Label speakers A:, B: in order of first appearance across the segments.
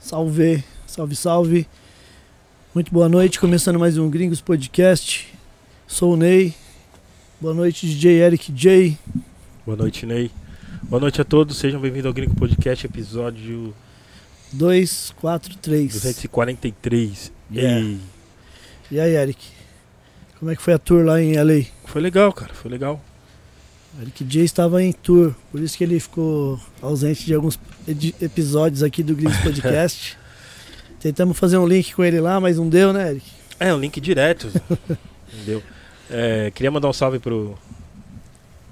A: Salve, salve, salve. Muito boa noite, começando mais um Gringos Podcast. Sou o Ney. Boa noite, DJ Eric J.
B: Boa noite, Ney. Boa noite a todos, sejam bem-vindos ao Gringo Podcast, episódio
A: 243.
B: 243.
A: Yeah.
B: E
A: E aí, Eric? Como é que foi a tour lá em LA?
B: foi legal, cara, foi legal.
A: Eric J estava em tour, por isso que ele ficou ausente de alguns edi- episódios aqui do Gringos Podcast. Tentamos fazer um link com ele lá, mas não deu, né, Eric?
B: É, um link direto, entendeu? É, queria mandar um salve pro,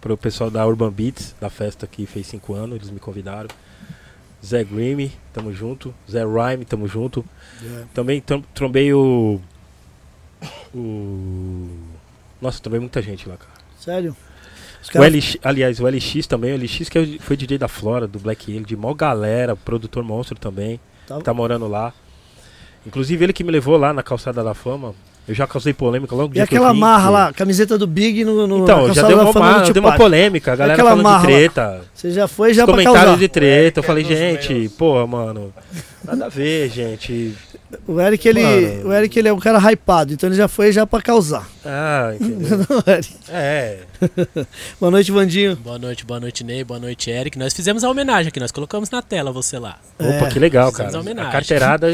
B: pro pessoal da Urban Beats, da festa que fez 5 anos, eles me convidaram. Zé Grimme, tamo junto. Zé Rhyme, tamo junto. Também trom- trombei o. O. Nossa, trombei muita gente lá, cara.
A: Sério? Os
B: O
A: caras
B: LX, aliás, o LX também, o LX que é o- foi DJ da Flora, do Black Hill, de mó galera, produtor monstro também,
A: tavam-
B: tá morando lá. Inclusive ele que me levou lá na calçada da fama. Eu já causei polêmica logo
A: E
B: dia que eu
A: aquela
B: vim,
A: marra
B: que-
A: lá, camiseta do Big no, no na
B: Então, já
A: calçada
B: deu
A: da
B: uma,
A: fama do
B: marra, deu uma
A: Tupac.
B: polêmica, a galera
A: Aquela
B: falando
A: marra
B: de
A: lá.
B: treta.
A: Você já foi já pra
B: Comentários
A: causar.
B: de treta. Eu falei,
C: dos
B: gente,
C: meus.
B: porra, mano. Nada a ver, gente.
A: O Eric, ele,
B: Mano.
A: o Eric ele é um cara hypado, então ele já foi já pra causar.
B: Ah, entendeu?
A: Não, Eric?
B: É.
A: Boa noite, Vandinho.
C: Boa noite, boa noite, Ney, boa noite, Eric. Nós fizemos a homenagem aqui, nós colocamos na tela você lá.
B: Opa,
A: É,
B: que legal,
C: Fizemos
B: cara.
C: a homenagem.
B: A carteirada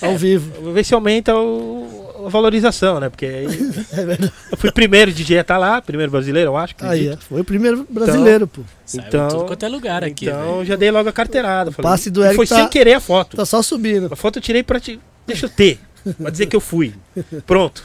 A: Ao vivo.
B: Vê se aumenta o- a valorização, né? Porque aí.
A: É verdade.
B: eu fui primeiro DJ a estar tá lá, primeiro brasileiro, eu acho.
A: Aí,
B: acredito.
A: é. foi o primeiro brasileiro, pô.
C: Saiu
B: Então-
C: em tudo quanto é lugar aqui.
B: então
C: velho.
B: já dei logo a carteirada. falei-
A: passe do
B: E
A: Eric
B: Foi
A: tá-
B: sem querer a foto.
A: Tá só subindo.
B: A foto eu tirei pra te. Deixa eu ter. Pra dizer que eu fui. Pronto.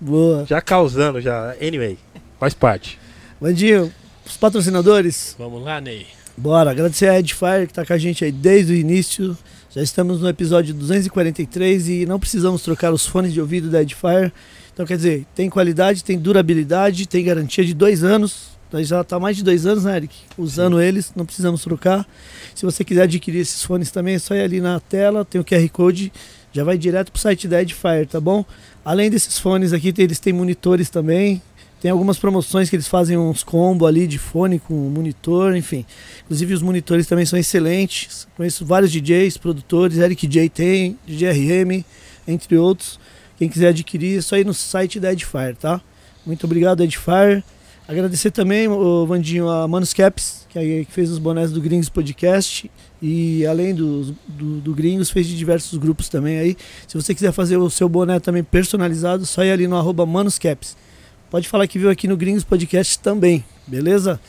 A: Boa.
B: Já causando, já. Anyway. Faz parte.
A: Vandinho, os patrocinadores,
C: Vamos lá, Ney.
A: bora. Agradecer a Edfire que tá com a gente aí desde o início. Já estamos no episódio 243 e não precisamos trocar os fones de ouvido da Edfire. Então, quer dizer, tem qualidade, tem durabilidade, tem garantia de dois anos. Nós já tá mais de dois anos, né, Eric? Usando eles, não precisamos trocar. Se você quiser adquirir esses fones também, é só ir ali na tela, tem o QR Code, já vai direto pro site da Edfire, tá bom? Além desses fones aqui, tem- eles têm monitores também. Tem algumas promoções que eles fazem uns combo ali de fone com monitor, enfim. Inclusive os monitores também são excelentes. Conheço vários DJs, produtores, Eric J tem, DJ RM, entre outros. Quem quiser adquirir, é só ir no site da Edfire, tá? Muito obrigado, Edfire. Agradecer também, o Vandinho, a Manus Caps, que, aí- que fez os bonés do Gringos Podcast. E além do, do, do Gringos, fez de diversos grupos também aí. Se você quiser fazer o seu boné também personalizado, só ir ali no arroba Manus Caps. Pode falar que viu aqui no Gringos Podcast também, beleza?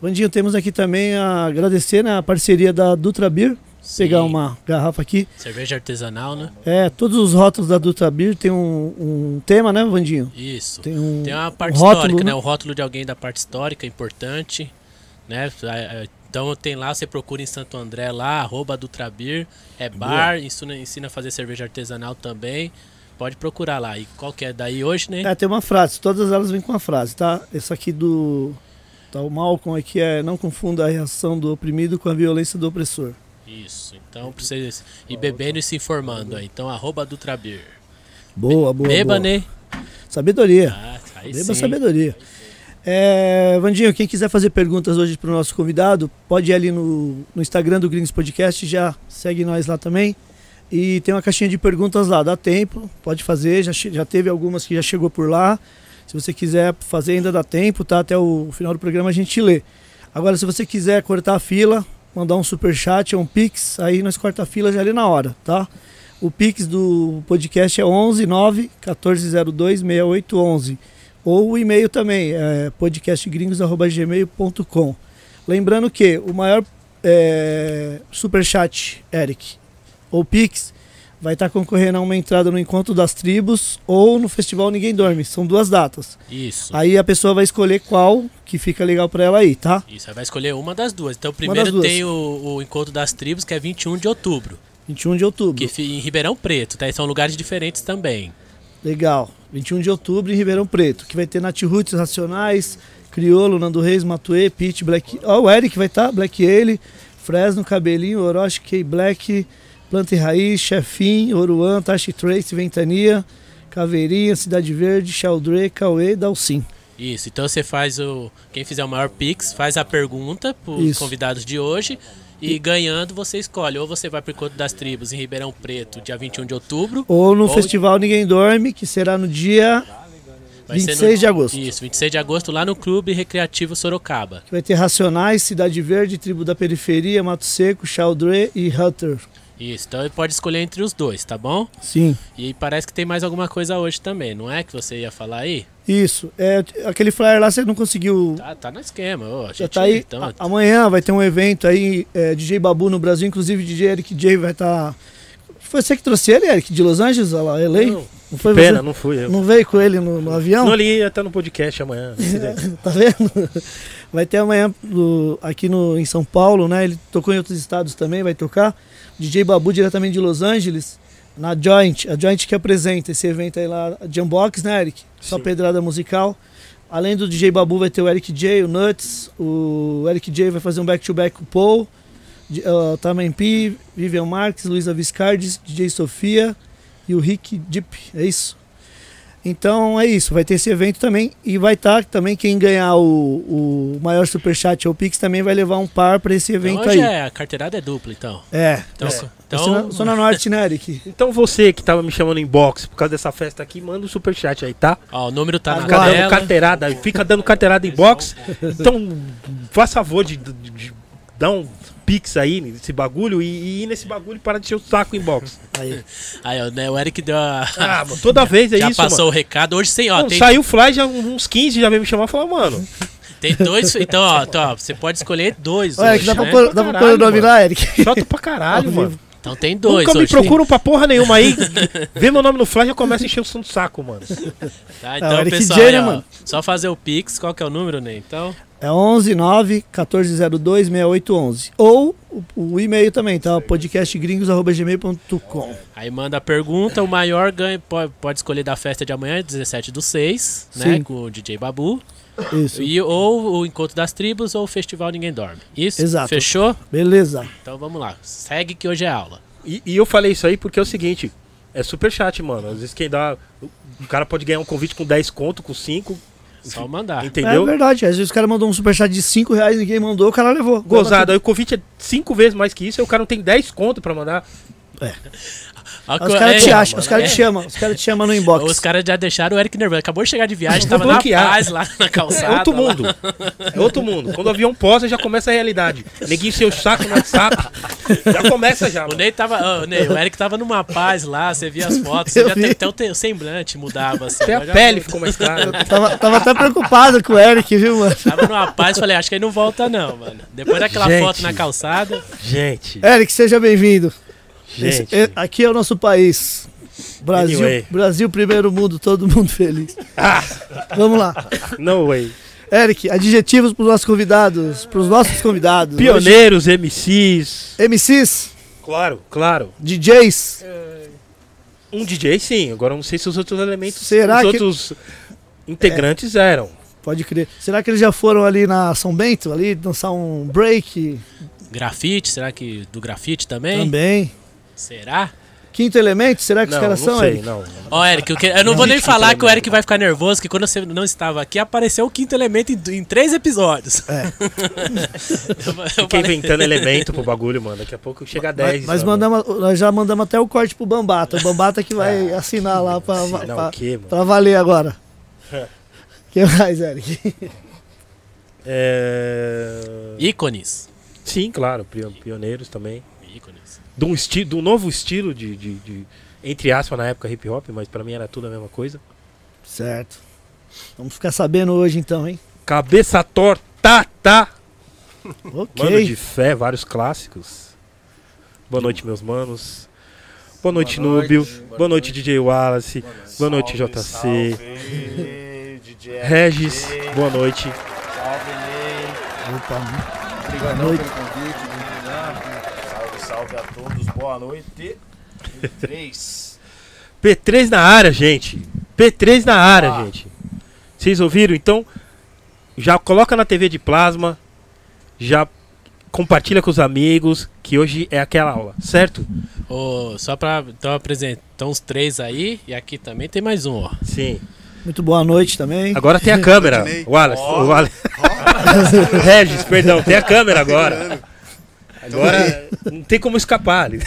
A: Vandinho, temos aqui também a agradecer né, a parceria da Dutra Beer. Pegar
C: Sim,
A: uma garrafa aqui.
C: Cerveja artesanal, né?
A: É, todos os rótulos da Dutra Beer tem um, um tema, né, Vandinho?
C: Isso.
A: Tem um.
C: Tem uma parte
A: rótulo,
C: histórica, né?
A: né?
C: O rótulo de alguém da parte histórica, importante, né? Ah, ah, Então tem lá, você procura em Santo André lá, arroba Dutrabir, é bar, ensina, ensina a fazer cerveja artesanal também. Pode procurar lá. E qual que é daí hoje, né?
A: É, tem uma frase, todas elas vêm com uma frase, tá? Essa aqui do. Tá, o Malcolm aqui é não confunda a reação do oprimido com a violência do opressor.
C: Isso. Então, pra vocês ir bebendo e se informando aí. Então, arroba Dutrabir.
A: Boa, boa. boa.
C: Beba, né?
A: Sabedoria.
C: Ah, aí
A: Beba
C: sim.
A: sabedoria. É, Vandinho, quem quiser fazer perguntas hoje pro nosso convidado, pode ir ali no, no Instagram do Gringos Podcast, já segue nós lá também. E tem uma caixinha de perguntas lá, dá tempo, pode fazer, já, che- já teve algumas que já chegou por lá. Se você quiser fazer, ainda dá tempo, tá? Até o final do programa a gente lê. Agora, se você quiser cortar a fila, mandar um superchat ou um pix, aí nós corta a fila já ali na hora, tá? O pix do podcast é 11 9 1402 6811. Ou o e-mail também, é podcastgringos.gmail.com. Lembrando que o maior é, superchat, Eric, ou Pix, vai estar concorrendo a uma entrada no Encontro das Tribos ou no Festival Ninguém Dorme. São duas datas.
C: Isso.
A: Aí a pessoa vai escolher qual que fica legal pra ela ir, tá?
C: Isso, aí vai escolher uma das duas. Então,
A: das
C: primeiro
A: duas.
C: tem o, o Encontro das Tribos, que é 21 de outubro,
A: 21 de outubro.
C: que fica em Ribeirão Preto, tá? E são lugares diferentes também.
A: Legal. 21 de outubro em Ribeirão Preto, que vai ter Nath Roots, Racionais, Criolo, Nando Reis, Matue, Pete, Black. Ó, o Eric vai estar, Black Ele, Fresno, Cabelinho, Orochi, K Black, Planta e Raiz, Chefim, Oruan, Tashi Trace, Ventania, Caveirinha, Cidade Verde, Chaldre, Cauê e Dalcin.
C: Isso, então você faz o. Quem fizer o maior Pix, faz a pergunta pros
A: Isso.
C: convidados de hoje. E ganhando, você escolhe. Ou você vai para o Encontro das Tribos em Ribeirão Preto, dia 21 de outubro.
A: Ou no Festival Ninguém Dorme, que será no dia
C: Vai ser no-
A: 26 de agosto.
C: Isso, 26 de agosto, lá no Clube Recreativo Sorocaba.
A: Que vai ter Racionais, Cidade Verde, Tribo da Periferia, Mato Seco, Chaldré e Hutter.
C: Isso, então ele pode escolher entre os dois, tá bom?
A: Sim.
C: E parece que tem mais alguma coisa hoje também, não é que você ia falar aí?
A: Isso. É, aquele flyer lá você não conseguiu.
C: Tá, tá no esquema, ô, a
A: Já
C: gente-
A: tá aí.
C: então,
A: A- amanhã vai ter um evento aí, é, DJ Babu no Brasil, inclusive DJ Eric J vai estar. Foi você que trouxe ele, Eric, de Los Angeles, olha lá, LA?
B: Não,
A: Não foi
B: Pena,
A: você?
B: não fui eu.
A: Não é, veio com ele no, no avião?
B: Não, ele ia estar no podcast amanhã.
A: tá vendo? Vai ter amanhã no- aqui no, em São Paulo, né? Ele tocou em outros estados também, vai tocar. DJ Babu, diretamente de Los Angeles, na Joint. A Joint que apresenta esse evento aí lá, a Jambox, né, Eric? Só
B: Sim.
A: pedrada musical. Além do DJ Babu, vai ter o Eric J, o Nuts, o Eric J vai fazer um back-to-back com o Paul, de- ah, o Taman P, Vivian Marques, Luísa Viscardi, DJ Sofia e o Rick Deep, é isso? Então é isso, vai ter esse evento também e vai estar também quem ganhar o, o maior superchat ou Pix também vai levar um par para esse
C: então
A: evento
C: hoje
A: aí.
C: é, a carteirada é dupla, então.
A: É.
C: Então,
A: Vai ser- vai ser na-
C: então
A: Zona Norte, né, Eric?
B: Então você que tava me chamando em box por causa dessa festa aqui, manda um superchat aí, tá?
C: ó, o número tá na
A: Agora,
B: Fica dando
C: tela.
B: carteirada, fica dando carteirada em box. Então, faz favor de, de- de dar um pix aí nesse bagulho e, e ir nesse bagulho e parar de encher o saco em box.
A: Aí.
C: Aí, ó, né, o Eric deu a...
B: Ah, mano, toda vez é
C: já
B: isso,
C: passou
B: mano.
C: o recado. Hoje sim, ó,
B: Não,
C: tem,
B: Saiu o Fly, já um, uns 15 já veio me chamar e falar, mano,
C: tem dois. Então, ó, então, ó, você pode escolher dois
A: Olha,
C: hoje,
A: dá
C: né?
A: pra pôr dá pra pôr o
B: Caralho,
A: nome
B: mano.
A: lá, Eric?
B: chato pra caralho, mano.
C: Então tem dois
B: Nunca me
C: hoje.
B: procuram pra porra nenhuma aí. Vê meu nome no Fly, já começa a encher o saco, mano.
C: Tá,
A: Ah, o
C: então,
A: Eric
C: pessoal,
A: J,
C: aí,
A: né,
C: ó,
A: mano?
C: só fazer o Pix, qual que é o número, Ney? Então,
A: É 11 9 1402 6811. Ou o, o e-mail também, tá? podcastgringos.gmail.com.
C: aí manda a pergunta, o maior ganha, pode, pode escolher da festa de amanhã, 17 do 6, né,
A: Sim.
C: com o DJ Babu,
A: Isso.
C: e, ou o Encontro das Tribos ou o Festival Ninguém Dorme. Isso?
A: Exato.
C: Fechou?
A: Beleza.
C: Então vamos lá, segue que hoje é aula.
B: E, e eu falei isso aí porque é o seguinte, é super chat, mano. Às vezes quem dá. O cara pode ganhar um convite com 10 conto, com 5,
C: Só mandar.
B: Ah.
A: É
B: entendeu?
A: verdade. Às vezes o cara mandou um superchat de 5 reais, ninguém mandou, o cara levou.
B: Gozado, aí o convite é 5 vezes mais que isso, aí o cara não tem 10 conto pra mandar.
C: Ó,
A: Aí Os
C: co-
A: caras te
C: é,
A: acham, os
C: mano,
A: caras
C: é.
A: te chamam, os caras te chamam no inbox.
C: Os caras já deixaram o Eric nervoso. Acabou de chegar de viagem,
B: Vou
C: tava na
B: bloquear.
C: paz lá na calçada.
B: É outro
C: lá.
B: mundo. É outro mundo. Quando o avião posa, já começa a realidade. Neguinho seu saco no WhatsApp. Já começa já.
C: O
B: Mano.
C: Ney tava. ó, o Ney, o Eric tava numa paz lá, você via as fotos, você
A: Eu
C: já
A: vi.
C: tem, até o te- o semblante mudava assim.
B: Até a
C: Eu já-
B: pele ficou mais clara.
A: Tava, tava até preocupado com o Eric, viu, mano?
C: Tava numa paz, falei, acho que aí não volta não, mano. Depois daquela
B: Gente.
C: foto na calçada,
B: Gente,
A: Eric, seja bem-vindo.
B: gente.
A: Esse- é- Aqui é o nosso país. Brasil,
B: Anyway. Ah.
A: Brasil, primeiro mundo, todo mundo feliz. Vamos lá.
B: Não, way.
A: Eric, adjetivos pros nossos convidados, pros nossos convidados. Hoje,
B: Pioneiros, MCs.
A: MCs,
B: Claro, claro.
A: DJs.
B: Um DJ sim, agora eu não sei se os outros elementos,
A: Será
B: os
A: que-
B: outros integrantes eram.
A: Pode crer. Será que eles já foram ali na São Bento, ali, dançar um break
C: grafite, será que do grafite também?
A: também?
C: Será?
A: Quinto elemento, será que
B: Não,
A: os caras
B: não
A: são,
B: sei,
A: Eric?
B: não.
C: Ó, Eric, eu, que- eu não vou nem falar que o Eric vai ficar nervoso, que quando você não estava aqui, apareceu o quinto elemento em, em três episódios.
A: É.
C: Eu- eu
B: Fica
C: falei-
B: inventando elemento pro bagulho, mano. Daqui a pouco chega a 10.
A: Nós,
B: mano.
A: mandamos, nós já mandamos até o corte pro Bambata. O Bambata que vai assinar lá pra,
B: Ah, Assinar
A: pra-
B: o quê, mano?
A: pra valer agora. O que mais, Eric?
B: É...
C: Ícones.
B: Sim, claro, pio- pioneiros também.
C: Ícones.
B: De um, esti... de um novo estilo de, de, de- entre aspas, na época hip hop, mas pra mim era tudo a mesma coisa.
A: Certo. Vamos ficar sabendo hoje então, hein?
B: Cabeça torta, tá?
A: Ok.
B: Mano de fé, vários clássicos. Boa noite, meus manos. Boa noite,
D: Boa noite,
B: Núbio.
D: boa
B: Boa noite, DJ Wallace. Boa noite,
D: Salve,
B: JC.
D: Salve, DJ
B: Regis,
D: RG.
B: boa noite.
D: Salve, Ney.
A: Opa,
D: Obrigadão
A: noite.
D: pelo convite. obrigado. Salve, salve a todos. Boa noite. Em Três.
B: P3 na área, gente. P3 na área,
D: Ah.
B: gente. Vocês ouviram? Então, já coloca na TV de plasma, já compartilha com os amigos, que hoje é aquela aula, certo?
C: Ô, só pra. Então apresentar uns três aí, e aqui também tem mais um, ó.
B: Sim.
A: muito boa noite também.
B: Agora tem a câmera. Wallace, o Wallace. Regis, perdão, tem a câmera agora. Agora não tem como escapar. ali.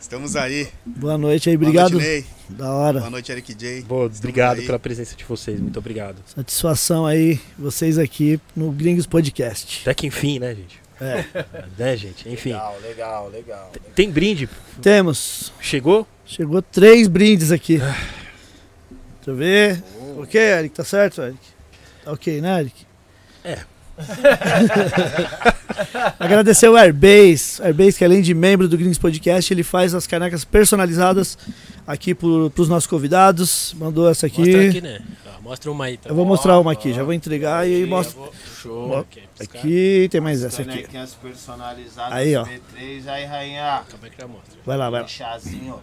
E: Estamos aí.
A: Boa noite aí,
E: Boa
A: obrigado.
E: noite, Ney.
A: da hora.
E: Boa noite, Eric J.
B: Boa, obrigado
E: aí.
B: pela presença de vocês, muito obrigado.
A: Satisfação aí, vocês aqui no Gringos Podcast.
B: Até que enfim, né, gente?
A: É.
B: Né, gente? Enfim.
D: Legal, legal, legal.
B: Tem brinde?
A: Temos.
B: Chegou?
A: Chegou três brindes aqui. Deixa eu ver. Ok, Eric, tá certo, Eric? Tá ok, né, Eric?
B: É.
A: Agradecer o Airbase. Airbase, que além de membro do Gringos Podcast, ele faz as canecas personalizadas aqui pro, pros nossos convidados. Mandou essa aqui.
C: Mostra aqui, né? Ó, mostra uma aí. Então.
A: Eu vou mostrar uma aqui, já vou entregar e
D: Aqui,
A: aí mostro.
D: eu vou- Show.
A: Ó,
C: Ok, pros caras.
A: Aqui tem mais essa aqui.
D: Canequinhas personalizadas.
A: Aí, ó. Tá.
D: B3, aí, rainha.
C: Como é que já
D: né?
C: mostra?
A: Vai lá, vai lá.
D: Chazinho.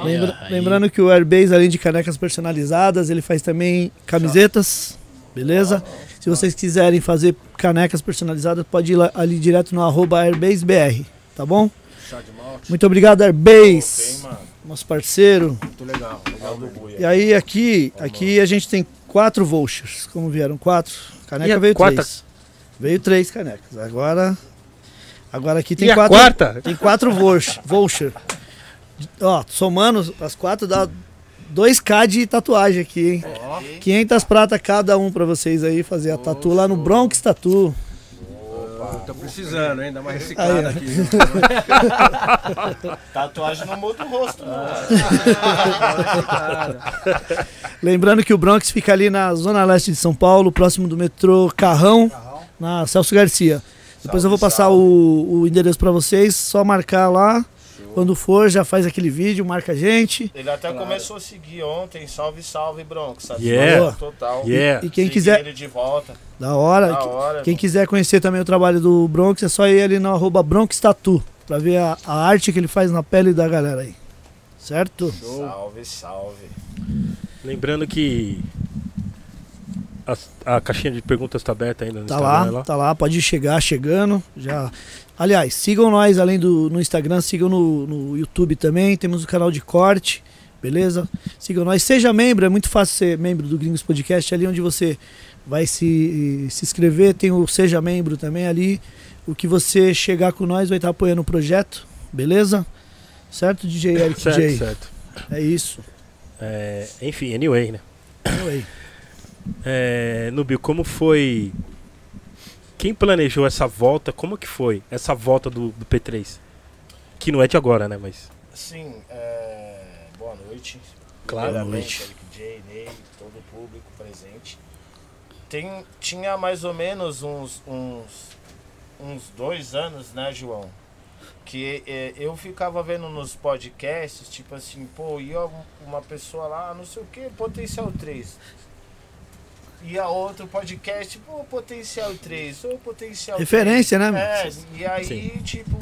C: Aí,
A: Lembra-
C: ó, aí.
A: lembrando que o Airbase, além de canecas personalizadas, ele faz também camisetas, beleza? Se vocês quiserem fazer canecas personalizadas, pode ir lá, ali direto no arroba AirbaseBR, tá bom?
D: Chá de malte.
A: Muito obrigado,
D: Tem,
A: Airbase,
D: mano.
A: nosso parceiro.
D: Muito legal. Legal do boi.
A: E aí, aqui,
D: Tá
A: aqui a gente tem quatro vouchers, como vieram quatro.
B: E
A: Caneca
B: a
A: veio
B: quarta?
A: três. Veio três canecas. Agora, agora aqui tem
B: e
A: quatro.
B: a quarta?
A: Tem quatro voucher. voucher. Ó, somando as quatro dá 2k de tatuagem aqui, hein?
D: Ó,
A: 500 prata cada um pra vocês aí fazer a tatu lá no Bronx Tatu.
F: Tô precisando, hein? Dá uma
A: Aí, ó.
F: reciclada aqui.
D: Tatuagem não muda o rosto, né? não.
A: Lembrando que o Bronx fica ali na zona leste de São Paulo, próximo do metrô Carrão, na Celso Garcia. Depois eu vou passar o, o endereço pra vocês, só marcar lá. Quando for, já faz aquele vídeo, marca a gente.
D: Ele até começou a seguir ontem. Salve, salve, Bronx.
B: Yeah.
D: Satisfação Total.
B: Yeah.
A: E quem
D: Segui
A: quiser,
D: Ele de volta.
A: da hora,
D: Da
A: que-
D: hora.
A: Quem
D: irmão.
A: quiser conhecer também o trabalho do Bronx, é só ir ali no arroba Bronx Tatu, pra ver a, a arte que ele faz na pele da galera aí. Certo?
D: Salve, salve.
B: Lembrando que as- a, caixinha de perguntas tá aberta ainda no
A: Tá
B: Instagram,
A: lá, tá lá, pode chegar chegando. Já. Aliás, sigam nós além do no Instagram, sigam no, no YouTube também. Temos o canal de corte, beleza? Sigam nós. Seja membro, é muito fácil ser membro do Gringos Podcast, ali onde você vai se, se inscrever. Tem o Seja Membro também ali. O que você chegar com nós vai estar apoiando o projeto, beleza? Certo, DJ Eric
B: Certo,
A: J?
B: certo.
A: É isso.
B: É, enfim, anyway, né?
A: Oi.
B: É, Nubio, como foi. Quem planejou essa volta? Como que foi essa volta do, do P3? Que não é de agora, né? Mas.
D: Sim, é, boa noite.
B: Claro, boa
D: Primeiramente,
B: noite.
D: Eric J, Ney, todo o público presente. Tem, tinha mais ou menos uns, uns, uns dois anos, né, João? Que é, eu ficava vendo nos podcasts, tipo assim, pô, ia um- uma pessoa lá, "Ah, não sei o que, potencial 3. E a outro podcast, pô, potencial 3, ou potencial
A: Referência,
D: 3.
A: né?
D: É, e aí,
B: Sim.
D: tipo,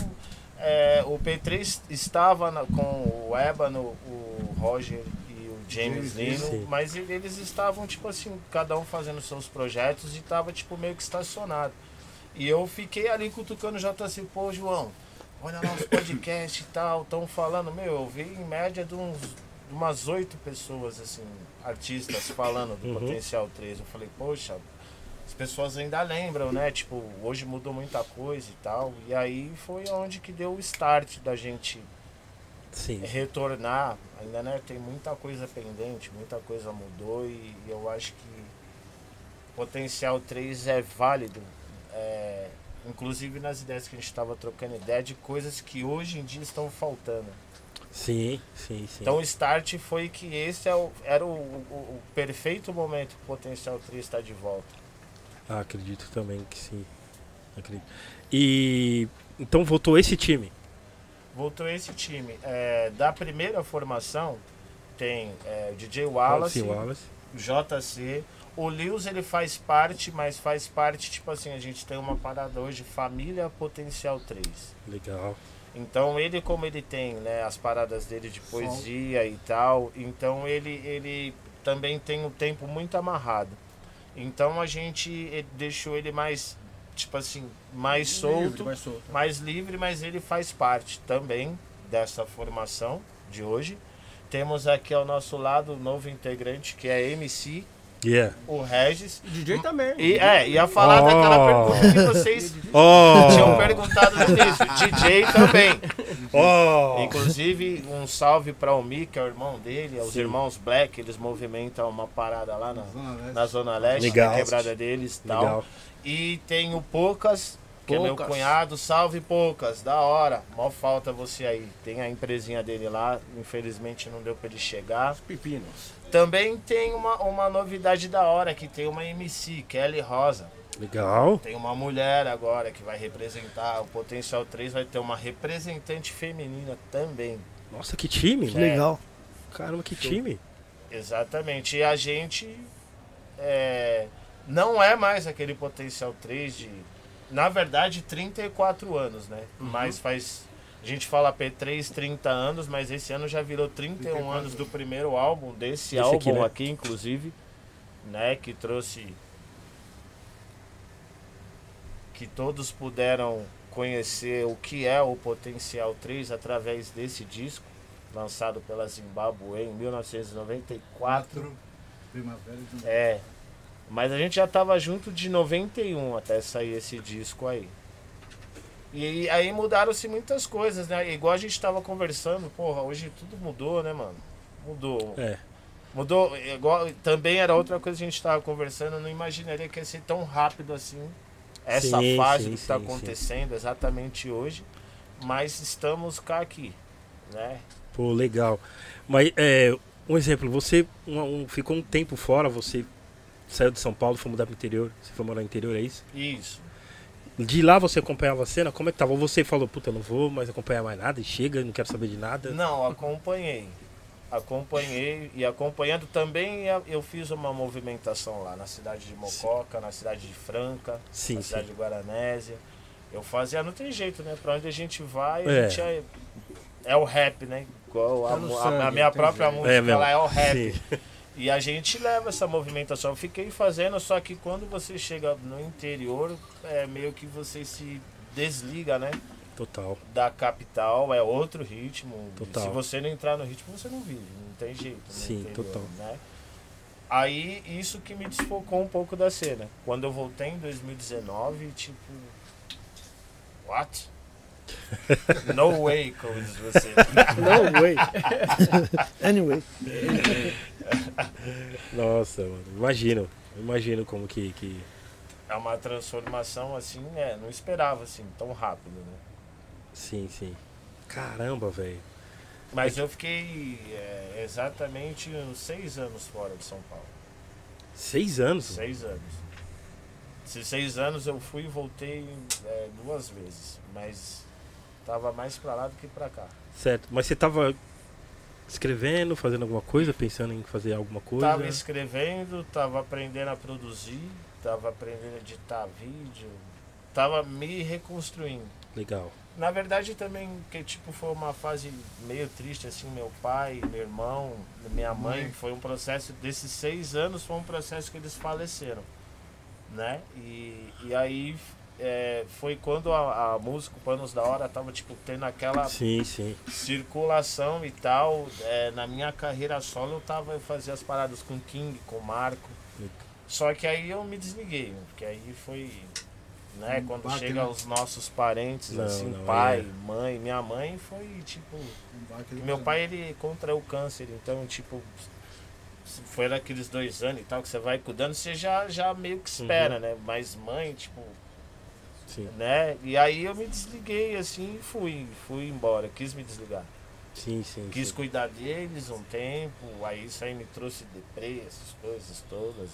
D: é, o P3 estava na- com o Ébano, o Roger e o James
B: Sim.
D: Lino, mas e- eles estavam, tipo assim, cada um fazendo seus projetos e tava, tipo, meio que estacionado. E eu fiquei ali cutucando o JC, pô, João, olha lá os podcasts e tal, estão falando, meu, eu vi em média de uns de umas oito pessoas, assim, artistas falando do
B: Uhum.
D: Potencial 3. Eu falei, poxa, as pessoas ainda lembram, né? Tipo, hoje mudou muita coisa e tal. E aí foi onde que deu o start da gente
B: Sim.
D: retornar. Ainda, né? Tem muita coisa pendente, muita coisa mudou e eu acho que Potencial 3 é válido. é, inclusive nas ideias que a gente estava trocando ideia de coisas que hoje em dia estão faltando.
B: Sim, sim, sim.
D: Então o start foi que esse é o- era o, o- o perfeito momento pro potencial 3 estar de volta.
B: Ah, acredito também que sim. Acredito. E. Então voltou esse time.
D: Voltou esse time. É, da primeira formação tem é, o DJ
B: Wallace
D: Wallace,
B: e Wallace.
D: JC. O Lewis ele faz parte, mas faz parte, tipo assim, a gente tem uma parada hoje, família potencial 3.
B: Legal.
D: Então ele como ele tem, né, as paradas dele de poesia e tal, então ele ele também tem o tempo muito amarrado. Então a gente eh, deixou ele mais tipo assim, mais solto,
F: Mais solto.
D: mais livre, mas ele faz parte também dessa formação de hoje. Temos aqui ao nosso lado o novo integrante que é MC,
B: Yeah.
D: o Regis.
F: O DJ também.
D: E é, ia falar
B: Oh.
D: daquela pergunta que vocês tinham
B: Oh!
D: perguntado no início. DJ também.
B: oh.
D: Inclusive, um salve para o Mi, que é o irmão dele, os
B: Sim.
D: irmãos Black, eles movimentam uma parada lá na,
F: Zona Leste.
D: na Zona Leste,
B: Legal.
D: na quebrada deles e tal.
B: Legal.
D: E tem o Poucas, que é meu
F: Poucas.
D: cunhado. Salve Poucas, da hora. Mó falta você aí. Tem a empresinha dele lá, infelizmente não deu pra ele chegar.
F: Pepinos.
D: Também tem uma, uma novidade da hora, que tem uma MC, Kelly Rosa.
B: Legal.
D: Tem uma mulher agora que vai representar, o Potencial 3 vai ter uma representante feminina também.
B: Nossa, que time,
A: Que
B: mano.
A: legal.
B: Caramba, que time.
D: Exatamente. E a gente é, não é mais aquele potencial 3 de. Na verdade, 34 anos, né?
B: Uhum.
D: Mas faz. A gente fala P3 30 anos, mas esse ano já virou 31 anos do primeiro álbum, desse
B: Esse
D: álbum
B: aqui,
D: aqui,
B: né?
D: inclusive, né? Que trouxe. Que todos puderam conhecer o que é o Potencial 3 através desse disco, lançado pela Zimbabue em 1994.
F: Primavera de
D: É. Mas a gente já tava junto de 91 até sair esse disco aí. E aí mudaram-se muitas coisas, né? Igual a gente tava conversando, porra, hoje tudo mudou, né, mano? Mudou.
B: É.
D: Mudou. Igual, também era outra coisa que a gente tava conversando, eu não imaginaria que ia ser tão rápido assim. Essa
B: Sim,
D: fase
B: sim,
D: do que tá
B: sim, sim.
D: acontecendo exatamente hoje. Mas estamos cá aqui, né?
B: Pô, legal. Mas, é, um exemplo, você um- um- ficou um tempo fora, você saiu de São Paulo, foi mudar pro interior, você foi morar no interior, é isso?
D: Isso.
B: De lá você acompanhava a cena? Como é que tava? Ou você falou, puta, eu não vou mais acompanhar mais nada, e chega, não quero saber de nada?
D: Não, acompanhei. Acompanhei e acompanhando também a- eu fiz uma movimentação lá na cidade de Mococa, na cidade de Franca,
B: Sim,
D: na
B: sim.
D: cidade de Guaranésia. Eu fazia, não tem jeito, né? Pra onde a gente vai,
B: É.
D: a gente é, é o rap, né? Igual a,
F: Tá no
D: mu- a-
F: sangue,
D: a minha
F: tem
D: própria
F: jeito.
D: música,
B: É mesmo.
D: ela é o rap.
B: Sim.
D: E a gente leva essa movimentação. Eu fiquei fazendo, só que quando você chega no interior, é meio que você se desliga, né?
B: Total.
D: da capital é outro ritmo.
B: Total.
D: Se você não entrar no ritmo, você não vive, não tem jeito. no
B: Sim, total.
D: Né? Aí isso que me desfocou um pouco da cena. Quando eu voltei em 2019, tipo. What? No way, como diz você.
A: No way. anyway.
B: Nossa, mano, imagino. Imagino como que. que...
D: É uma transformação assim, né? Não esperava assim, tão rápido, né?
B: Sim, sim. Caramba, velho.
D: Mas eu fiquei é, exatamente uns seis anos fora de São Paulo.
B: Seis anos? mano.
D: Seis anos. Esses seis anos eu fui e voltei é, duas vezes, mas tava mais pra lá do que pra cá.
B: Certo. Mas você tava escrevendo, fazendo alguma coisa, pensando em fazer alguma coisa?
D: Tava escrevendo, tava aprendendo a produzir, tava aprendendo a editar vídeo, tava me reconstruindo.
B: Legal.
D: Na verdade também que tipo foi uma fase meio triste assim, meu pai, meu irmão, minha mãe, foi um processo desses seis anos foi um processo que eles faleceram, né? E, e aí é, foi quando a, a música Panos da Hora tava tipo tendo aquela
B: Sim, sim.
D: circulação e tal. É, na minha carreira solo eu tava eu fazia as paradas com o King, com o Marco. Só que aí eu me desliguei, né? porque aí foi, né,
F: Um
D: quando
F: baque,
D: chega
F: né?
D: os nossos parentes,
B: Hum, Não,
D: assim,
B: não,
D: pai,
B: é.
D: mãe, minha mãe foi tipo,
F: um baque
D: e
F: de
D: meu pai ele contraiu câncer, então tipo foi naqueles dois anos e tal que você vai cuidando, você já já meio que espera, né? Mas mãe, tipo,
B: Uhum. Sim,
D: né? E aí eu me desliguei assim e fui, fui embora, quis me desligar.
B: sim, sim.
D: Quis
B: sim.
D: cuidar deles um tempo, aí isso aí me trouxe deprê, essas coisas todas.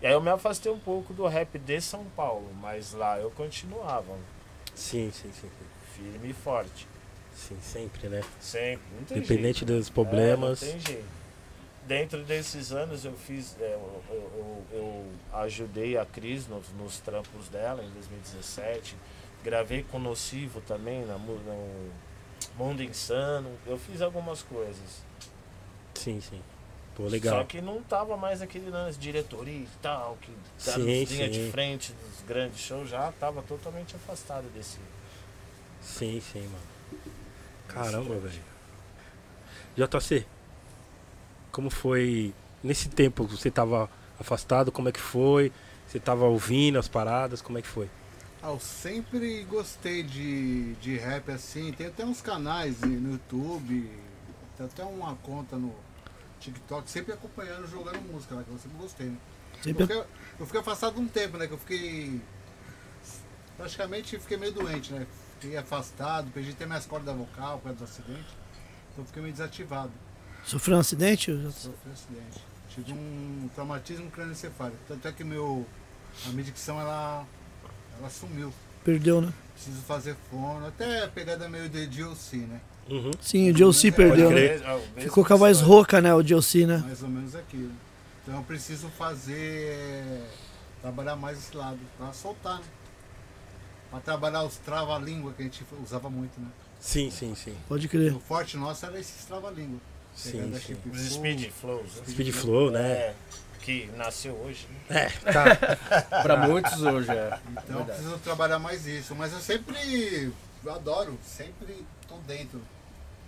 D: E aí eu me afastei um pouco do rap de São Paulo, mas lá eu continuava,
B: Sim, sim, sim. sim.
D: firme e forte.
B: Sim, sempre, né?
D: Sempre. Não tem jeito.
B: Independente dos problemas.
D: É, não tem jeito. Dentro desses anos eu fiz, é, eu, eu- eu- eu ajudei a Cris nos, nos trampos dela em 2017. Gravei com o Nocivo também na, mu- no Mundo Insano. Eu fiz algumas coisas.
B: Sim, sim. Pô,
D: Só
B: legal.
D: que não tava mais aquele lance de diretoria e tal, que tá
B: Sim,
D: nos linha
B: sim.
D: de frente dos grandes shows, já tava totalmente afastado desse.
B: Sim, sim, mano. Caramba, velho. JC, como foi nesse tempo que você tava afastado, como é que foi? Você tava ouvindo as paradas, como é que foi?
F: Ah, eu sempre gostei de, de rap assim. Tem até uns canais no YouTube, tem até uma conta no TikTok, sempre acompanhando, jogando música, né, que eu sempre gostei. Né?
A: Sempre-
F: Eu, fiquei, eu fiquei afastado um tempo, né? Que eu fiquei. Praticamente fiquei meio doente, né? Fiquei afastado, perdi até minhas cordas vocal por causa do acidente. Então fiquei meio desativado.
A: Sofreu um acidente?
F: Sofri um acidente. Tive um traumatismo crânioencefálico. Tanto é que meu, a minha dicção ela, ela sumiu.
A: Perdeu, né?
F: Preciso fazer fono, até pegada meio de DLC, né?
B: Uhum.
A: Sim, o Josie
F: Pode
A: perdeu, né?
B: crer.
D: Mesmo- ah, o mesmo
A: Ficou com a voz
D: história.
A: rouca, né? O Josie, né?
F: Mais ou menos aquilo. Então eu preciso fazer. é, trabalhar mais esse lado, pra soltar, né? Pra trabalhar os trava-língua que a gente usava muito, né?
B: Sim, sim, sim.
A: Pode
F: O
A: crer.
F: forte nosso era esses trava-língua.
B: Sim, sim.
F: Chip
D: Os
F: Flow,
D: Speed Flows. né?
B: Speed Flow, né?
D: É, que nasceu hoje. né?
G: Pra muitos hoje é.
F: Então eu preciso trabalhar mais isso. Mas eu sempre eu adoro, sempre tô dentro.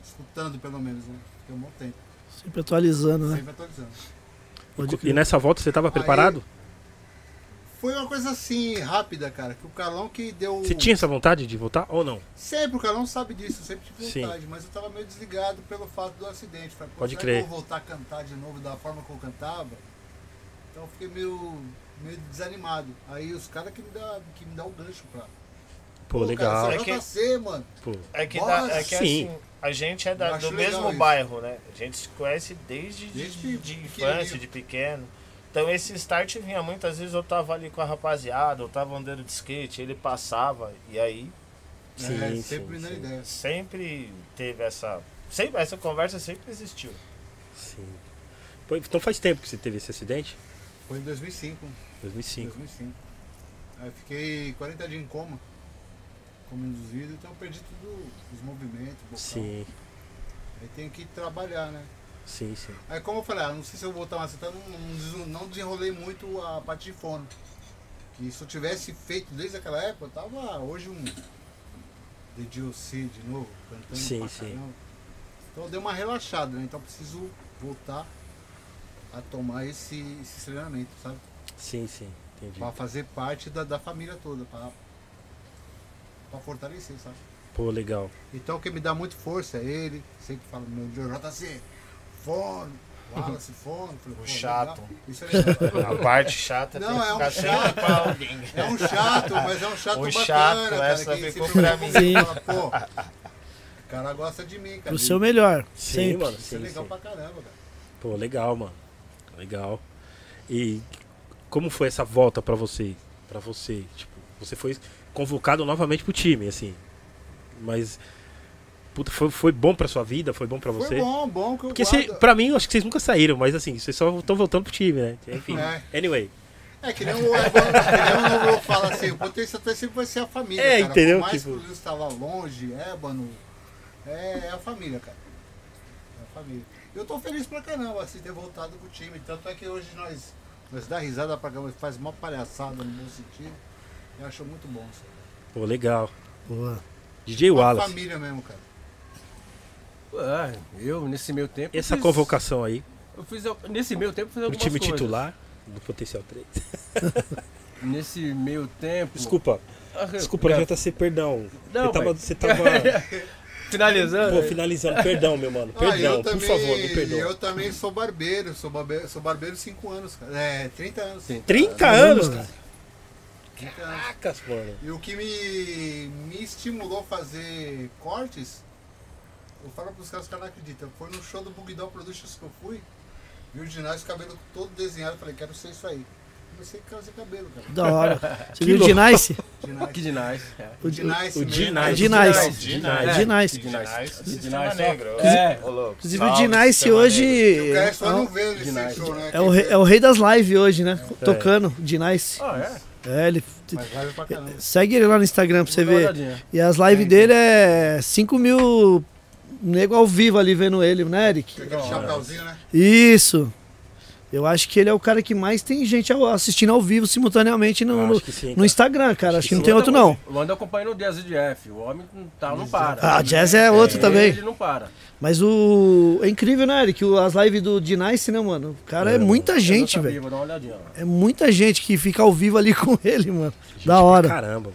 F: Escutando pelo menos, né? Porque um bom tempo.
A: Sempre atualizando, né?
F: Sempre atualizando.
A: Pode
B: E
A: crer.
B: nessa volta você tava preparado?
F: Foi uma coisa assim, rápida, cara, que o Calão que deu.
B: Você tinha essa vontade de voltar ou não?
F: Sempre, o Calão sabe disso, eu sempre tive
B: Sim.
F: vontade, mas eu tava meio desligado pelo fato do acidente. Falei, pô,
B: Pode
F: será
B: crer.
F: que eu vou voltar a cantar de novo da forma que eu cantava? Então eu fiquei meio, meio desanimado. Aí os caras que me dá, que me dá o gancho pra.
B: Pô,
F: cara,
B: legal.
F: só
D: É que-
F: canta C, mano.
B: Pô,
D: É que,
F: Nossa,
D: dá- é
B: sim.
D: que assim, a gente é
F: Eu
D: da,
F: acho
D: do
F: legal
D: mesmo
F: isso.
D: bairro, né? A gente se conhece desde,
F: Desde
D: de,
F: pe-
D: de infância,
F: pequenininho.
D: de pequeno. Então esse start vinha muitas vezes eu tava ali com a rapaziada, eu tava andando de skate, ele passava, e aí
B: Sim,
F: é,
B: sim,
F: sempre na
B: sim.
F: ideia.
D: sempre teve essa. Sempre, essa conversa sempre existiu.
B: sim. Pô, então faz tempo que você teve esse acidente?
F: Foi em 2005.
B: 2005.
F: 2005. Aí eu fiquei 40 dias em coma, como induzido, então eu perdi tudo, os movimentos, vocal.
B: Sim,
F: Aí tem que trabalhar, né?
B: sim, sim.
F: Aí como eu falei, ah, não sei se eu vou voltar mais, então não, não des- não desenrolei muito a parte de fono. Que se eu tivesse feito desde aquela época, eu tava hoje um The DLC de novo, cantando
B: Sim,
F: pra
B: sim.
F: caramba. Então deu uma relaxada, né? Então eu preciso voltar a tomar esse, esse treinamento, sabe?
B: Sim, sim. Entendi.
F: Pra fazer parte da, da família toda, pra, pra fortalecer, sabe?
B: Pô, legal.
F: Então quem me dá muito força é ele, sempre fala, meu JC, fone, Wallace, fone, Falei, "Pô,
D: O chato.
F: legal." Isso é legal.
D: A parte chata
F: Não, é um
D: ficar
F: chato.
D: sempre com alguém.
F: É um chato, mas é um chato
D: O
F: bacana,
D: chato,
F: cara.
D: essa
F: que
D: ficou
F: sempre
D: pra
F: me
D: mim.
F: fala, Pô, o cara gosta de mim, cara.
A: Pro seu melhor.
B: Sim,
A: Sempre.
B: mano.
F: Isso é
B: Sim,
F: legal
B: sim.
F: pra caramba, cara.
B: Pô, legal, mano. Legal. E como foi essa volta pra você? Pra você, tipo, você foi convocado novamente pro time, assim. Mas puta, foi, foi bom pra sua vida? Foi bom pra você?
F: Foi bom, bom que eu
B: Porque
F: guardo.
B: cê, pra mim, eu acho que vocês nunca saíram, mas assim, vocês só estão voltando pro time, né? Enfim.
F: É.
B: Anyway.
F: É, que nem o Ébano, eu falo assim, o potencial até sempre vai ser a família,
B: É,
F: cara.
B: entendeu?
F: Por mais
B: Tipo-
F: que o Lúcio tá lá longe, Ébano, é, é a família, cara. É a família. Eu tô feliz pra caramba, assim, ter voltado com o time. Tanto é que hoje nós, nós dá risada pra caramba, faz uma palhaçada no bom sentido. Eu acho muito bom. Assim.
B: Pô, legal.
A: Boa.
B: DJ
F: Uma
B: Wallace.
F: família mesmo, cara.
G: Ah, eu, nesse meu tempo.
B: E essa
G: eu fiz-
B: convocação aí,
G: Eu fiz, al- nesse meu tempo, eu fiz
B: pro
G: algumas
B: time
G: coisas.
B: titular do Potencial 3.
G: Nesse meio tempo.
B: Desculpa,
G: Ah,
B: desculpa,
G: cara,
B: JC, perdão.
G: Não,
B: você tava,
G: mas-
B: você tava
G: Finalizando.
B: pô, finalizando, perdão, meu mano.
F: Ah,
B: Perdão,
F: eu
B: por
F: também-
B: favor, me perdoa.
F: Eu também sou barbeiro, sou barbeiro, sou barbeiro 5 anos, cara. É, 30 anos.
B: 30 anos,
A: Caramba.
B: cara.
F: 30 anos.
B: Cacas, mano.
F: E o que me, me estimulou a fazer cortes, eu falo pros caras, os caras não acreditam. Foi no show do Bugdal Productions que eu fui, vi o ginásio, cabelo todo desenhado, falei, quero ser isso aí. Comecei a fazer cabelo, cara.
A: Da hora. Você viu o Dinice?
G: Que
F: Ginásio.
G: demais.
A: O
F: Ginásio.
B: o
F: mesmo.
B: Ginásio.
A: Dinice.
D: É,
B: Ginásio.
A: Dinice.
D: Nice. Sistema
G: Nice.
D: negro.
G: É.
D: Ô, louco.
A: Inclusive o
D: Salve,
A: Dinice
D: Sistema Negro.
F: O
A: hoje.
F: cara só não
A: é-
F: vê ele
G: Ginásio.
F: esse show, né?
A: É o, rei, é o rei das lives hoje, né?
B: É.
A: Tocando, Dinice.
G: Ah, é?
A: É, ele.
F: Mas live pra caramba.
A: Segue ele lá no Instagram pra você
G: Vou dar uma
A: ver.
G: olhadinha.
A: E as lives dele é 5 mil nego ao vivo ali vendo ele, né, Eric?
F: Aquele chapéuzinho, né?
A: Isso. Eu acho que ele é o cara que mais tem gente ao- assistindo ao vivo simultaneamente no,
B: acho
A: no,
B: que sim.
A: no Instagram, cara. Acho que não tem
G: Eu
A: outro,
G: ando-
A: não.
G: Eu ando acompanhando o Jazz de F. O homem não, tá, não para.
A: Ah, Jazz é outro também.
G: Ele não para.
A: Mas o. É incrível, né, Eric? O- As lives do Dinice, né, mano? O cara é, muita gente,
G: Eu não
A: velho.
G: sabia, Vou dar uma olhadinha lá.
A: É muita gente que fica ao vivo ali com ele, mano. da hora.
B: Caramba. mano.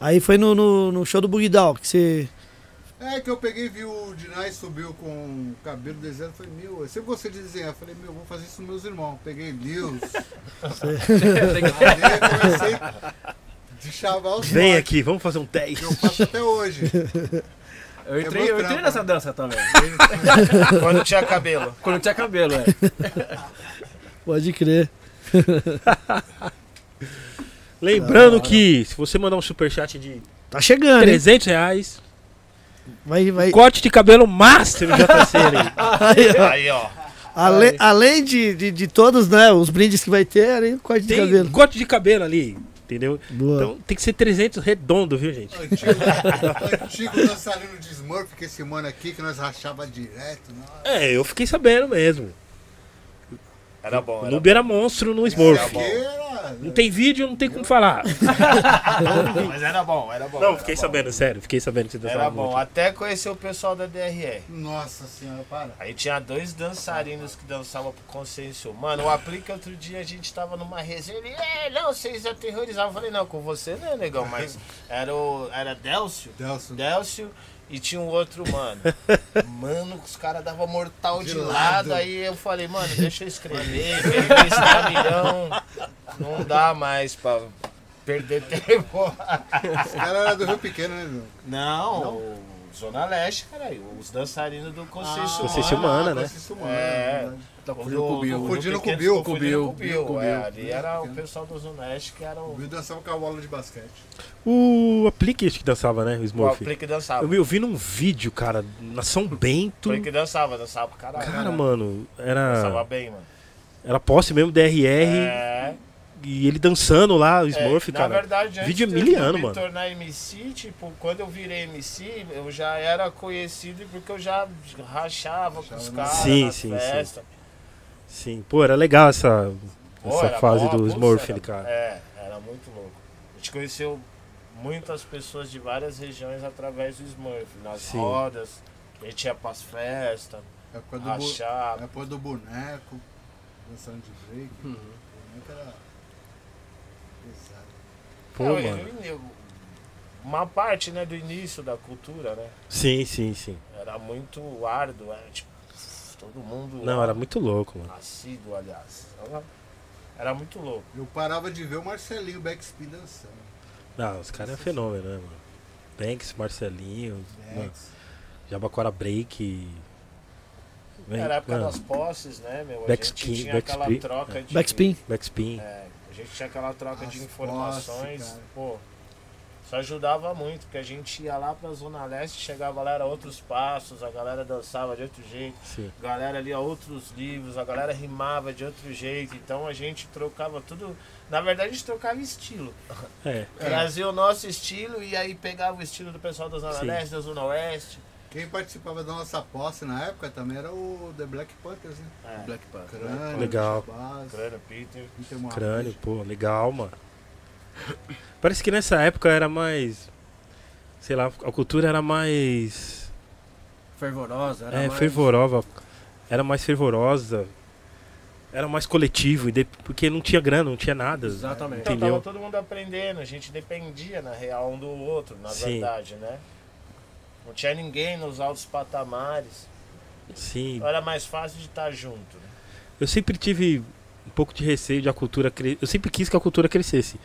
A: Aí foi no, no, no show do Bugdal, que você.
F: É que eu peguei e vi o Dinais subiu com o cabelo desenhado. Falei, meu, eu sempre gostei de desenhar. Falei, meu, vou fazer isso com meus irmãos. Peguei Deus.
A: É,
F: Aí eu comecei de chavar os
B: Vem
F: moleques,
B: aqui, vamos fazer um 10.
F: que Eu faço até hoje.
G: Eu entrei, eu entrei nessa dança também.
D: Quando tinha cabelo.
G: Quando tinha cabelo, é.
A: Pode crer.
B: Lembrando que se você mandar um superchat de
A: Tá chegando, hein?
B: 300 reais,
A: Vai, vai.
B: corte de cabelo master no JC ali.
A: Aí, ó.
D: Aí, ó.
A: Ale- além de, de, de todos, né? Os brindes que vai ter, hein? Corte de
B: Tem
A: cabelo.
B: corte de cabelo ali, entendeu?
A: Boa.
B: Então tem que ser 300 redondo, viu, gente?
F: Antigo, antigo dançarino de Smurf, que é esse mano aqui, que nós rachava direto. né? Nossa,
B: É, eu fiquei sabendo mesmo.
D: Era bom,
B: O
D: era
B: Noob era monstro no Smurf.
F: que era...
B: Não tem vídeo, não tem como falar.
D: bom. Mas era bom, era bom.
B: Não,
D: era
B: fiquei
D: bom.
B: sabendo, sério. Fiquei sabendo que você
D: Era
B: dançava
D: bom.
B: muito.
D: Até conhecer o pessoal da DRR.
F: Nossa senhora, para.
D: Aí tinha dois dançarinos que dançavam pro consenso. Mano, o Aplica outro dia a gente tava numa resenha. Ele, é, não, vocês aterrorizavam. Eu falei, não, com você não, negão. Mas era o. Era Délcio?
F: Delson.
D: Délcio e tinha um outro, mano. Mano, os caras davam mortal de,
F: De
D: lado.
F: lado.
D: Aí eu falei, mano, deixa eu escrever. escrever esse caminhão. Não dá mais pra perder tempo.
F: Esse cara era do Rio Pequeno, né, meu?
D: Não, Zona Leste, caralho. Os dançarinos do Conceição.
B: Conceição Humana, né?
F: Consciência humana,
D: É.
F: na verdade.
G: Tá
D: O
G: fugindo com o Bill.
F: Confundindo com
D: Bill,
F: o Bill, com o
D: confundindo
G: Bill, Bill,
D: com
G: com
D: o
G: o
D: Bill. É,
G: Bill.
D: ali era o pessoal do Zona Leste que era
F: O
D: o,
F: Bill dançava com a bola de basquete.
B: O Aplique acho que dançava, né? O
D: o
B: Smurf.
D: Aplique dançava.
B: Eu, me- eu vi num vídeo, cara, na São Bento.
D: Aplique dançava, dançava pra caralho.
B: Cara,
D: né?
B: mano,
D: Dançava
B: era,
D: bem, mano.
B: era posse mesmo, DRR,
D: É,
B: e ele dançando lá, o
D: é,
B: Smurf,
D: Na
B: cara.
D: verdade, antes
B: Vídeo
D: de
B: miliano,
D: eu
B: mano.
D: me tornar MC, tipo, quando eu virei MC, eu já era conhecido porque eu já rachava com os caras
B: Sim,
D: nas
B: sim, sim.
D: festas.
B: Sim, pô, era legal essa,
D: Pô,
B: essa
D: era
B: fase
D: mó
B: do
D: bagunça,
B: Smurf,
D: era-
B: cara.
D: É, era muito louco. A gente conheceu muitas pessoas de várias regiões através do Smurf, nas
B: Sim.
D: rodas, a gente ia pras festas,
F: É por do, bu...
D: rachar.
F: é por do boneco. Dançando de break. O boneco era pesado.
B: Pô,
D: Não,
B: mano.
D: eu- eu- uma parte, né, do início da cultura, né?
B: Sim, sim, sim.
D: Era muito árduo, era tipo, todo mundo
B: Não, era muito louco, mano.
D: assíduo, aliás. Era, era muito louco.
F: Eu parava de ver o Marcelinho backspin dançando.
B: Não, os caras é fenômeno, né, mano? Banks, Marcelinho,
D: É.
B: mano,
F: Backspin.
B: Jabaquara Break. Vem,
D: Era a época
B: mano, É.
D: das posses, né, meu? A
B: Backspin,
D: gente tinha aquela
B: backspin,
D: troca de.
A: Backspin.
B: Backspin.
D: É, a gente tinha aquela troca de
F: As
D: informações,
F: posses, cara.
D: pô. Isso ajudava muito, porque a gente ia lá pra Zona Leste, chegava lá, era outros passos, a galera dançava de outro jeito,
B: Sim.
D: a galera lia outros livros, a galera rimava de outro jeito, então a gente trocava tudo. Na verdade, a gente trocava estilo.
B: É.
D: Trazia o nosso estilo e aí pegava o estilo do pessoal da Zona
B: Sim.
D: Leste, da Zona Oeste.
F: Quem participava da nossa posse na época também era o The Black Panthers, né?
D: É,
G: Black Panther.
F: Crânio,
B: Legal.
F: Chabaz,
D: Crânio, Peter.
F: Peter Moabit.
B: Crânio, pô, legal, mano. Parece que nessa época era mais. Sei lá, a cultura era mais.
G: Fervorosa. Era
B: é,
G: mais...
B: fervorosa. Era mais fervorosa. Era mais coletivo, inde- porque não tinha grana, não tinha nada.
G: Exatamente.
D: Então
B: Entendeu?
D: tava todo mundo aprendendo, a gente dependia na real um do outro, na
B: Sim.
D: verdade, né? Não tinha ninguém nos altos patamares.
B: Sim.
D: Então Era mais fácil de estar junto. né?
B: Eu sempre tive um pouco de receio de a cultura crescer. Eu sempre quis que a cultura crescesse.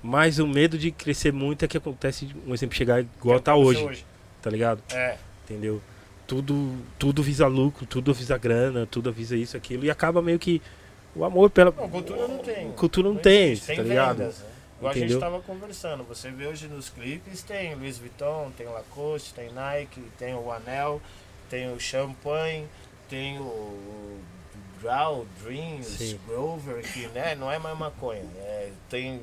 B: Mas o medo de crescer muito é que acontece, de, um exemplo, chegar igual
D: Que
B: tá
D: aconteceu
B: hoje, tá ligado?
D: É,
B: Entendeu? Tudo, tudo visa lucro, tudo visa grana, tudo visa isso, aquilo. E acaba meio que o amor pela.
D: não, cultura não tem.
B: Cultura não tem,
D: existe.
B: tá ligado?
D: vendas, né? Igual a gente
B: Entendeu?
D: tava conversando, você vê hoje nos clipes, tem Louis Vuitton, tem Lacoste, tem Nike, tem o Anel, tem o Champagne, tem o- o Growl, Dreams,
B: Sim.
D: Grover, que né, não é mais maconha. é, tem,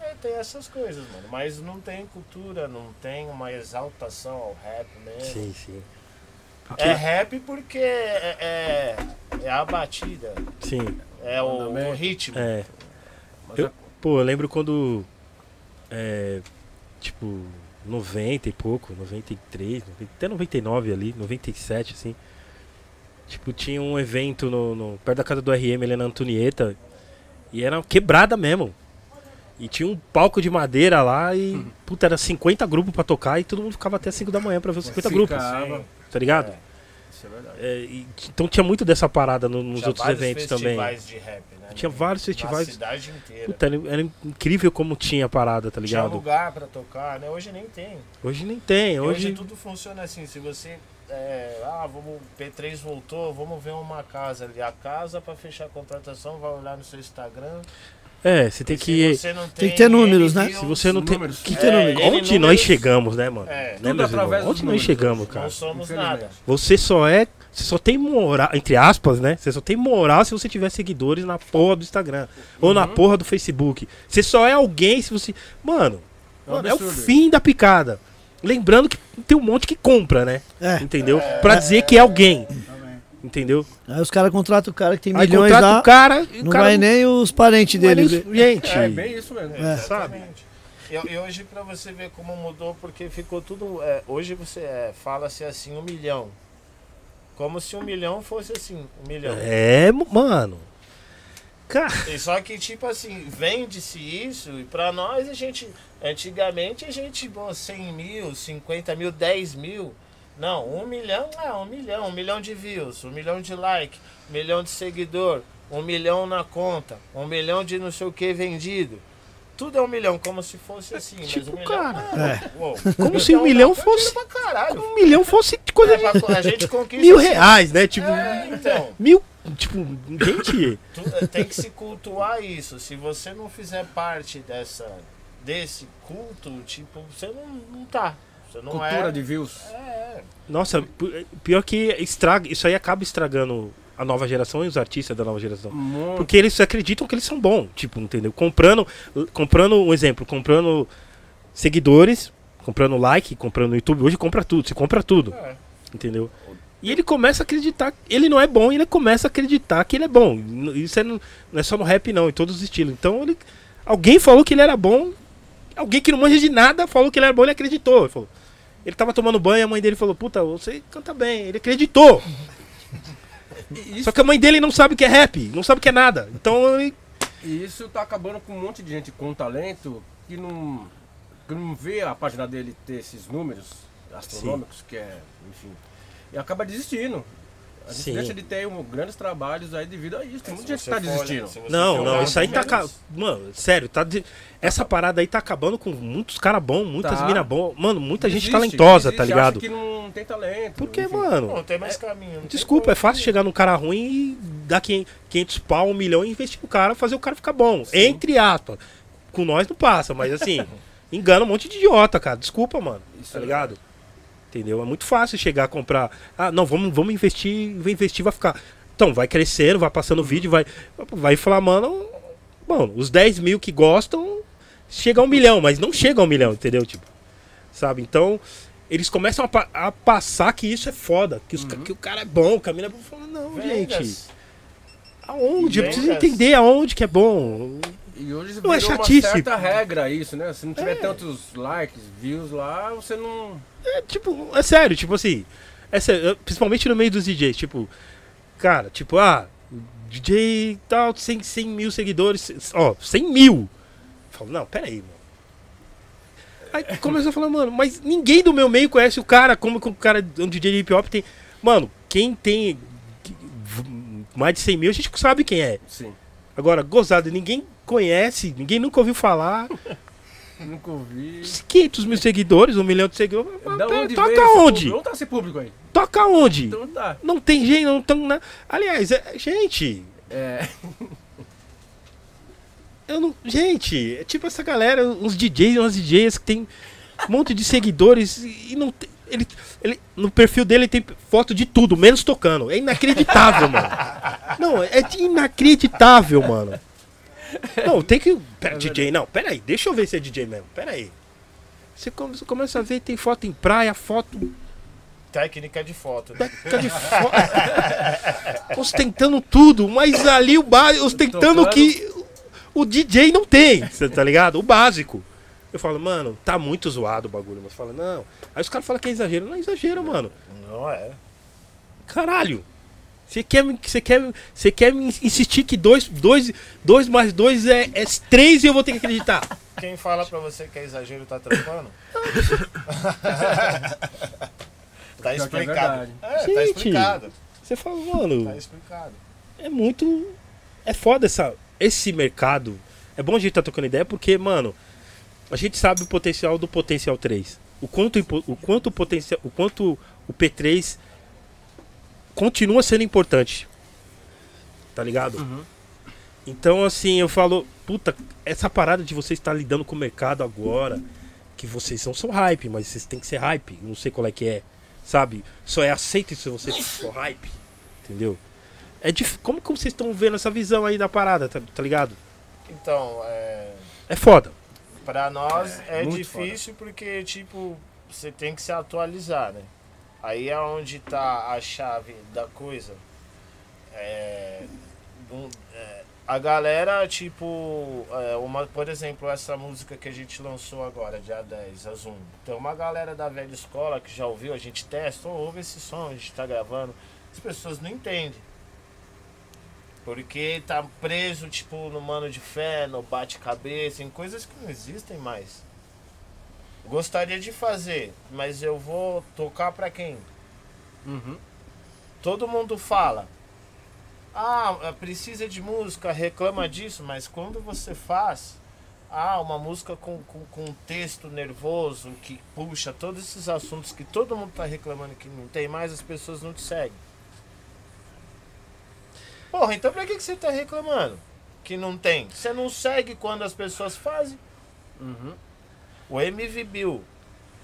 D: é, tem essas coisas, mano. Mas não tem cultura, não tem uma exaltação ao rap mesmo.
B: Sim, sim.
D: É rap porque é, é- é a batida,
B: Sim.
D: é, É o, o
G: Fundamento.
D: ritmo.
B: É.
G: Mas é
B: Eu-
G: a-
B: Pô, eu lembro quando. É, tipo, 90 e pouco, 93, 90 até 99 ali, 97, assim. Tipo, tinha um evento no, no- perto da casa do RM, ali na Antonieta. E era quebrada mesmo. E tinha um palco de madeira lá e,
G: Uhum.
B: puta, era 50 grupos pra tocar e todo mundo ficava até 5 da manhã pra ver os 50 grupos,
G: Ficava.
B: tá ligado?
G: Isso é verdade.
B: É, e t- então tinha muito dessa parada no- nos
D: Tinha
B: outros
D: vários
B: eventos também.
D: festivais de rap, né?
B: Tinha
D: né?
B: vários
D: Na
B: festivais.
D: cidade inteira.
B: Puta, era, era incrível como tinha a parada, tá
G: um
D: Tinha
B: ligado?
D: lugar pra tocar, né? Hoje nem tem.
B: Hoje nem tem,
D: Hoje,
B: hoje.
D: tudo funciona assim, se você. é, ah, vamos, P3 voltou, vamos ver uma casa ali. A casa pra fechar a contratação, vai olhar no seu Instagram.
B: É, você tem
D: Se
B: que.
D: você não
A: tem que ter números, né?
D: views,
B: Se você não
G: Os
B: tem.
G: números.
B: Que
D: É,
B: ter número?
D: ele
B: Onde
D: números-
B: nós chegamos, né, mano?
D: É.
B: Né,
G: Tudo
B: meus irmãos?
G: através dos
B: Onde nós
G: números,
B: chegamos,
G: né?
B: cara?
D: Não somos
G: Infelizmente.
D: nada.
B: Você só é. Você só tem moral, entre aspas, né? Você só tem moral se você tiver seguidores na porra do Instagram. Ou
G: Uhum.
B: na porra do Facebook. Você só é alguém se você. Mano,
G: É um
B: mano, é o
G: absurdo.
B: fim da picada. Lembrando que tem um monte que compra, né?
A: É.
B: Entendeu? Pra dizer que é alguém.
F: Também.
B: Entendeu?
A: Aí os caras contratam o cara que tem
B: Aí
A: milhões
B: contrata
A: lá.
B: o cara e o
A: não
B: cara
A: vai nem os parentes
B: não vai
A: dele.
B: nem- Gente. né?
G: É bem isso mesmo.
B: sabe?
D: E, e hoje pra você ver como mudou, porque ficou tudo. é, hoje você é, fala-se assim, um milhão. Como se um milhão fosse assim, um milhão.
B: É, mo- mano. Cara,
D: E só que, tipo assim, vende-se isso e pra nós a gente. Antigamente a gente, bom, 100 mil, 50 mil, 10 mil. Não, um milhão é um milhão, um milhão de views, um milhão de like, um milhão de seguidor, um milhão na conta, um milhão de não sei o que vendido. Tudo é um milhão, como se fosse assim. mas
B: tipo,
D: um milhão,
B: cara,
D: ah, uou.
B: como se um milhão fosse.
D: Pra caralho.
B: Um milhão fosse coisa de
D: É, pra- a gente conquista.
B: mil reais, né? Tipo,
D: É, então.
B: mil. Tipo, gente.
D: Tu- É, tem que se cultuar isso. Se você não fizer parte dessa, desse culto, tipo, você não, não tá. Você não
G: Cultura
D: é.
G: de views.
B: Nossa, pi- pior que estraga. Isso aí acaba estragando a nova geração e os artistas da nova geração.
G: Muito.
B: Porque eles acreditam que eles são bons, tipo, entendeu? Comprando, comprando um exemplo, comprando seguidores, comprando like, comprando YouTube, hoje compra tudo, você compra tudo.
D: É.
B: Entendeu? E ele começa a acreditar, ele não é bom, e ele começa a acreditar que ele é bom. N- Isso é no- não é só no rap não, em todos os estilos. Então ele alguém falou que ele era bom, alguém que não manja de nada falou que ele era bom, ele acreditou. Ele, falou, ele tava tomando banho, a mãe dele falou: "Puta, você canta bem". Ele acreditou.
G: E isso,
B: Só que a mãe dele não sabe o que é rap, não sabe o que é nada. Então ele
G: e isso tá acabando com um monte de gente com talento que não, que não vê a página dele ter esses números astronômicos, que é, enfim. E acaba desistindo. A gente
B: Sim.
G: deixa de ter um, grandes trabalhos aí devido a isso. Tem muita gente
D: É, se
G: que tá
D: você for olhar- assim,
G: desistindo.
D: se você for
B: Não, não,
D: olhar
B: isso aí
D: os
B: tá. ca-
D: números,
B: Mano, sério, tá de- essa parada aí tá acabando com muitos caras bons, muitas
G: Tá.
B: minas boas. Mano, muita gente
G: Desiste,
B: talentosa, tá
G: desiste,
B: ligado?
G: Acha que não tem talento.
B: Porque,
G: enfim.
D: Não
B: mano,
D: tem mais caminho. não tem
B: desculpa,
D: como. né?
B: é fácil chegar num cara ruim e dar quin- 500 pau, um milhão e investir no cara, fazer o cara ficar bom. Entre aspas. Com nós não passa, mas assim, engana um monte de idiota, cara. Desculpa, mano.
G: Isso
B: tá
G: é
B: ligado? Entendeu? É muito fácil chegar a comprar. Ah, não, vamos, vamos investir, vai investir, vai ficar. Então, vai crescendo, vai
D: Uhum.
B: passando o vídeo, vai, vai inflamando. Bom, os 10 mil que gostam chega a um milhão, mas não chega a um milhão, entendeu? Tipo, sabe? Então, eles começam a, pa- a passar que isso é foda, que, os ca- que o cara é bom, que a mina é bom. Falando, não, gente,
D: Vendas.
B: aonde? Eu preciso
D: Vendas.
B: entender aonde que é bom.
G: E hoje
B: Não, é
G: virou
B: chatice.
G: uma certa regra isso, né? Se não tiver tantos likes, views lá, você não.
B: É, tipo, é sério, tipo assim. É sério, eu- principalmente no meio dos DJs, tipo, cara, tipo, ah, DJ e tal, 100, 100 mil seguidores, ó, 100 mil. Eu falo, não, peraí, mano. Aí começou a falar, mano, mas ninguém do meu meio conhece o cara, como que o cara, um DJ de hip hop tem. Mano, quem tem que- v- mais de 100 mil, a gente sabe quem é.
G: Sim.
B: Agora, gozado, ninguém conhece, ninguém nunca ouviu falar.
G: Nunca ouvi.
B: 500 mil seguidores, um milhão de seguidores. mas
G: Da
B: pera,
G: onde veio
B: toca
G: esse
B: onde?
G: público? Onde tá esse público aí?
B: Toca onde?
G: Então tá.
B: Não tem gente, não tão. Na... Aliás, é- gente,
G: É.
B: eu não. Gente, é tipo essa galera, uns DJs, umas DJs que tem um monte de seguidores e e não tem. Ele, ele, no perfil dele tem foto de tudo, menos tocando. É inacreditável, mano. Não, é de- inacreditável, mano. Não, tem que. Pera, DJ, não, pera aí, deixa eu ver se é DJ mesmo. Pera aí. Você come- você começa a ver, tem foto em praia, foto
D: Técnica de foto. né?
B: Técnica de foto. ostentando tudo, mas ali o básico, ostentando o que o DJ não tem, cê tá ligado? O básico. Eu falo, mano, tá muito zoado o bagulho. Mas fala, não. Aí os caras falam que é exagero. Não é exagero, mano.
D: Não é.
B: Caralho. Você quer, me- você quer, você quer me insistir que 2 dois, dois mais 2 é 3 e eu vou ter que acreditar?
D: Quem fala pra você que é exagero tá trampando? tá
G: Pior que é
D: explicado.
G: verdade.
D: É, tá
B: Gente.
D: explicado.
B: Você fala,
D: Tá
B: mano,
D: explicado.
B: é muito. É foda essa, esse mercado. É bom a gente tá trocando ideia porque, mano, a gente sabe o potencial do potencial 3. O quanto impo- o quanto o potencial, o quanto o P3 continua sendo importante. Tá ligado? Então, assim, eu falo, puta, essa parada de você estar lidando com o mercado agora, que vocês não são hype, mas vocês têm que ser hype. Eu não sei qual é que é, sabe? Só é aceito se você for hype. Entendeu? É dif... como, como vocês estão vendo essa visão aí da parada, tá, tá ligado?
D: Então, é,
B: É foda.
D: pra nós é,
G: muito
D: difícil porque, tipo, você tem que se atualizar, né? Aí é onde tá a chave da coisa. É, um- é, a galera, tipo, é, uma, por exemplo, essa música que a gente lançou agora, dia 10, Azul. Tem uma galera da velha escola que já ouviu, a gente testa, "Ô, ouve esse som, a gente tá gravando. As pessoas não entendem. Porque tá preso, tipo, no mano de fé, no bate-cabeça, em coisas que não existem mais. Gostaria de fazer, mas eu vou tocar pra quem?
G: Uhum.
D: Todo mundo fala. Ah, precisa de música, reclama disso, mas quando você faz, ah, uma música com, com, com um texto nervoso que puxa todos esses assuntos que todo mundo tá reclamando que não tem mais, as pessoas não te seguem. Porra, então pra que, que você tá reclamando que não tem? Você não segue quando as pessoas fazem? O MV Bill.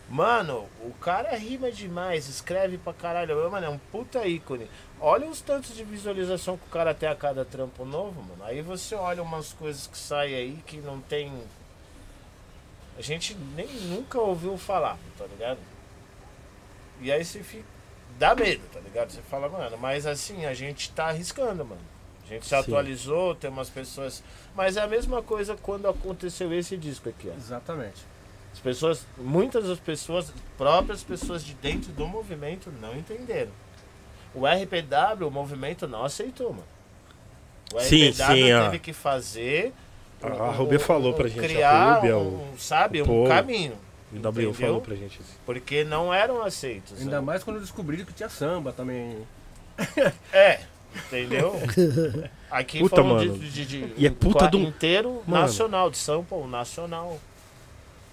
D: Mano, o cara rima demais, escreve pra caralho. Mano, é um puta ícone. Olha os tantos de visualização que o cara tem a cada trampo novo, mano. Aí você olha umas coisas que saem aí que não tem. A gente nem nunca ouviu falar, tá ligado? E aí você fica. Dá medo, tá ligado? Você fala, mano, mas assim, a gente tá arriscando, mano. A gente se
B: Sim.
D: atualizou, tem umas pessoas. Mas é a mesma coisa quando aconteceu esse disco aqui, ó.
G: Exatamente.
D: As pessoas, muitas das pessoas, próprias pessoas de dentro do movimento não entenderam. O RPW, o movimento não aceitou, mano. O
B: Sim,
D: RPW
B: sim, ó.
D: teve que fazer. um,
B: A- a Rubia falou pra gente, a
D: Criar
B: Rubia,
D: um, sabe,
B: o
D: um
B: Paul.
D: caminho.
B: O W
D: Entendeu?
B: falou pra gente. isso.
D: Porque não eram aceitos.
G: Ainda
D: né?
G: mais quando descobriram que tinha samba também.
D: É, entendeu? Aqui
B: Puta,
D: foram
B: mano.
D: de, de, de-
B: E é puta
D: qua-
B: do-
D: inteiro
B: Mano.
D: nacional, de São Paulo, nacional.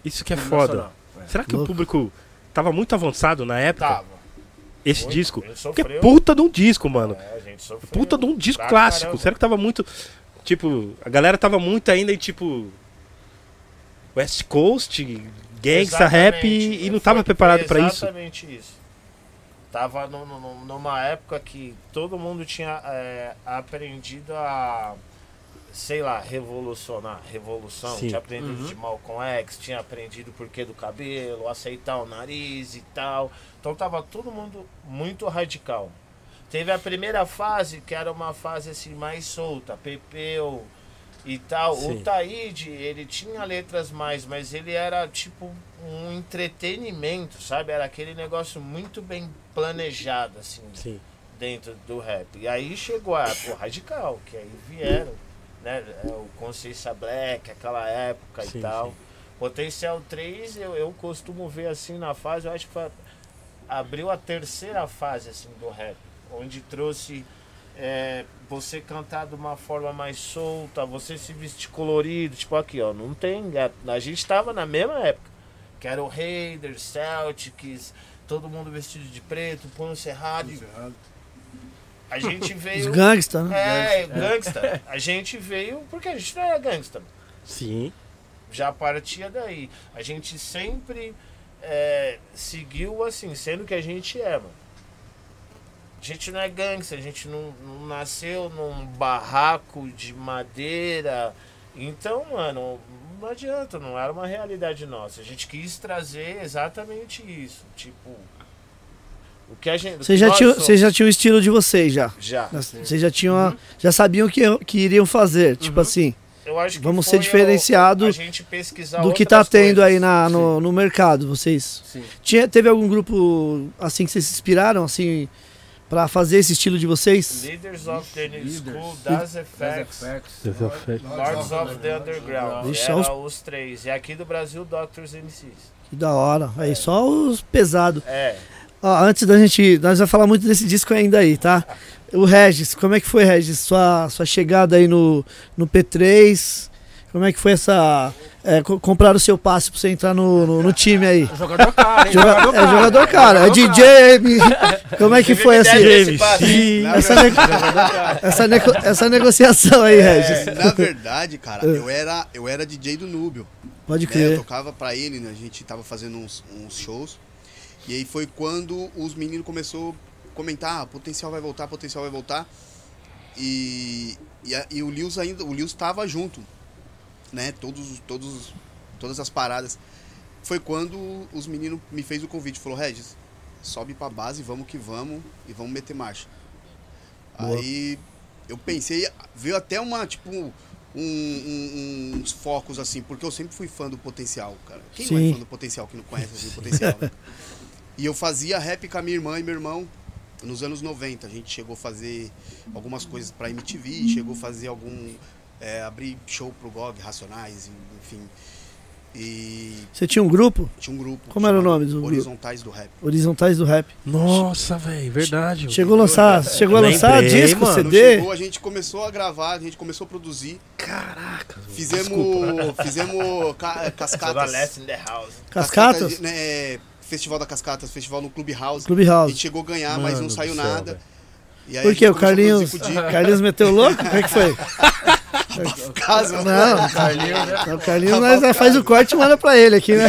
B: Isso que é
G: Hino
B: foda.
G: nacional.
B: Será que o
A: Louco.
B: público tava muito avançado na época?
D: Tava.
B: esse
D: Tá, Muito,
B: disco?
D: ele
B: Porque é
D: sofreu.
B: puta de um disco, mano.
D: É, a gente sofreu.
B: Puta de um disco
D: pra
B: clássico.
D: caramba.
B: Será que tava muito. Tipo, a galera tava muito ainda em tipo. West Coast, gangsta rap e não tava
D: Foi
B: preparado pra isso.
D: Exatamente isso. Tava no- no- no- numa época que todo mundo tinha é, aprendido a, sei lá, revolucionar, revolução.
B: Sim. Uhum.
D: Tinha aprendido de Malcolm X, tinha aprendido o porquê do cabelo, aceitar o nariz e tal. Então tava todo mundo muito radical. Teve a primeira fase, que era uma fase assim mais solta, Pepeu e tal.
B: Sim.
D: O Taíde, ele tinha letras mais, mas ele era tipo um entretenimento, sabe? Era aquele negócio muito bem planejado, assim,
B: Sim.
D: dentro do rap. E aí chegou a pô, radical, que aí vieram, né? É, O Consciência Black, aquela época
B: Sim,
D: e tal.
B: sim.
D: Potencial 3, eu, eu costumo ver assim na fase, eu acho que foi, abriu a terceira fase assim do rap, onde trouxe é, você cantar de uma forma mais solta, você se vestir colorido, tipo aqui, ó, não tem. A, a gente tava na mesma época, que era o Raider, Celtics, todo mundo vestido de preto, punho cerrado. e A gente
A: Os
D: veio.
A: gangsta, né?
D: É, gangsta. A gente veio porque a gente não era gangsta
B: Sim.
D: já partia daí. A gente sempre é, seguiu assim, sendo que a gente é, mano. A gente não é gangster, a gente não, não nasceu num barraco de madeira. Então, mano, não adianta, não era uma realidade nossa. A gente quis trazer exatamente isso. Tipo, O que a gente.
A: Vocês já,
D: nós
A: tinham-
D: somos-
A: vocês já tinham o estilo de vocês já.
D: Já.
A: Vocês já tinham. a- já sabiam o que, que iriam fazer. Tipo
D: Uhum.
A: assim,
D: Eu acho que
A: Vamos
D: foi
A: ser diferenciado
D: o- a gente pesquisar
A: do que tá
D: outras
A: tendo aí
D: coisas.
A: na, no, no mercado, vocês.
G: Sim.
A: Tinha, teve algum grupo assim que vocês se inspiraram, assim, pra fazer esse estilo de vocês?
D: Leaders of the New
G: Leaders.
D: School, Das Effects,
G: Effects.
D: Lords of the Underground.
A: Vixe,
D: Era
A: os-
D: os três. E aqui do Brasil, Doctors MCs.
A: Que da hora. Aí só os pesados.
D: É.
A: Ó, antes da gente. Nós vamos falar muito desse disco ainda aí, tá? O Regis, como é que foi, Regis? Sua, sua chegada aí no, no P3? Como é que foi essa. É, co- compraram o seu passe pra você entrar no, no, no time aí?
G: Jogador cara, hein?
A: Joga- é jogador, cara. É DJ. Como é que foi
D: Inclusive,
A: assim?
D: deve esse passe.
E: né?
A: Essa, ne- essa, nego- essa negociação aí, Regis.
E: Na verdade, cara, eu era, eu era DJ do Núbio.
A: Pode
E: né? Eu
A: crer.
E: tocava pra ele, né? A gente tava fazendo uns, uns shows. E aí foi quando os meninos começou a comentar, ah, potencial vai voltar, potencial vai voltar. E, e, a- e o Lewis ainda, o Lewis tava junto, né? Todos, os- todos, os- todas as paradas. Foi quando os meninos me fez o convite, falou, Regis, sobe pra base, vamos que vamos e vamos meter marcha.
A: Boa.
E: Aí eu pensei, veio até uma, tipo, um- um- uns focos assim, porque eu sempre fui fã do potencial, cara. Quem não
A: Sim.
E: é fã do potencial que não conhece assim, o potencial? né? e eu fazia rap com a minha irmã e meu irmão nos anos 90. A gente chegou a fazer algumas coisas pra MTV, chegou a fazer algum. é, abrir show pro GOG, Racionais, enfim. E
A: Você tinha um grupo?
E: tinha um grupo.
A: Como era o
E: chamado
A: nome do grupo?
E: Horizontais do Rap.
A: Horizontais do Rap.
B: Nossa, velho, verdade. mano.
A: Chegou a lançar, chegou a lançar
B: Lembrei,
A: disco,
B: mano.
E: Quando
A: CD?
E: chegou, a gente começou a gravar, a gente começou a produzir.
B: Caraca. mano. Desculpa.
E: Fizemos, fizemos ca-
D: Zona
E: cascatas.
D: Leste in the house.
A: Cascatas?
E: né, festival da Cascatas, festival no Clube House.
A: Clube
E: A
A: House.
E: gente chegou a ganhar, mas
B: Mano
E: não
B: do
E: saiu
B: céu,
E: nada.
B: velho.
E: E aí É, a
A: Por
E: gente
A: quê? O
E: começou a produzir
A: Carlinhos,
E: com o Dico.
A: Carlinhos meteu louco? Como é que foi?
E: Por causa,
A: Não,
G: Carlinhos, né?
A: o Carlinhos
E: Tá
A: nós faz o corte e manda pra ele aqui, né?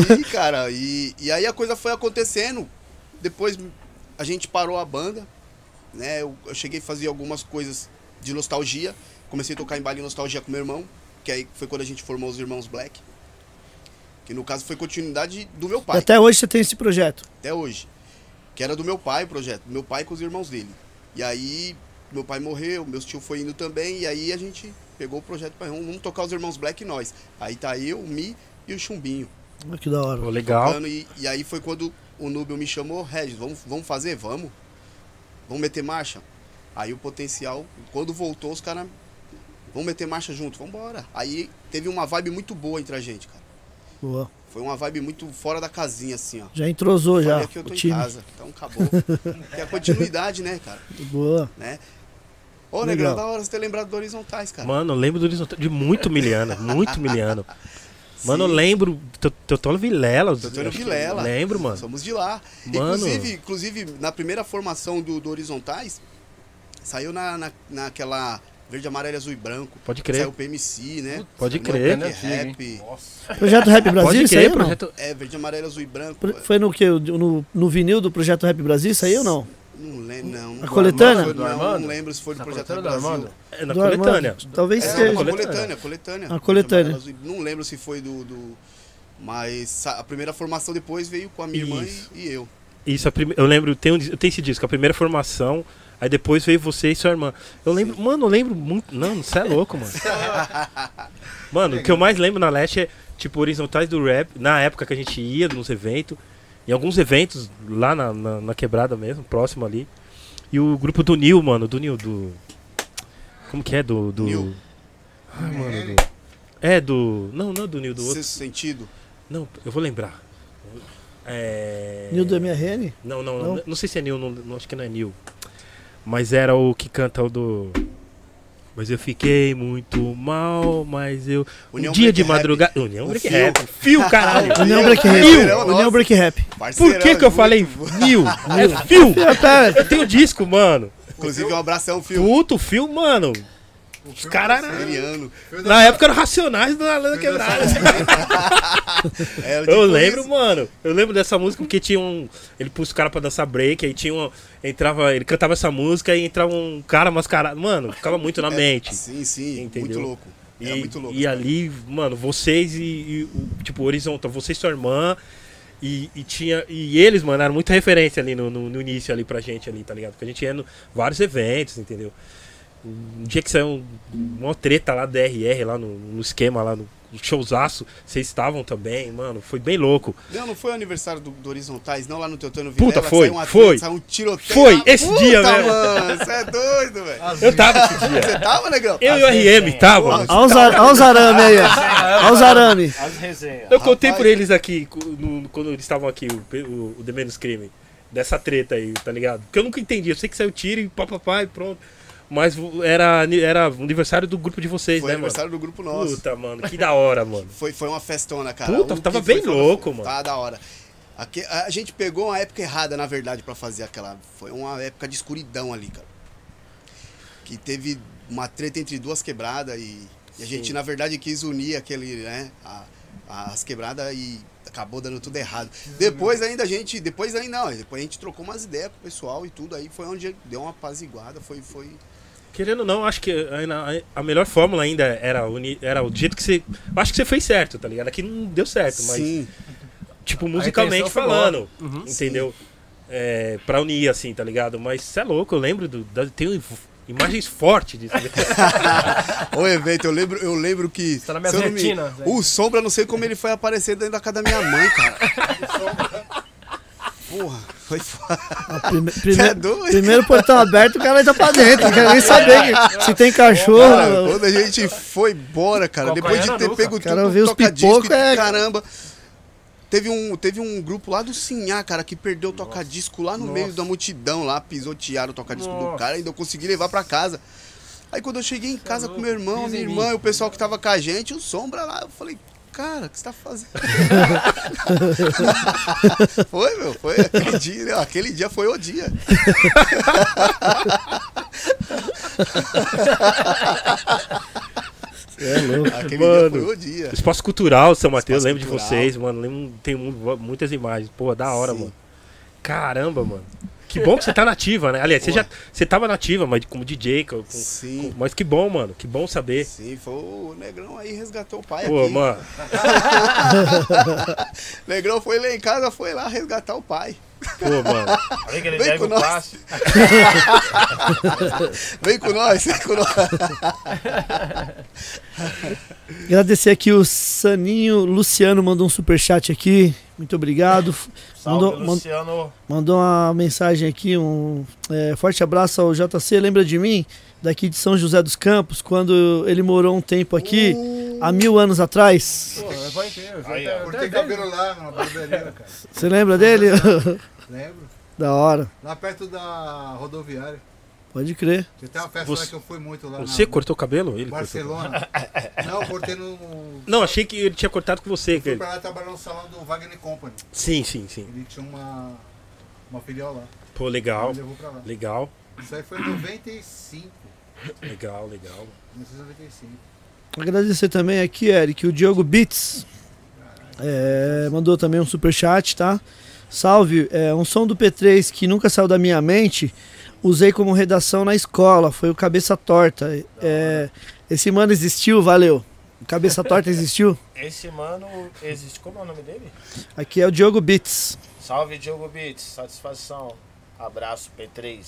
E: E aí, cara, e, e aí a coisa foi acontecendo. Depois a gente parou a banda, né? Eu, eu cheguei a fazer algumas coisas de nostalgia. Comecei a tocar em baile nostalgia com meu irmão, que aí foi quando a gente formou os irmãos Black. Que no caso foi continuidade do meu pai, até,
A: Até hoje você tem esse projeto.
E: hoje. Que era do meu pai o projeto, meu pai com os irmãos dele. E aí meu pai morreu, meus tio foi indo também, e aí a gente pegou o projeto para vamos tocar os irmãos Black e nós. Aí tá eu, o Mi e o Chumbinho
A: Olha que da hora.
B: Pô, legal.
E: ano, E, e aí foi quando o Núbio me chamou, Regis, vamos, vamos fazer? Vamos. Vamos meter marcha. Aí o potencial, quando voltou, os caras. Vamos meter marcha junto, vambora. Aí teve uma vibe muito boa entre a gente, cara.
A: Boa.
E: Foi uma vibe muito fora da casinha, assim, ó.
A: Já entrosou já
E: Olha que eu
A: o
E: tô em
A: time.
E: casa, então acabou. que é a continuidade, né, cara?
A: Boa.
E: Ô,
A: Legal.
E: Negrão, da hora você ter lembrado do Horizontais, cara.
B: Mano, eu lembro do Horizonte de muito miliano, muito miliano. Mano, eu
E: Sim.
B: lembro. Tô- Totoro Vilela. eu
E: Totoro
B: acho que-
E: Vilela.
B: Lembro, mano.
E: Somos de lá.
B: Mano.
E: Inclusive, inclusive, na primeira formação do, do Horizontais, saiu na, na, naquela verde, amarelo, azul e branco.
B: Pode crer.
E: Saiu o PMC, né?
B: Pode
E: Saiu
B: crer. né?
E: o Black
G: Antigo, hein?
E: Rap.
A: Projeto Rap Brasil,
B: Pode
A: isso aí
B: crer,
A: ou não?
B: projeto.
E: É, verde, amarelo, azul e branco.
A: Pro- Foi no que? No, no vinil do Projeto Rap Brasil, isso aí ou não?
E: Não lembro, não.
A: A coletânea?
E: Não, não,
G: Armando?
E: lembro se foi do
G: Essa
E: Projeto
G: coletânea
E: do
G: do
E: Brasil.
G: Armando?
B: É, na
A: Do Armando.
B: coletânea.
A: Talvez
E: É,
A: seja.
E: não,
B: coletânea.
E: coletânea, coletânea.
A: A coletânea.
E: Verde, amarelo, azul e- Não lembro se foi do... do- Mas sa- a primeira formação depois veio com a minha irmã
B: Isso.
E: e, e eu.
B: Isso, a prime... eu lembro, tem, um dis- tem esse disco, a primeira formação, aí depois veio você e sua irmã. Eu lembro, mano, eu lembro muito. Não, você é louco, mano. mano, o que eu mais lembro na Leste é, tipo, Horizontais do Rap, na época que a gente ia nos eventos, em alguns eventos, lá na, na, na quebrada mesmo, próximo ali. E o grupo do Nil, mano, do Nil, do. Como que é? Do. do...
E: Nil.
B: Ai, mano, do... É, do. Não, não é do Nil, do outro.
E: Sexto sentido.
B: Não, eu vou lembrar. É.
A: Nil do MRN?
B: Não, não, não,
A: Não?
B: não sei se é Nil, não, não, acho que não é Nil. Mas era o que canta o do. Mas eu fiquei muito mal, mas eu.
E: União
B: um dia
E: Break
B: de
E: Rap.
B: madrugada. União
E: O
B: Break
E: Fio.
B: Rap. Fio, caralho.
A: União Break
E: Parceirão
A: Rap. União
E: nosso,
A: Break Rap.
B: Por que,
E: parceirão,
B: que eu
E: muito
B: falei Nil? É Fio! Eu tenho disco, mano.
E: Inclusive, um abração, filho.
B: Puto, Fio, mano. Os caras.
E: Seriano.
B: Na época eram racionais da Lenda Quebrada.
E: É,
B: Eu
E: tipo
B: lembro,
E: isso.
B: mano. Eu lembro dessa música porque tinha um. Ele pôs o cara pra dançar break, aí tinha um. Entrava. Ele cantava essa música e entrava um cara mascarado. Mano, ficava muito na mente.
E: Sim, sim.
B: Entendeu?
E: Muito louco. É, assim, Era
B: E,
E: muito louco.
B: e ali, mano, vocês e, e o- tipo, Horizontal, você e sua irmã. E, e tinha, e eles mandaram muita referência ali no, no, no início ali pra gente ali, tá ligado? Porque a gente ia em vários eventos, entendeu? Um dia que saiu um- uma treta lá da RR, lá no, no esquema, lá no showzaço, vocês estavam também, mano, foi bem louco.
E: Não, não foi o aniversário do, do Horizontais, não, lá no Teutônio
B: Puta,
E: Vilela.
B: foi,
E: saiu um atleta,
B: foi.
E: Saiu um tiroteio.
B: Foi,
E: lá.
B: esse
E: Puta,
B: dia, velho.
E: mano, você é doido, velho.
F: As
B: Eu tava esse dia.
E: Você tava, negão? Ah,
B: Eu e o RM tava.
A: Olha os ar- olha os
E: Tá.
A: arame aí, ó. Olha os arame.
D: As resenhas.
B: Eu contei
E: Rapaz.
B: por eles aqui, co- no- quando eles estavam aqui, o, pe- o, o The Menos Crime, dessa treta aí, tá ligado? Porque eu nunca entendi, eu sei que saiu tiro e papapá e pronto. Mas vo- era, ani- era o aniversário do grupo de vocês,
E: Foi
B: né,
E: aniversário do grupo
B: mano?
E: nosso.
B: Puta, mano, que da hora, mano.
E: Foi, foi uma festona, cara.
B: Puta,
E: que
B: tava
E: foi,
B: bem
E: foi uma-
B: louco, mano.
E: Tava da hora. Aque- a, a gente pegou uma época errada, na verdade, pra fazer aquela. Foi uma época de escuridão ali, cara. Que teve uma treta entre duas quebradas e, e a gente, na verdade, quis unir aquele, né? a- as quebradas e acabou dando tudo errado.
B: né?
E: Depois ainda a gente. Depois aí não, depois a gente trocou umas ideias com o pessoal e tudo. Aí foi onde deu uma apaziguada, foi. foi...
B: Querendo ou não, acho que ainda- a melhor fórmula ainda era, uni- era o jeito que você. Acho que você fez certo, tá ligado? Aqui não deu certo, mas. tipo, musicalmente
G: intenção foi
B: falando.
E: Uhum.
B: Entendeu? É, pra unir, assim, tá ligado? Mas você é louco, eu lembro do. da- tem im- imagens fortes disso. É
E: O evento, eu lembro, eu lembro que.
G: Está tá na minha
E: se eu não
G: retina, Zé.
E: O Sombra, não sei como ele foi aparecer dentro da casa da minha mãe, cara. Porra, foi foda.
A: Prime-
E: Você é
A: primeiro,
E: doido?
A: primeiro portão aberto, o cara entra pra dentro. Não quero nem saber que- se tem
E: É. Cara,
A: cachorro.
E: quando a gente foi embora, cara,
G: Calcanhar
E: depois de
G: na
E: ter
G: nuca.
E: pego
A: Cara,
E: tudo,
A: ver os
E: tocadisco
A: pipoco é-
E: caramba. Teve um, teve um grupo lá do Sinhá, cara, que perdeu o tocadisco lá no meio da multidão lá, pisotearam o tocadisco do
G: Nossa.
E: cara, ainda eu consegui levar pra casa. Aí quando eu cheguei em casa com meu irmão,
G: Pisa
E: minha
G: em mim.
E: irmã, e o pessoal que tava com a gente, o Sombra lá, eu falei, cara, o que você tá fazendo? foi, meu, foi aquele dia, né? aquele dia foi o dia.
B: É louco.
E: Aquele dia foi
B: Mano.
E: o dia.
B: Espaço cultural, São Mateus,
E: Espaço
B: lembro
E: cultural.
B: de vocês, mano. Lembro, tem mu- muitas imagens. Pô, da hora,
E: Sim.
B: mano. Caramba, mano. Que bom que você tá nativa, né? Aliás, você já você tava nativa, mas como DJ, com- com-
E: Sim.
B: mas que bom, mano. Que bom saber.
E: Sim, foi o Negrão aí resgatou o pai
B: Pô,
E: É aqui.
B: mano.
E: Negrão foi lá em casa, foi lá resgatar o pai.
B: Pô, mano.
D: Olha que ele
E: Vem
D: deve
E: com
D: o
E: nós.
D: passe.
E: Vem com nós, vem com nós.
A: Agradecer aqui o Saninho Luciano mandou um superchat aqui. Muito obrigado.
D: Salve,
A: Mandou, mandou,
D: Luciano.
A: mandou uma mensagem aqui, um é, forte abraço ao JC. Lembra de mim? Daqui de São José dos Campos, quando ele morou um tempo aqui, há mil anos atrás.
G: Pô, vai inteiro.
D: Aí, ó.
G: até- até
F: É, Cortei
G: dez.
F: cabelo lá na barbearia, cara.
A: Você lembra dele?
D: Uhum.
F: Lembro.
A: da hora,
F: Lá perto da rodoviária.
A: pode crer.
F: Tinha até uma festa
B: Você-
F: lá que eu fui muito lá
B: Você
F: na
B: cortou o cabelo? Ele cortou.
F: Barcelona. Não, eu cortei no...
B: Não, achei que ele tinha cortado com você,
F: Fui
B: velho.
F: pra lá trabalhar no salão do Wagner Company.
B: Sim, sim, sim.
F: Ele tinha uma, uma filial lá.
B: Pô, legal.
F: Me levou pra lá.
B: Legal,
F: Isso aí foi em 95.
B: legal, legal.
F: é 1995.
A: Agradecer também aqui, Eric, o Diogo Beats. É, mandou também um superchat, tá? Salve, é, um som do P3 que nunca saiu da minha mente, usei como redação na escola, foi o Cabeça Torta. É, esse mano existiu, valeu. O Cabeça Torta existiu?
D: Esse mano existe. Como é o nome dele?
A: Aqui é o Diogo Beats.
D: Salve, Diogo Beats. Satisfação. Abraço, P3.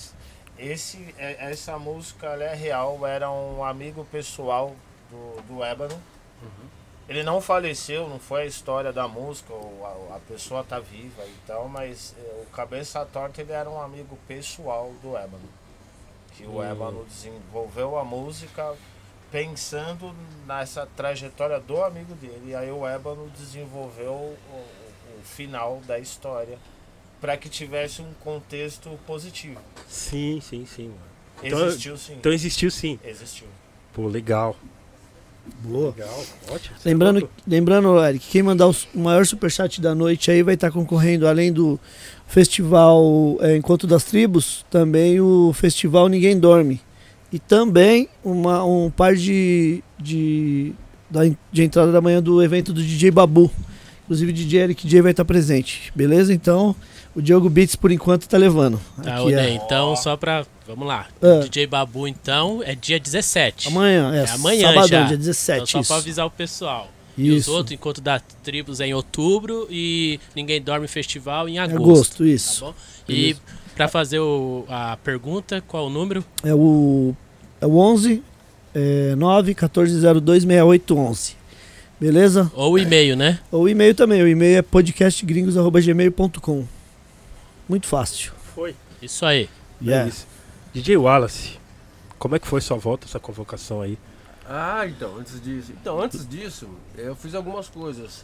D: Esse, é- essa música ela é real. Era um amigo pessoal do, do Ébano. Ele não faleceu, não foi a história da música, ou a, a pessoa tá viva e tal, mas eh, o Cabeça Torta ele era um amigo pessoal do Ébano. Que o Ébano desenvolveu a música pensando nessa trajetória do amigo dele. E aí o Ébano desenvolveu o, o- o final da história para que tivesse um contexto positivo.
B: Sim, sim, sim, mano. Então-
D: Existiu sim.
B: Então existiu sim.
D: Existiu.
B: Pô, legal.
A: Boa.
B: Legal, ótimo. Você
A: Lembrando,
B: cortou.
A: lembrando, Eric, quem mandar o s- o maior superchat da noite aí vai estar concorrendo, além do festival é, Encontro das Tribos, também o festival Ninguém Dorme. E também uma, um par de, de, da en- de entrada da manhã do evento do DJ Babu. Inclusive o DJ Eric J vai estar presente, beleza? Então, o Diogo Beats por enquanto tá levando.
C: Tá,
A: Aqui,
C: ô,
A: ó.
C: Ney, então só pra. Vamos lá.
A: Ah.
C: DJ Babu, então, é dia 17.
A: Amanhã, é,
C: É amanhã
A: sabadão,
C: já.
A: dia 17.
C: Então, só pra
A: isso.
C: avisar o pessoal. E os
A: Isso.
C: outros, enquanto da Tribos é em outubro e Ninguém Dorme Festival em
A: Em
C: agosto.
A: agosto,
C: Tá
A: isso.
C: bom? E pra fazer o- a pergunta, qual o número?
A: É o, é o 11 é, 9 1402 6811. Beleza?
C: Ou o e-mail, né?
A: Ou o e-mail também. O e-mail é podcastgringos.gmail.com. Muito fácil.
B: Foi.
C: Isso aí.
A: Yeah.
B: É isso. DJ Wallace, como é que foi sua volta, essa convocação aí?
G: Ah, então, antes disso. Então, antes disso, eu fiz algumas coisas.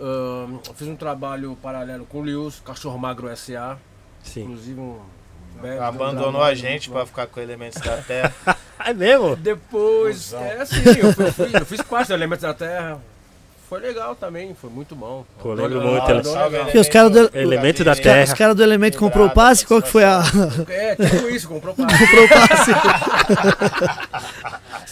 G: Ahn, eu fiz um trabalho paralelo com o Lius, Cachorro Magro SA,
B: Sim.
G: inclusive um.
A: É,
D: Abandonou a gente pra ficar com elementos da terra.
B: É mesmo?
G: Depois, é assim, eu, fui- eu fui- eu fiz parte do Elementos da Terra. Foi legal também, foi muito bom.
B: Pô,
G: Adoro-
B: lembro muito,
G: adoro-
D: Salve,
G: legal.
A: Que os caras do-
B: Elemento da
D: Gabi.
B: Terra.
A: Os caras do Elemento comprou o
D: Lembrado,
G: tá
A: passe? Qual que foi a.
G: É, tipo isso, comprou parte.
A: comprou o passe?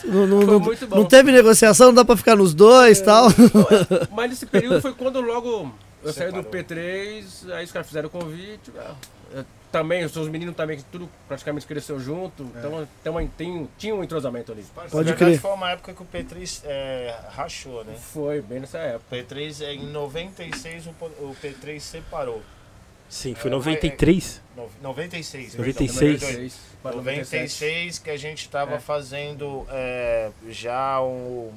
A: não, não,
G: Foi
A: não,
G: muito bom. É.
A: não teve negociação, não dá pra ficar nos dois e tal.
G: Mas nesse período foi quando logo eu saí do
D: Separou.
G: P3, aí os caras fizeram o convite. ah, eu Também, os seus meninos também, que tudo praticamente cresceu
D: É.
G: junto. Então, então tem, um- tinha um entrosamento ali.
A: Pode
D: Na verdade,
A: crer.
D: Foi uma época que o P3 é, rachou, né?
G: Foi bem nessa
D: O
G: época.
D: P3, é, em 96, o po- o P3 separou.
B: Sim, foi
D: É, mas é-
B: 93.
D: No- 96,
B: 96.
D: perdão, 92. 96 que a gente tava
G: É.
D: fazendo é, já um,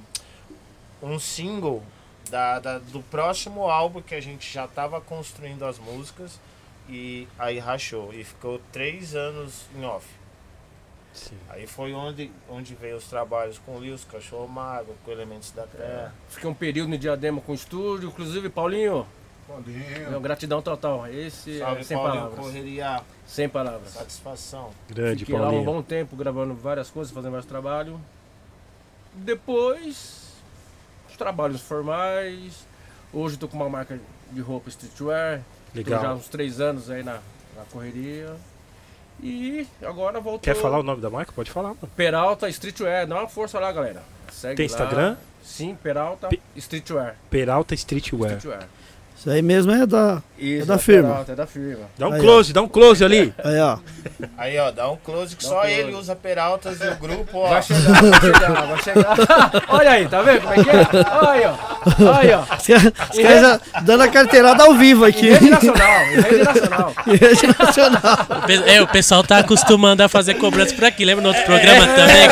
D: um single da, da- do próximo álbum que a gente já tava construindo as músicas e aí rachou e ficou três anos em off.
B: Sim.
D: Aí foi onde, onde veio os trabalhos com o Lewis, Cachorro Magro, com Elementos da Terra.
G: Fiquei um período no Diadema com o estúdio. Inclusive, Paulinho, meu,
F: Paulinho.
G: gratidão total. Esse é
D: Salve
G: sem
D: Paulinho,
G: palavras.
D: correria,
G: Sem palavras.
D: satisfação.
B: Grande,
G: Fiquei lá um
B: Paulinho.
G: bom tempo gravando várias coisas, fazendo vários trabalhos. Depois, os trabalhos formais. Hoje eu tô com uma marca de roupa streetwear. Tô já há
B: Legal.
G: uns três anos aí na, na correria. E agora voltou.
B: Quer falar o nome da marca? Pode falar, mano.
G: Peralta Streetwear. Dá uma força lá, galera. Segue
B: Tem
G: lá.
B: Instagram?
G: Sim, Peralta
B: Pe- É.
G: Streetwear.
B: Peralta Streetwear.
G: Streetwear.
A: Isso aí mesmo é da.
G: Isso,
A: da firma.
G: Peralta, é da firma.
B: Dá um
A: Aí, ó.
B: close, dá um close ali.
A: Aí, ó.
D: Aí ó, dá um close que
G: Dá um
D: só
G: close.
D: ele usa Peraltas e o grupo, ó.
G: Vai chegar, vai chegar, vai chegar. Olha aí, tá vendo como é que é? Olha aí, ó. Olha aí, ó.
A: Os caras os caras já dando a carteirada ao vivo aqui.
G: Em rede nacional, em rede nacional.
A: Em rede nacional.
C: O pe- É, o pessoal tá acostumando a fazer cobrança por aqui. Lembra no outro programa
A: É.
C: também?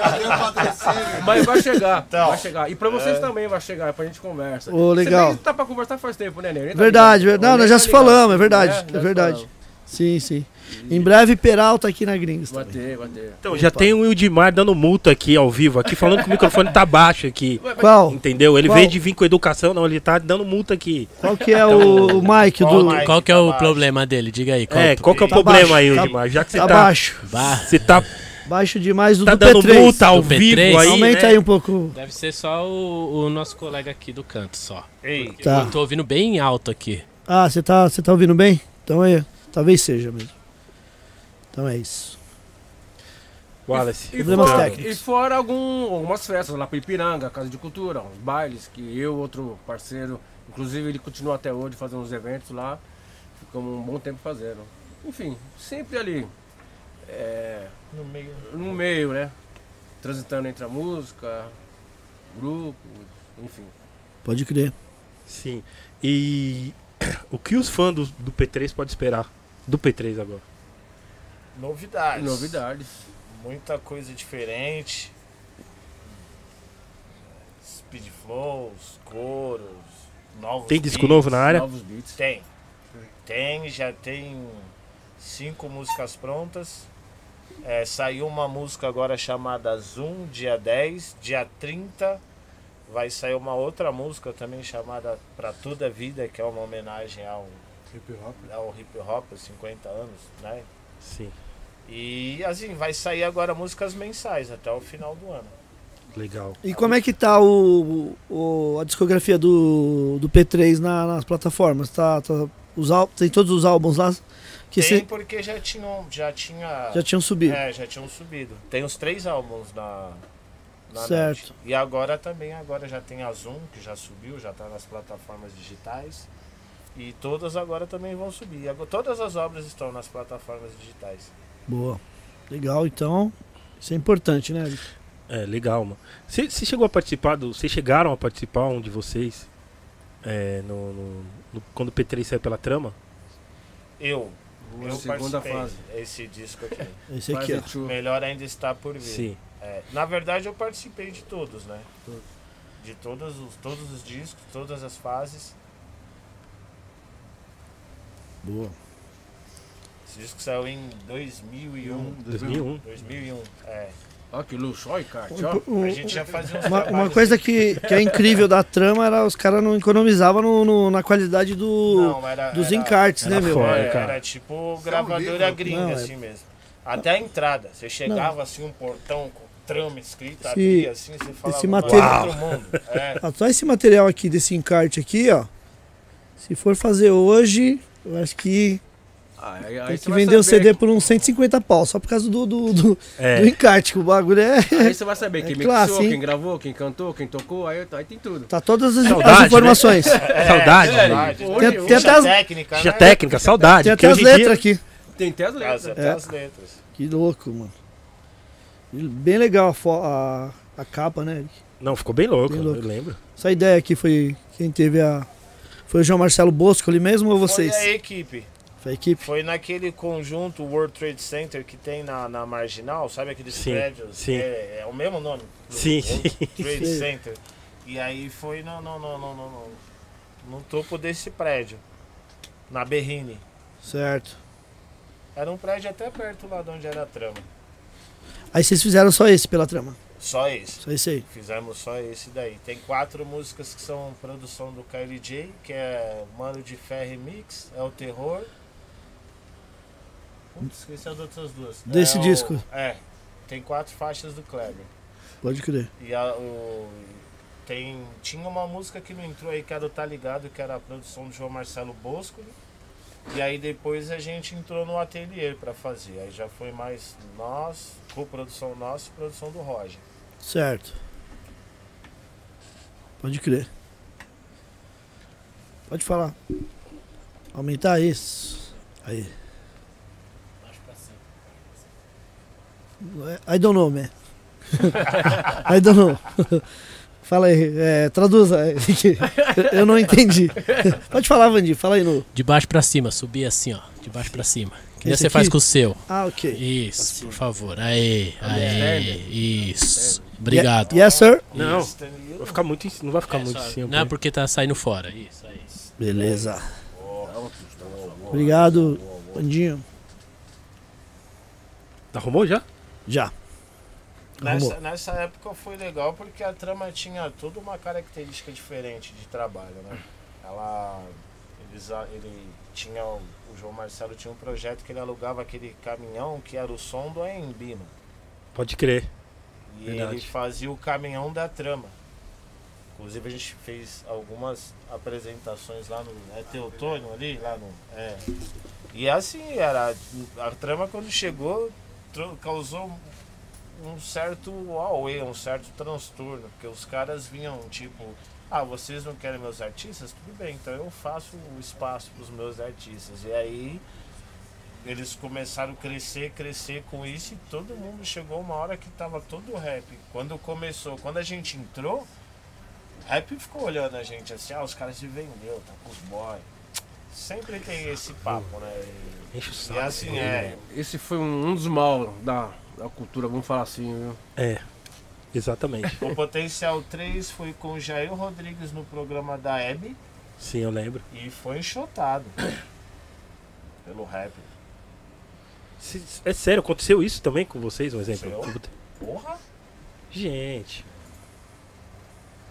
F: Cadê o patrocínio?
G: Mas vai chegar,
D: Então,
G: vai chegar. E pra vocês também vai chegar, pra gente conversa.
A: Ô, legal.
G: Você nem tá pra conversar faz tempo, né, Nenê?
A: Verdade, ver- não, nós já
G: tá
A: se falamos, é verdade, é
G: se
A: verdade.
G: falamos.
A: Sim, sim. Em breve, Peralta aqui na Gringos.
G: Vai
A: também.
G: ter, vai ter.
B: Então, já tem o Ildimar dando multa aqui ao vivo, aqui falando que o microfone tá baixo aqui.
A: Qual?
B: Entendeu? Ele
A: Qual?
B: veio de vir com educação, não, ele tá dando multa aqui.
A: Qual que é o, o Mike
D: Qual
A: do.
D: Mike?
C: Qual que é
D: tá
C: o
D: baixo.
C: problema dele? Diga aí. Qual
B: É,
C: o
B: qual que é o
A: Tá
B: problema
A: baixo,
B: aí,
A: tá-
B: Ildimar? Já que você
A: Tá
B: tá,
A: baixo.
C: Bah,
B: você tá,
A: Baixo demais o
B: tá
A: do
B: dando
A: P3.
B: multa ao
C: Do
B: vivo
C: P3?
B: aí,
A: Aumenta
B: né?
A: aí um pouco.
C: Deve ser só o, o nosso colega aqui do canto, só.
D: Ei,
A: Tá.
C: Eu tô ouvindo bem alto aqui.
A: Ah, você tá, você tá ouvindo bem? Então é. Talvez seja mesmo. Então é isso.
B: Wallace.
G: E
A: Problemas
G: fora,
A: técnicos.
G: e fora algum, algumas festas lá pro Ipiranga, Casa de Cultura, uns bailes que eu, outro parceiro, inclusive ele continua até hoje fazendo uns eventos lá, ficamos um bom tempo fazendo. Enfim, sempre ali, é,
D: no meio.
G: no meio, né? Transitando entre a música, grupo, enfim.
A: Pode crer.
B: Sim. E o que os fãs do, do P3 podem esperar? Do P3 agora.
D: Novidades.
G: Novidades.
D: Muita coisa diferente. Speed flows, coros, novos.
B: Tem disco
D: beats.
B: novo na área?
G: Novos beats.
D: Tem. Tem, já tem cinco músicas prontas. É, saiu uma música agora chamada Zoom, dia 10, dia 30. Vai sair uma outra música também chamada Pra Toda a Vida, que é uma homenagem ao,
F: Hip hop.
D: ao hip hop, aos 50 anos, né?
B: Sim.
D: E assim, vai sair agora músicas mensais até o final do ano.
B: Legal.
A: E como é que tá o, o- a discografia do, do P3 na- nas plataformas? Tá, tá- os ál- tem todos os álbuns lá que
D: Tem
A: cê-
D: porque já tinham. Já tinha.
A: já tinham subido.
D: É, já tinham subido. Tem os três álbuns na. na
A: Certo.
D: net. E agora também, agora já tem a Zoom, que já subiu, já tá nas plataformas digitais. E todas agora também vão subir. Ago- Todas as obras estão nas plataformas digitais.
A: Boa. Legal, então. Isso é importante, né?
B: É, legal, mano. Você você chegou a participar do. Vocês chegaram a participar um de vocês? é, no, no- no- quando o P3 saiu pela trama?
D: Eu, eu
G: segunda
D: participei
G: fase.
D: esse disco aqui.
A: Esse aqui, ó.
G: Fase two.
D: Melhor ainda está por vir.
B: Sim.
D: É, na verdade, eu participei de todos, né? De todos os, todos os discos, todas as fases.
A: Boa.
D: Esse disco saiu em 2001.
B: 2001.
D: 2001, é.
G: Ó, que luxo, ó, Icarte, ó.
A: Um-
D: A gente já fazia uns
A: Uma, uma
D: trabalhos-
A: coisa que, que é incrível da trama era os caras não economizavam no- no- na qualidade do,
D: Não, era-
A: dos
D: era-
A: encartes, né,
B: era
A: meu?
B: foda.
D: É,
B: Olha, cara.
D: era tipo gravadora
F: livro?
D: gringa,
A: Não, é-
D: assim mesmo. Até a entrada. Você chegava assim, um portão com trama escrita, abria assim, você falava.
A: esse
D: "Mano,
A: material-
D: outro mundo. É,
A: Ah, só esse material aqui, desse encarte aqui, ó. Se for fazer hoje, eu acho que
G: Ah, aí- aí
A: tem
G: você
A: que
G: vai
A: vender o
G: saber
A: CD por uns 150 pau, só por causa do, do, do- do
B: É,
A: encarte, que o bagulho é.
G: que- Aí você vai saber quem
A: É
G: mixou,
A: classe, hein?
G: quem gravou, quem cantou, quem tocou, aí, aí tem tudo.
A: Tá todas as, as
B: Saudade, né?
A: informações.
B: saudade.
G: É,
B: né?
D: verdade.
G: hoje-
A: Tem-
G: hoje
A: tem até as-
D: técnica,
B: Ficha
D: né?
B: técnica, saudade.
A: Tem
B: É, porque
A: até as
B: hoje em dia-
A: letras aqui.
G: tem até as letras.
D: As- até
A: É.
D: as letras.
A: Que louco, mano. Bem legal a, fo- a- a capa, né?
B: Não, ficou bem louco,
A: Bem louco.
B: eu lembro.
A: Essa ideia aqui foi quem teve a. Foi o João Marcelo Bosco ali mesmo ou vocês?
D: Foi a equipe.
A: Foi a equipe?
D: Foi naquele conjunto World Trade Center que tem na, na Marginal, sabe aqueles
B: Sim,
D: prédios?
B: sim.
D: É, é o mesmo nome. do
B: Sim,
D: World
B: sim.
D: Trade
A: Sim.
D: Center. E aí foi no, no, no, no, no, no, no topo desse prédio, na Berrine.
A: Certo.
D: Era um prédio até perto lá de onde era a trama.
A: Aí vocês fizeram só esse pela trama.
D: Só esse.
A: Só esse aí.
D: Fizemos só esse daí. Tem quatro músicas que são produção do KLJ, que é Mano de Ferro Mix, é o Terror. Putz, esqueci as outras duas.
A: Desse
D: É o-
A: disco.
D: É. Tem quatro faixas do Kleber.
A: Pode crer.
D: E a- o- tem, tinha uma música que não entrou aí, que era o Tá Ligado, que era a produção do João Marcelo Bosco. E aí depois a gente entrou no ateliê pra fazer. Aí já foi mais nós, com produção nossa e produção do Roger.
A: Certo. Pode crer. Pode falar. Aumentar isso. Aí. I don't know, man. I don't know. Fala aí, é, traduza. aí, que Eu não entendi. Pode falar, Vandi, fala aí no.
C: De baixo pra cima, subir assim, ó. De baixo pra cima. Que nem
A: Esse
C: você faz
A: aqui? Tá
C: com o seu.
A: Ah, ok.
C: Isso, por favor. Aê, aê. Isso.
A: Obrigado.
C: Obrigado.
A: Yes, sir.
B: Não,
D: Isso, Danilo.
B: vai ficar muito em cima, não vai ficar
C: É,
B: muito
C: só-
B: em cima.
C: não,
B: porque-
C: porque tá saindo fora. Isso, aí.
A: Beleza. Obrigado, Vandinho.
B: Arrumou já?
A: Já. Arrumou.
D: Nessa, nessa época foi legal porque a trama tinha toda uma característica diferente de trabalho, né? Ela. Eles, a- ele tinha. O o João Marcelo tinha um projeto que ele alugava aquele caminhão que era o som do Embino.
B: Pode crer.
D: E
B: Verdade.
D: ele fazia o caminhão da trama. Inclusive a gente fez algumas apresentações lá no. É Teotônio ali? Lá no. É. E assim, era. A trama quando chegou tro- causou um certo auê, um certo transtorno. Porque os caras vinham tipo. Ah, vocês não querem meus artistas? Tudo bem, então eu faço o espaço para os meus artistas. E aí eles começaram a crescer, crescer com isso e todo mundo chegou uma hora que tava todo rap. Quando começou, quando a gente entrou, o rap ficou olhando a gente assim, ah, os caras se vendeu, tá com os boy. Sempre tem esse papo, né? E-
B: Enche o
D: E,
B: saco.
D: assim é.
G: Esse foi um, um dos maus da, da cultura, vamos falar assim, viu?
B: É, exatamente.
D: O Potencial 3 foi com o Jair Rodrigues no programa da Hebe
B: Sim, eu lembro.
D: e foi enxotado pelo rap.
B: Se- É sério, aconteceu isso também com vocês, um exemplo?
D: Aconteceu. Porra!
B: Gente,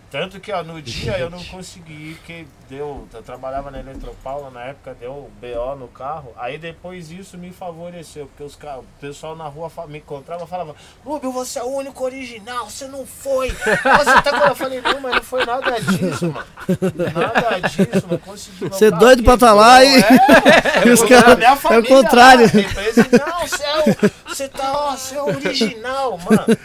D: Tanto que ó, no dia eu não consegui ir, porque deu. Eu trabalhava na Eletropaula na época, deu um BO no carro. Aí depois isso me favoreceu, porque os ca- o pessoal na rua fa- me encontrava e falava: Rubio, você é o único original, você não foi. Você tá com-" Eu falei: Não, mas não foi nada disso, mano. Nada disso, não consegui. meu
A: Você é
D: carro
A: doido pra tá lá
D: quebrou."
A: e-
D: É,
A: e os
D: eu-
A: cara-
D: a minha
A: é o
D: família
A: contrário.
D: lá, a empresa, não, você é o- você tá, ó, você é o original, mano.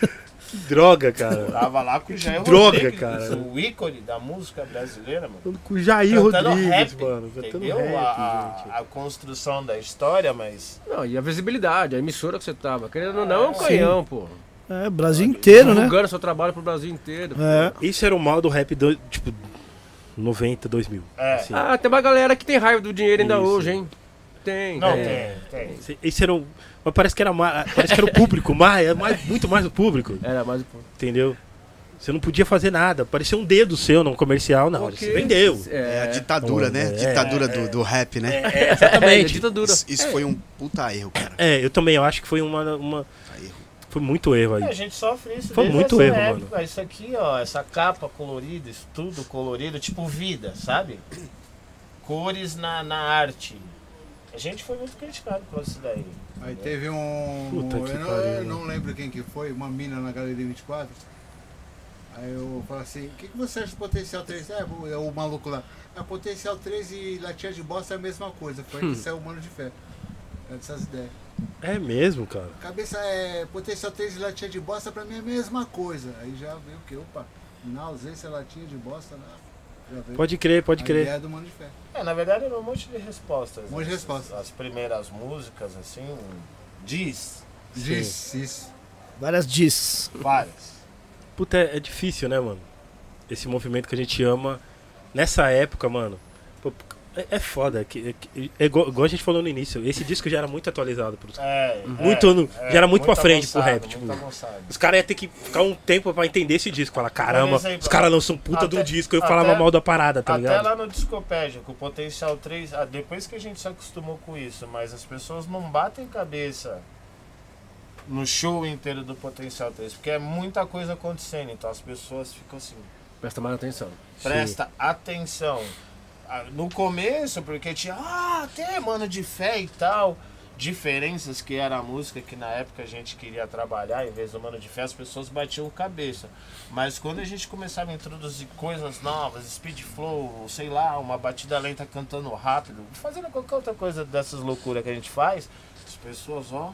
B: que droga, cara.
D: Tava lá com o Jair
B: droga,
D: Rodrigues,
B: cara.
D: o ícone da música brasileira, mano.
B: Com o Jair
D: Cantando
B: Rodrigues,
D: rap,
B: mano. Cantando
D: entendeu?
B: rap,
D: a,
B: gente.
D: a construção da história, mas
G: Não, e a visibilidade, a emissora que você tava. Querendo ou não, é um canhão, pô.
A: É, Brasil inteiro, né?
G: Divulgando seu trabalho pro Brasil inteiro.
A: É.
B: Isso era o mal do rap, do, tipo, 90, 2000.
D: É.
B: assim.
G: Ah, tem uma galera que tem raiva do dinheiro ainda
B: Isso.
G: hoje, hein? Tem.
D: Não,
G: é.
D: tem, tem.
B: Esse- Esse era o... Mas parece que era, ma- parece que era o público, mais, é mais- muito mais o público,
G: Era mais um
B: entendeu? Você não podia fazer nada, parecia um dedo seu num comercial, não,
G: Porque-
B: você vendeu.
E: É a
G: É,
E: ditadura, né?
B: É,
E: ditadura do, do rap, né?
G: é, é
B: Exatamente.
G: ditadura.
E: Isso, isso foi um puta erro, cara.
B: É, eu também, eu acho que foi uma... uma
E: Erro.
B: foi muito erro
D: A
B: aí.
D: gente sofre isso
B: Foi
D: desde
B: muito
D: essa
B: erro,
D: época. Isso aqui, ó, essa capa colorida, isso tudo colorido, tipo vida, sabe? Cores na, na arte. A gente foi muito criticado por isso daí.
F: Aí teve um.
B: Puta que
F: eu, não,
B: pariu,
F: eu
B: né?
F: não lembro quem que foi, uma mina na Galeria 24. Aí eu falei assim, o que, que você acha do potencial 3? É, o- é o maluco lá. A potencial 3 e latinha de bosta é a mesma coisa. Foi
B: Hum.
F: aí que saiu o mano de fé. É dessas ideias.
B: É mesmo, cara.
F: Cabeça é. Potencial 3 e latinha de bosta pra mim é a mesma coisa. Aí já veio o que? Opa, na ausência latinha de bosta, né? já veio.
B: Pode crer, pode
F: a
B: crer.
F: ideia do mano de fé.
D: É, na verdade era um monte de respostas.
F: Um monte de
D: As-
F: respostas.
D: As primeiras músicas, assim, diz
F: Diz isso.
A: Várias diz.
D: várias.
B: Puta, é, é difícil, né, mano? Esse movimento que a gente ama nessa época, mano. pô, É, é foda. é que- é que- é igual, igual a gente falou no início, esse disco já era muito atualizado pros
D: É,
B: Uhum. Muito ano- já era muito pra frente pro rap, tipo.
D: Muito avançado.
B: Os caras iam ter que ficar um tempo pra entender esse disco. Falar, caramba,
D: Por exemplo,
B: os caras lançam um puta de um
D: até-
B: disco e eu
D: até-
B: falava mal da parada, tá
D: Até
B: ligado?
D: lá no Discopédia, com o Potencial 3, ah, depois que a gente se acostumou com isso, mas as pessoas não batem cabeça no show inteiro do Potencial 3, porque é muita coisa acontecendo, então as pessoas ficam assim,
G: Presta mais atenção.
D: presta atenção. Ah, No começo, porque tinha, ah, até mano de fé e tal, diferenças que era a música que na época a gente queria trabalhar, em vez do mano de fé, as pessoas batiam cabeça. Mas quando a gente começava a introduzir coisas novas, speed flow, sei lá, uma batida lenta cantando rápido, fazendo qualquer outra coisa dessas loucuras que a gente faz, as pessoas, ó,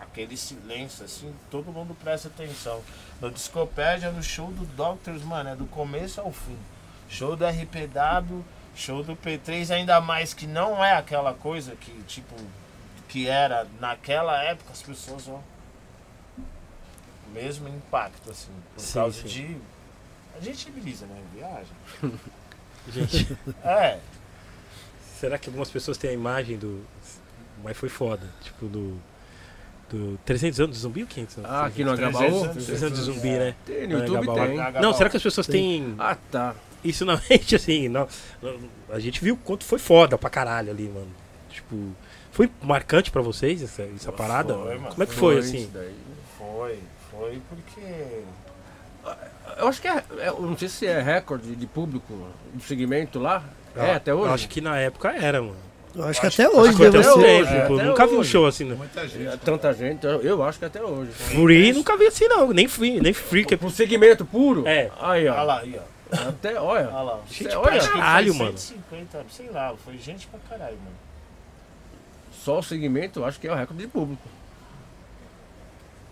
D: aquele silêncio, assim, todo mundo presta atenção. No Discopédia, no show do Doctors, mano, é do começo ao fim. Show do RPW, show do P3, ainda mais que não é aquela coisa que, tipo, que era naquela época, as pessoas vão. Mesmo impacto, assim, por
B: Sim,
D: causa
B: sim.
D: de. A gente brisa, né? Viagem.
B: Gente,
D: É,
B: será que algumas pessoas têm a imagem do. Mas foi foda. Tipo, do. do 300 anos de zumbi ou 500 anos?
G: Ah, aqui no
B: 300
G: Agabaú?
B: 300 anos de zumbi, né?
G: Tem,
B: Não,
G: no
B: é
G: YouTube
B: Gabaú.
G: tem.
D: Agabaú.
B: Não, será que as pessoas têm
G: Ah, tá.
B: isso na mente, assim? Não, não, a gente viu quanto foi foda pra caralho ali, mano. Tipo, foi marcante pra vocês essa, essa parada?
D: foi, mano.
B: Como é que foi,
G: isso
B: assim?
G: daí.
D: foi, foi porque.
G: Eu acho que é, é- eu não sei se é recorde de público do segmento lá. é, até
B: Eu
G: hoje?
B: acho que na época era, mano.
A: Eu acho que até hoje
B: Acho que
A: deve
B: até
A: ser.
B: hoje,
G: É,
B: pô.
G: até
B: nunca vi um
G: hoje.
B: show assim, né?
F: Muita
G: É
F: gente.
G: Tanta gente, eu, eu acho que até hoje.
B: Muri nunca vi assim, não. Nem free, nem free. Que...
G: Pro segmento puro?
B: É.
G: Aí, ó.
D: Olha lá, aí, ó.
G: Até, olha.
D: É, Olha lá.
B: Gente,
G: Cê-
B: pra
G: olha.
B: caralho,
D: Foi
B: mano.
D: 150, sei lá, foi gente pra caralho, mano.
G: Só o segmento, eu acho que é o recorde de público.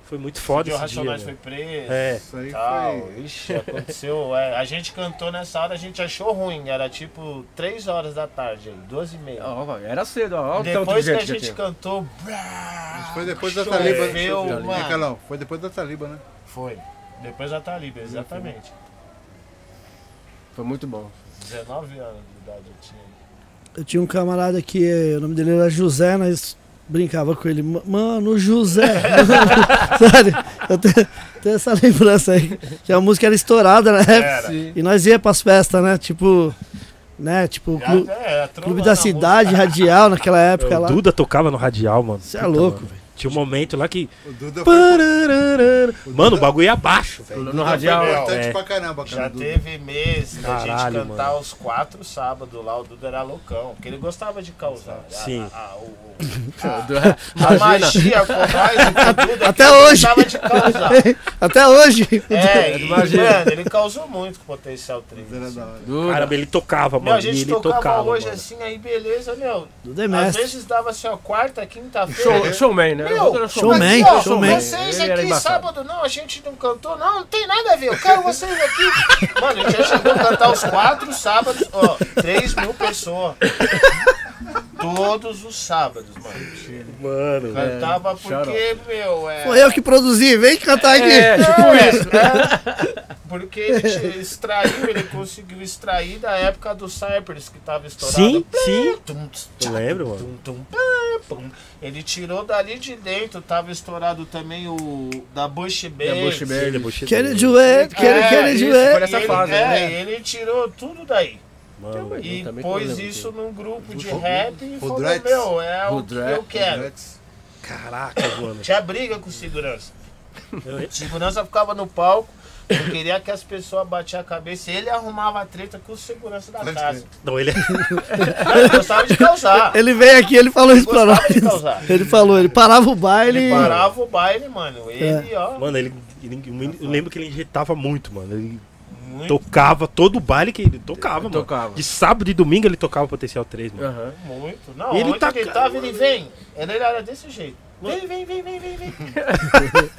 B: Foi muito foda
D: Dia o
B: esse dia.
D: Racionais foi
B: mano.
D: preso.
B: É,
F: Isso aí
D: Tal.
F: foi.
D: Ixi, aconteceu. é, a gente cantou nessa hora, a gente achou ruim. Era tipo 3 horas da tarde aí, 12 e meia.
G: Ó, era cedo, ó. Olha o tanto de
D: Depois que a
G: gente que
D: gente
G: tinha.
D: cantou.
F: Isso
D: brá,
F: Foi depois da
D: choveu,
F: Taliba, né?
D: mano.
F: Né, Carlão? Foi depois da Taliba, né?
D: Foi. Depois da Taliba, exatamente.
B: Uhum.
G: Foi muito bom.
D: 19 anos de idade eu tinha.
A: Eu tinha um camarada que eh, o nome dele era José, nós brincava com ele. "Ma- Mano, José! mano", Sabe? Eu tenho, tenho essa lembrança aí. Que a música era estourada na época.
D: Era.
G: Sim.
A: E nós ia pras festas, né? Tipo. Né? Tipo,
D: Já-
A: clu-
D: é, trolando
A: Clube
D: a
A: da
D: música.
A: Cidade, Radial, naquela época
B: o
A: lá.
B: Duda tocava no radial, mano.
A: Você é
B: Puta,
A: louco,
B: mano.
A: velho.
B: Tinha um momento lá que.
F: O Duda foi
B: Parararara. Mano, o bagulho ia abaixo.
F: O Duda
G: No
F: foi
G: radial,
F: importante
B: é.
F: pra caramba, cara.
D: Já
F: o Duda.
D: teve mês da gente
B: Caralho,
D: cantar
B: mano.
D: os quatro sábados lá, o Duda era loucão, porque ele gostava de causar. A-
B: Sim.
D: A, a- o- o- a
G: Imagina.
D: magia com mais do
A: Até
D: Duda é que ele
A: hoje.
D: gostava de causar.
A: Até hoje.
D: É, e,
G: Imagina.
D: mano, ele causou muito com o potencial 3.
F: Mas era da hora.
G: Duda.
B: Caramba, ele tocava,
D: Meu,
B: mano.
D: a
B: e
D: gente
B: ele
D: tocava,
B: tocava.
D: hoje
B: mano.
D: assim, aí beleza, meu.
A: Duda é
D: Às
A: mestre.
D: vezes dava assim, ó, quarta, quinta-feira.
G: Show, showman, né?
D: Meu,
G: O Duda era
A: showman,
D: Aqui, ó,
A: showman.
D: Vocês
G: Ele era
D: aqui
G: embaçado.
D: sábado, não, a gente não cantou, não, não tem nada a ver, eu quero vocês aqui. Mano, a gente já chegou a cantar os quatro sábados, ó, 3 mil pessoas. Todos os sábados, mano.
B: Mano, velho.
D: Cantava
G: xarope.
D: porque, meu, é.
A: Foi eu que produzi, vem cantar aqui.
G: É,
D: Não, é, né? Porque ele te- extraiu, ele conseguiu extrair da época do Cypress que tava estourado.
B: Sim, sim.
D: Tum, tss,
B: Eu
D: tchá,
B: lembro,
D: tum,
B: mano.
D: tum, pá, pum. Ele tirou dali de dentro, tava estourado também o da Bush Baby.
G: Bush Baby.
B: Sim, debochei
A: Quero um-
B: dele.
A: duet, quero,
D: É,
A: quero
G: isso,
A: duet.
G: foi nessa
D: ele,
G: fase,
D: é,
G: né?
D: ele tirou tudo daí.
B: Mano,
G: Eu
D: E
G: também né? tô
D: pôs
G: lembrando
D: isso num grupo de
F: Ro-
D: rap e falou,
F: Rodrex.
D: meu, é o que
G: Rodrex,
D: eu quero.
B: caraca, mano.
D: Tinha briga com segurança. Segurança ficava no palco, não queria que as pessoas batiam a cabeça. Ele arrumava a treta com o segurança da
F: Pode
D: casa.
B: Não, ele
D: Não, Ele gostava de causar.
A: Ele veio aqui, ele falou isso pra nós.
D: Gostava de causar.
A: Ele falou, ele parava o baile.
D: Ele parava o baile, mano. Ele, ó,
B: Mano, ele, ele- eu lembro que ele injetava muito, mano. Ele
D: muito
B: tocava todo o baile que ele tocava, mano.
G: Tocava.
B: De sábado e domingo ele tocava o Potencial 3, mano.
G: Aham.
D: Muito. Não,
B: E ele
D: ele onde
B: tá
D: ele
B: ca-
D: tava, ele vem. Ele era desse jeito. Vem, vem, vem, vem, vem, vem.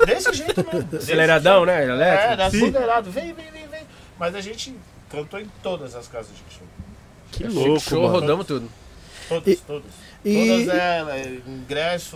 D: desse jeito mesmo. Desse
G: Aceleradão, né?
D: jeito. É,
G: Elétrico.
D: era acelerado. Vem, vem, vem, vem. Mas a gente cantou em todas as casas de show. É.
B: Que
G: Freak
B: louco,
G: show,
B: mano.
G: rodamos tudo.
D: Todas,
A: E-
D: todas.
A: E
D: Todas, é, é, ingresso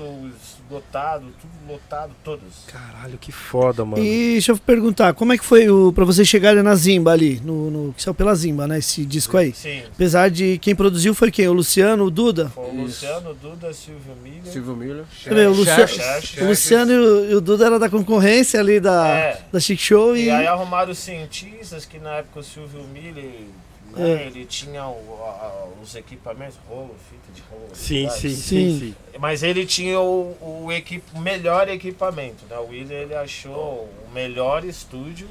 D: lotado, tudo lotado, todas.
B: Caralho, que foda, mano.
A: E deixa eu perguntar, como é que foi o, pra vocês chegarem na Zimba ali, no, no- que saiu pela Zimba, né, esse disco aí?
D: Sim.
A: Apesar de quem produziu foi quem? O Luciano, o Duda?
D: Com o Luciano, Duda, Silvio Miller.
G: Silvio Miller.
A: Quer ver, o, Lucia-
D: Xerxes.
A: o Luciano e o, e o Duda era da concorrência ali da,
D: É.
A: da Chic Show e...
D: E aí arrumaram os cientistas que na época o Silvio Miller, né, ele tinha o- a- a- os equipamentos, rolo, fita de rolo.
B: Sim,
D: sabe?
B: sim,
A: Sim.
B: sim, sim.
D: Mas ele tinha o, o equi- o melhor equipamento, né? O William ele achou o melhor estúdio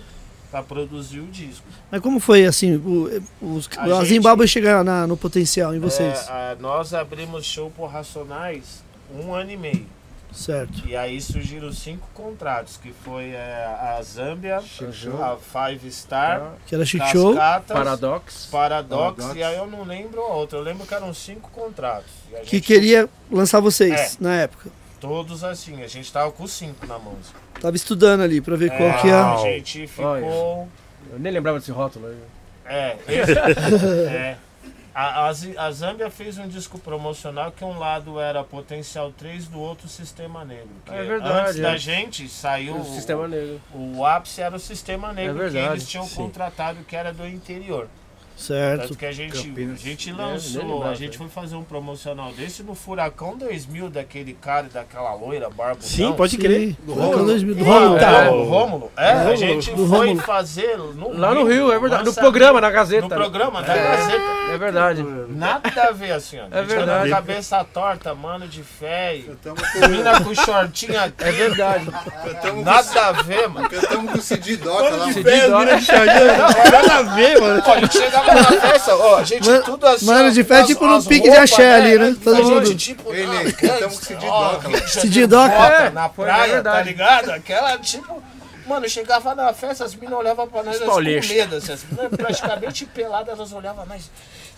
D: para produzir o disco.
A: Mas como foi, assim, o, os,
D: A
A: a,
D: gente-
A: Zimbábue chegar na- no potencial em vocês?
D: É, a- nós abrimos show por Racionais um ano e meio.
A: Certo.
D: E aí surgiram cinco contratos, que foi é, a Zâmbia,
F: Chegou.
D: a Five Star,
A: Que era Chic Show,
G: Então,
D: Cascatas,
G: Paradox.
D: Paradox,
F: Paradox.
D: e aí eu não lembro a outra. Eu lembro que eram cinco contratos. E a
A: que é?
D: gente-
A: queria lançar
D: É.
A: vocês na época.
D: Todos assim, a gente tava com cinco na mão. assim.
A: Tava estudando ali pra ver qual que é.
D: A gente ficou.
G: Eu nem lembrava desse rótulo aí.
D: É, esse- é. A, a, Z- a Zâmbia fez um disco promocional que um lado era Potencial 3, do outro Sistema Negro. que
G: É verdade,
D: Antes
G: é.
D: da gente saiu.
G: O Sistema Negro.
D: O ápice era o Sistema Negro, que
G: verdade,
D: eles tinham
B: sim.
D: contratado que era do interior. Tanto
A: Certo.
D: que a gente, a
F: Campinas.
D: gente
G: nem
D: lançou,
G: lembrava,
D: a gente
G: né?
D: foi fazer um promocional desse no Furacão 2000, daquele cara, e daquela loira, barba.
B: Sim, né? pode crer.
A: Do
D: Rômulo.
A: Rômulo. Do
D: Do
A: Rômulo,
D: Rômulo,
A: tá.
D: é, o Rômulo. É, a
A: Rômulo,
D: gente
A: do
D: foi
A: Rômulo.
D: fazer no
G: Lá no Rio, é verdade. No
D: lançamento-
G: programa, na
D: No
G: Gazeta. né?
D: programa, da Gazeta.
G: É verdade.
D: Nada a ver, assim, ó.
G: É
D: A gente andava
G: verdade.
D: com a cabeça torta, mano de fé. e
F: Cantamos
D: Menina com shortinho
G: É
D: aqui.
G: verdade.
F: com-
D: Nada a ver, mano.
F: Cantamos com o Cid Doca lá,
G: Cid
F: mano.
G: Doca.
B: Nada a ver, mano.
D: Pô, a gente chegava na festa, ó, a gente
A: Mano-
D: tudo assim.
A: mano
D: ó,
A: de fé,
D: as-
A: tipo num
D: as
A: pique de
D: roupas,
A: axé ali, né?
D: A
A: Todo
D: gente,
A: mundo.
D: tipo,
F: Ele,
D: ah,
F: cantamos com Cid
D: ó,
F: Doca,
D: Rio de
A: Cid
D: Janeiro,
A: Doca.
D: bota
G: É,
D: na
G: foi
D: praia, tá
G: verdade.
D: ligado? Aquela, tipo... Mano, chegava na festa, as meninas olhavam pra nós, elas com
G: paulistas.
D: medo, assim, as meninas praticamente peladas, elas olhavam nós.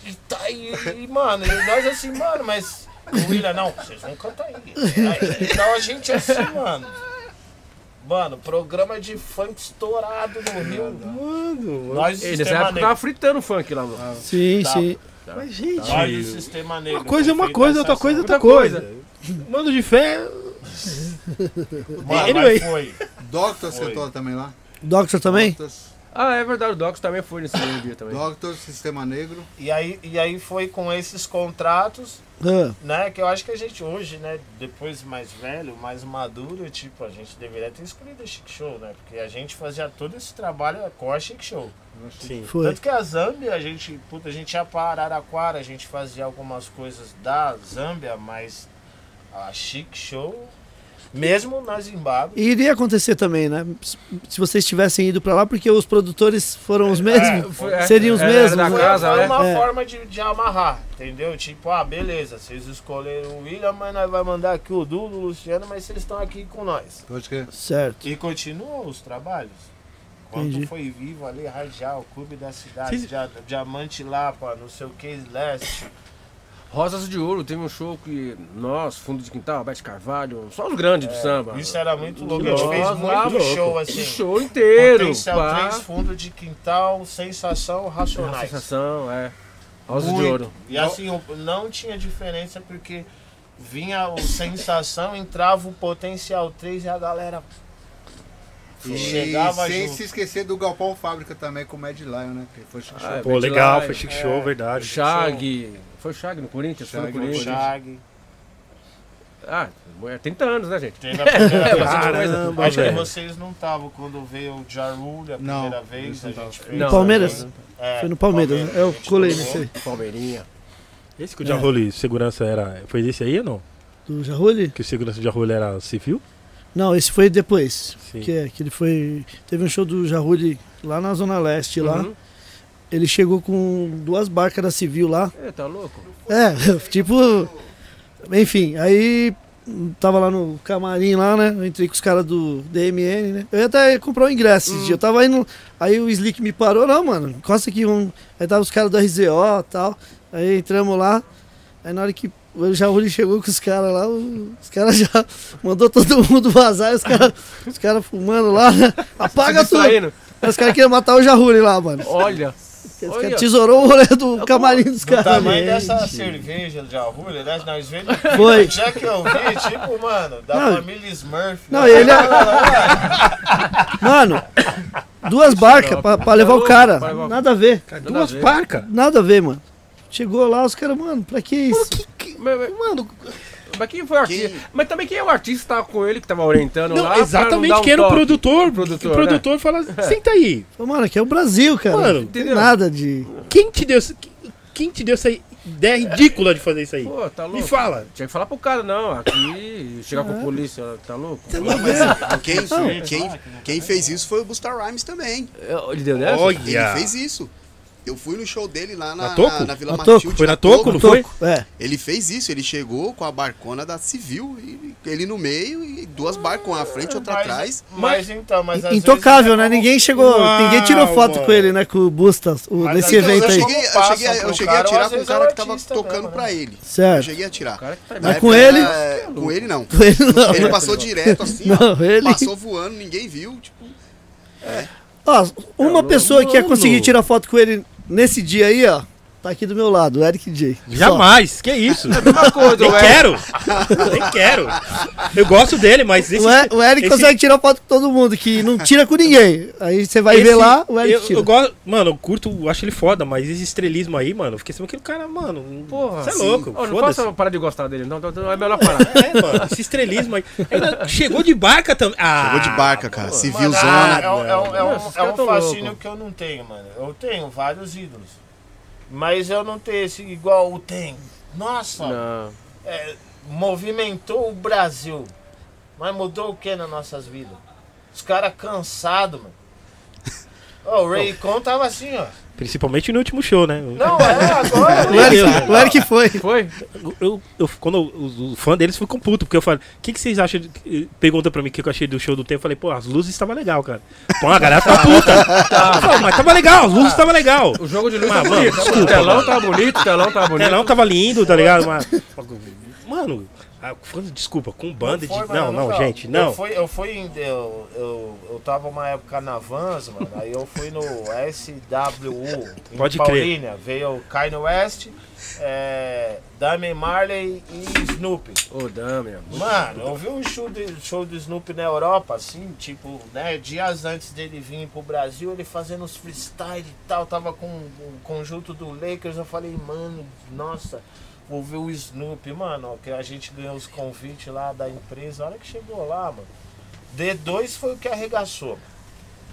D: E, tá, e, e, mano, e nós assim, mano, mas... o William, não, vocês vão cantar aí. Aí, Então a gente assim, mano... Mano, programa de funk estourado no Rio.
B: Mano,
D: Nós,
G: E nessa
D: Sistema
G: época
D: Negro.
G: tava fritando o funk lá, mano.
A: Sim,
D: Tá.
A: sim.
B: mas gente.
D: Olha o sistema negro.
B: Uma coisa é uma coisa, outra coisa é outra
G: Outra
B: coisa.
G: coisa.
B: Mano de fé.
D: Mano,
B: Anyway.
D: mas foi.
F: Doctors
D: Foi.
F: cantou também lá.
A: Doctor também?
F: Doctors,
G: Ah, é verdade. O Docs também foi nesse mesmo dia também.
F: Doctors, Sistema Negro.
D: E aí, e aí foi com esses contratos,
A: Ah,
D: né? Que eu acho que a gente hoje, né? Depois mais velho, mais maduro, tipo, a gente deveria ter escolhido o Chic Show, né? Porque a gente fazia todo esse trabalho com a Chic Show.
B: Sim.
A: foi.
D: Tanto que a Zâmbia, a gente, puta, a gente ia pra Araraquara, a gente fazia algumas coisas da Zâmbia, mas a Chic Show, mesmo na Zimbábue.
A: E iria acontecer também, né? Se vocês tivessem ido pra lá, porque os produtores foram os mesmos.
G: Foi- é,
A: Seriam os
G: era
A: mesmos,
G: Da
A: né?
D: Foi,
G: casa,
D: foi
G: né?
D: uma
A: É.
D: forma de, de amarrar, entendeu? Tipo, ah, beleza, vocês escolheram o William, mas nós vai mandar aqui o Dudu, o Luciano, mas vocês estão aqui com nós.
F: Pode crer.
A: Certo.
D: E continuam os trabalhos. Quando
A: Entendi.
D: foi vivo ali, Radial, Clube da Cidade,
B: Vocês-
D: Dia- Diamante Lapa, não sei o que, Leste.
G: Rosas de Ouro, teve um show que nós, Fundo de Quintal, Bete Carvalho, só os grandes do samba.
D: É, Isso era muito louco, a gente fez
G: Nossa,
D: muito
G: louco.
D: show
G: Esse
D: assim.
G: show inteiro.
D: Potencial
G: pá.
D: 3, fundo de quintal, sensação,
G: Nossa,
D: racionais.
G: sensação, é. Rosas de
D: Muito.
G: Ouro.
D: E assim, o- não tinha diferença porque vinha o sensação, entrava o potencial 3 e a galera.
F: E
D: Chegava
F: sem
D: junto.
F: se esquecer do Galpão Fábrica também com o Mad Lion, né? Que foi show.
G: Ah, é.
B: Pô,
G: Bad
B: legal,
G: Live,
B: foi chique
G: é.
B: show, verdade.
G: Chag. Foi o Chag no Corinthians? Foi no
F: Chag,
G: Corinthians.
D: Chag.
G: Ah, é 30 anos, né, gente?
D: Teve a primeira vez.
B: Caramba,
D: É,
B: é.
D: Acho que
B: velho.
D: vocês não estavam quando veio o Jarulho a
F: Não,
D: primeira vez. A
F: não tava.
D: gente fez
G: Não, né?
A: Palmeiras?
D: também. É,
A: Foi no Palmeiras, né? Eu
D: a gente
A: colei
D: colou.
A: nesse aí.
G: Palmeirinha.
B: Esse que o Jarulho, segurança era. Foi esse aí ou não?
A: Do Jarulli?
B: Que o segurança do Jarulho era civil?
A: Não, esse foi depois.
B: Sim.
A: Que, é, que ele foi. Teve um show do Jarulli lá na Zona Leste, lá.
G: Uhum.
A: Ele chegou com duas barcas da civil lá.
G: É, tá louco?
A: É, tipo. Enfim, aí hum, tava lá no camarim lá, né? Eu entrei com os caras do DMN, né? Eu ia até comprar o ingresso esse dia. Eu tava indo. Aí o Slick me parou, não, mano, encosta aqui um. Aí tava os caras do RZO e tal. Aí entramos lá. Aí na hora que o Jaúli chegou com os caras lá, o- os caras já mandou todo mundo vazar, e os caras os cara fumando lá, né? Apaga
G: Se
A: tudo! Aí
G: distraindo.
A: os caras queriam matar o Jaúli lá, mano.
G: Olha.
A: Os
G: Olha.
A: caras tesourou o rolê do camarim dos
D: O
A: caras.
D: tamanho dessa cerveja de arrulha, né? Nós vemos.
A: Foi.
D: Já que eu vi, tipo, mano, da
A: Não.
D: família Smurf.
A: Não,
D: né?
A: e ele. é- Mano, duas barcas pra, pra levar o cara.
G: Pra levar o-
A: Nada a ver.
G: Duas
B: Parca!
A: Nada a ver, mano. Chegou lá, os caras, mano, pra que isso?
G: Mano, mas quem foi o artista? Mas também quem é o artista que tava com ele, que tava orientando
B: Não,
G: lá? pra
B: exatamente
G: não dar um
B: quem era o
G: toque?
B: produtor. O
G: Produtor,
B: produtor, fala, senta aí.
A: Falei, Mano, aqui é o Brasil, cara.
B: Mano,
A: não tem
G: entendeu?
A: nada de.
B: Quem te deu, quem te deu essa ideia ridícula de fazer isso aí?
G: Pô, tá louco.
B: Me fala.
G: Tinha que falar pro cara, não. Aqui, chegar com a polícia, tá louco?
E: Quem, quem, quem fez isso foi o Busta Rhymes também.
G: Ele deu dessa?
E: Ele fez isso. Eu fui no show dele lá na,
B: Na Toco?
E: na, na Vila
A: Na Toco,
E: Matilde.
B: foi na Toco, não foi?
A: É.
E: Ele fez isso, ele chegou com a barcona da civil, e ele no meio e duas barcas, uma à frente e outra
D: Mas-
E: atrás.
D: Mas então, mas às
A: Intocável,
E: é
D: vezes,
A: né? Ninguém chegou.
B: Uau,
A: ninguém tirou foto
B: mano.
A: com ele, né? Com o Bustas, o,
D: Mas
A: nesse
D: então,
A: evento
E: eu
A: aí.
E: cheguei, eu
D: Passam
E: cheguei, a-
D: pro
E: eu cheguei a
D: cara,
E: tirar
D: às
E: com o
D: vezes
E: cara
D: é
E: que tava
D: artista
E: tocando
D: mesmo, né?
E: pra ele. Eu
A: Certo.
E: cheguei a tirar.
G: O cara que tá
A: É. Mas
E: Na
A: com
E: época
A: ele-
E: era- Com ele não.
A: Com ele não.
E: Ele passou direto assim, ó.
A: Não, ele.
E: Passou voando, ninguém viu. Tipo,
A: Ó, uma
G: Não,
A: pessoa que ia
G: mano.
A: conseguir tirar foto com ele nesse dia aí, ó. Tá aqui do meu lado, o Eric J. Só.
B: Jamais, que isso?
G: Uma coisa,
B: Nem
G: o Eric,
B: quero. Nem quero. Eu gosto dele, mas esse...
A: O, E- o Eric
B: esse-
A: consegue tirar foto com todo mundo, que não tira com ninguém. Aí você vai ver
B: esse-
A: lá, o Eric
B: eu,
A: tira.
B: eu gosto, mano, eu curto, eu acho ele foda, mas esse estrelismo aí, mano, eu fiquei sabendo que o cara, mano,
G: Porra,
B: você é
G: sim.
B: louco,
G: Ó, não
B: foda-se.
G: posso parar de gostar dele, não. não, não, É melhor parar.
B: É, mano, esse estrelismo aí. Ainda chegou de barca também. Ah,
E: Chegou de barca, cara.
D: Mano,
E: Civilzona.
D: ah, é, um- é um, é um-
G: Nossa, esses
D: é um
G: caras tão
D: fascínio
G: louco.
D: que eu não tenho, mano. Eu tenho vários ídolos. Mas eu não tenho esse igual o tem. Nossa,
G: Não.
D: é, movimentou o Brasil. Mas mudou o que nas nossas vidas? Os caras cansados, mano. Ó, o Raycon tava assim, ó.
B: Principalmente no último show, né?
D: Não, é agora.
A: O Eric, o Eric foi.
G: Foi?
B: Eu- Eu, eu- quando eu- o, o fã deles ficou puto, porque eu falei, o que, que vocês acham? de- que- Pergunta pra mim o que que eu achei do show do tempo. Eu falei, pô, as luzes estavam legal, cara. Pô, a galera tá puta. Eu falei, mas tava legal, as luzes estavam legal.
G: O jogo de luz
B: Ah,
G: tá
B: mano,
G: bonito. O
B: desculpa,
G: telão
B: mano.
G: tá bonito, o telão tá
B: O
G: bonito.
B: telão tava lindo, tá ligado? Mas, mano, a- fã- desculpa, com banda de.
D: Foi, mano,
B: Não,
D: eu
B: não,
D: nunca-
B: gente, não.
D: Eu fui, eu fui em. Eu, eu, eu tava uma época na Vans, mano. Aí eu fui no SWU. Em
B: Pode crer.
D: Paulínia. Veio Kanye West, é, Damian Marley e Snoopy.
G: Ô, Damian.
D: Mano, eu vi um show, de, show do Snoopy na Europa, assim, tipo, né, dias antes dele vir pro Brasil, ele fazendo os freestyle e tal, tava com o conjunto do Lakers, eu falei, mano, nossa, vou ver o Snoopy, mano, ó, que a gente ganhou os convites lá da empresa, a hora que chegou lá, mano, D2 foi o que arregaçou.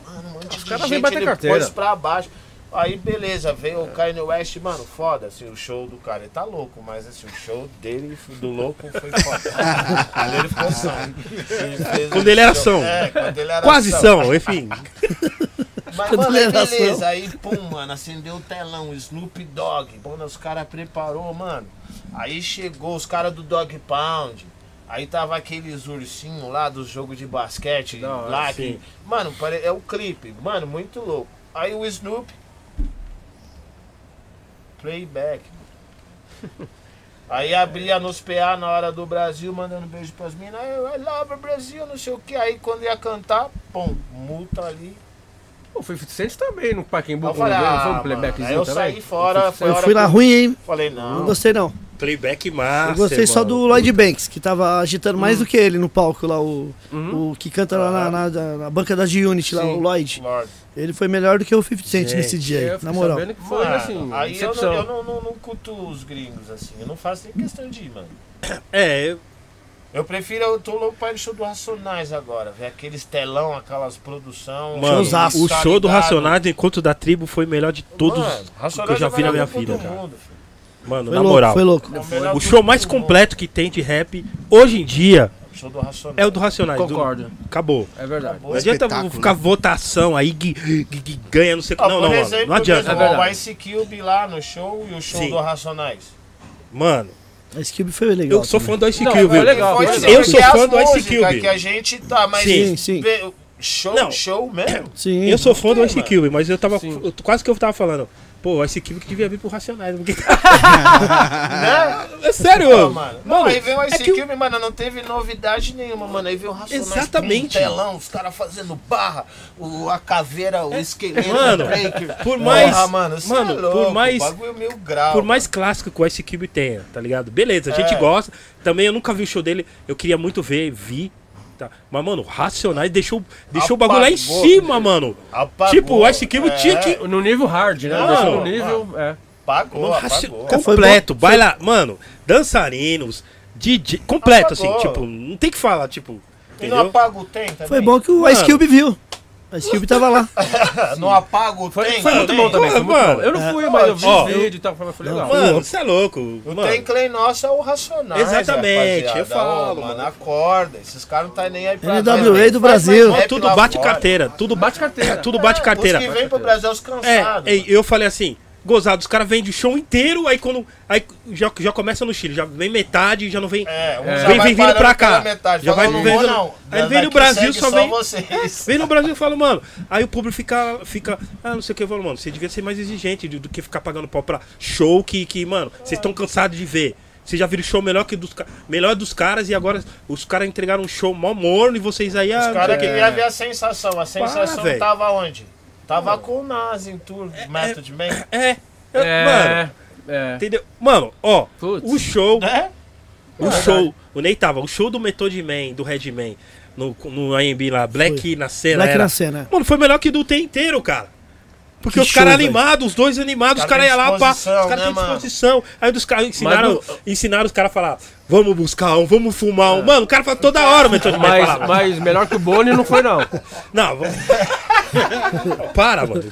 D: Mano, um monte de
G: caras
D: gente,
G: vêm bater
D: ele
G: carteira. É.
D: pôs pra baixo. Aí beleza, veio o Kanye West, mano, foda, assim, o show do cara, ele tá louco, mas assim, o show dele, do louco, foi foda. Quando ele ficou são. Ele fez
B: Quando
D: um
B: ele era
D: show-
B: são.
D: É, quando ele era
B: Quase são, enfim.
D: Mas,
A: Quando
D: mano,
A: ele
D: aí
A: era
D: beleza.
A: são.
D: Aí, pum, mano, acendeu o telão, Snoop Dogg. Bom, né, os caras preparou, mano. Aí chegou os caras do Dog Pound. Aí tava aqueles ursinhos lá do jogo de basquete.
G: Da hora,
D: lá
G: sim.
D: que, mano, pare- é o clipe. Mano, muito louco. Aí o Snoop. Playback. Aí abria nos PA na hora do Brasil, mandando beijo pras minas. Aí, I love Brasil, não sei o que. Aí quando ia cantar, pum, multa ali.
G: Pô, foi Vicente também no Paquembu.
D: Eu falei,
G: não foi
D: ah,
G: um
D: mano,
G: playbackzinho
D: aí eu
G: também?
D: saí fora,
G: Foi
D: foi a
A: Eu
D: hora
A: fui
D: que
A: lá
D: eu-
A: ruim, hein?
B: Ah.
D: Falei,
A: Não
D: não,
A: gostei, não.
B: Playback massa.
A: Eu gostei só do Lloyd Banks, que tava agitando mais
B: Hum.
A: do que ele no palco lá, o, o que canta lá na, na- na- na banca da G-Unit, lá,
G: Sim.
A: o Lloyd.
D: Lorde.
A: Ele foi melhor do que o 50 Cent
B: Gente,
A: nesse dia
G: Eu
A: aí,
G: fiquei
A: na moral.
G: sabendo que foi
D: Mano,
G: assim,
D: aí eu,
G: excepção.
D: não, eu não, não, não culto os gringos, assim. Eu não faço nem questão de ir, mano.
B: É, eu-
D: Eu prefiro, eu tô louco pra ir no show do Racionais agora, ver aqueles telão, aquelas produção.
B: mano,
A: Showzaço.
B: o show do
D: qualidade.
B: Racionais do Encontro da Tribo foi o melhor de todos
D: Mano,
B: que eu
D: Racionais
B: já
D: é
B: vi na minha
D: melhor
B: vida,
D: grupo do
B: cara.
D: mundo, filho.
B: Mano,
A: Foi
B: na
A: louco,
B: moral.
A: foi louco.
D: É melhor
B: O show
D: grupo
B: mais
D: do mundo.
B: completo que tem de rap hoje em dia
D: O show do Racionais.
B: é o do Racionais. do-
G: Concordo,
B: Acabou.
G: é verdade.
B: Não adianta
E: espetáculo, né?
B: ficar votação aí, que, que- que ganha, não sei o que.
D: Ah,
B: Não,
D: por
B: não, mano.
D: exemplo,
B: Não adianta.
D: mesmo,
G: É verdade.
D: o Ice Cube lá no show e o show
B: Sim.
D: do Racionais.
B: Mano,
A: A Cube foi legal.
B: eu sou
A: também.
B: fã do Ice
G: Não,
B: Cube.
G: é legal,
D: Pode
G: é
D: ser
G: legal.
B: Eu sou
D: que
B: fã
D: as
B: do Ice
D: músicas
B: Cube.
D: que a gente tá, mas...
A: Sim, sim.
D: pe- Show,
B: Não.
D: show mesmo?
A: Sim.
B: Eu sou fã do
D: Ok,
B: Ice
D: mano.
B: Cube, mas eu tava.
G: Sim.
B: eu- quase que eu tava falando. Pô, o Ice Cube que devia vir pro Racionais. Porque...
D: né?
B: é sério,
D: Não, mano. Não,
B: Mano,
D: aí veio o
B: é
D: Ice
B: que o-
D: Cube, mano, não teve novidade nenhuma, mano. Aí veio o Racionais
B: Exatamente.
D: com um telão, os caras fazendo barra, o, a caveira, o esqueleto,
B: É. mano,
D: o breaker.
B: por mais-
D: Ah, mano, cê
B: mano,
D: é
B: por
D: louco,
B: mais-
D: O bagulho é meio grau.
B: Por mais clássico que o Ice Cube tenha, tá ligado? Beleza, a gente
D: É.
B: gosta. Também eu nunca vi o show dele, eu queria muito ver, vi. Tá. Mas, mano, Racionais deixou, deixou o bagulho lá em
D: Apagou.
B: cima, mano.
D: Apagou.
B: Tipo, o Ice Cube
D: É,
B: tinha que.
G: No nível hard, né?
D: Não,
G: Deixou no
D: mano.
G: nível, é.
D: Apagou,
B: Mano, raci-
D: apagou.
B: completo, baila. Mano, dançarinos, DJ. Completo, assim,
D: Apagou.
B: tipo, não tem que falar, tipo.
D: E não
B: Entendeu?
D: apaga o tem também?
A: Foi bom que o Ice
B: Mano.
A: Cube viu. O Ice Cube tava lá.
D: Ah, Não apaga o
G: Foi,
D: tem
G: foi muito bom também, foi muito
B: Mano,
G: bom. Eu não fui,
D: é.
G: mas eu vi
B: Ó,
G: o vídeo e tal, foi foi legal.
B: Mano, você é louco.
D: O
B: mano.
D: tem Clay nosso é o Racionais.
B: Exatamente,
D: rapaziada.
B: eu falo,
D: Ô,
B: mano.
D: mano. Acorda, esses caras não tá nem aí pra
A: NWA
D: nós, né?
A: do
D: faz mais
A: Brasil.
D: rap
B: É tudo
D: lá
B: bate
D: fora.
B: carteira, tudo bate
G: Bate carteira.
B: tudo bate
D: É,
B: carteira.
D: Os que vêm pro Brasil é
B: É,
D: os cansados.
B: é, eu falei assim, gozado, os caras vendem o show inteiro, aí quando aí já, já começa no Chile, já vem metade, já não vem.
D: É, um
G: É.
D: já
B: Vem-
D: vai
B: vem vindo
D: parando
B: pra cá.
D: pela Metade,
B: Já
D: fala,
B: vai
D: não
B: vendo-
D: vou, não.
B: Aí
D: Da-
B: vem no
D: daqui
B: Brasil,
D: segue
B: só vem-
D: vocês.
B: Vem no Brasil e fala, mano, aí o público fica, fica, ah, não sei o que, eu falo, mano, você devia ser mais exigente do, do que ficar pagando pau pra show que, que mano, vocês estão cansados de ver. Vocês já viram show melhor que dos, ca- melhor dos caras e agora os caras entregaram um show mó morno e vocês aí... ah, é.
D: Os caras
B: que
D: queriam ver a sensação. A sensação
B: velho.
D: tava onde? Tava com o Nas em tour, Method Man.
B: É, eu- mano,
G: É, é.
B: entendeu? Mano, ó,
G: Putz.
B: o show,
D: Né?
B: o show, o Ney tava, o show do Method Man, do Redman, no, no AMB lá, Black na cena
A: Black
B: era...
A: né, na cena.
B: Mano, foi melhor que do T inteiro, cara. Porque
A: Que
B: os caras
A: show, velho.
B: animados, os dois animados, os
D: Cara
B: caras
D: tem
B: iam lá, pá, os
D: disposição,
B: caras
D: né,
B: têm
D: mano?
B: disposição. Aí os caras ensinaram,
G: Mas
B: ensinaram os caras a falar, vamos buscar um, vamos fumar um. Mano, o cara fala toda hora, mas todo mundo
G: Mas,
B: falava.
G: mas melhor que o Boni não foi, não.
B: Não, vamos... para, mano.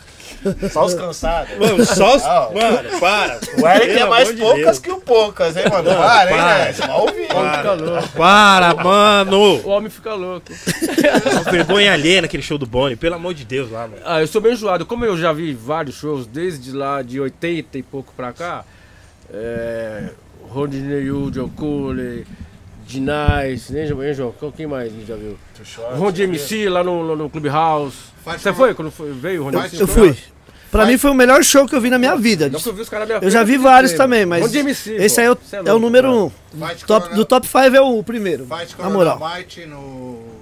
D: Só os cansados.
B: Mano, só os...
D: Não.
B: Mano, para.
D: O Eric é
B: Pelo
D: mais
B: amor de
D: poucas
B: Deus.
D: que o poucas, hein, mano? Para, hein,
B: para.
D: né? Só ouvir.
G: Fica louco.
B: Para, mano.
G: O homem fica louco.
B: Uma vergonha alheia naquele show do Bonnie, pelo amor de Deus lá, mano.
G: Ah, eu sou bem enjoado. Como eu já vi vários shows, desde lá de 80 e pouco pra cá, é, Rodney Hood, Joe Cooley, Dinais, nem João, hein, João? Quem mais já viu? Ron MC lá no, no, no Clubhouse.
F: Faz
G: Você
F: com-
G: foi quando foi- veio o Ron
A: Eu,
G: MC?
A: eu fui. Pra mim foi o melhor show que eu vi na minha vida.
G: Não que eu vi os caras na minha
A: Eu já
G: frente, um
A: vi
G: não
A: vários
G: sei,
A: também,
G: mano.
A: mas
G: Ron MC,
A: esse
G: pô.
A: aí é o,
G: Cê
A: é o
G: louco, né?
A: número
G: mano.
A: um. Top, do top 5 é o primeiro,
F: Fight
A: na moral.
F: Coronamite no.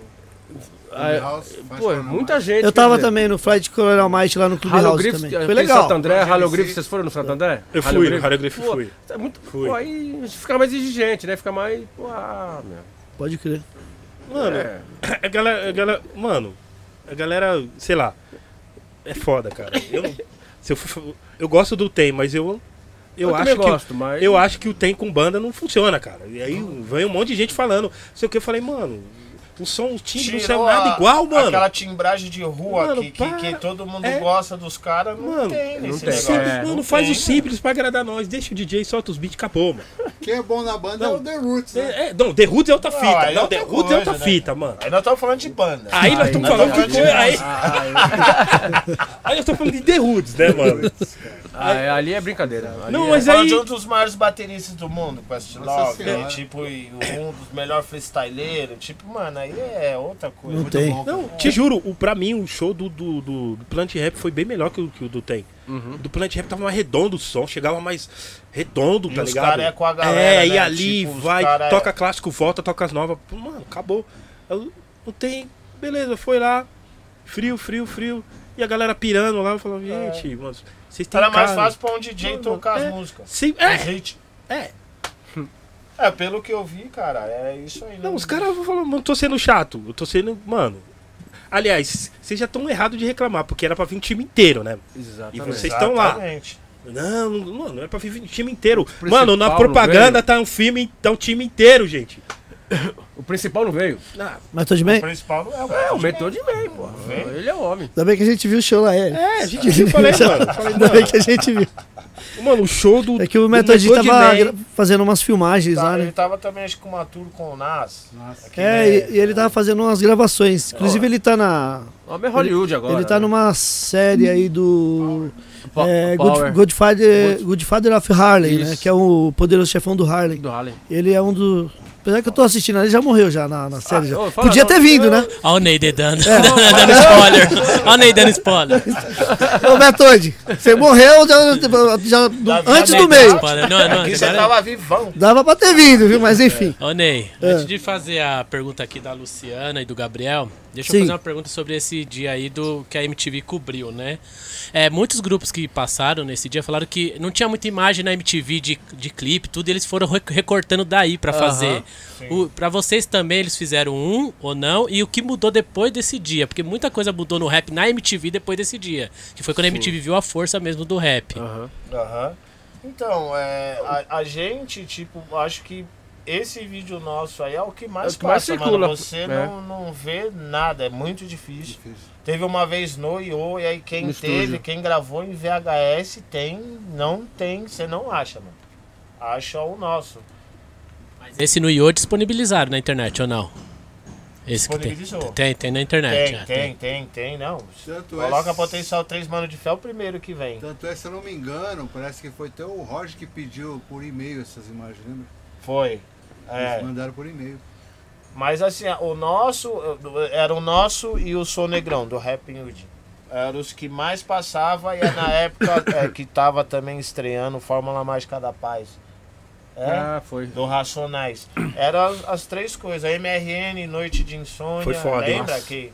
G: Ah, é-
F: House, Fight
G: Pô, é
F: Coronamite.
G: muita gente.
A: Eu
G: quer
A: tava
G: dizer,
A: também no Flight Coronel Might lá no Clube
G: Halo
A: House
G: Griffiths,
A: também.
G: eu
A: Foi
G: fui em
A: legal.
G: Santo André,
F: Ron
G: Halo
F: MC.
G: Griffiths, vocês foram no Santo André?
B: É. Eu
G: Halo
B: fui,
G: Griffiths?
B: Halo Griffiths,
G: Pô,
B: fui.
G: É muito,
B: Fui.
G: Pô, aí a gente fica mais exigente, né? Fica mais. Pô, ah, meu.
A: Pode crer.
B: Mano,
G: É.
B: A galera, a galera, mano, a galera, sei lá, é foda, cara. Eu, não- se eu, for- eu gosto do tem, mas eu eu,
G: também
B: acho que
G: gosto, mas.
B: eu acho que o tem com banda não funciona, cara. E aí vem um monte de gente falando, não sei o que eu falei, mano, o som, o timbre não saiu
D: Tirou
B: nada
D: a-
B: igual, mano.
D: Aquela timbragem de rua
B: Mano,
D: que, que, que
B: para.
D: todo mundo
B: É.
D: gosta dos caras, não
B: Mano,
D: tem
G: não
D: nesse
G: tem.
D: negócio.
B: Simples,
G: É,
B: mano,
D: não
B: faz
D: tem,
B: o simples pra agradar nós. Deixa o DJ, solta os beats, acabou, mano.
F: Quem é bom na banda é o The Roots, né?
B: É, é, não, The Roots é outra
D: Não,
B: fita.
D: aí é
B: Não,
D: outra
B: The Roots é outra
D: coisa, né,
B: fita, mano.
D: Aí nós estamos falando de banda.
B: Aí nós estamos
D: nós
B: falando de
D: tamo
B: coisa. Aí,
D: falando
B: aí nós estamos falando de The Roots, né, mano?
G: Ah, é, ali é brincadeira. Ali
B: Não,
G: é-
B: mas
D: Falando
B: aí.
D: de um dos maiores bateristas do mundo, Quest
F: Nossa
D: Love,
F: Senhora.
D: e, tipo, e um dos melhores freestyleiros, tipo, mano, aí é outra coisa.
A: Não
D: Muito
A: tem.
D: bom.
B: Não, te juro, o, pra mim o show do, do, do, do Planet Rap foi bem melhor que o, que o do Tem.
G: Uhum.
B: Do Planet Rap tava mais redondo o som, chegava mais redondo,
D: E
B: tá
D: os
B: ligado?
D: cara é com a galera,
B: É,
D: né?
B: e ali
D: Tipo, os
B: vai,
D: cara é-
B: toca clássico, volta, toca as novas. Pô, Mano, acabou. Eu- Não tem. Beleza, foi lá. Frio, frio, frio. E a galera pirando lá, eu falava, gente, mano, vocês têm
D: É. Era Então é mais
B: cara.
D: fácil pra um DJ
B: Mano,
D: tocar
B: é.
D: as músicas.
B: Sim,
D: É.
B: é, é.
D: É, pelo que eu vi, cara, é isso aí.
B: Não, os caras falam, não tô sendo chato, eu tô sendo. Mano. Aliás, vocês já estão errados de reclamar, porque era pra vir o time inteiro, né?
G: Exatamente.
B: E vocês estão lá.
D: Exatamente.
B: Não, não- mano, não é pra vir o time inteiro.
G: Principal,
B: Mano, na
G: não
B: propaganda
G: veio.
B: tá um filme, tá o time inteiro, gente.
G: O principal não veio.
A: Mas tô de
D: O
A: bem?
D: principal não é o
G: É, o mentor de meio, pô.
D: Veio.
G: Ele é o homem.
A: Ainda bem que a gente viu o show lá, é.
B: É, a gente viu, eu falei, mano. eu falei,
A: Ainda bem que a gente viu.
B: Mano, o show do.
A: É que o
B: do
A: Metodinho
B: Metod
A: tava
B: Man-
A: gra- fazendo umas filmagens lá,
D: Tá,
A: né?
D: ele tava também, acho que, com uma tour com o Nas.
F: Nossa.
A: É, e- e ele tava fazendo umas gravações. Inclusive ele tá na.
G: O homem é Hollywood agora.
A: ele tá
G: né?
A: numa série aí do.
G: Pa-
A: é,
G: Power
A: Good, Godfather, Godfather of Harlem, né?
G: Isso.
A: Que é o poderoso chefão do Harlem.
G: do Harlem.
A: Ele é um dos. Apesar que eu tô assistindo, ele já morreu já na, na
B: Ah,
A: série. já.
G: ô, fala,
A: Podia
G: não,
A: ter vindo,
G: eu-
A: né?
C: Olha o Ney dando,
A: É.
C: dando spoiler. Olha o Ney dando spoiler.
A: Ô Betode, você morreu já, já no-
D: Dá-
A: antes
D: dá
A: do
C: Ney dando
A: meio.
C: spoiler. Não, não,
D: Aqui você tá
C: agora- é
D: tava vivão.
A: Dava pra ter vindo, viu? Mas enfim.
C: Ô Ney,
A: É.
C: antes de fazer a pergunta aqui da Luciana e do Gabriel, deixa
A: Sim.
C: eu fazer uma pergunta sobre esse dia aí do que a MTV cobriu, né? É, muitos grupos que passaram nesse dia falaram que não tinha muita imagem na MTV de, de clipe, tudo, e eles foram rec- recortando daí pra fazer. O, pra vocês também, eles fizeram um ou não? E o que mudou depois desse dia? Porque muita coisa mudou no rap na MTV depois desse dia. Que foi quando a MTV viu a força mesmo do rap.
G: Aham.
D: Aham. Então, é, a, a gente, tipo, acho que esse vídeo nosso aí é o que mais
G: É o que mais
D: passa,
G: circula,
D: mano. Você
G: né?
D: não, não vê nada, é muito difícil. Teve uma vez no IO, e aí quem
G: No
D: teve,
G: estúdio.
D: quem gravou em VHS tem, não tem, você não acha, mano. Acha o nosso.
C: Mas esse no IO disponibilizaram na internet ou não? Esse que tem.
D: Disponibilizou.
C: Tem, tem na internet.
D: Tem,
C: é,
D: tem, tem, tem, não.
F: Tanto
D: Coloca
F: é-
D: potencial 3 mano de fé o primeiro que
G: Então-
D: vem.
F: Tanto é, se eu não me engano, parece que foi até o Roger que pediu por e-mail essas imagens, lembra?
D: Foi. É.
F: Eles mandaram por e-mail.
D: Mas assim, o nosso, era o nosso e o Sou Negrão, do Rap Nude. Eram os que mais passava e é na época é, que tava também estreando Fórmula Mágica da Paz. É,
G: Ah, foi.
D: do Racionais. Eram as, as três coisas, MRN, Noite de Insônia,
B: Foi foda,
D: lembra
B: nossa.
D: que...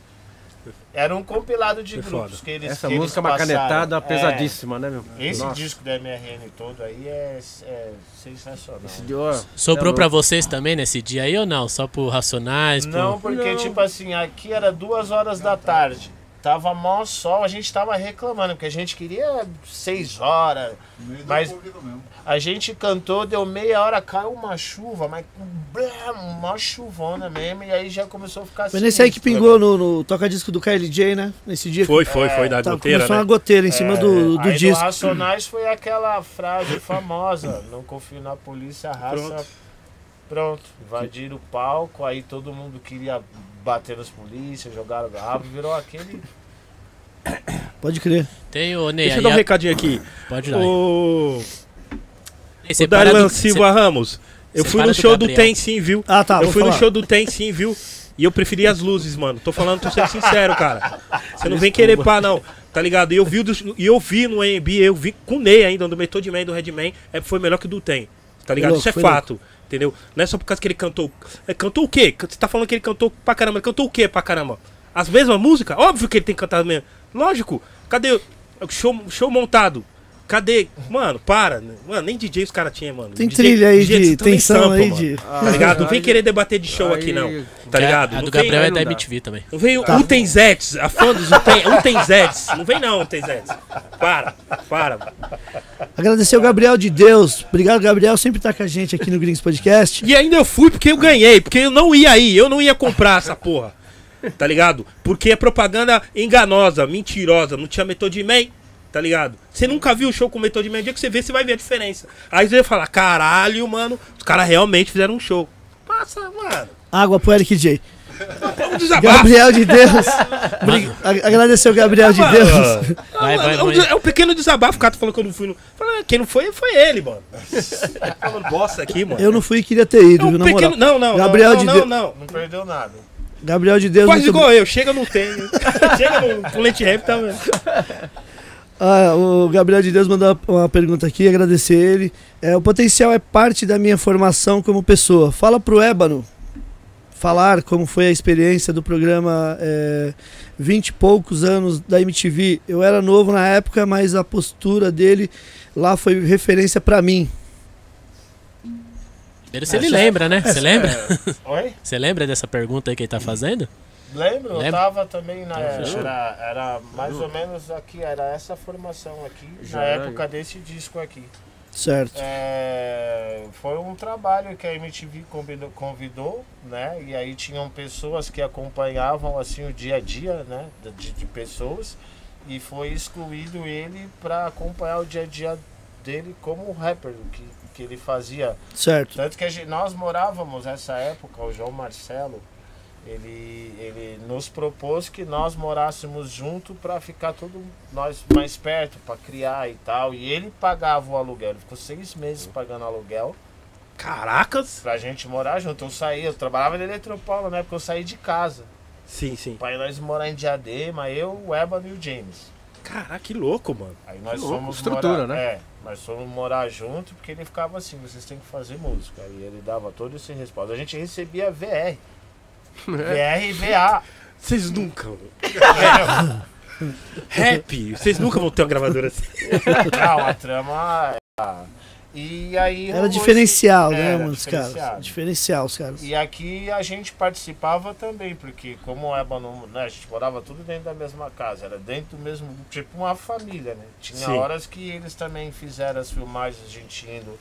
D: Era um compilado de
B: Foi
D: grupos
B: foda.
D: que eles
G: Essa
D: que eles
G: música é uma
D: passaram.
G: canetada
D: É,
G: pesadíssima, né, meu?
D: esse
G: Nossa,
D: disco da MRN todo aí é, é sensacional.
G: Esse de ó,
C: Sobrou
G: é
B: Tá
C: pra
G: louco.
C: vocês também nesse dia aí ou não? Só pro Racionais? pro-
D: Não, porque,
G: Não.
D: tipo assim, aqui era duas horas da tarde. Tava mó sol, a gente tava reclamando, porque a gente queria seis horas.
F: No meio do
D: Mas-
F: público mesmo.
D: A gente cantou, deu meia hora, caiu uma chuva, mas blá, uma chuvona mesmo, e aí já começou a ficar
A: Foi nesse aí que
D: sinistro,
A: pingou
D: né?
A: no, no toca-disco do KLJ, né? Nesse dia.
B: Foi, foi,
C: É,
B: foi, da
A: Tá,
B: goteira,
A: começou
B: né? É,
A: uma goteira em cima do, do
D: É, aí
A: disco.
D: No Racionais foi aquela frase famosa: não confio na polícia, a raça.
B: Pronto.
D: Pronto. invadiram o palco, aí todo mundo queria bater nas polícias, jogaram garrafa, virou aquele.
A: Pode crer.
C: Tem o Ney
B: Deixa eu
C: aí. é
B: dar um
C: a-
B: recadinho aqui.
C: Pode dar.
B: Ô,
C: Ney,
B: o
C: separa
B: Darlan
C: do-
B: Silva Ramos. Eu fui
C: separa
B: no
C: do
B: show do
C: Gabriel.
B: Tem Sim, viu?
A: Ah, tá.
B: eu
A: vou
B: fui no
A: falar.
B: show do Tem Sim, viu? E eu preferi as luzes, mano. Tô falando, tô sendo sincero, cara. Você não vem querer pá, não. Tá ligado? E eu vi, o do- e eu vi no AMB, eu vi com o Ney ainda, do Method Man, do Redman, é, foi melhor que o do Tem. Tá ligado?
A: louco,
B: Isso é
A: foi
B: fato. Entendeu? Não é só por causa que ele cantou. É, cantou o quê? Você tá falando que ele cantou pra caramba. Ele cantou o quê pra caramba? As mesmas músicas? Óbvio que ele tem que cantar as mesmas. Lógico. Cadê o show, show montado? Cadê? Mano, para. né? Mano, nem DJ os caras tinham, mano.
A: Tem
B: DJ
A: trilha aí
B: DJ
A: de
B: tudo em
A: tensão
B: sampa,
A: aí
B: tá mano.
A: de.
B: Tá ligado? Não vem
G: Aí-
B: querer debater de show
G: aí-
B: aqui, não. Tá
C: É,
B: ligado?
C: A
B: Não
C: do
B: vem-
C: Gabriel é
G: aí
C: da
G: não dá.
C: MTV também.
B: não vem o Utenzetes, a fã dos Uten, Utenzetes. Não vem não, Utenzetes. Para, para.
A: Agradecer o Gabriel de Deus. Obrigado, Gabriel. Sempre tá com a gente aqui no Greens Podcast.
B: E ainda eu fui porque eu ganhei, porque eu não ia aí, eu não ia comprar essa porra. Tá ligado? Porque é propaganda enganosa, mentirosa, não tinha Method Man, tá ligado? Você nunca viu o show com Method Man, o dia que você vê, você vai ver a diferença. Aí você vai falar, caralho, mano, os caras realmente fizeram um show. Passa, mano.
A: Água pro Eric J.
B: É um desabafo.
A: Gabriel de Deus. Bri- a- Agradecer o Gabriel de
B: Ah,
A: Deus.
B: ah,
C: Vai,
B: ah,
C: vai,
B: é, um,
C: vai.
B: des- é um pequeno desabafo. O Cato falou que eu não fui. No... Falei, ah, quem não foi, foi ele, mano. Tá Falando bosta aqui, mano.
A: Eu não fui e queria ter
B: É
A: ido,
B: um
A: viu, na
B: pequeno...
A: moral.
B: Não, não.
A: Gabriel
B: não,
A: de
B: não,
A: Deus.
B: não, não.
D: Não perdeu nada.
A: Gabriel de Deus.
B: Quase
A: muito
B: igual eu. Chega, não tem. chega no, com leite rap, tá vendo?
A: Ah, o Gabriel de Deus mandou uma- uma pergunta aqui, agradecer ele. É, o potencial é parte da minha formação como pessoa. Fala pro Ébano falar como foi a experiência do programa é, 20 e poucos anos da MTV. Eu era novo na época, mas a postura dele lá foi referência pra mim.
C: Ele, se ele lembra, né?
B: É.
C: Você lembra?
D: Oi?
C: Você lembra dessa pergunta aí que ele tá fazendo?
D: Lembro, eu
C: Lembra?
D: tava também na.
C: fechou.
D: Era, era mais ou menos aqui, era essa formação aqui,
G: Já
D: na
G: era
D: época desse disco aqui.
A: Certo.
D: É, foi um trabalho que a MTV convidou, convidou, né? E aí tinham pessoas que acompanhavam assim o dia a dia, né? De, de pessoas e foi excluído ele para acompanhar o dia a dia dele como rapper o que, que ele fazia.
A: Certo.
D: Tanto que a gente- nós morávamos nessa época, o João Marcelo, ele, ele nos propôs que nós morássemos junto para ficar todo nós mais perto, para criar e tal. E ele pagava o aluguel, ele ficou seis meses pagando aluguel
B: Caracas!
D: pra gente morar junto. Eu saí, eu trabalhava na Eletropola, né? Porque eu saí de casa.
B: Sim, sim.
D: Pra ir nós morar em Diadema, eu, o Ebano e o James.
B: Caraca, que louco, mano.
D: Aí nós
G: Que louco,
D: fomos
G: estrutura,
D: morar,
G: né?
D: É, nós fomos morar junto porque ele ficava assim, vocês têm que fazer música. E ele dava todo esse respaldo. A gente recebia VR. VR e VA.
B: Vocês nunca. Rap! Vocês nunca vão ter uma gravadora assim.
D: Não, a trama. era- E aí.
A: Era
D: rolou
A: diferencial,
D: esse-
A: né,
D: Então era
A: mano? Os
D: diferenciado.
A: caras. Diferencial, os caras.
D: E aqui a gente participava também, porque como o Ébano, né, a gente morava tudo dentro da mesma casa, era dentro do mesmo, tipo uma família, né? Tinha
B: Sim.
D: horas que eles também fizeram as filmagens, a gente indo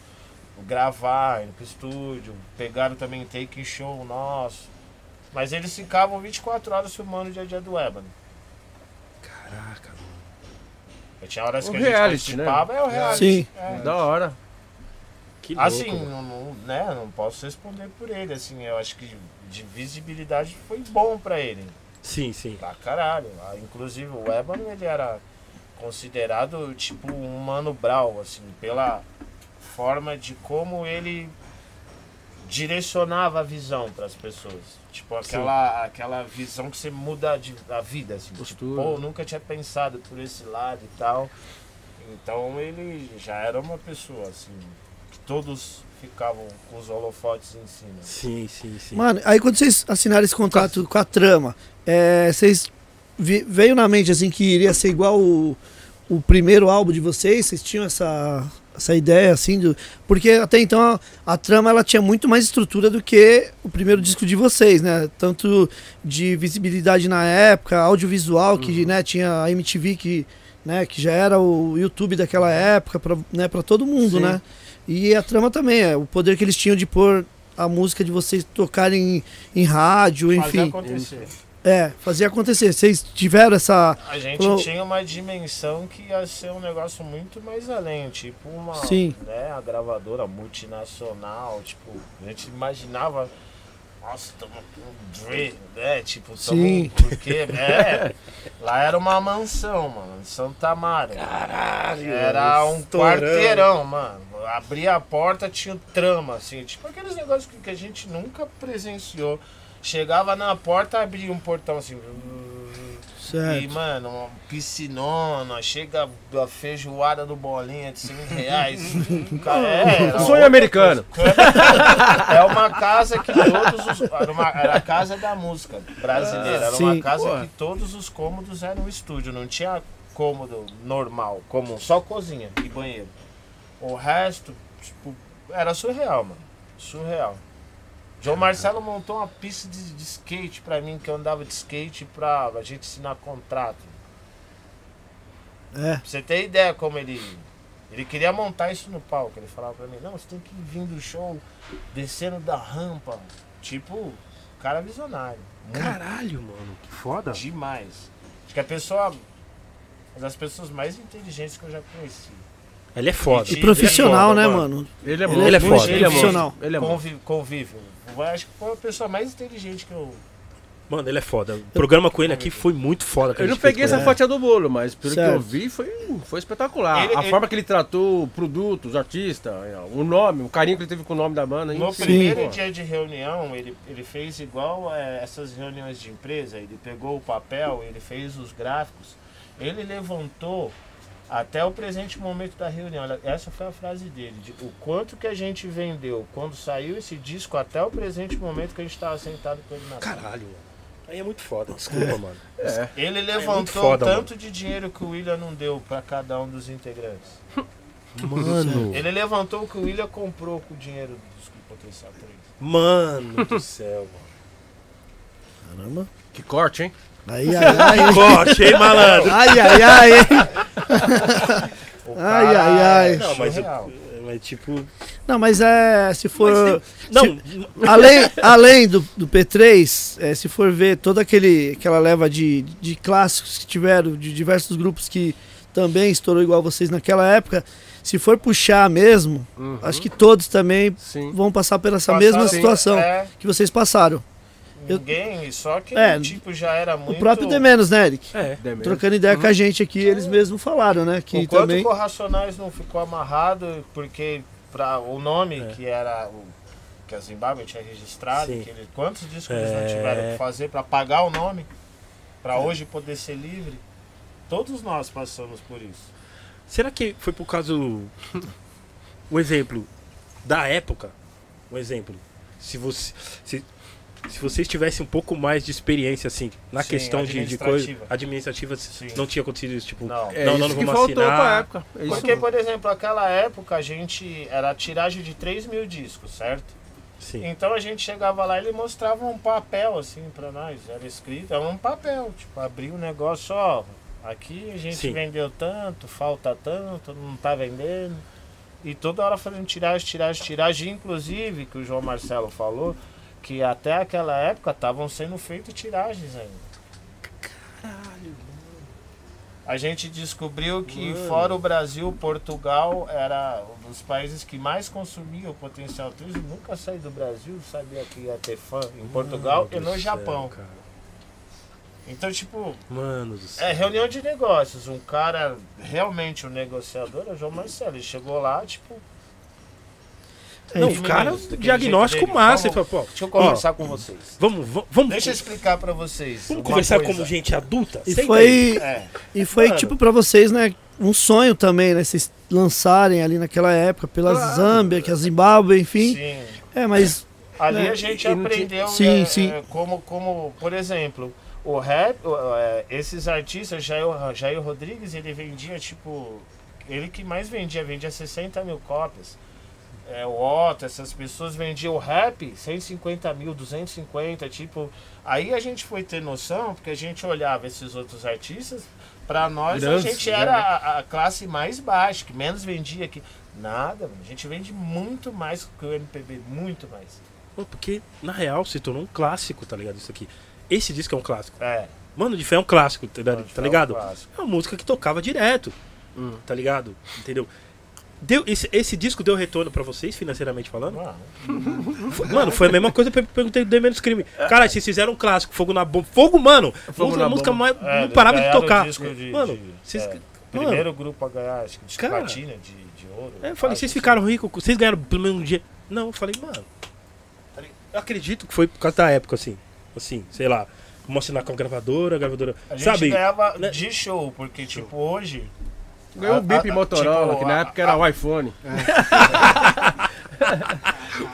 D: gravar, indo pro estúdio, pegaram também take em show nosso. Mas eles ficavam 24 horas filmando o dia a dia do né? Ébano.
B: Caraca, mano.
D: E Tinha horas
G: O
D: que a
G: reality,
D: gente
G: né?
D: participava, é o reality.
A: Sim.
D: é.
G: Da hora.
B: Que louco.
D: Assim,
B: mano.
D: não, não- né, não posso responder por ele, assim, eu acho que de visibilidade foi bom pra ele.
B: Sim, sim.
D: Pra caralho. Ah, Inclusive o Ebano ele era considerado tipo um mano brau, assim, pela forma de como ele direcionava a visão pras pessoas. Tipo aquela, aquela visão que você muda de, a vida, assim. Tipo,
G: Postura.
D: pô, eu nunca tinha pensado por esse lado e tal. Então ele já era uma pessoa, assim, que todos ficavam com os holofotes em cima.
B: Sim, sim, sim.
A: Mano, aí quando vocês assinaram esse contrato com a trama, é, vocês vi- veio na mente assim que iria ser igual o, o primeiro álbum de vocês? Vocês tinham essa, essa ideia assim? do- porque até então a, a trama ela tinha muito mais estrutura do que o primeiro disco de vocês, né? Tanto de visibilidade na época, audiovisual, que né, tinha a MTV que, né, que já era o YouTube daquela época, pra, né, pra todo mundo,
G: Sim.
A: né? E a trama também, é, o poder que eles tinham de pôr a música de vocês tocarem em rádio,
D: Fazer
A: enfim.
D: acontecer.
A: É, fazer acontecer. Vocês tiveram essa.
D: A gente
A: Pro-
D: tinha uma dimensão que ia ser um negócio muito mais além, tipo uma,
A: Sim.
D: né, a gravadora multinacional, tipo, a gente imaginava, nossa, tamo com um Dre, né, tipo, tamo,
A: Sim.
D: porque, é, lá era uma mansão, mano, em Santa Mara. Caralho, Era um
B: estourando.
D: quarteirão, mano, abria a porta, tinha um trama, assim, tipo, aqueles negócios que, que a gente nunca presenciou. Chegava na porta, abria um portão assim, e,
A: é, Certo.
D: mano, uma piscinona, chega a feijoada do bolinha de 100 reais. Cara, é, era
G: Sonho
D: outra
G: americano.
D: coisa. É uma casa que todos os. Era, uma- era a casa da música brasileira. Era uma
A: Sim.
D: casa
A: Pô.
D: que todos os cômodos eram um estúdio, não tinha cômodo normal, comum, só cozinha e banheiro. O resto, tipo, era surreal, mano. Surreal. João Marcelo montou uma pista de, de skate pra mim, que eu andava de skate pra a gente assinar contrato.
A: É.
D: Pra você ter ideia como ele. Ele queria montar isso no palco. Ele falava pra mim, não, você tem que vir do show descendo da rampa. Tipo, cara visionário. Muito
B: Caralho, mano. Que foda.
D: demais. Acho que é a pessoa. Uma das pessoas mais inteligentes que eu já conheci.
B: Ele é foda.
A: E
D: Ele é
A: profissional,
D: foda,
A: né,
D: mano.
A: mano?
G: Ele
A: Ele
G: é monstro.
B: é foda.
G: Ele é
A: Profissional.
G: monstro. Ele é monstro.
D: Convi- convívio. Eu acho que foi a pessoa mais inteligente que eu.
B: Mano, ele é foda. O programa com ele aqui foi muito foda. que a
G: Eu não
B: gente fez
G: peguei
B: com
G: essa
B: ele.
G: fatia do bolo, mas pelo que
A: Certo.
G: eu vi foi, foi espetacular.
D: Ele-
G: a
D: ele-
G: forma que ele tratou o produto, os artistas, é, o nome, o carinho que ele teve com o nome da banda.
D: No
G: enfim,
D: primeiro
G: pô.
D: dia de reunião, ele, ele fez igual eh, essas reuniões de empresa. Ele pegou o papel, ele fez os gráficos, ele levantou até o presente momento da reunião. Olha, Essa foi a frase dele: de o quanto que a gente vendeu quando saiu esse disco até o presente momento que a gente estava sentado com ele na sala.
B: Caralho, mano. Aí é muito foda. Desculpa, mano.
G: É.
D: Ele
B: muito
D: levantou
B: foda,
D: o tanto de dinheiro que o William não deu para cada um dos integrantes.
B: Mano.
D: Ele levantou o que o William comprou com o dinheiro dos, potencial pra ele.
B: Mano do céu, mano.
A: Caramba.
G: Que corte, hein?
A: Ai, ai, ai. hein?
B: Corte, hein, malandro?
A: ai, ai, ai, hein?
D: O é
A: Ai, ai, ai.
B: Não, mas,
D: surreal.
B: mas tipo.
A: Não, mas é. Se for.
B: Não,
A: Além, além do, do P3, eh, se for ver toda aquele, aquela leva de, de clássicos que tiveram, de diversos grupos que também estourou igual vocês naquela época, se for puxar mesmo,
G: Uhum.
A: acho que todos também
G: Sim.
A: vão passar por essa
D: Passaram-
A: mesma situação
D: É,
A: que vocês passaram. Eu-
D: ninguém, só que
A: É,
D: o tipo já era muito.
A: O próprio Demenos, né, Eric?
B: é.
G: Demênio.
A: Trocando ideia
C: Uhum.
A: com a gente aqui, eles mesmos falaram, né? Que
D: o quanto
A: também.
D: que o Racionais não ficou amarrado, porque pra, o nome
B: É.
D: que era o que a Zimbábue tinha registrado,
B: Sim.
D: que ele- quantos discos eles
B: É.
D: não tiveram que fazer para pagar o nome, para hoje poder ser livre? Todos nós passamos por isso.
B: Será que foi por causa. Um exemplo. Da época. Um exemplo. Se você. Se, se vocês tivessem um pouco mais de experiência, assim, na
D: Sim,
B: questão de, de coisa.
D: administrativa.
B: Administrativa,
D: Sim.
B: não tinha acontecido isso, tipo.
D: Não.
G: É
B: Não, não, não
G: isso que
B: vamos
G: faltou
B: assinar.
G: pra época. É isso
D: Porque, por exemplo, aquela época a gente era a tiragem de 3 mil discos, certo?
B: Sim.
D: Então a gente chegava lá e ele mostrava um papel assim pra nós, era escrito, era um papel, tipo, abria um negócio, ó, aqui a gente
B: Sim.
D: vendeu tanto, falta tanto, não tá vendendo. E toda hora fazendo tiragem, tiragem, tiragem, inclusive, que o João Marcelo falou, que até aquela época estavam sendo feitas tiragens ainda. A gente descobriu que fora o Brasil, Portugal era um dos países que mais consumia o potencial turismo. Nunca saí do Brasil, sabia que ia ter fã em Portugal e
B: Mano do
D: no
B: céu,
D: Japão.
B: cara.
D: Então, tipo,
B: Mano do céu.
D: é reunião de negócios. Um cara, realmente um negociador, é o João Marcelo. Ele chegou lá, tipo,
B: Não,
D: Ei,
B: o cara,
D: meninos, daquele
B: diagnóstico
D: jeito dele,
B: massa. Ele
D: vamos-
B: falou, pô,
D: deixa eu conversar com vocês.
B: vamos, vamos, vamos,
D: Deixa eu explicar pra vocês.
B: vamos
D: uma
B: conversar
D: coisa.
B: como gente adulta?
A: E
B: Senta aí.
A: foi,
D: É,
A: e foi
B: Mano.
A: tipo, pra vocês, né? Um sonho também, né? Vocês lançarem ali naquela época pela Zâmbia, que a Zimbábue, enfim.
D: sim.
A: É, mas
D: Ali
A: É,
D: a gente
G: Né? e não
D: aprendeu
A: tinha-
D: né,
A: Sim,
D: eh, Como, como, por exemplo, o rap, o, eh, esses artistas, Jair, Jair Rodrigues, ele vendia tipo. Ele que mais vendia, vendia 60 mil cópias. É, o Otto, essas pessoas vendiam o rap 150 mil, 250, tipo. Aí a gente foi ter noção, porque a gente olhava esses outros artistas, pra nós
G: Grandes,
D: a gente
G: né?
D: era a, a classe mais baixa, que menos vendia, que. Nada, mano. A gente vende muito mais que o MPB, muito mais.
B: Pô, Porque, na real, se tornou um clássico, tá ligado? Isso aqui. Esse disco é um clássico.
D: É.
B: Mano de Fé é um clássico, tá ligado?
D: Pode
B: Tá
D: falar
B: ligado?
D: um clássico.
B: É uma música que tocava direto,
G: Hum.
B: tá ligado? Entendeu? Deu, esse, esse disco deu retorno pra vocês, financeiramente falando?
D: Mano,
B: Foi- Mano, foi a mesma coisa que eu perguntei do The Menos Crime.
D: É.
B: Cara, vocês fizeram um clássico, Fogo na Bomba. Fogo, mano!
G: Fogo
B: música,
G: na
B: música
G: Bomba.
B: mais,
D: é,
B: não parava de
D: ganharam o
B: tocar.
D: disco de-
B: mano,
D: de-
B: vocês.
D: é,
B: mano,
D: primeiro grupo a ganhar, acho que de
B: Cara.
D: platina, de, de ouro.
B: é, eu falei,
D: acho
B: vocês
D: que-
B: ficaram ricos, vocês ganharam pelo menos um dia. Não, eu falei, mano. Eu acredito que foi por causa da época, assim. Assim, sei lá. Vamos assinar com a gravadora, a gravadora.
D: A gente
B: sabe?
D: ganhava
B: né?
D: de show, porque, tipo, hoje.
G: Ganhou o bip
D: Ah, ah,
G: Motorola,
D: tipo,
G: que na
D: a-
G: época era o iPhone.
A: É.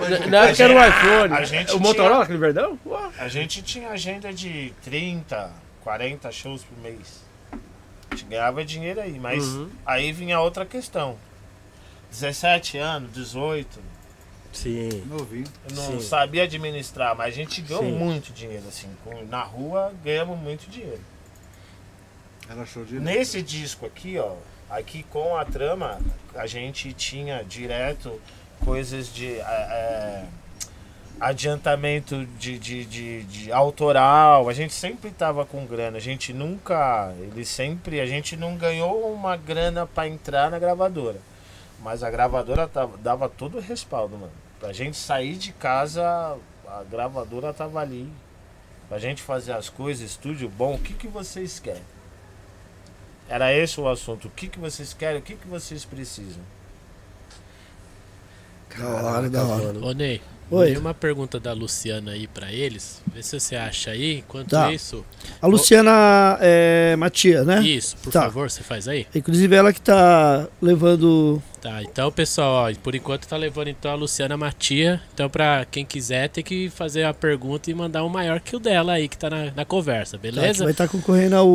G: Na- na época era o iPhone.
D: a gente
G: o
D: tinha-
G: Motorola, aquele verdão? Ué.
D: A gente tinha agenda de 30, 40 shows por mês. A gente ganhava dinheiro aí, mas
G: Uhum.
D: aí vinha outra questão. 17 anos, 18,
B: Sim.
F: Novinho.
D: eu não
B: Sim.
D: sabia administrar, mas a gente ganhou
B: Sim.
D: muito dinheiro, assim. com- Na rua ganhamos muito dinheiro.
F: Era show de.
D: Nesse disco aqui, ó, aqui com a trama, a gente tinha direto coisas de é, é, adiantamento de, de, de, de autoral. A gente sempre tava com grana, a gente nunca, ele sempre, a gente não ganhou uma grana pra entrar na gravadora. Mas a gravadora tava- dava todo o respaldo, mano. Pra gente sair de casa, a gravadora tava ali. Pra gente fazer as coisas, estúdio bom, o que, que vocês querem? Era esse o assunto. O que, que vocês querem? O que, que vocês precisam?
A: Da hora, da hora.
C: Ô Ney,
A: Oi.
C: tem uma pergunta da Luciana aí pra eles. Vê se você acha aí. Enquanto
A: Tá.
C: isso,
A: A Luciana é, Matias, né?
C: isso, por
A: Tá.
C: favor, você faz aí.
A: Inclusive ela que tá levando.
C: Tá, então pessoal, ó, por enquanto tá levando então a Luciana Matia. Então pra quem quiser tem que fazer a pergunta e mandar um maior que o dela aí que tá na, na
A: Tá,
C: conversa,
A: que
C: beleza?
A: vai estar concorrendo ao,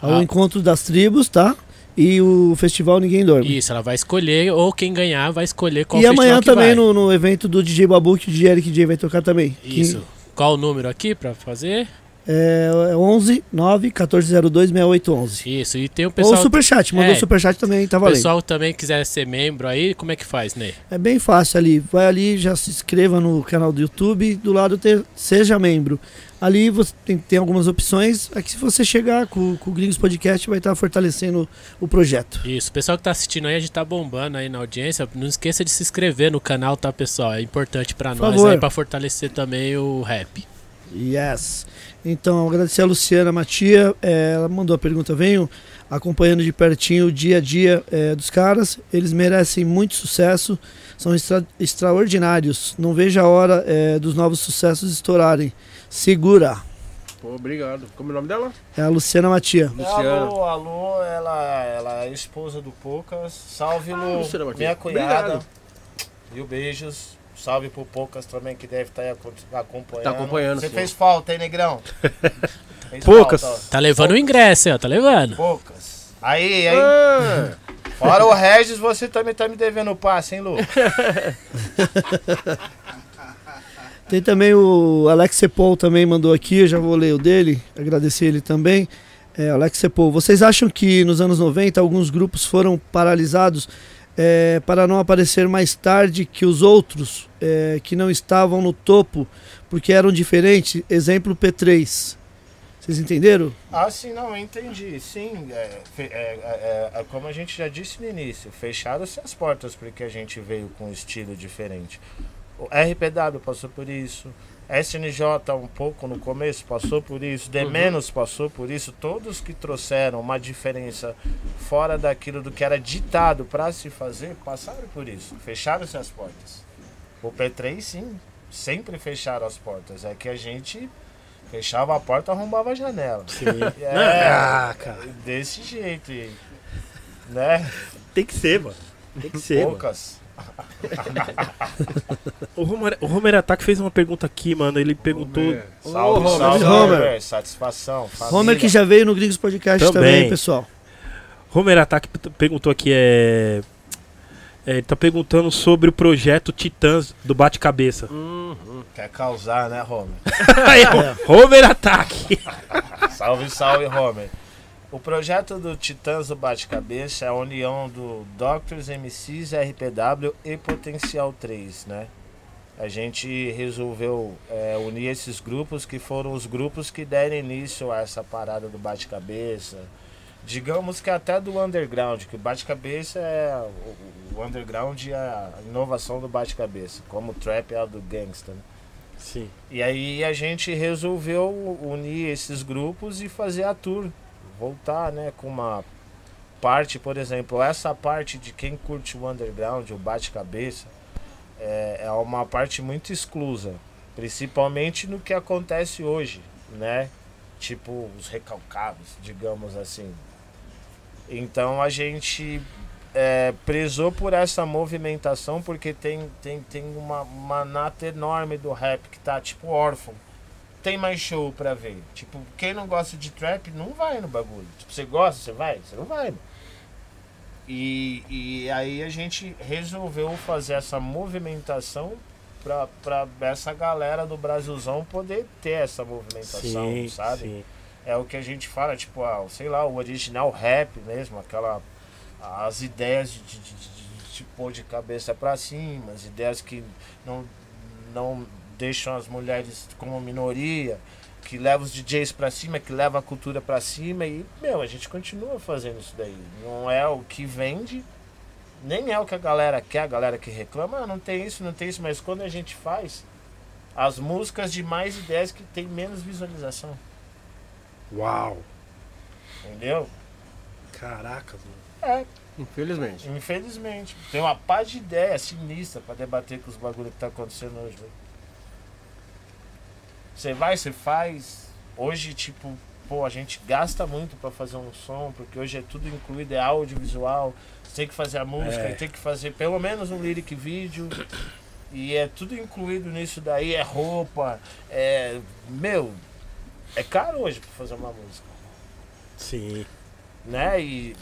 A: ao
C: Ah.
A: encontro das tribos, tá? e o festival Ninguém Dorme.
C: Isso, ela vai escolher, ou quem ganhar vai escolher qual
A: E
C: festival
A: amanhã
C: que
A: também
C: vai.
A: no, no evento do DJ Babu, que o DJ Eric J vai tocar também. Que
C: Isso. Qual o número aqui pra fazer?
A: É, é 11 9 1402 6811.
C: Isso, e tem o
A: Ou
C: pessoal...
A: superchat, mandou
C: é,
A: superchat também, tá
C: o
A: valendo.
C: pessoal também quiser ser membro aí, como é que faz, Ney?
A: É bem fácil ali. Vai ali, já se inscreva no canal do YouTube. Do lado tem Seja Membro. Ali você tem, tem algumas opções. Aqui, se você chegar com, com o Gringos Podcast, vai estar fortalecendo o projeto.
C: Isso, o pessoal que tá assistindo aí, a gente tá bombando aí na audiência. Não esqueça de se inscrever no canal, tá, pessoal? É importante pra
A: Por
C: nós
A: favor.
C: aí, pra fortalecer também o rap.
A: Yes. Então, agradecer a Luciana Matia. eh, ela mandou a pergunta: venho acompanhando de pertinho o dia a dia eh, dos caras. Eles merecem muito sucesso, são extra- extraordinários. Não vejo a hora eh, dos novos sucessos estourarem. Segura.
G: Pô, obrigado. Como é o nome dela?
A: É a Luciana Matia.
G: Luciana.
D: Alô, alô, ela, ela é esposa do Poucas. Salve, Lu,
G: Luciana Ah, Martins.
D: minha cunhada.
G: Obrigado.
D: Mil beijos. Salve pro Poucas também, que deve estar acompanhando.
G: Tá acompanhando,
D: Você
G: sim.
D: fez falta, hein, Negrão? Fez
B: Poucas.
D: falta, ó.
C: Tá levando o ingresso, aí, ó, tá levando.
D: Poucas. Aí, aí.
G: Ah,
D: Fora o Regis, você também tá me devendo o passe, hein, Lu?
A: Tem também o Alex Sepol também mandou aqui, eu já vou ler o dele, agradecer ele também. É, Alex Sepol, vocês acham que nos anos 90 alguns grupos foram paralisados é, para não aparecer mais tarde que os outros é, que não estavam no topo porque eram diferentes? Exemplo P3. Vocês entenderam?
D: Ah, sim, não, eu entendi. Sim, é, fe- é, é, é, como a gente já disse no início, fecharam-se as portas porque a gente veio com um estilo diferente. O RPW passou por isso, SNJ um pouco no começo passou por isso, D- menos passou por isso, todos que trouxeram uma diferença fora daquilo do que era ditado para se fazer, passaram por isso, fecharam-se as portas. O P3, sim, sempre fecharam as portas, é que a gente fechava a porta, arrombava a janela. É,
B: Ah, cara.
D: Desse jeito, e- né?
B: Tem que ser, mano. Tem que ser. mano.
D: Poucas.
B: O Homer, o Homer Ataque fez uma pergunta aqui, mano. Ele perguntou.
G: Homer. Ô,
D: Salve,
G: Homer.
D: salve,
A: Homer.
D: Homer. Satisfação. Família.
A: Homer que já veio no Gringos Podcast também,
B: Também.
A: pessoal.
B: Homer Ataque p- perguntou aqui, é. é, ele tá perguntando sobre o projeto Titãs do Bate-Cabeça.
D: Quer causar, né, Homer?
B: Aí, Ho- Homer Ataque!
D: Salve, salve, Homer. O projeto do Titãs do Bate-Cabeça é a união do Doctors, MCs, RPW e Potencial 3, né? A gente resolveu é, unir esses grupos que foram os grupos que deram início a essa parada do Bate-Cabeça. Digamos que até do underground, que o Bate-Cabeça é. o- O underground é a inovação do Bate-Cabeça, como o trap é a do gangsta, né?
B: Sim.
D: E aí a gente resolveu unir esses grupos e fazer a tour. Voltar, né, com uma parte, por exemplo, essa parte de quem curte o underground, o bate-cabeça, é, é uma parte muito exclusa. Principalmente no que acontece hoje, né? Tipo, os recalcados, digamos assim. Então a gente é, prezou por essa movimentação porque tem, tem, tem uma, uma nata enorme do rap que tá tipo órfão. Tem mais show pra ver. Tipo, quem não gosta de trap não vai no bagulho. Tipo, você gosta, você vai? Você não vai. mano. E, e aí a gente resolveu fazer essa movimentação pra, pra essa galera do Brasilzão poder ter essa movimentação,
B: Sim,
D: um, sabe?
B: sim.
D: é o que a gente fala, tipo, ah, sei lá, o original rap mesmo, aquela. As ideias de, de, de, de- de pôr de cabeça pra cima, as ideias que não, não deixam as mulheres como minoria, que leva os DJs pra cima, que leva a cultura pra cima e, meu, a gente continua fazendo isso daí. Não é o que vende, nem é o que a galera quer, a galera que reclama, ah, não tem isso, não tem isso, mas quando a gente faz, as músicas de mais ideias que tem menos visualização.
B: Uau!
D: Entendeu?
B: Caraca, mano.
D: É,
G: Infelizmente.
D: infelizmente. Tem uma pá de ideia sinistra pra debater com os bagulho que tá acontecendo hoje, velho. Você vai, você faz. Hoje, tipo, pô, a gente gasta muito pra fazer um som, porque hoje é tudo incluído, é audiovisual. Você tem que fazer a música,
B: É.
D: tem que fazer pelo menos um lyric vídeo. E é tudo incluído nisso daí, é roupa, é. Meu, é caro hoje pra fazer uma música.
B: Sim.
D: né? E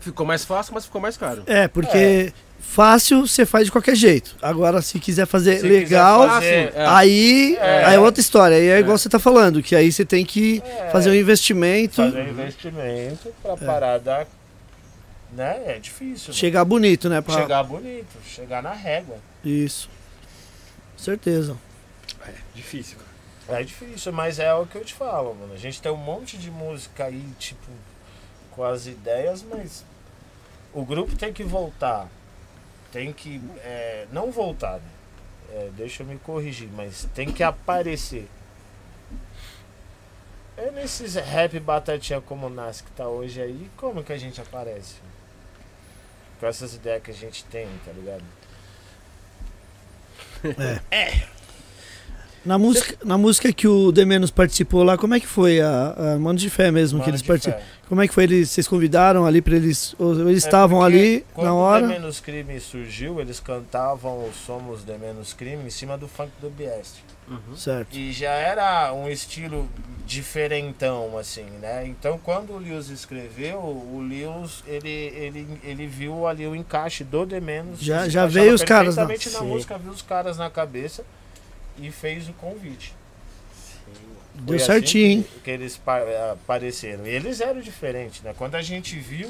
G: Ficou mais fácil, mas ficou mais caro.
A: É, porque fácil você faz de qualquer jeito. Agora, se quiser fazer
D: se
A: legal,
D: quiser fazer-
G: É.
A: aí
D: É.
A: aí é outra história. Aí é igual você tá falando, que aí você tem que
D: é,
A: fazer um investimento,
D: fazer investimento pra parada, né? É difícil. mano.
A: chegar bonito, né? Pra...
D: Chegar bonito, chegar na régua.
A: Isso. Certeza.
B: Difícil, cara.
D: É difícil, mas é o que eu te falo, mano. A gente tem um monte de música aí, tipo, com as ideias, mas o grupo tem que voltar. Tem que. é, não voltar, né? É, deixa eu me corrigir, mas tem que aparecer. É nesses rap batatinha como nas que tá hoje aí, como que a gente aparece? Com essas ideias que a gente tem, tá ligado?
A: Na música, na música que o D Menos participou lá, como é que foi? A, a Mano de Fé mesmo, que
D: Mano
A: eles
D: de
A: parti-
D: fé.
A: Como é que foi? Eles, vocês convidaram ali pra eles. ou eles
D: É
A: estavam
D: porque
A: ali
D: quando
A: na
D: o
A: hora.
D: The Menos Crime surgiu, eles cantavam o Somos The Menos Crime em cima do funk do Biest.
A: Certo.
D: E já era um estilo diferentão, assim, né? Então quando o Lewis escreveu, o Lewis, ele, ele, ele viu ali o encaixe do The Menos.
A: Já-
D: se
A: já
D: encaixava
A: veio os caras na-
D: perfeitamente na
B: Sim.
D: música, viu os caras na cabeça e fez o convite.
A: Deu
D: Foi
A: certinho,
D: assim que- Que eles pa- apareceram. E eles eram diferentes, né? Quando a gente viu,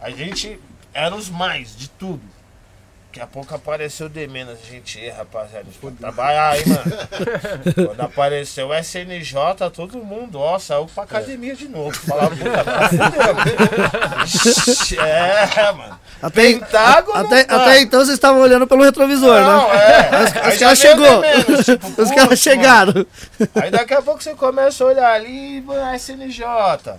D: a gente era os mais de tudo. Daqui a pouco apareceu o Demenas. A gente, "Ê, rapaziada, vou trabalhar aí, mano. Quando apareceu o SNJ, todo mundo, ó, saiu pra academia de novo. Falava, puta, agora fudeu, mano." Ixi, É, mano.
A: Até,
D: Pentágono.
A: até,
D: mano.
A: até então vocês estavam olhando pelo retrovisor, né?
D: Não, é. Aí
A: Os caras
D: já veio o
A: chegou.
D: Demenas, tipo,
A: Os
D: "Putz, mano."
A: caras chegaram.
D: Aí daqui a pouco você começa a olhar ali, mano, SNJ.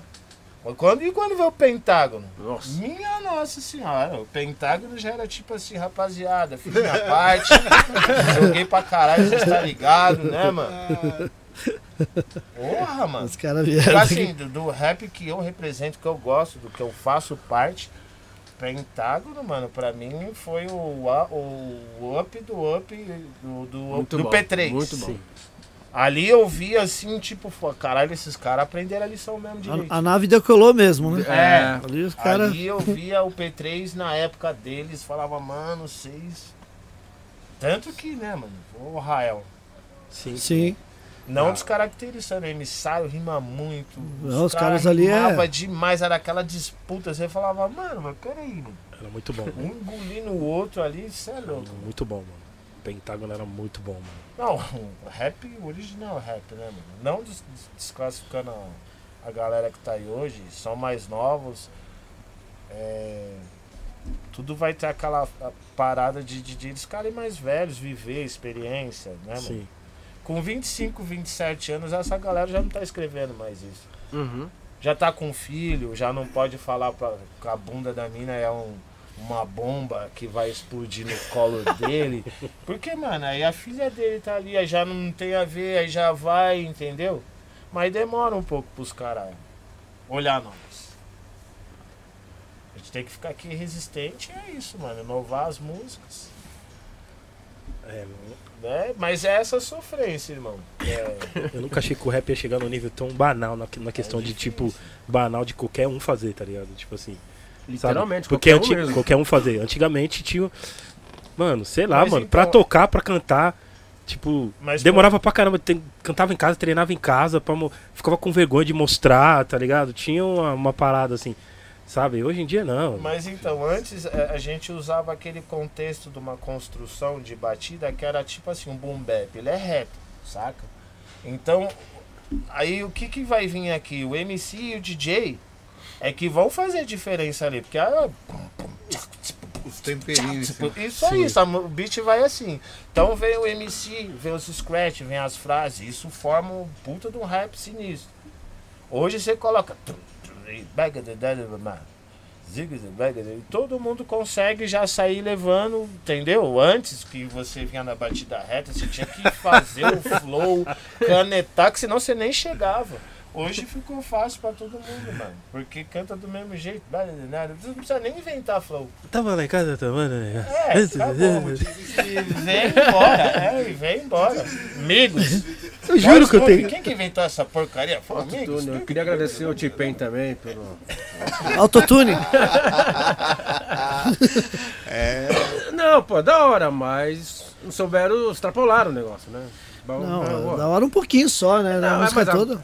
D: Mas Quando, e quando vê o Pentágono?
G: Nossa.
D: Minha nossa senhora, o Pentágono já era tipo assim, rapaziada, fiz minha parte, joguei pra caralho, vocês tá ligado, né, mano? Porra, mano.
A: Os caras
D: Tipo
A: vieram.
D: assim, do, do rap que eu represento, que eu gosto, do que eu faço parte, Pentágono, mano, pra mim foi o, a- o up do up do, do,
G: Muito
D: do
G: bom.
D: P3.
G: Muito bom.
D: Ali eu vi assim, tipo, pô, caralho, esses caras aprenderam a lição
A: Ah,
D: mesmo direito.
A: A, a nave decolou mesmo, né?
D: É.
A: Ali os caras.
D: Ali eu via o P3 na época deles, falava, mano, vocês. Tanto que, né, mano, o Rael.
B: Sim.
A: Sim.
D: Não descaracterizando, emissário rima muito.
A: Não, os caras ali é-
D: rimava demais, era aquela disputa. Você falava, mano, mas peraí, mano.
B: Era muito bom,
D: Um
B: mano.
D: engolindo o outro ali, isso é louco.
B: Muito bom, mano. O Pentágono era muito bom, mano.
D: Não, o rap, o original rap, né, mano? Não des- des- desclassificando a- a galera que tá aí hoje, são mais novos. É, tudo vai ter aquela a- parada de, de, de eles ficarem mais velhos, viver experiência, né, mano?
B: Sim.
D: Com 25, 27 anos, essa galera já não tá escrevendo mais isso.
G: Uhum.
D: Já tá com filho, já não pode falar pra, que a bunda da mina é um- uma bomba que vai explodir no colo dele. Porque, mano, aí a filha dele tá ali, aí já não tem a ver, aí já vai, entendeu? Mas demora um pouco pros caras olhar nós. A gente tem que ficar aqui resistente, é isso, mano. Inovar as músicas.
B: É, mano.
D: Né? Mas é essa sofrência, irmão. É,
B: eu nunca achei que o rap ia chegar num nível tão banal na, na questão de, tipo, banal de qualquer um fazer, tá ligado? Tipo assim.
G: Literalmente,
B: Porque
G: qualquer um
B: anti-
G: mesmo.
B: qualquer um fazer. Antigamente tinha. Mano, sei lá,
D: Mas
B: mano.
D: então-
B: Pra tocar, pra cantar. Tipo,
D: Mas,
B: demorava pra caramba. tem- cantava em casa, treinava em casa. Pra, mo- ficava com vergonha de mostrar, tá ligado? Tinha uma, uma parada assim. Sabe? Hoje em dia não.
D: Mas então, antes é, a gente usava aquele contexto de uma construção de batida que era tipo assim, um boom bap, ele é rap, saca? Então, aí o que que vai vir aqui? O MC e o DJ é que vão fazer diferença ali, porque ah,
F: Os temperinhos. assim.
D: isso é isso, a mu- o beat vai assim. Então vem o MC, vem os scratch, vem as frases, isso forma um puta de um rap sinistro. Hoje você coloca. e Todo mundo consegue já sair levando, entendeu? Antes que você vinha na batida reta, você tinha que fazer o flow, canetar, que senão você nem chegava. Hoje ficou fácil pra todo mundo, mano. Porque canta do mesmo jeito, nada, nada. Não precisa nem inventar flow.
B: Tava lá em casa tomando.
D: É, acabou. E vem embora, é, e vem embora. Amigos.
A: Eu juro que eu tenho.
D: Quem que inventou essa porcaria? Foi amigos?
G: Autotune. Eu né? queria agradecer ao Tipen também pelo.
A: Autotune.
G: Não, pô, da hora, mas não souberam extrapolar o negócio, né? Bom, pra-
A: Não,
G: boa.
A: da hora um pouquinho só, né?
G: Não,
A: Na
G: mas
A: música
G: a-
A: toda.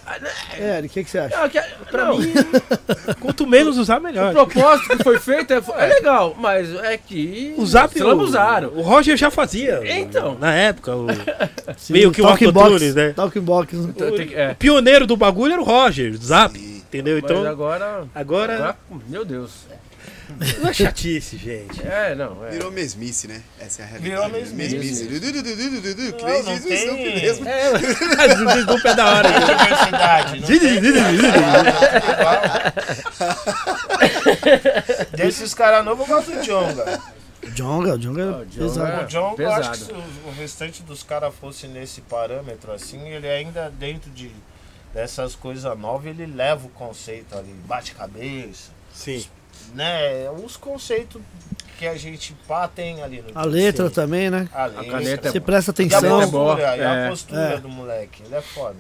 A: É, Eric, o que, que você acha?
G: Não, que, não,
B: Quanto menos usar,
G: o
B: melhor.
G: propósito que foi feito é, é legal, mas é que.
B: O Zap,
G: se lá
B: o-
G: usaram.
B: O Roger já fazia.
G: Então.
B: Na época, o
A: Sim,
B: meio que o
A: Talking
B: Autotunes,
A: Box,
B: né?
A: Talking Box.
G: Então, tem que- é.
B: pioneiro do bagulho era o Roger, o Zap.
E: Sim.
B: Entendeu?
G: mas
B: Então,
G: agora,
B: agora.
G: agora. Meu Deus.
B: Não é chatice, gente.
G: É, não. É.
E: Virou mesmice, né? Essa é a
D: Virou
E: realidade.
D: mesmice.
E: Mesmice. Que
D: Não,
E: nem
D: não
E: diz o Snoop
D: tem-
E: mesmo.
B: Mas o desculpa é da hora.
D: Diversidade. Não tem Desses caras novos, eu gosto do Jonga.
A: Jonga, Jonga. é
G: Ah, o Djonga.
A: pesado.
D: O Jonga, eu acho que se
G: pesado.
D: o o restante dos caras fosse nesse parâmetro assim, ele ainda dentro de, dessas coisas novas, ele leva o conceito ali, bate cabeça,
B: Sim.
D: né? Os conceitos que a gente pá tem ali no
A: A letra
D: Sim.
A: também, né?
D: A letra.
G: caneta
A: Você presta
D: E a
A: atenção.
G: É bom.
D: postura, e a
G: É.
D: postura
A: É.
D: do moleque, ele é foda.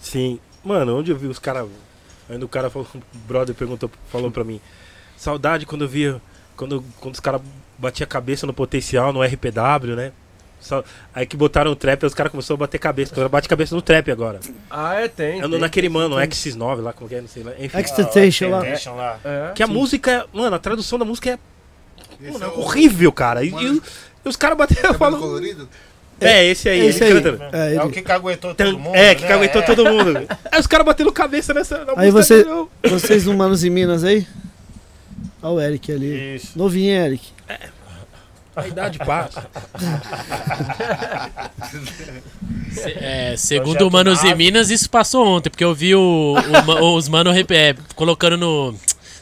B: Sim. Mano, onde eu vi os caras. Ainda o cara falou, o brother perguntou, falou pra mim. Saudade quando eu via. Quando, quando os caras batiam a cabeça no potencial, no RPW, né? Só- aí que botaram o trap, aí os caras começaram a bater cabeça. Agora bate cabeça no trap agora.
G: Ah, é, tem.
B: Eu
G: tem.
B: ando naquele mano, X9 lá, como que é, não sei lá. Enfim. Ah,
A: Ex- Extentation lá.
D: Extentation lá.
G: É.
B: Que a música, mano, a tradução da música é
F: Esse
B: mano,
F: é o
B: horrível, cara. E, e
F: Mano.
B: os- e os caras bateram.
F: cabelo
B: falam-
F: colorido?
B: É, esse aí,
A: Esse
B: ele
A: aí.
B: cantando.
A: É,
D: É, o
A: ele-
D: que caguetou
B: Tan-
D: todo mundo.
B: é, que
D: né?
B: caguetou
D: É.
B: todo mundo. Aí os caras batendo cabeça nessa. na
A: Aí
B: música
A: você-
B: do jogo.
A: Vocês humanos em Minas aí? Olha o Eric ali.
D: É. Isso.
A: Novinho, Eric.
B: A idade passa.
C: Se- é, segundo
D: Projeto
C: o Manos e
D: Nave.
C: Minas, isso passou ontem, porque eu vi o, o ma- os Manos colocando no,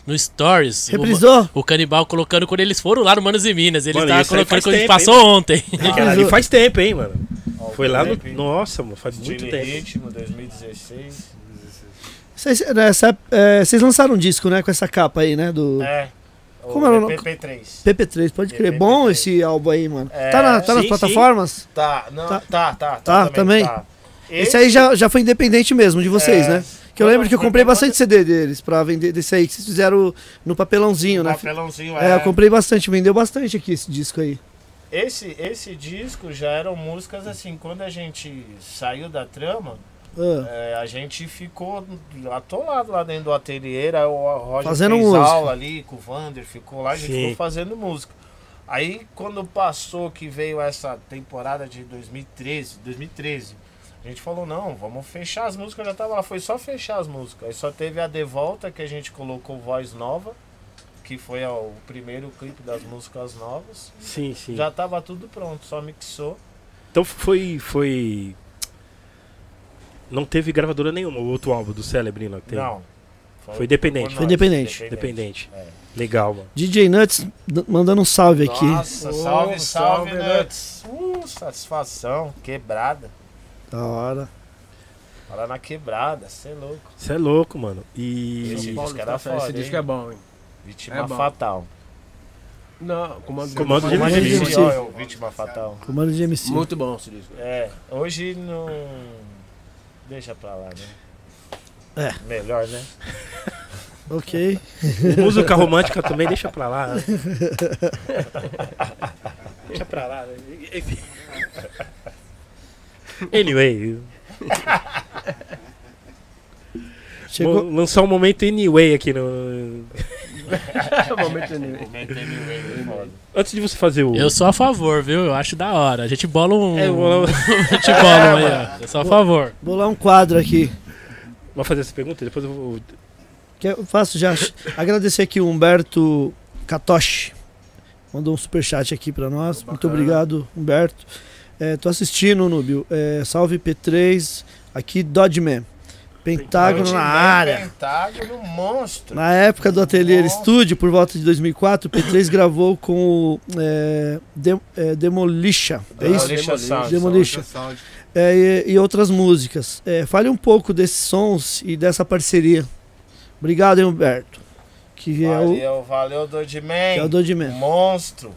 C: no Stories. o ma-
A: Reprisou?
C: O canibal colocando quando eles foram lá no Manos e Minas. Ele
B: Mano,
C: tava
B: isso aí
C: colocando
B: faz
C: quando
B: tempo,
C: passou ontem.
B: Cara, ali faz tempo, hein, mano.
D: Ó, o
B: Foi lá no.
D: Felipe,
B: Nossa, mano, faz muito
D: Chile
B: tempo.
D: Ritmo, 2016.
A: Vocês, nessa- é, vocês lançaram um disco, né? Com essa capa aí, né? Do
D: É.
A: Como era o nome?
D: PP3.
A: PP3, pode crer.
D: PP3.
A: Bom esse álbum aí, mano.
D: É,
A: Tá, na- tá nas
B: sim,
A: plataformas?
D: Tá, não,
A: Tá.
D: tá, tá. Tá,
A: Tá, também?
D: tá.
A: Esse aí já, já foi independente mesmo de vocês,
D: É.
A: né? Que eu lembro que eu comprei bastante CD deles pra vender desse aí que vocês fizeram no papelãozinho, né?
D: Papelãozinho,
A: É,
D: é.
A: eu comprei bastante, vendeu bastante aqui esse disco aí.
D: esse, esse disco já eram músicas assim, quando a gente saiu da trama,
A: Ah,
D: é, a gente ficou atolado lá dentro do ateliê, aí o Roger
A: Fazendo
D: fez
A: música.
D: aula ali com o Vander, ficou lá, a gente
B: Sim.
D: ficou fazendo música. Aí quando passou que veio essa temporada de 2013, 2013, a gente falou, não, vamos fechar as músicas, já tava lá, foi só fechar as músicas. Aí só teve a De Volta, que a gente colocou voz nova, que foi ó, o primeiro clipe das músicas novas.
B: Sim, sim.
D: Já tava tudo pronto, só mixou.
B: Então foi. foi... Não teve gravadora nenhuma, o outro álbum do Celebre lá que teve.
D: Não.
B: Foi independente.
D: por
B: Foi
D: nós,
A: independente.
B: Independente.
D: É.
B: Legal, mano.
A: DJ Nuts d- mandando um salve aqui.
D: Nossa, salve,
G: Oh,
D: salve,
G: salve,
D: Nuts. Uh, satisfação, quebrada.
A: Da hora.
D: Fala na quebrada, cê é louco.
B: Você é louco, mano. E.
D: Esse disco era
G: Nossa,
D: foda,
G: esse disco é
D: hein?
G: bom, hein?
D: Vítima
G: é bom.
D: Fatal.
G: Não, comando,
B: Comando de
A: Comando
B: Elite.
A: de
D: Vítima,
A: Elite.
D: ó, eu- vítima Fatal.
A: Comando de MC.
G: Muito bom esse disco.
D: É, hoje não... Deixa pra lá, né?
A: É.
D: Melhor, né?
A: Ok.
B: Música romântica também, deixa pra lá. né? deixa pra lá. né? Enfim. Anyway.
A: Chegou.
B: Vou lançar um momento anyway aqui no.
G: Momento nenhum.
D: Momento anyway, né, mano?
B: Antes de você fazer o.
C: Eu sou a favor, viu? Eu acho da hora. A gente bola um.
B: Uh. É, eu É, vou-
C: A gente bola um aí, ó. Eu sou a favor.
A: Vou lá um quadro aqui.
B: Vou fazer essa pergunta, depois eu vou.
A: Que eu faço já. Agradecer aqui o Humberto Katoshi. Mandou um superchat aqui pra nós. Muito
G: bacana.
A: obrigado, Humberto. É, tô assistindo, Núbio. É, salve P3. Aqui, Dodman. Pentágono
D: Ultimate
A: na área.
D: Pentágono, monstro.
A: Na época do Atelier
D: Nossa.
A: Studio, por volta de 2004, o P3 gravou com o é, Dem- é, Demolition. É isso?
D: Demolition Sound.
A: Demolition.
F: Sound.
A: é, e, e outras músicas. É, fale um pouco desses sons e dessa parceria. Obrigado, hein, Humberto. Que é o, que
D: Valeu, valeu, Dodman.
A: é o Dodman.
D: Monstro.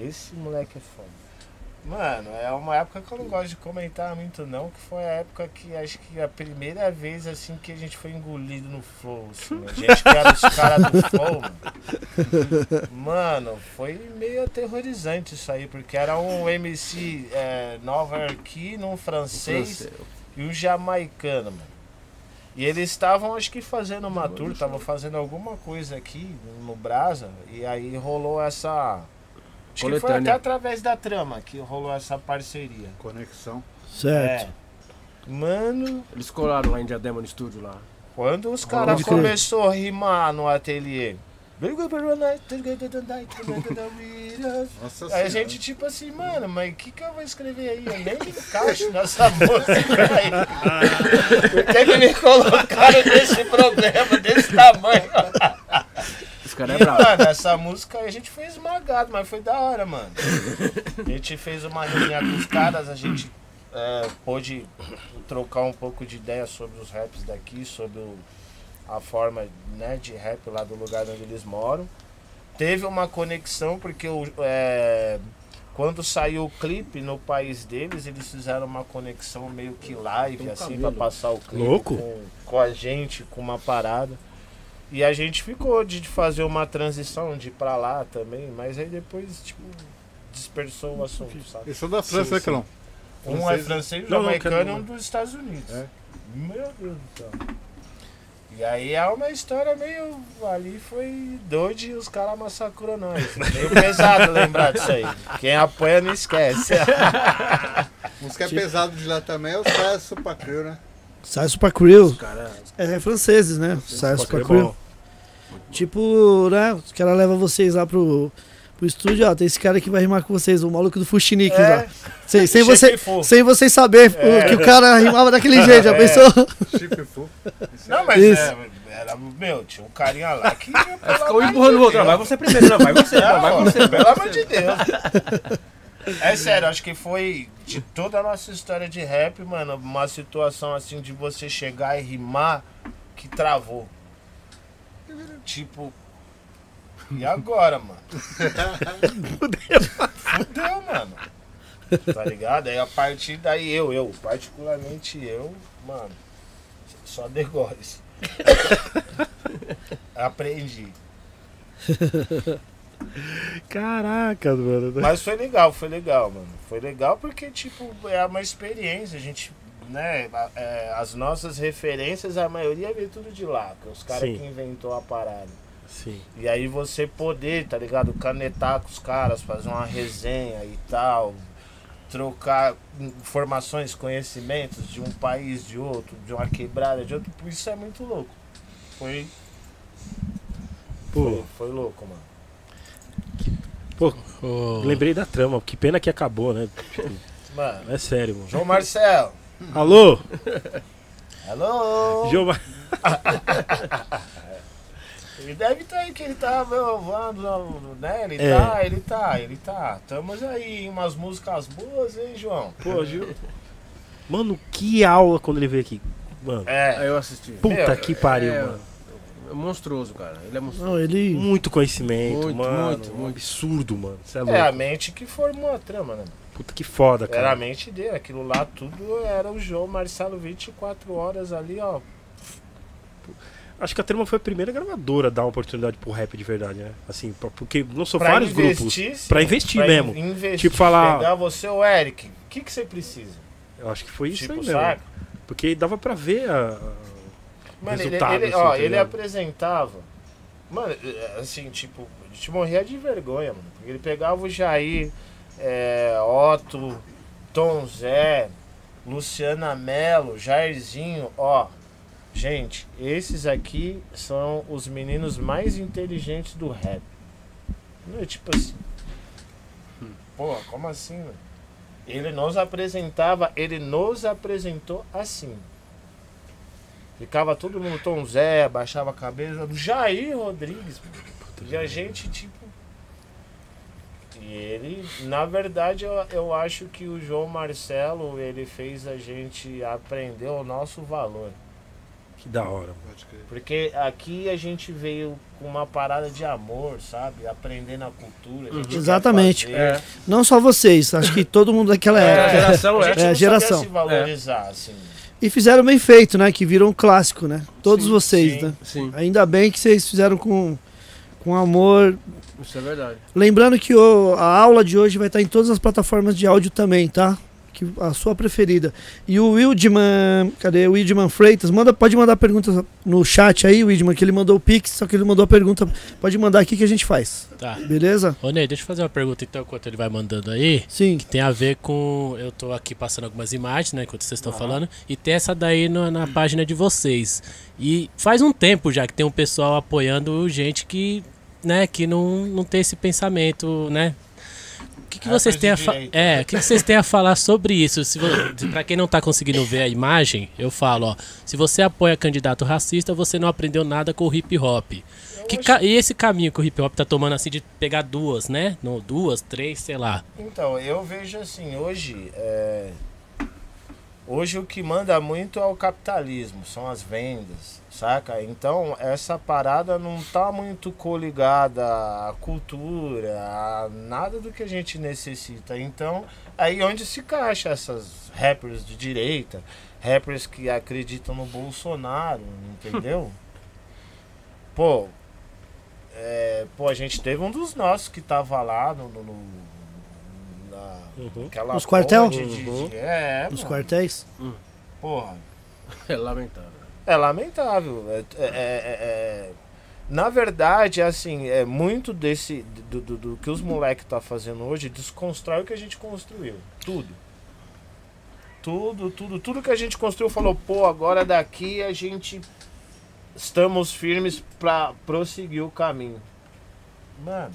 D: Esse moleque é foda. Mano, é uma época que eu não gosto de comentar muito não, que foi a época que acho que a primeira vez assim que a gente foi engolido no flow, assim, a gente que era os caras do flow. mano. Mano, foi meio aterrorizante isso aí, porque era um MC é, Nova York, um francês e um jamaicano, mano. E eles estavam, acho que fazendo uma tour, estavam fazendo alguma coisa aqui no Brasa, e aí rolou essa. Acho que foi até
G: Coletânea.
D: através da trama que rolou essa parceria.
F: Conexão.
A: Certo.
D: É. Mano,
G: Eles colaram lá em Diadema no estúdio lá.
D: quando os caras
A: Pode crer.
D: começaram a rimar no ateliê.
F: Nossa
D: A gente tipo assim, mano, mas o que, que eu vou escrever aí? Eu nem me encaixo nessa música aí. Por que, que me colocaram nesse problema desse tamanho?
G: Os caras
D: E,
G: é bravo.
D: mano, essa música aí a gente foi esmagado, mas foi da hora, mano. A gente fez uma reunião com os caras, a gente é, pôde trocar um pouco de ideia sobre os raps daqui, sobre o- a forma né, de rap lá do lugar onde eles moram. Teve uma conexão, porque o, é, quando saiu o clipe no país deles, eles fizeram uma conexão meio que live, assim, pra passar o clipe
B: Louco.
D: Com, com a gente, com uma parada. E a gente ficou de fazer uma transição de ir pra lá também, mas aí depois, tipo, dispersou o assunto, sabe?
F: Eles são da França, né, Kelão?
D: Um é francês,
B: Não,
D: um
B: não,
D: americano e
B: quero-
D: um dos Estados Unidos.
F: É.
D: Meu Deus do céu. E aí é uma história meio. Ali foi doido e os caras massacrou nós. Meio pesado lembrar disso aí. Quem apanha não esquece.
F: Música é pesado de lá também, os caras super crew, né?
A: Sai Super Crew.
G: Os caras
A: É franceses, né? Sai
B: Pode ser
A: Super
B: bom.
A: Crew. Tipo, né? Os caras levam vocês lá pro, pro estúdio, ó. Tem esse cara que vai rimar com vocês, o maluco do Fuxinique lá. Sem, sem, você,
D: Chefe Fu.
A: sem vocês saberem o- que o cara rimava daquele jeito, já
D: É.
A: pensou?
F: Chip Fu.
D: Não, mas
A: Isso.
D: é, era. Meu, tinha um carinha lá que.
G: Aí ficam um empurrando o outro. Não, vai você primeiro, não, vai você, não,
D: Não,
G: vai
D: mano,
G: você. vai
D: É, pelo
G: você.
D: amor de Deus. É sério, acho que foi de toda a nossa história de rap, mano, uma situação assim de você chegar e rimar que travou. Tipo. E agora, mano? Fudeu. Fudeu, mano. Tá ligado? Aí a partir daí eu, eu, particularmente eu, mano, só degoles. Aprendi.
B: Caraca, mano.
D: Mas foi legal, foi legal, mano. Foi legal porque, tipo, é uma experiência. A gente, né, a- é, as nossas referências, a maioria veio tudo de lá. que é Os caras
B: Sim.
D: que inventou a parada.
B: Sim.
D: E aí você poder, tá ligado? Canetar com os caras, fazer uma resenha e tal. Trocar informações, conhecimentos de um país, de outro, de uma quebrada, de outro. Isso é muito louco. Foi,
B: Pô,
D: foi, foi louco, mano.
C: Ô,
B: lembrei da trama. Que pena que acabou, né?
D: Mano.
B: É sério, mano.
D: João Marcel.
B: Alô?
D: Alô?
B: João...
D: Ele deve estar aí, que ele tá meu, voando, né? Ele
B: É.
D: tá, ele tá, ele tá. Estamos aí em umas músicas boas, hein, João?
B: Pô, Gil. Mano, que aula quando ele veio aqui. Mano,
G: Aí
D: É.
G: eu assisti.
B: puta
D: meu,
B: que pariu,
G: é-
B: mano.
G: É monstruoso, cara. Ele é monstruoso.
A: Não, ele.
B: Muito conhecimento,
G: Muito,
B: mano.
G: muito,
B: um
G: muito.
B: absurdo, mano. Você é louco.
D: É a mente que formou a trama, né?
B: Puta que foda,
D: Era a
B: cara.
D: mente dele, aquilo lá tudo era o João Marcelo 24 horas ali, ó.
B: Acho que a Trama foi a primeira gravadora a dar uma oportunidade pro rap de verdade, né? Assim, pra- porque lançou
D: Pra
B: vários grupos.
D: investir, sim.
B: Pra investir
D: Pra
B: mesmo.
D: in- investir,
B: Tipo, falar-
D: Pegar você, o Eric, o que, que você precisa?
B: Eu acho que foi isso aí
D: tipo,
B: mesmo.
D: saca?
B: Porque dava pra ver a. a-
D: Mano, ele,
B: Resultado,
D: ele-
B: assim,
D: ó,
B: tá
D: ele
B: ligado?
D: apresentava. Mano, eh, assim, tipo, a gente morria de vergonha, mano. Porque ele pegava o Jair, eh, Otto, Tom Zé, Luciana Mello, Jairzinho, ó. Gente, esses aqui são os meninos mais inteligentes do rap. Não, é tipo assim. Pô, como assim, mano? Ele nos apresentava, ele nos apresentou assim. Ficava todo mundo, Tom Zé, baixava a cabeça. Jair Rodrigues. mano. E a gente, tipo. E ele, na verdade, eu, eu acho que o João Marcelo, ele fez a gente aprender o nosso valor.
B: Que da hora, mano.
E: Pode crer.
D: Porque aqui a gente veio com uma parada de amor, sabe? Aprendendo a cultura. a gente quer
A: Exatamente.
D: fazer.
G: É,
A: Não só vocês, acho que todo mundo daquela
G: é, a
A: época.
D: A
G: geração é.
D: gente não
A: É, geração.
D: sabia se valorizar, assim.
A: E fizeram bem feito, né? Que virou um clássico, né? Todos
G: Sim,
A: vocês,
D: sim.
A: né?
G: Sim,
A: Ainda bem que vocês fizeram com, com amor.
G: isso é verdade.
A: Lembrando que o- a aula de hoje vai estar em todas as plataformas de áudio também, tá? Que, a sua preferida. E o Wildman, cadê? O Wildman Freitas, manda, pode mandar perguntas no chat aí, Wildman, que ele mandou o Pix, só que ele mandou a pergunta. Pode mandar aqui que a gente faz,
C: Tá.
A: beleza?
C: Ô, Ney, deixa eu fazer uma pergunta então, enquanto ele vai mandando aí.
A: Sim.
C: Tem a ver com. Eu tô aqui passando algumas imagens, né? Enquanto vocês estão falando. E tem essa daí no- na página de vocês. E faz um tempo já que tem um pessoal apoiando gente que. né, que não, não tem esse pensamento, né? O que, que
D: Ah,
C: vocês
D: coisa
C: têm a
D: de
C: fa-
D: direito.
C: é, o que, que vocês têm a falar sobre isso? Se vo... Para quem não tá conseguindo ver a imagem, eu falo, ó, se você apoia candidato racista, você não aprendeu nada com o hip hop. Que ca- E esse caminho que o hip hop tá tomando assim de pegar duas, né? Não, duas, três, sei lá.
D: Então, eu vejo assim, hoje. é, Hoje o que manda muito é o capitalismo, são as vendas, saca? Então essa parada não tá muito coligada à cultura, a nada do que a gente necessita. Então, aí onde se caixa essas rappers de direita, rappers que acreditam no Bolsonaro, entendeu? Pô, é, pô, a gente teve um dos nossos que tava lá no. no, no na,
B: Uhum.
D: naquela
A: Nos
D: porra
A: quartel?
D: de- de- de-
B: Uhum.
D: é,
A: Nos
D: mano.
A: quartéis.
D: Porra,
G: É lamentável.
D: é lamentável. É, é- é- é- Na verdade, assim, é muito desse. do, do- do que os moleques tá fazendo hoje, desconstrói o que a gente construiu. Tudo. Tudo, tudo, tudo que a gente construiu falou, pô, agora daqui a gente estamos firmes pra prosseguir o caminho. Mano,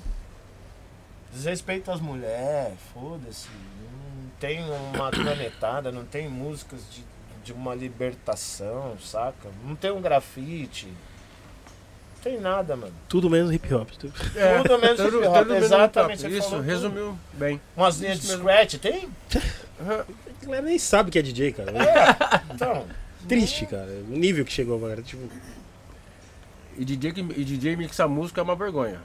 D: desrespeito às mulheres, foda-se. Não tem uma canetada, não tem músicas de, de uma libertação, saca? Não tem um grafite. Não tem nada, mano.
B: Tudo menos hip hop. Tudo.
D: É. Tudo menos
G: Todo-
D: hip hop,
G: todo mundo
D: exatamente.
G: É, tá-
D: você
G: Isso,
D: falou tudo.
G: resumiu bem.
D: Umas linhas de
G: isso mesmo.
D: scratch, tem?
B: A galera nem sabe que é DJ, cara.
D: Então,
B: Triste, cara. O nível que chegou agora. Tipo,
G: E DJ, que- e DJ mixa música é uma vergonha.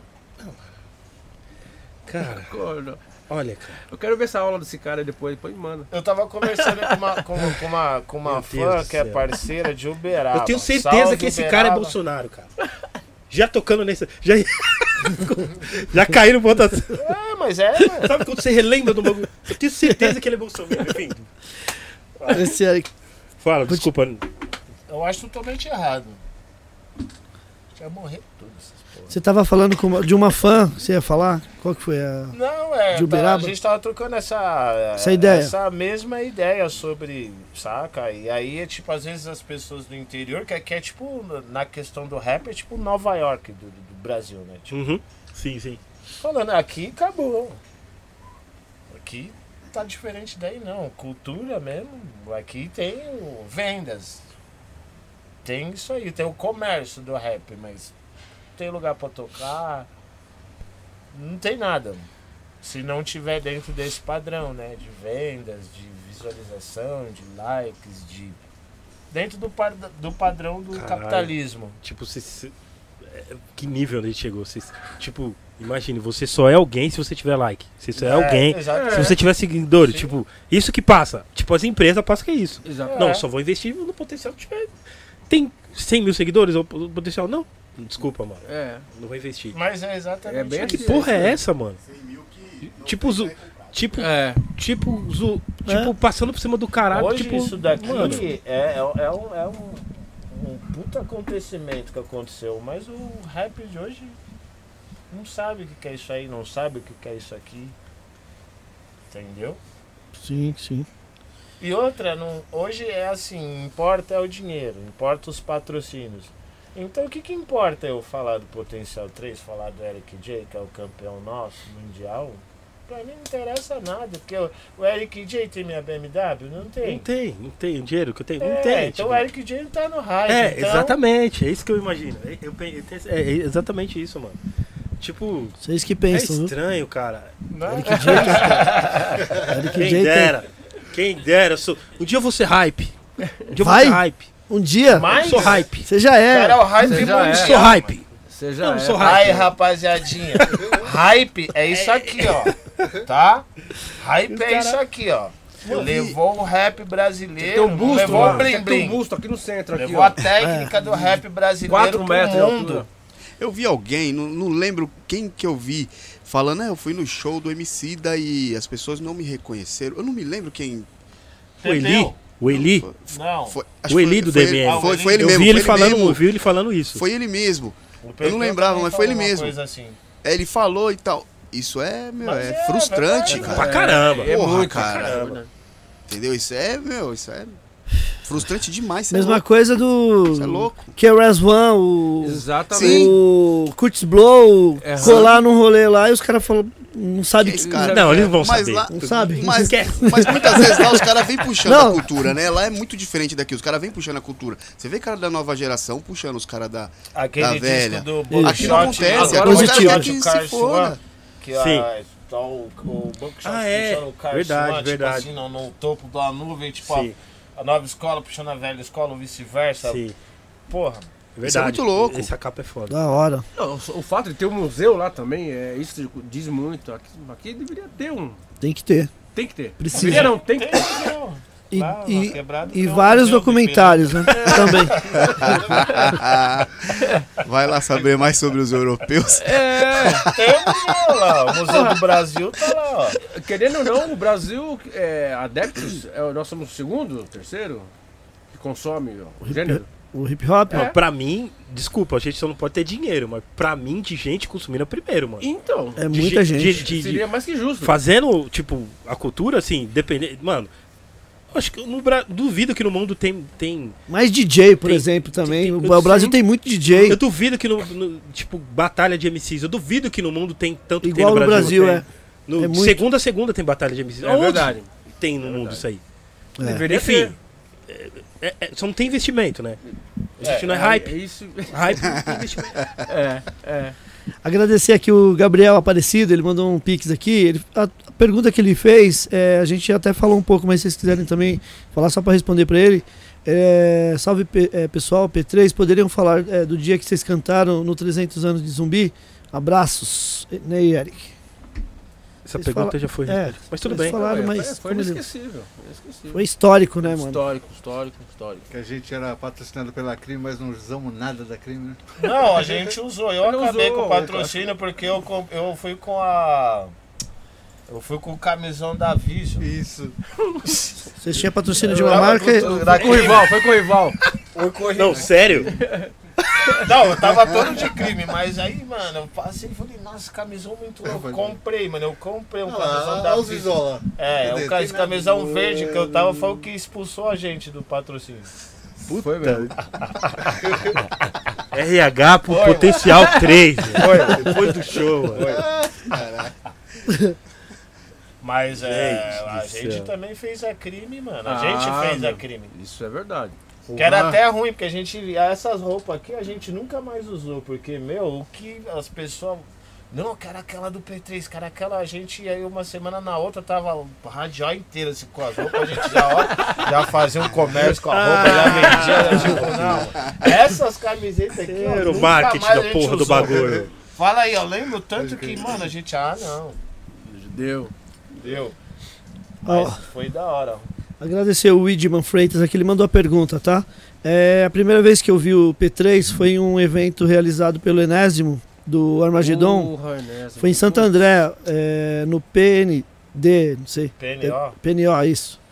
B: cara,
G: Acorda.
B: olha, cara.
G: Eu quero ver essa aula desse cara depois, depois me manda.
D: eu tava conversando com uma, com, com uma, com uma
B: Meu
D: fã
B: Deus do
D: que é
B: céu.
D: parceira de Uberaba.
B: Eu tenho certeza
D: Ah, Salve,
B: que esse cara é
D: Uberaba.
B: Bolsonaro, cara. Já tocando nesse. Já, já caiu no votação.
D: É, mas é, mano.
B: Sabe quando você relembra do bagulho? Eu tenho certeza que ele é Bolsonaro. Enfim.
A: Esse é-
B: Fala, desculpa.
D: Eu acho totalmente errado. Já morrer tudo essas porra.
A: Você tava falando com uma- de uma fã, você ia falar? Qual que foi a.
D: Não, é.
A: De
D: tá, a
A: Uberaba?
D: gente tava trocando essa.
A: Essa ideia.
D: Essa mesma ideia sobre. Saca? E aí, é tipo, às vezes as pessoas do interior, que aqui é tipo, na questão do rap, é tipo Nova York do, do Brasil, né? Tipo,
B: Uhum. Sim, sim.
D: falando, aqui acabou. Aqui tá diferente daí, não. Cultura mesmo. Aqui tem o- vendas. Tem isso aí, tem o comércio do rap, mas não tem lugar pra tocar. Não tem nada. Se não tiver dentro desse padrão, né? De vendas, de visualização, de likes, de. Dentro do, par... do padrão do
B: Caralho.
D: capitalismo.
B: Tipo, você. você- é, Que nível a gente chegou? Você, tipo, imagine, você só é alguém se você tiver like. Você só é, alguém
D: exato.
B: se você tiver seguidores.
D: Sim.
B: Tipo, isso que passa. Tipo, as empresas passam que é isso.
G: Exato.
D: É.
B: Não, só vou investir no potencial que tiver. Tem 100 mil seguidores? O o potencial? Não. Desculpa, mano.
G: É.
B: Não vou investir.
D: Mas é exatamente
G: É bem
D: isso.
B: Que
G: assim,
B: porra
G: é isso
B: é essa, mano?
E: 100 mil que. não
B: Tipo,
E: tem
B: zo-
E: quem comprar.
B: Tipo,
G: É.
B: tipo, zo- tipo, passando por cima do caralho.
D: Hoje
B: tipo,
D: isso daqui
B: mano.
D: é, é, é um, é um, um puta acontecimento que aconteceu, mas o rap de hoje não sabe o que que é isso aí, não sabe o que que é isso aqui. Entendeu?
A: Sim, sim.
D: E outra, não, hoje é assim, importa é o dinheiro, importa os patrocínios. Então o que, que importa eu falar do Potencial 3, falar do Eric J, que é o campeão nosso mundial? Pra mim não interessa nada, porque o, o Eric J tem minha BMW?
B: Não
D: Não tem.
B: tem, não tem. O dinheiro que eu tenho,
D: É,
B: não tem.
D: então
B: tipo.
D: o Eric J não tá no rádio.
B: É,
D: então,
B: exatamente, é isso que eu imagino. Eu, eu, pe- eu tenho- é, é exatamente isso, mano. Tipo,
A: Vocês que
B: é
A: pensam, viu?
B: estranho, cara.
A: Eric J. cara. Eric
B: Quem
A: J. tem-
B: dera. Quem dera. eu sou- Um dia eu vou ser hype. Um dia eu vou
A: Vai?
B: ser hype.
A: Um dia,
B: Eu
D: Mas,
B: sou hype.
A: você já
D: cara, é
A: é.
D: o hype
G: Você já
D: mundial.
G: é.
B: Eu sou hype.
G: Você já
B: Eu não
G: é.
B: sou
D: Aí,
B: hype.
D: rapaziadinha. hype é isso aqui, ó. Tá? Hype é isso aqui, ó. Levou o rap
G: Tem
D: brasileiro,
G: um busto,
D: levou o
G: mano.
D: blim
G: Tem um
D: blim.
G: busto aqui no centro, aqui,
D: Levou
G: ó.
D: a técnica do rap brasileiro
G: 4
D: pro
G: metros de
D: mundo.
G: altura.
E: Eu vi alguém, não, não lembro quem que eu vi, falando, "Ah, eu fui no show do MC da e as pessoas não me reconheceram. Eu não me lembro quem.
B: O Eli. O Eli.
E: Foi,
D: Não,
E: foi-
B: O
E: que
B: Eli
E: foi-
B: do
E: foi ele-
B: DBM.
E: Foi, foi ele
B: Eu
E: mesmo.
B: vi ele
E: foi
B: falando,
E: mesmo,
B: ouvi ele falando isso.
E: Foi ele mesmo.
D: o
E: Eu não lembrava, mas foi ele mesmo.
D: Coisa assim.
E: Aí ele falou e tal. Isso é, meu,
D: Mas
E: é,
D: é,
E: frustrante,
D: verdade,
E: cara.
B: Pra caramba.
G: É
E: Porra,
G: muito,
E: cara.
G: caramba.
E: Entendeu? Isso é, meu, isso é frustrante demais. Você é
A: Mesma
E: louco.
A: coisa
E: Você
A: do.
E: é louco.
A: KRS One, o.
G: Exatamente.
E: Sim.
A: O Curtis Blow
G: Errado.
A: colar num rolê lá e os caras falam. Não sabe.
E: Que esse
A: que-
E: cara?
B: Não, eles vão
E: Mas
B: saber.
E: lá-
A: Não sabe.
E: Mas,
B: Esquece.
E: mas muitas vezes lá os caras vêm puxando
A: Não.
E: a cultura, né? Lá é muito diferente daqui. Os caras vêm puxando a cultura. Você vê cara da nova geração puxando os caras da. Da
D: Aquele
E: velha.
D: disco do
E: Aqui não
D: Buckshot.
E: acontece.
A: Agora
E: Agora os
A: positivo.
E: caras querem que se foda.
D: que a,
B: Sim.
D: tá o, o Buckshot
B: Ah, é.
D: puxando o Carson
B: Verdade,
D: lá, tipo
B: verdade.
D: assim, no, no topo da nuvem, tipo
B: Sim,
D: a, a nova escola puxando a velha escola ou vice-versa.
B: sim.
D: Porra,
B: É verdade.
E: Isso é muito é louco.
B: Essa capa é foda.
A: Da hora.
G: Não, o fato de ter um museu lá também, é, isso diz muito. Aqui, aqui deveria ter um.
A: Tem que ter.
G: Tem que ter.
A: Precisa.
G: Deveria não, tem que
D: tem
G: ter.
D: não.
A: E,
D: Lá, lá
A: e-
D: quebrado
A: e
D: tem um
A: vários
D: museu de
A: documentários, né? Também.
E: Vai lá saber mais sobre os europeus.
G: É,
D: Tem um museu lá, ó. o Museu do Brasil tá lá, ó.
G: querendo ou não, o Brasil, é, adeptos, é, nós somos o segundo, o terceiro, que consome ó, o gênero.
A: O hip hop.
B: Não, pra mim, desculpa, a gente só não pode ter dinheiro, mas pra mim, de gente consumindo é o primeiro, mano.
G: Então,
A: É
B: De
A: muita
B: ge-
A: gente.
B: de- de- de-
G: seria mais que justo.
B: fazendo, tipo, a cultura, assim, dependendo. Mano, acho que no Bra... duvido que no mundo tem. tem...
A: Mas DJ, por
B: Tem-
A: exemplo, também.
B: tem-
A: o
B: eu-
A: Brasil
B: sim.
A: tem muito DJ.
B: Eu duvido que no, no- Tipo, batalha de MCs. Eu duvido que no mundo tem tanto
A: Igual
B: que tem
A: no
B: no Brasil.
A: Brasil,
B: tem.
A: é.
B: No-
A: É
B: de
A: muito.
B: segunda a segunda tem batalha de MCs.
G: É
B: Aonde
G: verdade.
B: Tem no mundo isso aí.
A: É.
G: Deveria
B: Enfim.
G: ter.
B: É, é- só não tem investimento, né? A gente não é
G: É,
B: hype.
G: isso.
B: Hype não tem investimento.
G: É, é.
A: Agradecer aqui o Gabriel Aparecido, ele mandou um pix aqui. Ele- a, a pergunta que ele fez, é, a gente até falou um pouco, mas se vocês quiserem também falar só para responder para ele. É, salve pe- é, pessoal, P3, poderiam falar é, do dia que vocês cantaram no 300 anos de zumbi? Abraços, Ney e Eric.
B: Essa
A: Eles
B: pergunta
A: falam-
B: já foi.
A: É,
B: mas tudo
A: eles
B: bem.
A: falaram,
G: Foi-
A: mas
G: Foi
A: como ele-
G: inesquecível. inesquecível.
A: foi histórico, né, mano?
G: Histórico, histórico, histórico.
F: Que a gente era patrocinado pela crime, mas não usamos nada da crime, né?
D: Não, a gente usou. Eu
G: Não
D: acabei
G: usou,
D: com o
B: tá-
D: patrocínio porque eu, com- eu fui com a. Eu fui com o camisão da Vision.
F: Isso.
A: Vocês tinham patrocínio de uma marca?
D: Da
G: Foi com o rival, foi com o rival.
B: Não, sério?
D: Não, eu tava todo de crime, mas aí, mano, eu passei e falei, nossa, camisão muito louco.
F: foi
D: Eu
F: bom.
D: comprei, mano, eu comprei um
F: Olha
D: camisão
F: lá,
D: da
F: Ah, olha os
D: Vision.
F: isola.
D: É,
F: Cadê?
D: o ca-
F: Tem
D: esse
F: nada.
D: camisão verde que eu tava foi o que expulsou a gente do patrocínio.
G: Foi mesmo.
B: RH pro
D: Foi, mano.
B: potencial 3. Foi, depois do show. mano.
D: Mas é,
B: Gente
D: a
B: do
D: gente
B: céu.
D: também fez a crime, mano. A
G: Ah,
D: gente fez a
G: meu.
D: crime.
G: Isso é verdade.
D: Que era até ruim, porque a gente. Essas roupas aqui a gente nunca mais usou, porque, meu, o que as pessoas. Não, cara, aquela do P3, cara, aquela a gente aí uma semana na outra tava a radial inteira assim, com as roupas, a gente já, ó, já fazia um comércio com a roupa, já vendia, né? tipo, não. Essas camisetas aqui, ó,
B: Era o
D: nunca
B: marketing
D: mais a
B: da
D: gente
B: porra do
D: usou.
B: bagulho.
D: Fala aí, eu lembro tanto que, mano, a gente, ah, não,
G: Deu.
D: deu.
A: Ó.
D: Mas foi da hora. um
A: Agradecer o Widman Freitas aqui, ele mandou a pergunta, tá? É, a primeira vez que eu vi o P3 foi em um evento realizado pelo Enésimo, do Armagedon.
G: Porra, Ernesto,
A: foi em
G: muito
A: Santo
G: bom.
A: André, é, no PND, não sei,
D: PNO,
A: PNO, isso.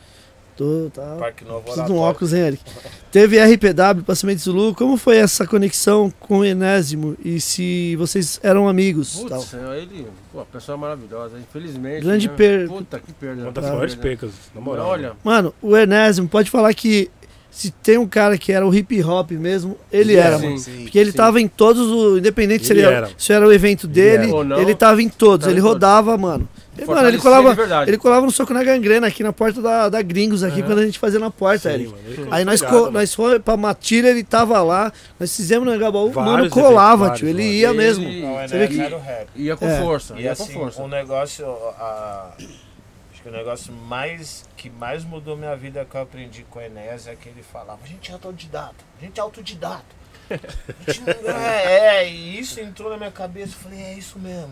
A: Tô, tá,
D: Parque Novo
A: preciso de um
D: Oratório.
A: óculos, hein, Eric? Teve RPW, Passamento Zulu, como foi essa conexão com o Enésimo? E se vocês eram amigos? tal?
G: Putz, é, ele, pô, pessoa maravilhosa, infelizmente.
A: Grande
G: né?
A: perda.
G: Puta que perda.
B: Uma das
G: Tá,
B: maiores
G: né?
B: percas, na moral.
G: Olha,
A: Mano, o Enésimo, pode falar que se tem um cara que era o hip hop mesmo, ele
G: Sim,
A: era,
G: sim.
A: mano.
E: Sim.
A: Porque ele
G: Sim.
A: tava em todos os. Independente se,
B: Ele
A: ele
B: era.
A: era, se era o evento dele,
G: era. Ou não,
A: ele tava em todos.
G: tava em
A: ele
G: todos.
A: rodava, mano. E, mano, ele
G: Fortalecer de
A: colava,
G: verdade.
A: ele colava um soco na gangrena aqui na porta da, da Gringos, aqui,
G: Aham.
A: quando a gente fazia na porta, Eric.
B: mano, ele-
A: Aí nós,
B: Obrigado,
A: co- nós fomos pra Matilha, ele tava lá. Nós fizemos no Engabaú, o mano
B: Vários
A: colava,
B: eventos,
A: tio. Ele
B: vários,
A: ia
G: Ele-
A: mesmo.
D: Não,
A: Você vê
D: era,
A: que-
D: era o rap.
G: Ia com
A: É.
G: força,
D: E
G: ia com
D: assim,
G: força.
D: o negócio. a- acho que o negócio mais que mais mudou minha vida que eu aprendi com o Enéas é que ele falava, a gente é autodidata, a gente é autodidata. A gente não- é, é, e isso entrou na minha cabeça, eu falei, é isso mesmo.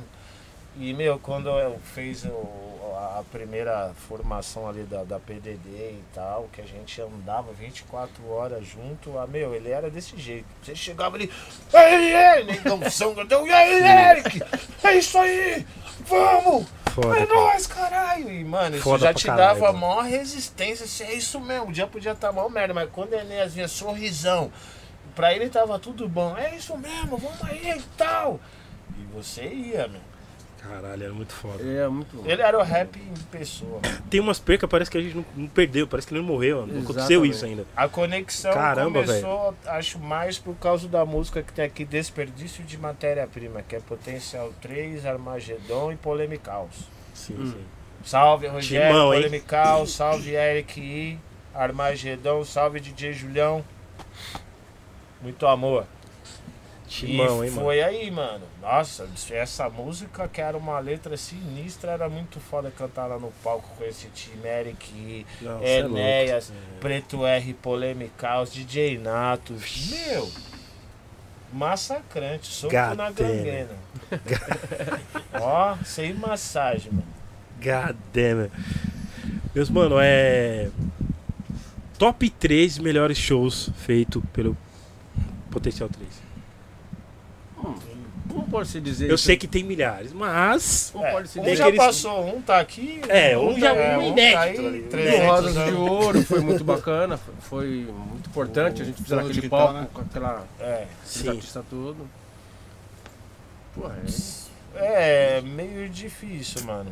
D: E meu, quando eu fiz o- a a primeira formação ali da, da PDD e tal, que a gente andava 24 horas junto, ah, meu, ele era desse jeito. Você chegava ali, ei, ei, negão, são, grandão, e aí, Eric, é isso aí, vamos!
B: Foda,
D: é
B: cara.
D: nóis, caralho! E, mano, isso
B: Foda
D: já
B: pra
D: te
B: caralho,
D: dava a
B: mano.
D: maior resistência. Assim, é isso mesmo, o dia podia estar mal merda, mas quando o Enéas vinha sorrisão, pra ele tava tudo bom. É isso mesmo, vamos aí e tal. E você ia, meu.
B: Caralho, era muito foda.
G: É muito bom.
D: Ele era o rap em pessoa.
B: Tem umas percas, parece que a gente não, não perdeu, parece que não morreu. Não aconteceu
G: Exatamente.
B: isso ainda.
D: A conexão
B: Caramba,
D: começou, acho, mais por causa da música que tem aqui Desperdício de Matéria-Prima, que é Potencial 3, Armagedon e Polemicaus.
B: Sim, sim.
D: Salve, Rogério
B: Timão, hein?
D: Polemical, salve, Eric I, Armagedon, salve, DJ Julião. Muito amor.
B: Timão,
D: e
B: hein, mano.
D: foi aí, mano. Nossa, essa música que era uma letra sinistra, era muito foda cantar lá no palco com esse time, Eric I,
B: Não, cê é louco.
D: Enéas, Preto R, Polemical, DJ Nato. Meu, massacrante, soco na
B: Gatena.
D: gangrena. Ó, sem massagem, mano.
B: God damn it. Meus mano, é. Top 3 melhores shows feito pelo Potencial 3.
G: Como pode se dizer
B: Eu
G: isso?
B: sei que tem milhares, mas.
G: Como
D: É,
G: pode se
D: um
B: Tem
G: dizer
D: já
B: aqueles-
D: passou, um tá aqui.
B: É, um já-
D: é,
B: um
D: tá
B: inédito
D: aí,
B: ali.
D: 300
G: Rosas de
D: anos.
G: Ouro foi muito bacana, foi- foi muito importante. A gente fez
F: Dono
G: aquele
F: digital,
G: palco
F: né?
G: com aquela
D: É.
G: aqueles
B: Sim.
G: artistas tudo. Pô, é.
D: É, meio difícil, mano.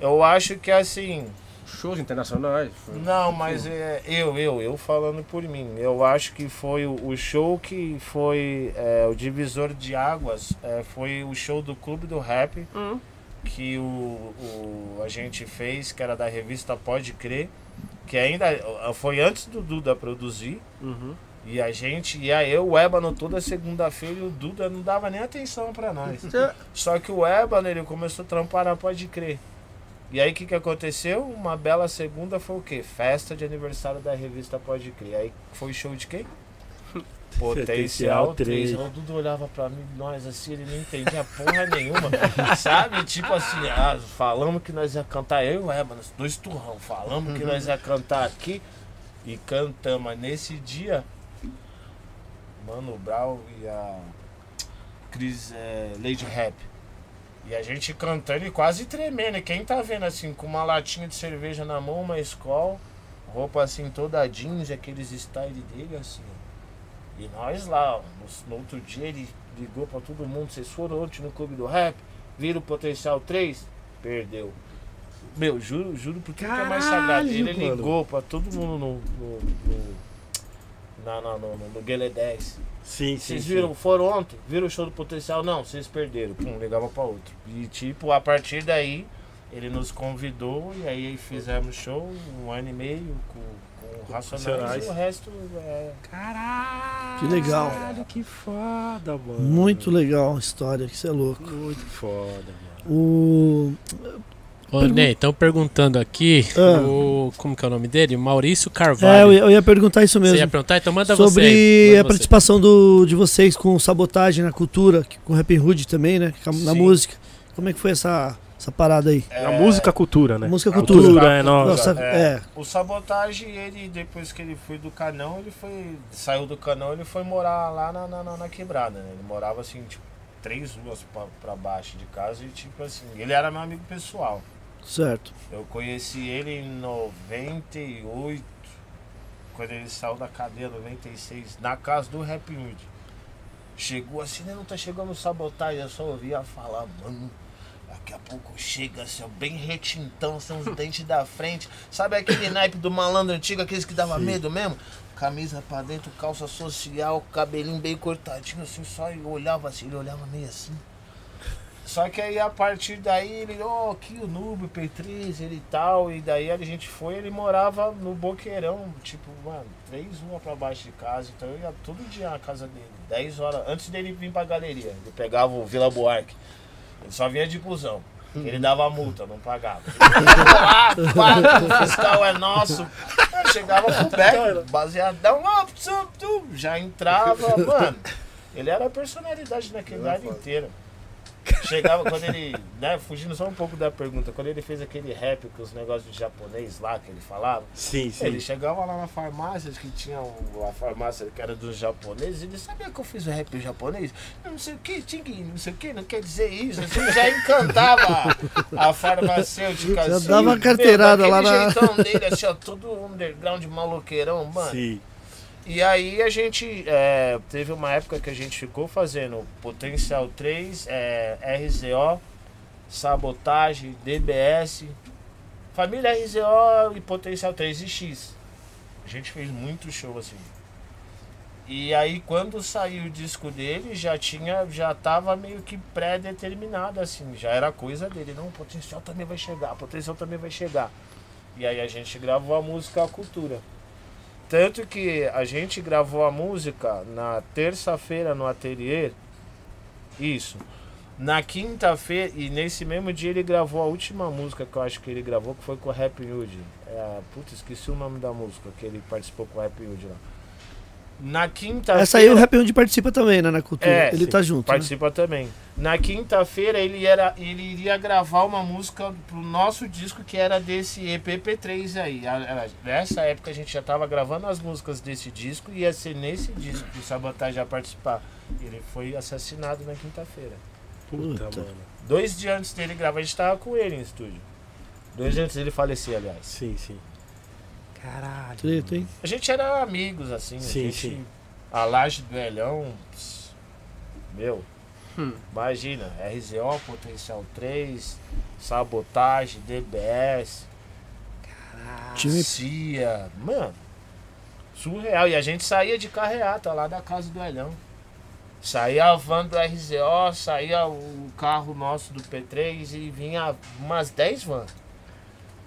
D: Eu acho que assim.
G: Shows internacionais. foi-
D: Não, mas é, eu, eu, eu falando por mim. Eu acho que foi o, o show que foi é, o divisor de águas. é, foi o show do Clube do Rap
G: Hum.
D: que o, o- a gente fez, que era da revista Pode Crer, que ainda ah, foi antes do Duda produzir.
G: Uhum.
D: E a gente ia eu, o Ébano, toda segunda-feira e o Duda não dava nem atenção pra nós.
G: Cê-
D: Só que o Ébano, ele começou a trampar na Pode Crer. E aí, o que, que aconteceu? Uma bela segunda foi o quê? Festa de aniversário da revista Pode Crer. Aí foi show de quem? Potencial
B: Potencial
D: 3.
B: três.
D: O Duda olhava pra mim, nós assim, ele não entendia porra nenhuma. Sabe? Tipo assim, ah, falamos que nós ia cantar, eu e o Ébano, os dois turrão, falamos que nós ia
B: Uhum.
D: cantar aqui e cantamos. Nesse dia, Mano Brown e a Cris é, Lady Rap. E a gente cantando e quase tremendo. E quem tá vendo assim, com uma latinha de cerveja na mão, uma escola, roupa assim toda jeans, aqueles style dele assim. ó. E nós lá, ó, no, no outro dia ele ligou pra todo mundo, vocês foram ontem no clube do rap, viram o potencial 3, perdeu. Meu, juro, juro porque é mais sagrado.
B: Caralho,
D: Ele
B: mano.
D: ligou pra todo mundo no. no, no na, na, no, no, no Guelé 10.
B: Sim, sim.
D: Vocês
B: sim.
D: viram, foram ontem, viram o show do potencial? Não, vocês perderam. Pum, ligava pra outro. E tipo, a partir daí, ele nos convidou e aí fizemos show um ano e meio com, com o Racionais
B: Racionais.
D: e o resto é.
B: Caralho.
A: Que legal.
B: Caralho, que foda, mano.
A: Muito legal a história, que você é louco.
B: Muito foda, mano.
A: O.
C: Ô, Ney, estão perguntando aqui
A: Ah.
C: o. Como que é o nome dele?
A: É,
C: Maurício
A: eu
C: Carvalho.
A: ia- eu ia perguntar isso
C: Você
A: mesmo.
C: ia perguntar? Então manda você. aí,
A: sobre
C: manda
A: a
C: você.
A: participação do, de vocês com sabotagem na cultura, que- com Rap Hood também, né? Com a- Na
D: Sim.
A: música. Como é que foi essa, essa parada aí?
B: É A música cultura, né?
A: Música,
B: A
A: cultura.
B: é nossa.
A: Nossa, é.
D: O sabotagem, ele, depois que ele foi do canão, ele foi. Saiu do canão, ele foi morar lá na, na, na- na quebrada, né? Ele morava assim, tipo, três ruas pra, pra baixo de casa e tipo assim, ele era meu amigo pessoal.
A: Certo.
D: Eu conheci ele em 98, quando ele saiu da cadeia, 96, na casa do Rap Hood. Chegou assim, né, não tá chegando sabotagem, eu só ouvia falar, mano. Daqui a pouco chega, assim, ó, bem retintão, assim, uns dentes da frente. Sabe aquele naipe do malandro antigo, aqueles que dava medo mesmo? Camisa pra dentro, calça social, cabelinho bem cortadinho, assim, só e olhava assim, ele olhava meio assim. Só que aí a partir daí ele, ó, aqui o Nube, Petriz, ele e tal, e daí a gente foi, ele morava no Boqueirão, tipo, mano, três ruas pra baixo de casa, então eu ia todo dia na casa dele, 10 horas, antes dele vir pra galeria, ele pegava o Vila Buarque, ele só vinha de busão. Ele dava multa, não pagava. ah, pá, o fiscal é nosso. Eu chegava pro Beck, baseadão, ó, tum, tum, já entrava, mano. Ele era a personalidade naquele
F: Ele é
D: área
F: foda.
D: inteira. Chegava quando ele, né, fugindo só um pouco da pergunta, quando ele fez aquele rap com os negócios de japonês lá que ele falava,
B: Sim,
D: ele
B: sim.
D: chegava lá na farmácia, que tinha um- a farmácia que era dos japoneses, ele sabia que eu fiz o rap japonês? Eu Não sei o que, tingue, não sei o que, não quer dizer isso. Assim, já encantava a farmacêutica. assim,
A: Já dava uma carteirada lá
D: daquele
A: na-
D: jeitão dele, assim, ó, todo underground maloqueirão, mano.
B: Sim.
D: E aí a gente é, teve uma época que a gente ficou fazendo Potencial 3, é, RZO, Sabotagem, DBS, Família RZO e Potencial 3 e X. A gente fez muito show assim. E aí quando saiu o disco dele, já tinha, já tava meio que pré-determinado assim, já era coisa dele, não, potencial também vai chegar, potencial também vai chegar. E aí a gente gravou a música A Cultura. Tanto que a gente gravou a música na terça-feira no ateliê. Isso. Na quinta-feira, e nesse mesmo dia ele gravou a última música que eu acho que ele gravou, que foi com o Rap Hood. É, putz, esqueci o nome da música que ele participou com o Rap Hood lá. Na quinta-feira.
A: Essa aí o Rap Hood participa também, né, na cultura.
D: É,
A: ele
B: sim.
A: tá junto. né?
D: Participa também. Na quinta-feira ele, era- ele iria gravar uma música pro nosso disco que era desse EPP3 aí. A- a- Nessa época a gente já tava gravando as músicas desse disco e ia ser nesse disco que o Sabotage ia participar. Ele foi assassinado na quinta-feira.
B: Puta,
A: Puta.
B: mano.
D: Dois dias antes dele gravar, a gente tava com ele em estúdio. Dois dias antes dele falecer, aliás.
B: Sim, sim. Caralho.
A: Treta, hein?
D: A gente era amigos, assim. a
B: Sim,
D: gente-
B: sim.
D: A laje do Elhão. pss, Meu.
G: Hum.
D: Imagina, RZO, Potencial 3, Sabotagem, DBS,
A: Time-
D: CIA. Mano, surreal. E a gente saía de carreata lá da casa do Elhão. Saía a van do RZO, saía o carro nosso do P3 e vinha umas 10 vans.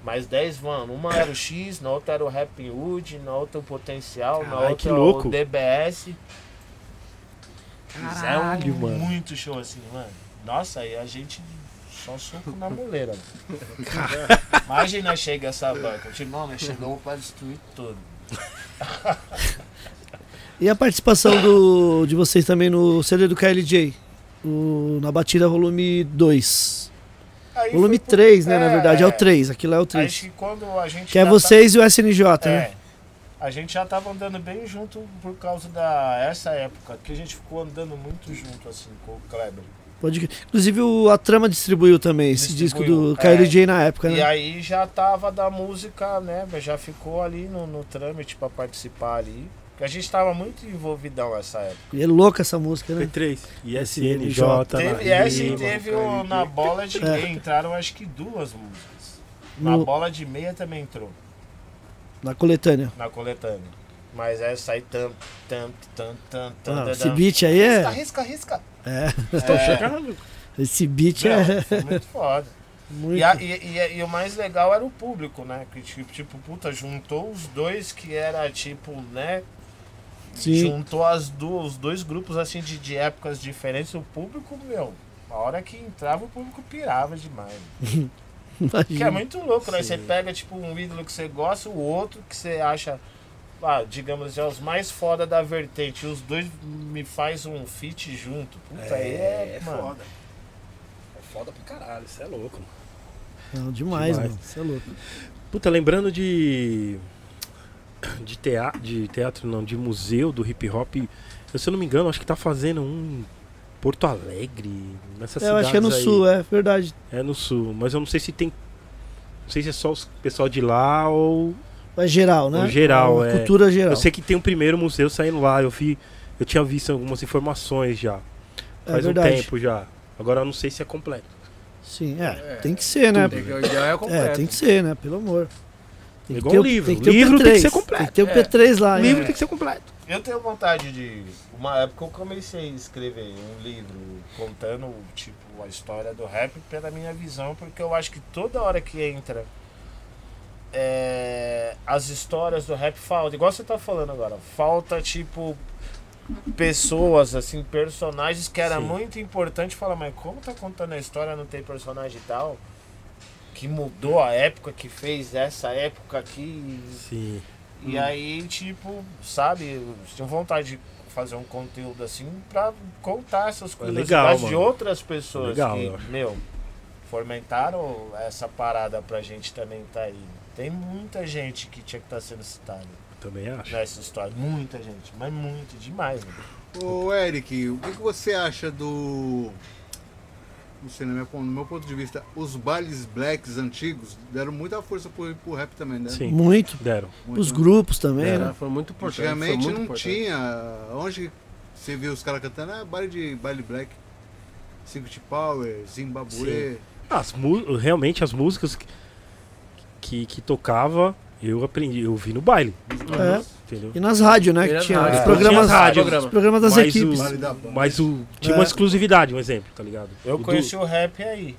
D: Mais 10 van. Uma era o X, na outra era o Rap Hood, na outra o Potencial, na
B: Caralho,
D: outra
B: que louco.
D: o DBS. Fizeram
B: Caralho, mano.
D: muito show assim, mano. Nossa, aí a gente só soco na moleira. mano. Imagina né, chega essa banca. O Timão, né? Chegou pra destruir tudo.
A: E a participação do, de vocês também no CD do KLJ? O- na batida volume 2.
D: Aí
A: Volume
D: foi pro-
A: 3, né, na verdade. É o
D: É.
A: 3, aquilo é o
D: Aí
A: 3.
D: Acho que quando a gente.
A: Que é
D: já
A: vocês e o SNJ,
D: tá-
A: né?
D: É. A gente já tava andando bem junto por causa da essa época, que a gente ficou andando muito junto assim com o Kleber.
A: Pode... crer. Inclusive o, a Trama distribuiu também esse disco
D: Distribuiu,
A: do KLJ na época,
D: E
A: né?
D: aí já tava da música, né? Já ficou ali no, no trâmite pra participar ali. Porque a gente tava muito envolvidão nessa época.
A: E é louca essa música, né?
B: P3.
A: ISNJ,
B: ISNJ.
D: Teve
B: na
D: essa e
B: rima.
D: teve o Na Bola de Meia, entraram acho que duas músicas. Na
A: É. No-
D: Bola de Meia também entrou,
A: na coletânea.
D: na coletânea. Mas é, essa aí tam, tam, tam, tam, tam,
A: Ah,
D: tam,
A: esse
D: tam.
A: beat aí
D: Risca,
A: é.
D: risca, risca.
A: é.
D: É,
A: Esse beat
D: não,
A: é
D: foi muito foda.
A: muito.
D: E, a- e- e- e o mais legal era o público, né? Que tipo, tipo, puta, juntou os dois que era tipo, né?
A: Sim.
D: Juntou as duas, os dois grupos assim de, de épocas diferentes. O público, meu, a hora que entrava o público pirava demais. Que é
A: Imagina.
D: muito louco, né? Você
B: Sim.
D: pega, tipo, um ídolo que você gosta, o outro que você acha, ah, digamos assim, os mais foda da vertente. E os dois me faz um feat junto. Puta, aí é,
G: é
D: mano.
G: foda. É foda pra caralho, isso é louco, mano.
A: Não, demais,
B: Demais.
A: mano. Isso é louco.
B: Puta, lembrando de. De teatro, de teatro não, de museu do hip hop. Eu, se eu não me engano, acho que tá fazendo um em Porto Alegre, nessa
A: Eu acho que é no sul, é verdade.
B: é. no sul, mas eu não sei se tem. Não sei se é só o pessoal de lá ou.
A: É geral, né?
B: O geral, é.
A: Cultura geral.
B: Eu sei que tem um primeiro museu saindo lá. Eu vi. Eu tinha visto algumas informações já.
A: é
B: Faz um
A: verdade.
B: tempo já. Agora eu não sei se é completo.
A: Sim, é.
G: É.
A: Tem que ser, né?
G: Tem que, o ideal é o
A: É,
G: completo.
A: tem que ser, né? Pelo amor. Tem que
B: Igual
A: ter
B: um livro.
A: Tem que ter
B: Livro
A: o P3.
B: tem que ser completo.
A: Tem que ter o P3 lá,
B: O livro
A: né?
B: tem que ser completo.
D: Eu tenho vontade de. Uma época eu comecei a escrever um livro contando, tipo, a história do rap pela minha visão, porque eu acho que toda hora que entra é, as histórias do rap falta. Igual você tá falando agora, falta, tipo, pessoas, assim, personagens que era
B: Sim.
D: muito importante falar, mas como tá contando a história, não tem personagem e tal? Que mudou a época, que fez essa época aqui,
B: Sim.
D: e aí, tipo, sabe, eu tenho vontade de fazer um conteúdo assim pra contar essas curiosidades
B: é legal,
D: de
B: mano.
D: outras pessoas
B: Legal, eu
D: que,
B: acho.
D: meu, fomentaram essa parada pra gente também tá aí. Tem muita gente que tinha que estar sendo citada
B: eu Também acho.
D: nessa história. Muita gente, mas muito demais, mano.
F: Ô Eric, o que, que você acha do. Não sei, no meu, pon- no meu ponto de vista, os bailes blacks antigos deram muita força pro, pro rap também, né?
B: Sim.
A: Muito.
B: Deram.
F: Muito,
A: Os
F: né?
A: grupos também,
B: É,
A: né?
G: Foi muito importante. foi
F: Antigamente
G: muito
F: não
G: importante.
F: tinha. Onde você viu os caras cantando? É baile de baile black. Secret Power, Zimbabwe.
B: As mu- realmente as músicas que- que, que tocava, eu aprendi, eu vi no baile.
A: É.
B: Entendeu?
A: E nas rádios, né?
G: E
A: Que
G: nas
A: tinha
G: rádios.
A: os programas, tipo
B: Tinha rádio.
A: os programas das
B: Mas
A: equipes.
B: os-
F: Baile da banda.
B: Mas o, tinha
A: É.
B: uma exclusividade, um exemplo, tá ligado?
D: Eu
B: O do-
D: conheci o rap aí.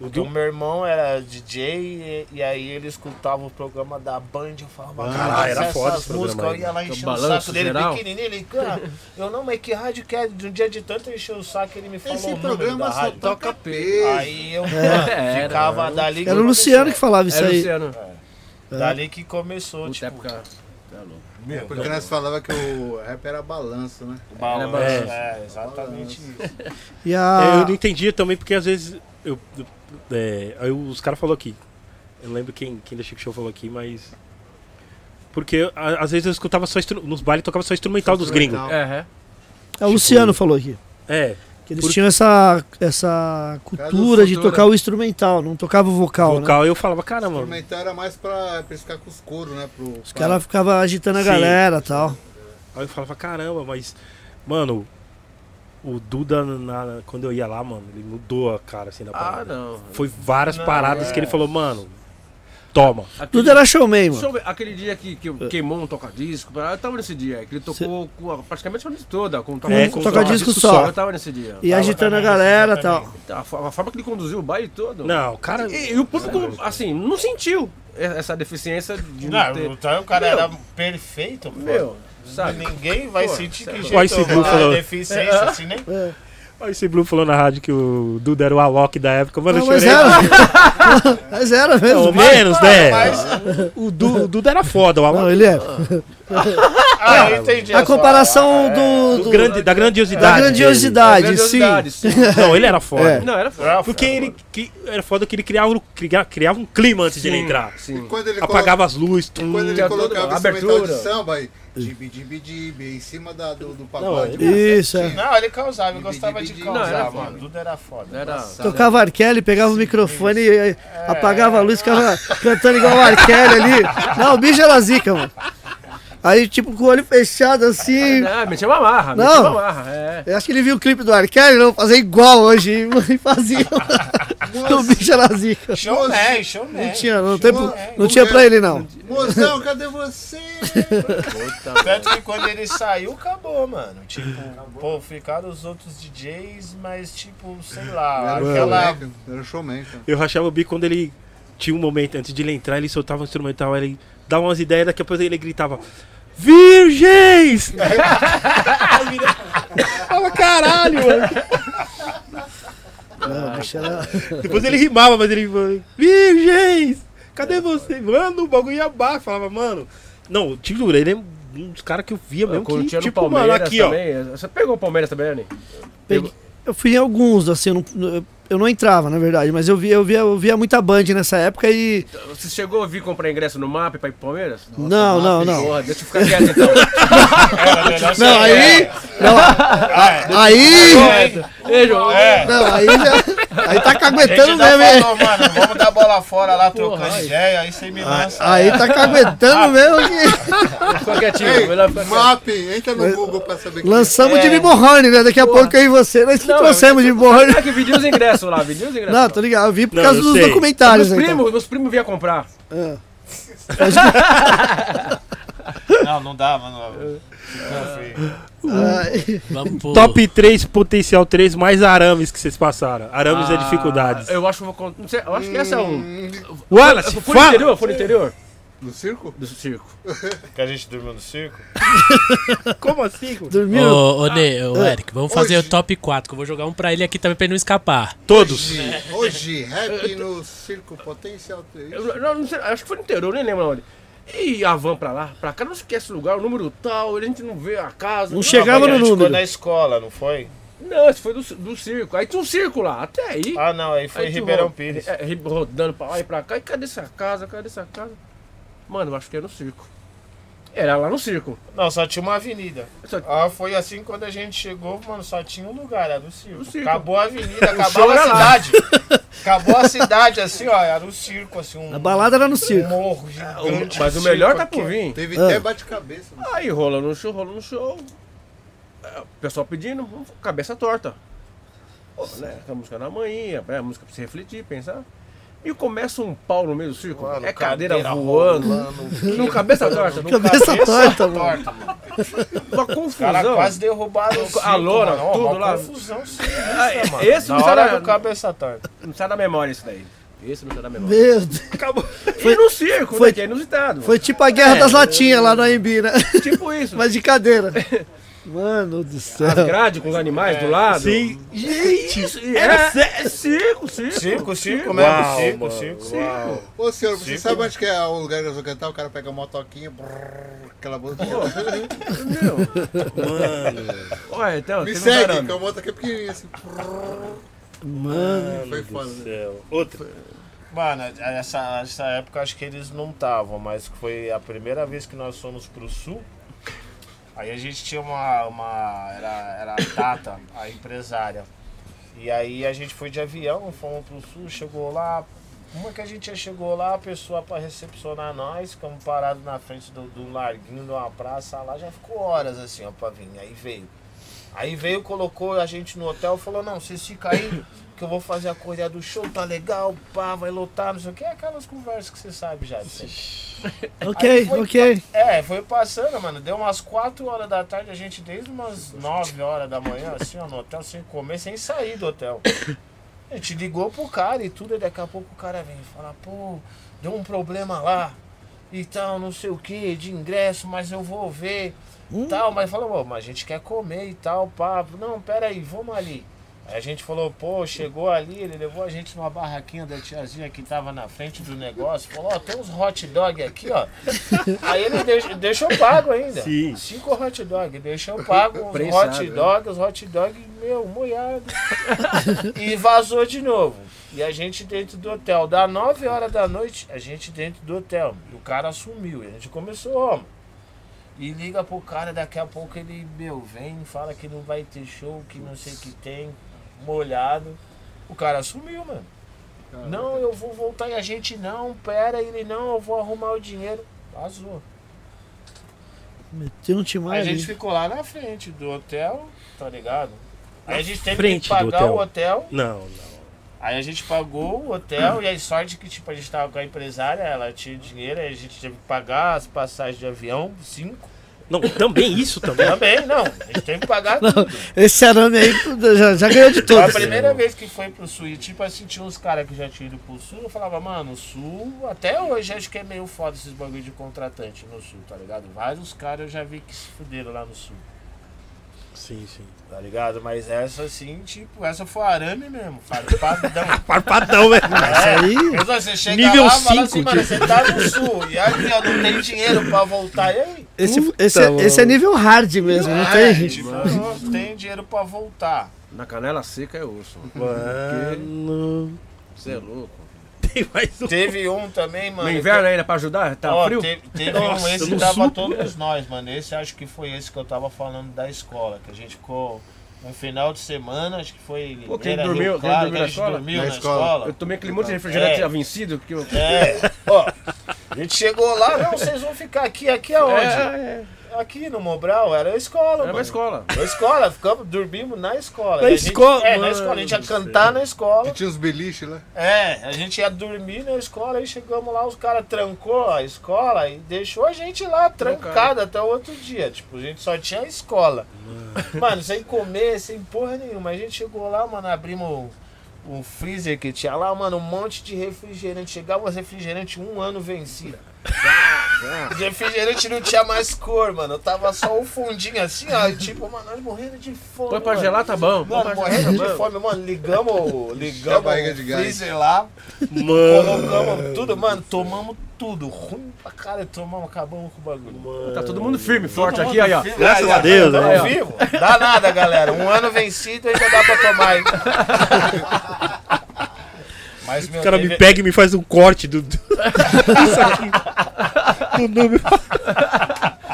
B: o
D: Então,
B: do-
D: meu irmão era DJ e, e aí ele escutava o programa da Band. Eu falava,
F: Ah,
D: caralho,
B: era
D: essas
B: foda esse
D: músicas.
B: programa
D: Eu
B: aí.
D: ia lá encher
G: O
D: o
G: Então, balanço
D: saco dele
G: geral.
D: pequenininho. Ele, cara, eu não, mas que rádio que é? De um dia de tanto eu encher o saco, ele me falou
F: Esse
D: o número da
F: programa só
D: rádio.
F: toca
G: Toca
F: peso.
D: Aí eu
G: Era,
D: ficava
G: era.
D: dali.
A: Era o Luciano que falava isso
G: Era o
A: aí.
G: Luciano.
A: É.
D: Dali que começou,
G: Puta
D: tipo,
G: época.
F: É
D: meu,
F: porque nós falava que o rap era balanço, né?
D: o balanço.
B: balanço.
D: É, exatamente isso.
A: E
B: É, Eu
A: a...
B: não entendia também, porque às vezes. Eu, eu- é, aí os caras falaram aqui. Eu lembro quem, quem da Chico Show falou aqui, mas. Porque a- às vezes eu escutava só. instru- Nos bailes tocava só instrumental dos gringos.
F: Instrumental.
G: É, é.
A: é, o Luciano falou aqui.
B: É,
A: Que eles
B: Por-
A: tinham essa, essa cultura de
F: cultura.
A: tocar o instrumental, não tocava o vocal, né?
B: né? vocal eu falava, caramba.
F: Instrumental era mais pra, pra ficar com os coros, né? Pro,
A: Os caras ficavam agitando a
B: Sim.
A: galera e tal.
B: Aí eu falava, caramba, mas. Mano, o Duda, na- quando eu ia lá, mano, ele mudou a cara assim da
G: Ah,
B: parada.
G: não.
B: Foi várias
D: Não,
B: paradas
D: é.
B: que ele falou, mano, toma.
G: Aquele-
A: Tudo era showman, mano. É.
G: Sobre aquele dia que, que eu queimou um toca-disco, eu tava nesse dia, que ele tocou com a- praticamente a noite toda, com um
B: com um
A: É, toca-disco só.
G: Eu tava nesse dia.
A: E agitando a galera e tal.
G: A, fo- a forma que ele conduziu o baile todo.
B: Não, o cara.
G: E, e o público, assim, não sentiu e- essa deficiência de não,
D: Não,
G: ter.
D: então o cara
G: Meu.
D: era perfeito, mano.
G: Meu, sabe?
D: Ninguém vai
G: Pô,
D: sentir
G: sei
D: que
G: lá.
B: O
D: jeito
B: Ice Blue
D: uma
B: falou-
D: deficiência, assim, nem
B: Aí esse Blue falou na rádio que o Duda era o Alok da época, mano,
A: Não,
B: eu
A: mas
B: chorei.
A: era. mas era mesmo.
B: Ou menos, né?
D: mas-
B: O, Du- o Duda era foda, o Alok.
A: Não, ele é.
D: Ah, eu entendi.
A: A
D: sua-
A: comparação do,
B: é, do
A: do-
B: grande- da grandiosidade. É,
A: da grandiosidade, sim.
G: Grandiosidade, sim.
B: dele. Não, ele era foda.
A: É.
G: Não, era
D: É, é,
B: Porque ele que- era foda que ele criava, um- criava, criava um clima antes de ele entrar.
G: Sim.
F: Quando ele
B: Apagava as luzes, tudo.
F: Quando ele
G: Tinha
F: colocava
G: toda
F: o
G: a
F: instrumental de
G: abertura.
F: samba aí, dibi, dibi, dibi, em cima da, do, do pagode.
A: Isso, é.
D: Não, ele causava, ele gostava de
F: Dividir, dividir.
D: causar,
G: Não, era
D: mano.
G: foda.
D: Duda era foda.
G: Era.
A: Tocava Arkelly, pegava o microfone, e e
B: É.
A: apagava a luz, ficava cantando igual o Arkelly ali. Não, o bicho era zica, mano. Aí, tipo, com o olho fechado assim.
G: Ah, metia uma marra, metia
A: Não.
G: uma marra, é.
A: Eu acho que ele viu o clipe do Arkelly, não, fazer igual hoje. E e fazia. o bicho era zica.
D: Showman, showman.
A: Não tinha, não, tem, pro-
D: é,
A: não tinha pra ele, não.
F: Mozão, cadê você?
D: Tanto que quando ele saiu, acabou, mano. Tipo, pô, ficaram os outros DJs, mas tipo, sei lá,
F: Era um
D: aquela.
F: showman, cara. Era um showman, cara.
B: Eu rachava o bico quando ele tinha um momento antes de ele entrar, ele soltava um instrumental, aí ele dava umas ideias, daqui a pouco ele gritava. Virgens! Fala caralho, mano.
A: Não, o bicho era.
B: Depois ele rimava, mas ele falava, Virgens! Cadê você? Mano, o bagulho ia baixo. Falava, mano. Não, eu te juro, ele é um dos caras que eu via mesmo.
G: Quando
B: Que,
G: tinha no
B: tipo, mano,
G: Palmeiras
B: aqui, ó.
G: também. Você pegou o Palmeiras também, Ani?
A: Peguei- Eu fui em alguns, assim, eu não, eu não entrava, na verdade, mas eu via, eu via, eu via muita band nessa época e.
G: Você chegou a ouvir comprar ingresso no MAP pra ir pro Palmeiras?
A: não, não, não.
G: Porra, deixa eu ficar quieto então.
D: Era melhor ser-
A: Não, aí.
D: Ah,
A: Não, aí.
G: Ei, João,
D: É.
A: Não, aí já. Aí tá
D: A gente
A: caguetando
D: já
A: mesmo, hein?
D: falou, mano, vamos dar bola fora lá, trocando
G: Porra,
D: ideia, aí você me
F: Ah,
D: lança.
A: Aí tá caguetando mesmo que.
G: fica quietinho, melhor ficar
F: Ei,
G: quieto.
F: Map, entra no Google pra saber quem
A: Lançamos
D: É.
A: de Borrone, né? Daqui a pouco eu e você. Nós que
G: Não,
A: trouxemos de Borrone.
G: É que vendi os ingressos lá, vendi os ingressos.
A: Não,
G: lá.
A: tô ligado. Eu vi por
B: Não,
A: causa
B: eu
A: dos
B: sei. É
A: documentários, tá
G: meus
A: né? então.
G: primos, meus primos vinham comprar.
A: É.
D: Não, não dá, mano. Ficou feio.
A: Ai,
C: Vamos pro...
B: Top 3, potencial 3, mais arames que vocês passaram. Arames é
G: Ah,
B: dificuldades.
G: Eu acho que eu vou contar. Não sei, eu acho que essa é um.
B: Wallace,
G: Foi no
B: fala!
G: interior? Foi no interior?
F: No circo?
G: Do circo.
D: Que a gente dormiu no circo.
B: Como assim? mano?
C: Ô,
A: dormiu?
C: ô, Ne- ô, Eric, vamos fazer
F: hoje-
C: o top 4, que eu vou jogar um pra ele aqui também pra ele não escapar.
B: Todos.
F: Hoje, hoje rap no circo potencial 3.
G: Eu, não, não sei, acho que foi no interior, nem lembro onde. E a van pra lá, pra cá, não esquece o lugar, o número tal, a gente não vê a casa.
A: Não chegava
D: a
A: no
D: gente ficou
A: número.
D: na escola, não foi?
G: Não, esse foi do, do circo. Aí tinha um circo lá, até aí.
D: Ah, não, aí foi
G: aí tu
D: Ribeirão
G: ro-
A: tipo,
D: Pires.
G: é, ri- rodando pra lá e pra cá. E cadê essa casa? Cadê essa casa? Mano, eu acho que era no circo. Era lá no circo.
D: Não, só tinha uma avenida.
G: Só-
D: Ah, foi assim quando a gente chegou, mano, só tinha um lugar, era o circo.
G: O circo.
D: Acabou a avenida,
G: show
D: acabava a
G: era lá.
D: cidade. Acabou a cidade, assim, ó, era o circo, assim, um
A: A balada era no
D: um
A: circo.
D: morro gigante.
G: Mas Ah, o
D: um
G: melhor
D: circo
G: tá por
D: aqui.
G: vir.
F: Teve
A: Ah.
F: até bate-cabeça. né?
G: Aí rola no show, rola no show. É, O pessoal pedindo, vamos- cabeça torta. Pô, né, com a música na manhã, né, a música pra você refletir, pensar. E começa um pau no meio do circo,
D: Mano,
G: é cadeira,
D: cadeira
G: voando. No cabeça torta, no-
A: Cabeça torta, mano.
D: torta, mano.
G: uma
D: O cara
G: confusão.
D: quase derrubaram o circo,
G: lona,
D: mano. Ó,
G: tudo
D: uma
G: lá.
D: confusão
G: Ah,
D: sinistra, mano.
G: esse
D: Na
G: não
D: hora
G: será-
D: do cabeça torta.
G: Não sai da memória isso daí. Esse não sai da memória.
A: Meu Deus.
G: Foi no circo,
A: foi-
G: foi, né, que é inusitado.
A: Foi tipo a
B: É.
A: guerra das latinhas lá no AMB, né?
G: tipo isso.
A: Mas de cadeira. Mano do céu.
G: As grades com os animais
D: É.
G: do lado.
B: Sim.
G: Gente, isso, é, é circo, circo.
D: Circo, circo, né? mesmo, circo, circo.
G: Circo.
F: Ô senhor, você
D: Circo.
F: sabe onde que é o lugar que eu vou cantar? O cara pega a motoquinha, brrr, aquela música.
G: Entendeu? Olha, então,
F: Me
G: teve um
F: segue,
G: zarame.
F: que é uma motoquinha pequenininha assim. brrr.
A: Mano.
F: Foi foda. né?
B: Céu. Outra.
D: Mano, essa, essa época acho que eles não estavam, mas foi a primeira vez que nós fomos pro sul. Aí a gente tinha uma. uma era, era a Tata, a empresária. E aí a gente foi de avião, fomos pro sul, chegou lá. Uma que a gente já chegou lá, a pessoa pra recepcionar nós, ficamos parados na frente do, do larguinho de uma praça lá, já ficou horas assim, ó, pra vir. Aí veio. Aí veio, colocou a gente no hotel, falou, não, vocês ficam aí que eu vou fazer a corrida do show, tá legal, pá, vai lotar, não sei o que, aquelas conversas que você sabe já. de sempre.
B: Ah,
A: Ok, ok.
D: É, foi passando, mano, deu umas 4 horas da tarde, a gente desde umas 9 horas da manhã, assim, ó, no hotel, sem comer, sem sair do hotel. A gente ligou pro cara e tudo, e daqui a pouco o cara vem e fala, pô, deu um problema lá, e tal, não sei o que, de ingresso, mas eu vou ver,
G: Hum?
D: tal, mas falou, "Ô, mas a gente quer comer e tal, papo, não, pera aí, vamos ali. Aí a gente falou, pô, chegou ali, ele levou a gente numa barraquinha da tiazinha que tava na frente do negócio, falou, ó, tem uns hot dog aqui, ó. Aí ele deix- deixou pago ainda.
B: Sim.
D: Cinco hot dog, deixou pago, os
G: Prensado,
D: hot
G: né?
D: dog, os hot dog, meu, molhado. e vazou de novo. E a gente dentro do hotel, da 9 horas da noite, a gente dentro do hotel. E o cara sumiu, e a gente começou, ó, e liga pro cara, daqui a pouco ele, meu, vem, fala que não vai ter show, que não sei o que tem, molhado. O cara sumiu, mano. Não, eu vou voltar e a gente não, pera, ele não, eu vou arrumar o dinheiro. Vazou.
A: Meteu um time
D: Aí a gente
A: ali.
D: ficou lá na frente do hotel, tá ligado? Aí a gente teve
B: frente
D: que
B: do
D: pagar
B: hotel.
D: o hotel.
B: Não, não.
D: Aí a gente pagou o hotel e aí sorte que tipo, a gente tava com a empresária, ela tinha dinheiro, aí a gente teve que pagar as passagens de avião, cinco.
B: Não, também isso também.
D: Também, não. A gente teve que pagar tudo.
A: Esse arame aí já, já ganhou de
D: Foi
A: todos.
D: a primeira vez que foi pro sul, e tipo assim, tinha uns caras que já tinham ido pro sul, eu falava, mano, o sul, até hoje acho que é meio foda esses bagulho de contratante no sul, tá ligado? Vários caras eu já vi que se fuderam lá no sul,
B: Sim, sim.
D: tá ligado? Mas essa assim, tipo, essa foi arame mesmo, farpadão.
B: Parpadão, velho.
D: É,
A: aí-
D: pensa, você chega
B: Nível
D: lá, fala assim,
B: cinco, tipo."
D: mano,
B: tio.
D: você tá no sul, e aqui, ó, não tem dinheiro pra voltar, e aí?
A: Esse,
B: Puta,
A: esse,
B: mano.
A: esse é nível hard mesmo, não tem? gente?
D: Tipo, não tem dinheiro pra voltar.
G: Na canela seca é osso. mano.
B: Mano.
G: Você é louco.
B: Tem mais um.
D: Teve um também, mano.
G: No
D: que-
G: inverno ainda pra ajudar? Tá
D: Ó,
G: frio?
D: Teve, teve um
B: Nossa,
D: esse
B: no
D: que tava
B: sul,
D: todos nós, mano. Esse acho que foi esse que eu tava falando da escola, que a gente ficou um final de semana, acho que foi.
G: Pô, quem
D: Ribeira,
G: dormiu-
D: Rio
G: quem
D: Claro,
G: dormiu
D: que
G: na
D: a gente
G: escola?
D: dormiu
F: Na
D: na,
F: escola.
D: escola.
G: Eu tomei aquele monte de refrigerante
D: É.
G: já vencido. Que eu...
D: É, ó. A gente chegou lá, não, vocês vão ficar aqui, aqui aonde?
G: É, é.
D: Aqui no Mobral era a escola,
G: Era
D: mano.
G: uma escola.
D: Na escola, ficamos, dormimos na escola.
A: Na
D: E a gente-
A: escola,
D: é, na escola. A gente ia cantar na escola.
F: E tinha uns beliches lá.
D: É, a gente ia dormir na escola, aí chegamos lá, os caras trancou a escola e deixou a gente lá trancada até o outro dia. Tipo, a gente só tinha a escola. Mano, sem comer, sem porra nenhuma. A gente chegou lá, mano, abrimos o, o freezer que tinha lá, mano, um monte de refrigerante. Chegava os refrigerantes um ano vencido. Os refrigerantes não tinha mais cor, mano. Tava só o fundinho assim, ó. e Tipo, mano, nós morrendo de fome.
G: Põe pra
D: mano.
G: gelar, tá bom. Põe pra
D: Mano, morrendo
G: gelar, tá
D: de
G: bom.
D: fome, mano, ligamos, o-
F: Encheu a
D: ligamos
F: barriga
D: o
F: de gás.
D: freezer lá,
B: Mano.
D: colocamos tudo, mano, tomamos tudo, ruim pra caralho, tomamos, acabamos com o bagulho.
G: Tá todo mundo firme, forte aqui, aí, ó.
B: Graças a Deus,
D: Tamo
G: né?
D: vivo, dá nada, galera, um ano vencido ainda dá pra tomar, hein. Mas, meu,
B: O cara me
D: teve-
B: pega e me faz um corte do. do- Isso aqui. Do número.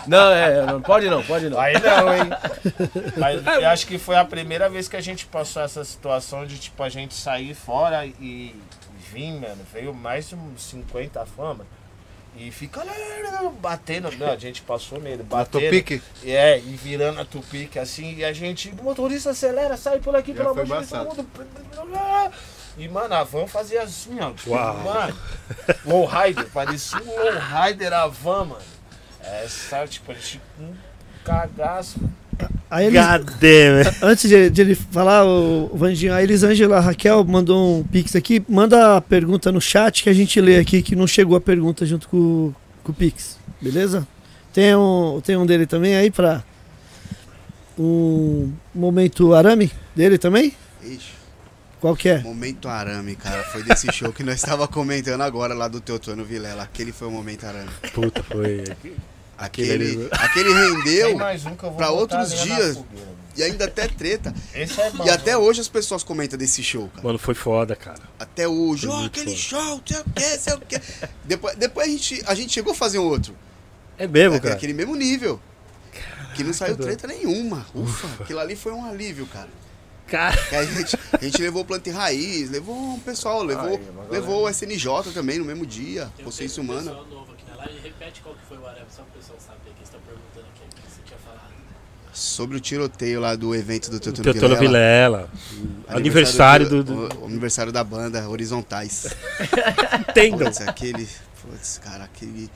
G: Não, é, não pode não, pode não.
D: Aí não, hein? Mas eu acho que foi a primeira vez que a gente passou essa situação de, tipo, a gente sair fora e vir, mano. Veio mais de uns 50 fama. E fica lá, batendo. Não, a gente passou medo, batendo.
F: Topique.
D: É, e virando a tupique assim, e a gente, o motorista acelera, sai por aqui,
F: Já
D: pelo
F: foi
D: amor de Deus, todo mundo. E, mano, a van fazia assim, ó. tipo,
B: Uau.
D: Mano, low rider, parecia um low rider a van, mano. É, sabe, tipo, a gente com um cagaço.
A: Aí eles,
B: God damn it.
A: antes de, de ele falar, o, o Vandinho, a Elisângela Raquel mandou um pix aqui. Manda a pergunta no chat que a gente lê aqui, que não chegou a pergunta junto com, com o pix. Beleza? Tem um, tem um dele também aí pra. Um momento arame dele também?
E: Ixi,
A: Qual que é?
E: momento arame, cara. Foi desse show que nós estava comentando agora lá do Teotônio Vilela. Aquele foi o momento arame.
B: Puta, foi.
E: Aquele, né?
B: Aquele-
E: aquele
D: Tem
E: rendeu
D: mais um que eu vou
E: pra
D: botar
E: outros
D: lenha na
E: dias.
D: fogueira, mano.
E: e ainda até treta.
D: Esse é bom.
E: E até hoje as pessoas comentam desse show, cara.
B: Mano, foi foda, cara.
E: Até hoje.
B: Foi
E: Ó,
B: muito
E: aquele
B: foda.
E: show, sei o que, sei o que. Depois, depois a, gente, a gente chegou a fazer um outro.
B: É mesmo,
E: Naquele
B: cara.
E: aquele mesmo nível. Que não saiu treta nenhuma. Ufa, aquilo ali foi um alívio, cara.
B: Cara,
E: Que a, gente, a gente levou o Planta e Raiz, levou um pessoal, levou, levou o SNJ também no mesmo dia, Consciência Humana.
C: pessoal Tá novo aqui na live. Repete qual que foi o arame, só pro pessoal saber que eles estão perguntando aqui o que você tinha falado.
E: Sobre o tiroteio lá do evento do Teotônio
B: Teotônio
E: Vilela.
B: Vilela. Aniversário do. do...
E: o- o aniversário da banda Horizontais.
B: Entendam.
E: Putz, aquele. Putz, cara, aquele.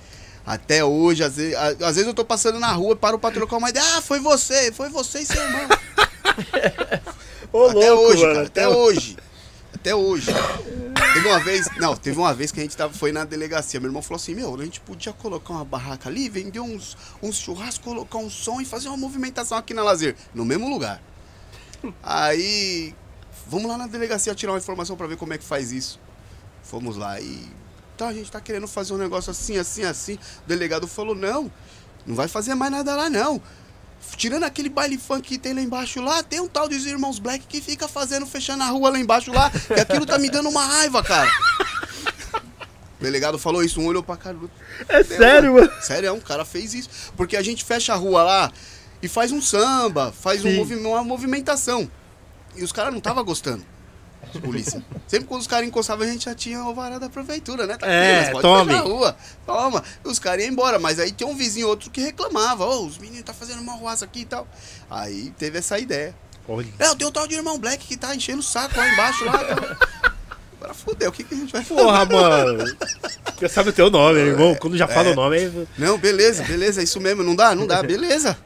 E: Até hoje, às vezes, a- às vezes eu tô passando na rua, paro pra trocar uma ideia. Ah, foi você, foi você e seu irmão.
B: Ô,
E: até
B: louco,
E: hoje,
B: mano,
E: cara, até hoje. Até hoje. Teve uma vez, não, teve uma vez que a gente tava, foi na delegacia. Meu irmão falou assim: Meu, a gente podia colocar uma barraca ali, vender uns, uns churrascos, colocar um som e fazer uma movimentação aqui na lazer, no mesmo lugar. Aí, vamos lá na delegacia tirar uma informação pra ver como é que faz isso. Fomos lá e. Então a gente tá querendo fazer um negócio assim, assim, assim. O delegado falou: Não, não vai fazer mais nada lá não. Tirando aquele baile funk que tem lá embaixo lá, tem um tal dos irmãos Black que fica fazendo, fechando a rua lá embaixo lá, e aquilo tá me dando uma raiva, cara. O delegado falou isso, um olhou pra cara do outro.
B: É sério, mano.
E: Sério, um cara fez isso. Porque a gente fecha a rua lá e faz um samba, faz um
B: Sim.
E: movi- uma movimentação. E os caras não tava gostando. Os polícia. Sempre quando os caras encostavam, a gente já tinha o vará da prefeitura, né? Tá
B: É,
E: nós
B: tome.
E: fechar a rua. Toma. Os caras iam embora, mas aí tem um vizinho outro que reclamava. Ô, os meninos tá fazendo uma ruaça aqui e tal. Aí teve essa ideia.
B: Olha.
E: É, tem o tal de irmão Black que tá enchendo o saco lá embaixo lá. Agora fudeu, o que, que a gente vai fazer?
B: Porra, mano. É. Já sabe o teu nome, irmão. Quando já fala o nome, aí.
E: Não, beleza, beleza, é isso mesmo, não dá? Não dá, beleza.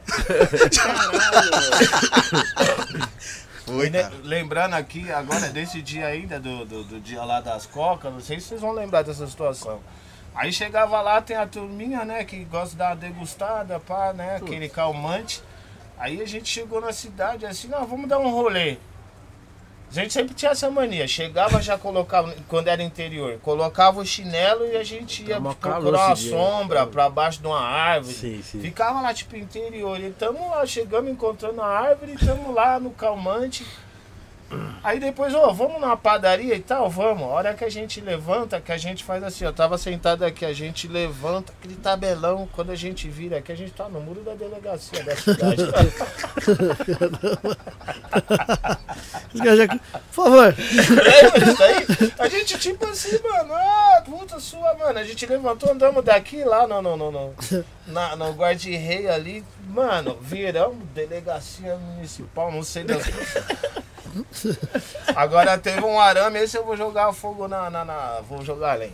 E: Foi,
D: E ne-
E: cara.
D: lembrando aqui, agora desse dia ainda, do, do, do dia lá das cocas, não sei se vocês vão lembrar dessa situação. Aí chegava lá, tem a turminha, né, que gosta de dar uma degustada, pá, né, aquele calmante. Aí a gente chegou na cidade assim, não, vamos dar um rolê. A gente sempre tinha essa mania, chegava já colocava, quando era interior, colocava o chinelo e a gente ia
G: Tá mó
D: procurar
G: calor
D: uma
G: esse dia, né?
D: sombra pra baixo de uma árvore.
B: Sim, sim.
D: Ficava lá, tipo, interior. E tamo lá, chegamos, encontrando a árvore, tamo lá no calmante. Aí depois, ó, vamos na padaria e tal, vamos. A hora que a gente levanta, que a gente faz assim, ó, tava sentado aqui, a gente levanta aquele tabelão, quando a gente vira aqui, a gente tá no muro da delegacia da cidade.
A: Os caras já- Por favor.
D: Lembra disso É aí? A gente tipo assim, mano, ah, puta sua, mano. A gente levantou, andamos daqui lá, não, não, não, não. Na, no guarda-rei ali, mano, viramos delegacia municipal, não sei das Agora teve um arame, esse eu vou jogar fogo na. na, na- vou jogar além.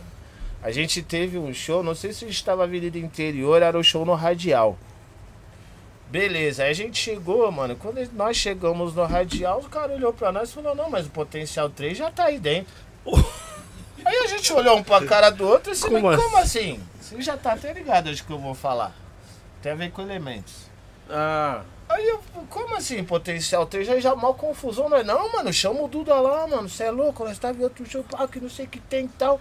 D: A gente teve um show, não sei se estava Avenida Interior, era o show no Radial. Beleza, aí a gente chegou, mano. Quando nós chegamos no radial, o cara olhou pra nós e falou: Não, mas o potencial 3 já tá aí dentro. aí a gente olhou um pra cara do outro e disse:
B: Como
D: Como, como assim? Você já tá até ligado acho que eu vou falar. Tem a ver com elementos.
G: Ah,
D: Aí eu, como assim, potencial 3? Já, já mal confusão, nós. Não, mano, chama o Duda lá, mano. Você é louco, nós tava em outro show, pá, que não sei o que tem e tal.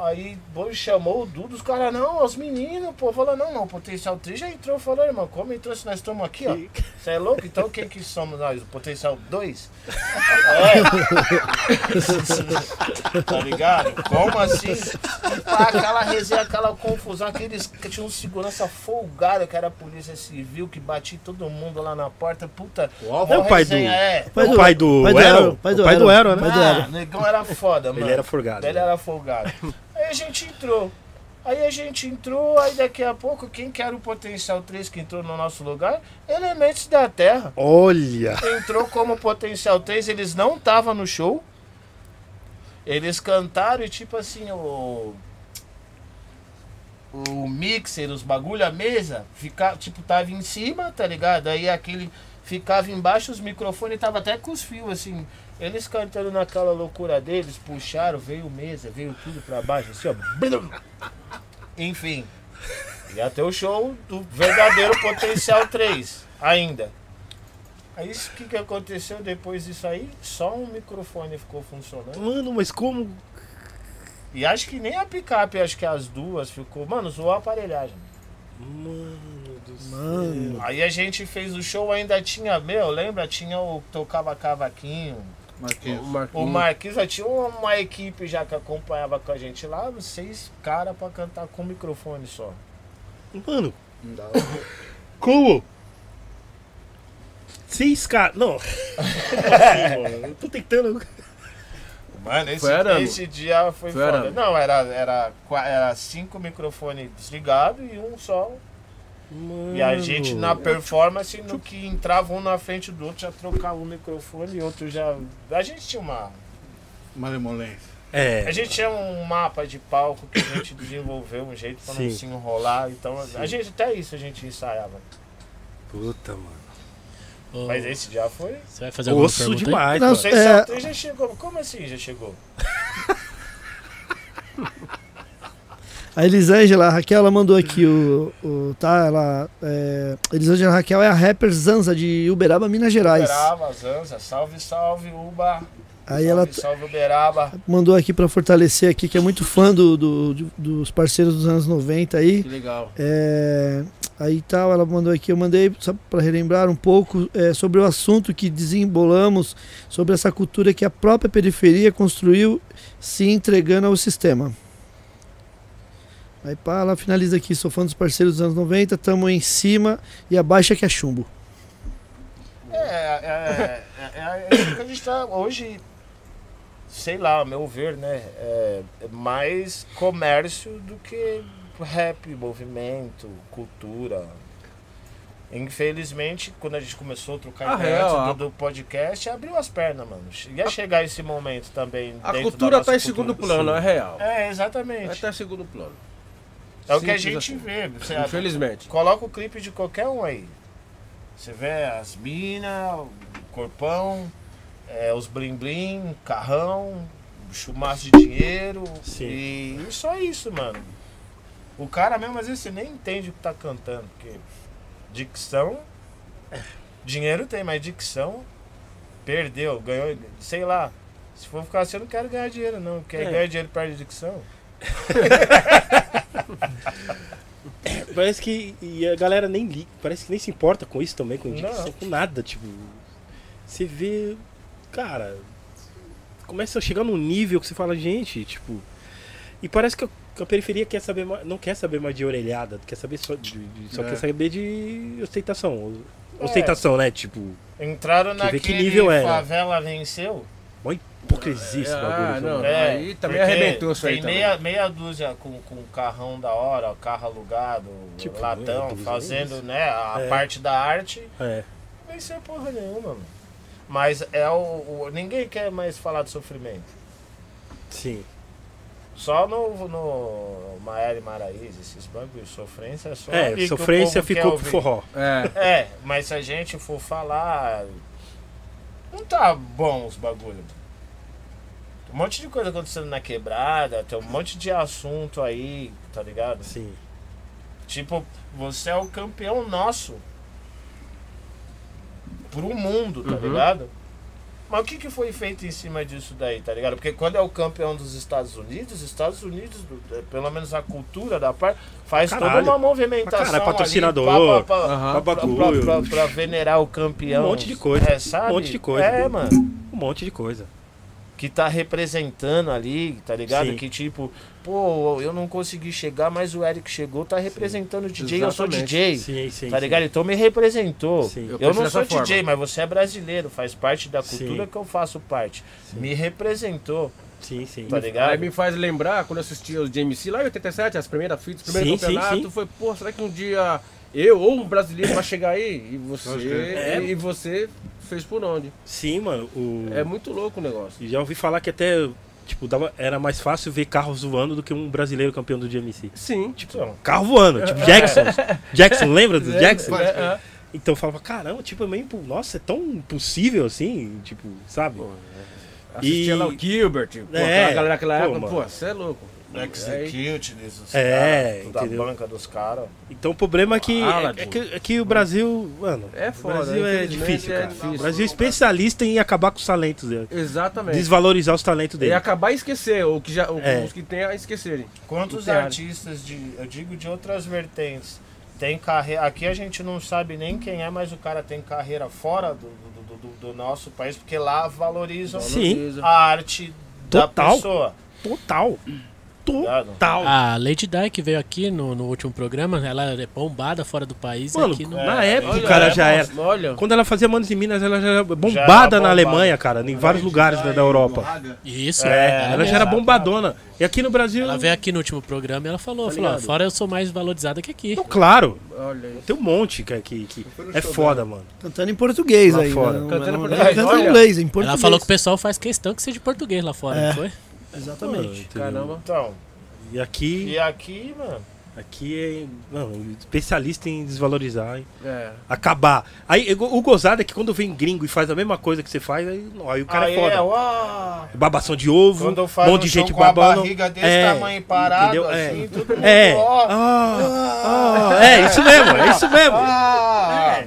D: Aí, boi, chamou o Duda, os caras, não, os meninos, pô, falou, não, não, o potencial 3 já entrou, falou, irmão, como entrou se nós estamos aqui, ó? Você é louco? Então quem que somos nós? O potencial 2? É. tá ligado? Como assim? Pá, aquela resenha, aquela confusão, aqueles que tinha um segurança folgado que era a polícia civil, que batia em todo mundo lá na porta, puta.
B: O Álvaro é o pai do-
D: É.
A: Pai
B: o
A: do-
B: pai do
A: pai do
B: Ero?
A: Ero,
B: O pai do Ero, né?
A: pai do
D: Ah,
A: Ero.
D: o negão era foda, mano.
B: Ele era folgado. né?
D: Ele era folgado. Aí a gente entrou. Aí a gente entrou, aí daqui a pouco, quem que era o potencial 3 que entrou no nosso lugar? Elementos da Terra.
B: Olha!
D: Entrou como potencial 3, eles não estavam no show. Eles cantaram e tipo assim, o. O mixer, os bagulho, a mesa, fica, tipo, tava em cima, tá ligado? Aí aquele ficava embaixo, os microfones tava até com os fios, assim. Eles cantando naquela loucura deles, puxaram, veio mesa, veio tudo pra baixo, assim, ó. blum. Enfim. E até o show do verdadeiro potencial 3, ainda. Aí o que, que aconteceu depois disso aí? Só um microfone ficou funcionando.
B: Mano, mas como?
D: E acho que nem a picape, acho que as duas ficou. Mano, zoou a aparelhagem.
B: Mano do céu.
A: Mano.
D: Aí a gente fez o show, ainda tinha, meu, lembra? Tinha o tocava cavaquinho.
G: o
F: Marquinhos.
D: O
G: Marquinhos.
D: Marquinhos já tinha uma equipe já que acompanhava com a gente lá, seis caras pra cantar com microfone só.
B: Mano,
F: Não dá.
B: como? Seis caras. Não. Como assim, mano? Eu tô tentando.
D: Mano, esse,
G: Foi arame.
D: esse dia foi,
G: Foi
D: foda.
G: arame.
D: Não, era, era, qua- era cinco microfones desligados e um só
B: Mano.
D: E
G: Hum.
D: a gente na performance, no que entrava um na frente do outro, já trocava um microfone e outro já. A gente tinha uma.
F: Malemolência.
B: É.
D: A gente tinha um mapa de palco que a gente desenvolveu, um jeito pra
B: Sim.
D: não se enrolar. Então a gente até isso a gente ensaiava.
B: Puta, mano.
C: Ô,
D: Mas
G: Uhum.
D: esse já foi.
A: É.
C: Você vai fazer alguma
B: Osso
C: pergunta aí?
B: demais,
A: Não,
B: mano.
D: Não sei se
A: É.
D: a atriz já chegou. Como assim já chegou?
A: A Elisângela, a Raquel, ela mandou aqui o. o- tá, ela. É, Elisângela Raquel é a rapper Zanza de Uberaba, Minas Gerais.
D: Uberaba, Zanza, salve, salve, Uba.
A: Aí
D: salve,
A: ela t-
D: salve, Uberaba.
A: mandou aqui pra fortalecer aqui, que é muito fã do, do- do- dos parceiros dos anos 90 aí.
G: Que legal.
A: É, aí tal, ela mandou aqui, eu mandei só para relembrar um pouco é, sobre o assunto que desembolamos, sobre essa cultura que a própria periferia construiu se entregando ao sistema. Aí pá, ela finaliza aqui, sou fã dos parceiros dos anos 90, tamo em cima e abaixa que é chumbo.
D: É, é, é, é, é isso que a gente tá hoje, sei lá, ao meu ver, né? É, é mais comércio do que rap, movimento, cultura. Infelizmente, quando a gente começou a trocar
G: Ah,
D: ideia
G: é,
D: antes
G: ó.
D: do, do podcast, abriu as pernas, mano. Che- Ia chegar esse momento também.
G: A
D: dentro
G: cultura
D: da
G: tá em
D: nossa
G: segundo
D: cultura.
G: plano, é real.
D: É,
G: Ela
D: exatamente.
G: tá em segundo plano.
D: É o que a
G: Simples
D: gente
G: assim.
D: vê.
B: é
D: tá Você
G: Infelizmente.
D: Coloca o clipe de qualquer um aí. Você vê as minas, o corpão, é, os blim blim, carrão, um chumaço de dinheiro.
B: Sim.
D: E só isso, mano. O cara mesmo às vezes você nem entende o que tá cantando, porque dicção. Dinheiro tem, mas dicção perdeu, ganhou, sei lá. Se for ficar assim, eu não quero ganhar dinheiro, não. Quer
G: É.
D: ganhar dinheiro perde dicção?
B: Parece que. E a galera nem liga. Parece que nem se importa com isso também, com
D: Não.
B: indicação, com nada. Tipo. Você vê. cara, começa a chegar num nível que você fala, gente, tipo. E parece que a, que a periferia quer saber mais, não quer saber mais de orelhada, quer saber só de, de- só
E: É.
B: quer saber de ostentação.
D: É.
B: Ostentação, né? Tipo,
D: Entraram
B: Quer ver
D: naquele
B: que nível é, né? era.
D: favela venceu.
B: uma hipocrisia esse
G: Ah,
B: bagulho. né?"
G: não.
B: velho.
D: É,
G: aí também
D: porque
G: arrebentou isso aí
D: Tem
G: também.
D: meia, meia dúzia com, com carrão da hora, carro alugado,
B: Tipo, meia
D: latão,
B: dúzia, nem
D: fazendo né, a
B: É.
D: parte da arte.
B: É.
D: Venceu porra nenhuma, mano. Mas é o, o- Ninguém quer mais falar de sofrimento.
B: Sim.
D: Só no, no Maera e Maraíza, esses bagulhos. Sofrência é só. ali que
B: É,
D: o
B: sofrência
D: povo quer
B: ficou pro
D: ouvir.
B: forró.
G: É,
D: É, mas se a gente for falar. Não tá bom os bagulhos. Tem um monte de coisa acontecendo na quebrada, tem um monte de assunto aí, tá ligado?
B: Sim.
D: Tipo, você é o campeão nosso. Pro mundo, tá
G: Uhum.
D: ligado? Mas o que, que foi feito em cima disso daí, tá ligado? Porque quando é o campeão dos Estados Unidos, Estados Unidos, do- eh, pelo menos a cultura da parte, faz
B: Caralho.
D: toda uma movimentação.
B: Caralho,
D: ali,
B: patrocinador.
D: pá, pá, pá,
G: aham.
B: Pra
D: pra, pra,
B: bagulho.
D: pra- pra venerar o campeão.
B: Um monte de coisa,
D: É, sabe?
B: um monte de coisa.
D: É, mano.
B: Um monte de coisa.
D: Que tá representando ali, tá ligado?
B: Sim.
D: Que tipo, pô, eu não consegui chegar, mas o Eric chegou, tá representando o DJ, eu sou
G: Exatamente.
D: DJ.
B: Sim, sim.
D: Tá ligado? Então me representou.
B: Sim. Sim.
G: Eu-
D: Eu
G: penso
D: não
G: dessa
D: sou
G: forma.
D: DJ, mas você é brasileiro, faz parte da cultura
B: Sim.
D: que eu faço parte.
B: Sim.
D: Me representou,
B: sim, sim.
D: tá
G: Aí
D: ligado?
G: me faz lembrar quando eu assistia os JMC lá em 87, as primeiras fitas, o primeiro
B: Sim, sim,
G: campeonato.
B: sim.
G: Foi, pô, será que um dia eu ou um brasileiro vai chegar aí? E
F: Pode
G: você,
F: crer.
B: É.
G: e, e você fez por onde?
B: Sim, mano. O...
G: É muito louco o negócio.
B: Já ouvi falar que até, tipo, dava- era mais fácil ver carro voando do que um brasileiro campeão do GMC.
G: Sim.
D: Então,
B: Carro voando, tipo Jackson. Jackson, lembra do Jackson?
G: É, é.
B: Então eu falava, caramba, tipo, é meio, impo- nossa, é tão impossível assim, tipo, sabe?
D: é.
G: Assistia
B: E-
G: lá o Gilbert, pô,
B: É.
G: aquela galera naquela
B: Pô,
G: época,
B: mano.
G: pô, você é louco. Aí,
D: Execute desses
B: É,
D: caras, da
B: entendeu?
D: banca dos caras.
B: Então o problema é que,
D: Ah,
G: Aladdin.
B: é, que, é que o Brasil, mano,
G: é
B: o
G: foda.
B: Brasil é
G: infelizmente
B: difícil,
G: é
B: cara.
G: difícil.
B: O Brasil é especialista em acabar com os talentos dele,
G: Exatamente.
B: desvalorizar os talentos
G: E
B: dele.
G: É acabar e esquecer, ou que já, ou
B: É.
G: os que tem a esquecerem.
D: Quantos
G: Literário.
D: artistas de, eu digo de outras vertentes, tem carreira. Aqui a gente não sabe nem quem é, mas o cara tem carreira fora do, do, do- do- do nosso país, porque lá valorizam
B: Sim.
G: Valoriza.
D: a arte da
B: Total.
D: pessoa.
B: Total. Total.
C: Ah, A Lady Di que veio aqui no, no último programa, ela é bombada fora do país e
B: Mano,
C: aqui no...
B: na
D: É,
B: época
D: olha,
B: o cara
D: é,
B: já era.
G: Olha,
B: Quando ela fazia Manos em Minas, ela já era bombada
D: bombada.
B: na Alemanha, cara, em vários lugares
F: né,
B: da, da Europa.
F: Raga,
C: Isso,
B: É, ela já era
C: mesmo.
B: bombadona. E aqui no Brasil.
C: Ela veio aqui no último programa e ela falou, falou, ó,
B: ligado?
C: fora eu sou mais valorizada que aqui.
B: Não, claro,
G: olha isso.
B: tem um monte que, que, que
F: fui no
B: é
F: show
B: foda, mano.
A: Cantando em português
B: Lá
A: aí.
B: fora.
A: Não,
G: Cantando em
A: não-
G: português,
A: ela canta em
G: olha.
A: inglês, em português.
C: Ela falou que o pessoal faz questão que seja de português lá fora,
A: É.
C: não foi?
A: Exatamente.
B: Entendeu?
G: Caramba.
D: Então,
B: E aqui,
D: e aqui, mano.
B: aqui é mano, especialista em desvalorizar, em
G: É.
B: acabar. Aí o o gozado é que quando vem gringo e faz a mesma coisa que você faz, aí, não, aí o cara
D: aí
B: é
D: é,
B: foda.
D: ó,
B: Babação de ovo,
D: quando
B: um
D: faz
B: monte
D: um
B: de
D: show
B: gente
D: com a
B: babando.
D: barriga desse
B: é,
D: tamanho parado,
B: entendeu? É.
D: assim, todo mundo,
B: É.
D: ó.
B: Ah, ah, é, isso mesmo, é isso mesmo.
D: Ah,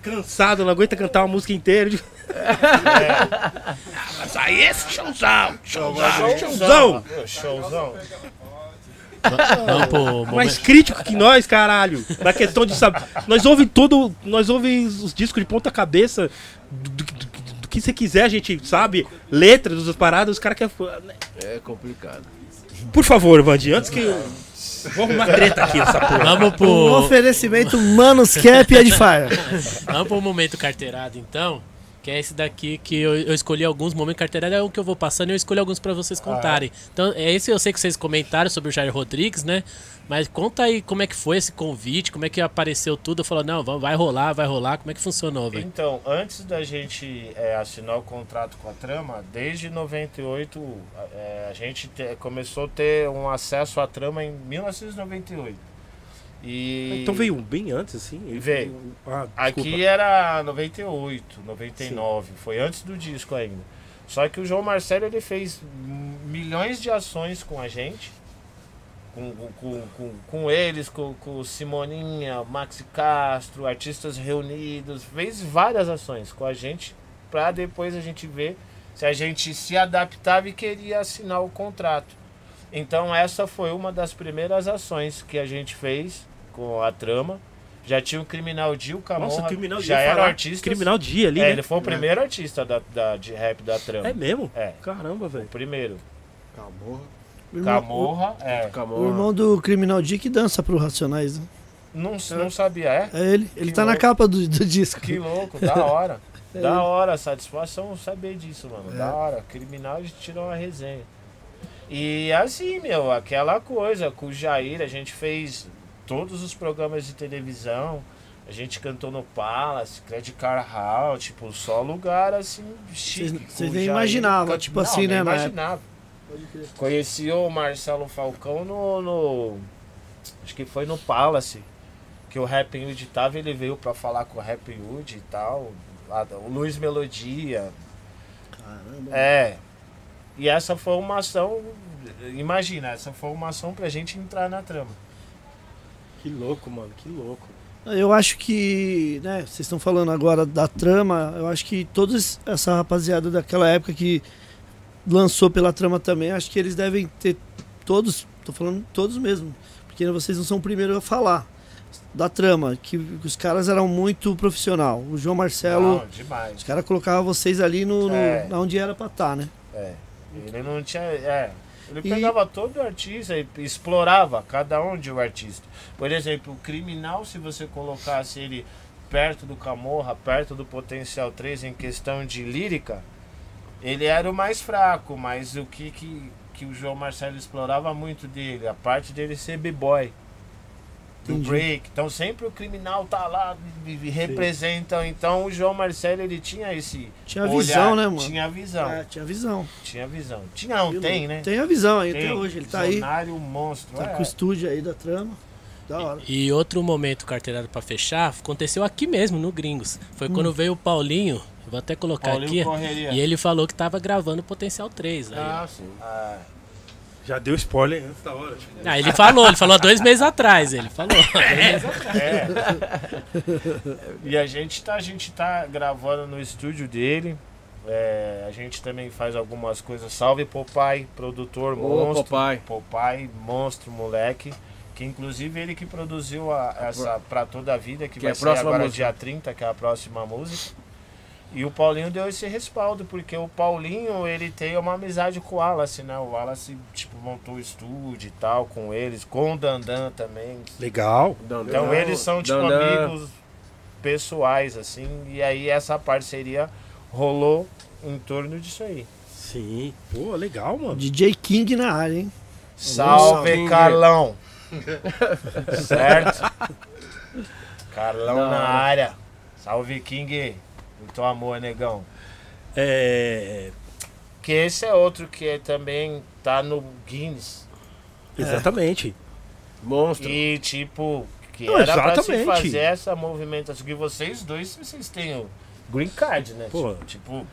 B: cansado, não aguenta cantar uma música inteira. Mas aí esse showzão, showzão, showzão.
D: Meu, Showzão.
C: Vamos pro
B: Mais
C: momento,
B: crítico que nós, caralho. Na questão de saber. Nós ouve tudo, nós ouve os discos de ponta cabeça. Do, do- do- do que você quiser, a gente sabe. Letras das paradas, os caras querem.
G: É complicado.
B: né? Por favor, Vandinho, antes que. eu- Vou arrumar treta aqui essa porra.
C: vamos
A: Um
C: pro,
A: oferecimento Manus Cap e Edifier.
C: vamos pro momento carteirado, então. Que é esse daqui que eu, eu escolhi alguns momentos carteirado, é o que eu vou passando e eu escolhi alguns pra
A: Ah.
C: vocês contarem. Então, é esse eu sei que vocês comentaram sobre o Jair Rodrigues, né? Mas conta aí como é que foi esse convite, como é que apareceu tudo. Falou, não, vamos- vai rolar, vai rolar. Como é que funcionou, velho?
D: Então, antes da gente é, assinar o contrato com a Trama, desde 98, é, a gente te- começou a ter um acesso à Trama em 1998. E
B: Então veio um bem antes, assim.
D: Veio.
B: Ah, desculpa.
D: Aqui era 98, 99, foi antes do disco ainda. Só que o João Marcelo ele fez m- milhões de ações com a gente, com, com, com, com eles, com, com o Simoninha, Maxi Castro, artistas reunidos, fez várias ações com a gente para depois a gente ver se a gente se adaptava e queria assinar o contrato. Então essa foi uma das primeiras ações que a gente fez com a trama. Já tinha o Criminal Dia, o Camorra.
B: Nossa, Criminal
D: já
B: Dia
D: era
B: falar.
D: artista.
B: Criminal Dia ali,
D: é,
B: né?
D: ele foi o primeiro artista da, da- de rap da trama.
B: É mesmo?
D: É.
B: Caramba, velho.
D: O primeiro.
F: Calmorra.
A: O irmão-
D: Camorra, é.
A: o-
G: Camorra.
A: O irmão do Criminal D que dança pro Racionais, né?
D: Não, não sabia, é?
A: É ele. Ele
D: Que
A: tá na
D: louco.
A: capa do, do disco.
D: Que louco, da hora.
A: É
D: Da
A: ele.
D: hora, satisfação saber disso, mano.
A: É.
D: Da hora. Criminal de tirar uma resenha. E assim, meu, aquela coisa com o Jair, a gente fez todos os programas de televisão. A gente cantou no Palace, Credit Car Hall, tipo, só lugar assim, chique.
A: Vocês-
D: com
A: vocês
D: o
A: nem
D: Jair.
A: imaginavam,
D: Can-
A: tipo
D: Não,
A: assim,
D: nem
A: né, na época.
D: imaginava. Conheci o Marcelo Falcão no, no- Acho que foi no Palace. Que o Rap Hood tava, ele veio pra falar com o Rap Hood e tal. a- O Luiz Melodia.
F: Caramba.
D: É. E essa foi uma ação. Imagina, essa foi uma ação pra gente entrar na trama.
B: Que louco, mano. Que louco.
A: Eu acho que, né, vocês estão falando agora da trama, eu acho que toda es- essa rapaziada daquela época que lançou pela trama também, acho que eles devem ter todos, tô falando todos mesmo, porque vocês não são o primeiro a falar da trama, que os caras eram muito profissional. O João Marcelo,
D: Não, demais.
A: os caras colocavam vocês ali no, no-
D: Ah. É.
A: na onde era pra estar, né?
D: É. Ele não tinha. É. Ele
A: E-
D: pegava todo o artista e explorava cada um de um artista. Por exemplo, o criminal, se você colocasse ele perto do Camorra, perto do Potencial 3 em questão de lírica, ele era o mais fraco, mas o que, que, que o João Marcelo explorava muito dele? A parte dele ser b-boy. Do
A: Entendi.
D: break. Então sempre o criminal tá lá e e representa. Então o João Marcelo ele tinha esse.
A: Tinha visão,
D: olhar,
A: né, mano?
D: Tinha visão.
A: É, tinha visão.
D: Tinha visão. Tinha Então. não,
A: Eu-
D: tem, né?
A: Tem a visão aí
D: Tem.
A: até hoje, ele tá aí,
D: Visionário, monstro.
A: tá
D: é.
A: com o estúdio aí da trama. Da hora.
C: E outro momento carteirado pra fechar aconteceu aqui mesmo, no Gringos. Foi
A: Hum.
C: quando veio o Paulinho, vou até colocar
D: Paulinho
C: aqui,
D: Correria.
C: e ele falou que tava gravando o Potencial 3. Aí,
D: Ah, sim. Ah,
B: Já deu spoiler antes tá? da hora.
C: Ah, ele falou, ele falou há dois meses atrás, ele falou.
D: é. e a gente tá, a gente tá gravando no estúdio dele. É, a gente também faz algumas coisas. Salve Popai, produtor,
G: Ô,
D: monstro.
G: papai.
D: Popai, monstro, moleque. Que inclusive ele que produziu a- essa Pra Toda a Vida, que,
G: Que é
D: vai
G: a
D: ser
G: próxima
D: agora
G: música.
D: dia 30, que é a próxima música. E o Paulinho deu esse respaldo, porque o Paulinho, ele tem uma amizade com o Wallace, né? O Wallace, tipo, montou o estúdio e tal com eles, com o Dandan também.
B: Legal.
G: Dandan,
D: Então eles são, tipo,
G: Dandan.
D: amigos pessoais, assim. E aí essa parceria rolou em torno disso aí.
B: Sim. Pô, legal, mano.
A: DJ King na área, hein?
D: Salve,
G: Salve.
D: Carlão! certo? Carlão
G: Da
D: na
G: hora.
D: área. Salve, King! Muito amor, negão.
B: É.
D: Que esse é outro que também tá no Guinness.
B: Exatamente.
G: Monstro.
D: E, tipo, que
B: Não,
D: era pra se
B: exatamente.
D: fazer essa movimentação. Que vocês dois, vocês têm o green card, né?
B: Pô.
D: Tipo, tipo,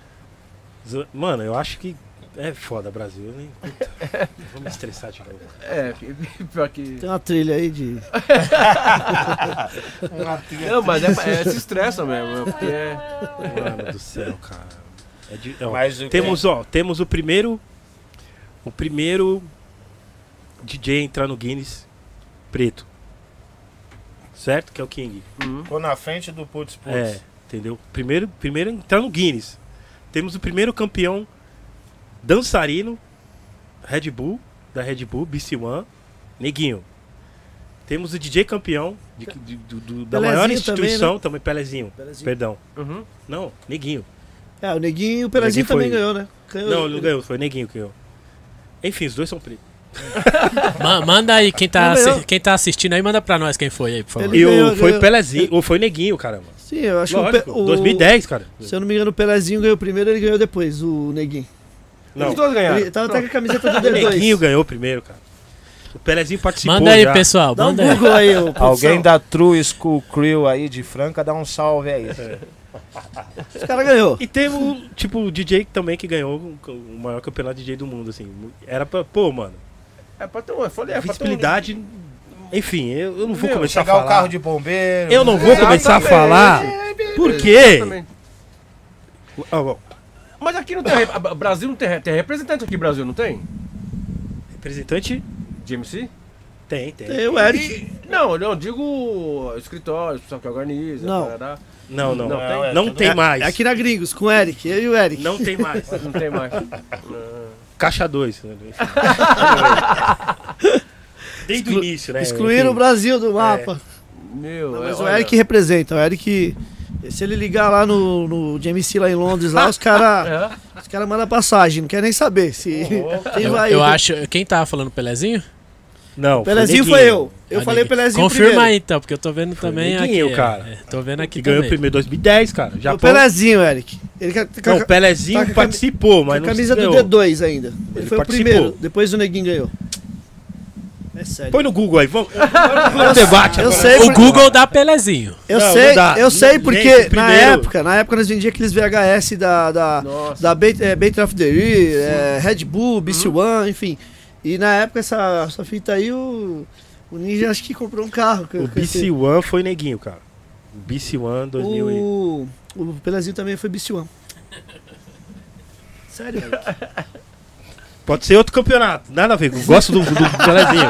B: Z- Mano, eu acho que é foda, Brasil, né? Puta. Vou me estressar de novo.
G: É, pi- pior que.
A: Tem uma trilha aí de.
G: Não, mas é, é, se estressa mesmo, é porque é.
B: Mano do céu, cara. É de- ó,
D: Mas o
B: temos, ó, temos o primeiro. O primeiro DJ a entrar no Guinness preto. Certo? Que é o King.
D: ficou na frente do Putz Putz.
B: É, entendeu? Primeiro, primeiro a entrar no Guinness. Temos o primeiro campeão dançarino Red Bull, da Red Bull, BC One, Neguinho. Temos o DJ campeão de- de- do- do- da maior
A: Pelezinho também,
B: instituição, também, né? Pelezinho, perdão.
G: Uhum.
B: Não, Neguinho.
A: É, o Neguinho e o Pelezinho
B: Neguinho foi-
A: também ganhou, né? Ganhou-
B: Não, não ganhou, foi Neguinho que ganhou. Enfim, os dois são pretos.
C: Ma- manda aí, quem tá,
A: Não, mas eu-
C: assi- quem tá assistindo aí, manda pra nós quem foi aí, por favor.
A: Ele
B: E
A: ganhou,
B: o, foi
A: ganhou.
B: Pelezinho, ou foi Neguinho, caramba.
A: Sim, eu acho
B: Lógico,
A: que o, Pe- o
B: 2010, cara.
A: Se eu não me engano, o Pelezinho ganhou primeiro, ele ganhou depois, o Neguinho.
B: Não, então
G: Os dois ganharam.
A: Ele tava até com a camiseta do
B: o É. Neguinho
A: D2.
B: ganhou primeiro, cara. O Pelezinho participou
C: Manda aí,
B: já.
C: pessoal,
A: Dá um
C: manda
B: é.
C: aí.
A: Google aí, ô, produção.
D: Alguém da True School Crew aí de Franca, dá um salve aí.
A: Os caras ganhou.
B: E teve um, tipo, o DJ também que ganhou o- o maior campeonato DJ do mundo, assim. Era pra, pô, mano,
G: É pra ter uma. eu Falei, é pra ter um-
B: visibilidade. Enfim, eu, eu não vou
G: Meu,
B: começar a
D: Chegar o
B: falar.
D: carro de bombeiro.
B: Eu não vou começar a
G: Exatamente. É,
B: falar. Por quê?
G: Exatamente.
B: Ah, bom,
G: Mas aqui não tem. re- a- a- Brasil não tem, re- tem representante aqui, Brasil, não tem?
B: representante?
G: De MC?
B: Tem, tem.
A: Tem o Eric.
G: Não, não, digo escritório, pessoal que organiza,
A: Não.
G: tarará.
B: Não, não.
G: Não,
B: Não,
D: é, tudo-
B: tem
A: É,
B: mais.
A: Aqui na Gringos, com o Eric, eu e o Eric.
B: Não tem mais.
G: não tem mais.
B: Caixa né? 2. Desde o início, né?
A: Excluíram o
B: Enfim.
A: Brasil do mapa.
G: Meu,
A: Não, mas
G: é,
A: o
G: olha,
A: Eric representa, o Eric. Se ele ligar lá no, no GMC lá em Londres, lá, os caras
G: É,
A: os cara mandam passagem, não quer nem saber se. Quem
C: Eu,
A: vai
C: eu acho. Quem tava falando Pelezinho?
B: Não,
A: Pelezinho
B: Neguinho.
A: foi eu. Eu
C: Ah,
A: falei
C: Neguinho.
A: Pelezinho
C: Confirma
A: primeiro.
C: aí então, porque eu tô vendo também aqui.
B: Neguinho,
C: é,
B: cara.
C: é, tô vendo
B: Que
C: aqui
B: ganhou
C: também.
B: o primeiro 2010, cara.
A: Foi o
B: Japão.
A: Pelezinho, Eric. Ele ca- ca-
B: Não, o Pelezinho
A: Tá com a cami-
B: participou,
A: com a
B: mas não
A: camisa do
B: ganhou.
A: D2 ainda. Ele,
B: Ele
A: foi
B: participou.
A: o primeiro, depois o Neguinho ganhou. É sério.
B: Põe no Google aí, vamos. Vamos ao debate.
A: eu
B: agora.
A: sei
C: O Google dá Pelezinho.
A: Eu
B: Não,
A: sei,
B: não dá.
A: eu sei
B: Nem
A: porque
B: de
A: na
B: primeiro.
A: época, na época nós vendíamos aqueles VHS da da
G: Nossa.
A: da Bait, é, Bait of the Year, é, Red Bull, BC
C: Uhum.
A: One, enfim. E na época essa, essa fita aí o, o Ninja acho que comprou um carro. que-
B: O
A: que esse-
B: BC1 foi neguinho, cara. O BC1 2000 e...
A: o, o Pelazinho também foi BC One. Sério, Eric?
B: Pode ser outro campeonato. Nada a ver. eu Gosto do, do Pelezinho.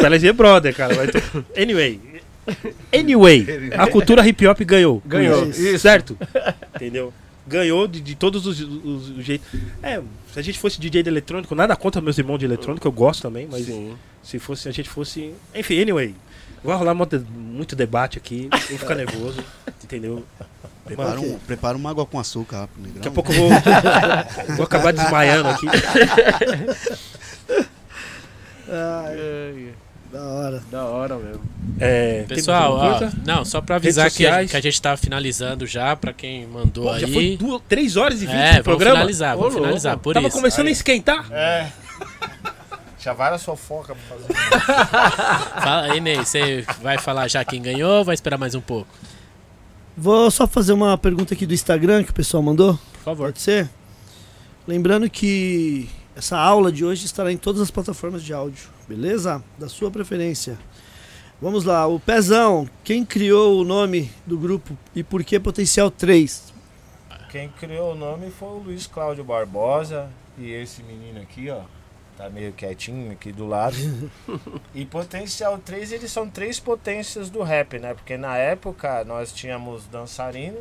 B: Pelezinho é brother, cara. vai ter- Anyway. Anyway. A cultura hip hop ganhou.
G: Ganhou, isso.
B: Certo? Entendeu? Ganhou de, de todos os, os- os jeitos. É, se a gente fosse DJ de eletrônico, nada contra meus irmãos de eletrônico, eu gosto também, mas
G: Sim.
B: se fosse, se a gente fosse. Enfim, anyway. Vai rolar muito, muito debate aqui. Vou ficar nervoso. Entendeu?
E: Prepara, um, prepara uma água com açúcar rápido,
B: Daqui a
E: negrão.
B: pouco eu vou, vou acabar desmaiando aqui.
A: Ai, da hora.
G: Da hora mesmo.
B: É, tem
C: Pessoal,
B: mais alguma
C: ó,
B: coisa?
C: não, só pra avisar
B: Redes
C: que a,
B: sociais.
C: que a gente tá finalizando já, pra quem mandou
B: Pô,
C: aí.
B: já foi duas, três horas e vinte
C: é,
B: de
C: vamos
B: programa.
C: finalizar, vamos
G: Ô, louco.
C: finalizar, por
B: Tava
C: isso.
B: começando a esquentar.
D: É. Tinha várias fofocas pra fazer.
C: Fala aí, Ney, você vai falar já quem ganhou ou vai esperar mais um pouco?
A: Vou só fazer uma pergunta aqui do Instagram que o pessoal mandou.
C: Por favor.
A: Pode ser? Lembrando que essa aula de hoje estará em todas as plataformas de áudio, beleza? Da sua preferência. Vamos lá, o Pezão, quem criou o nome do grupo e por que Potencial 3?
D: Quem criou o nome foi o Luiz Cláudio Barbosa e esse menino aqui, ó. Tá meio quietinho aqui do lado. e Potencial 3, eles são três potências do rap, né? Porque na época nós tínhamos dançarino,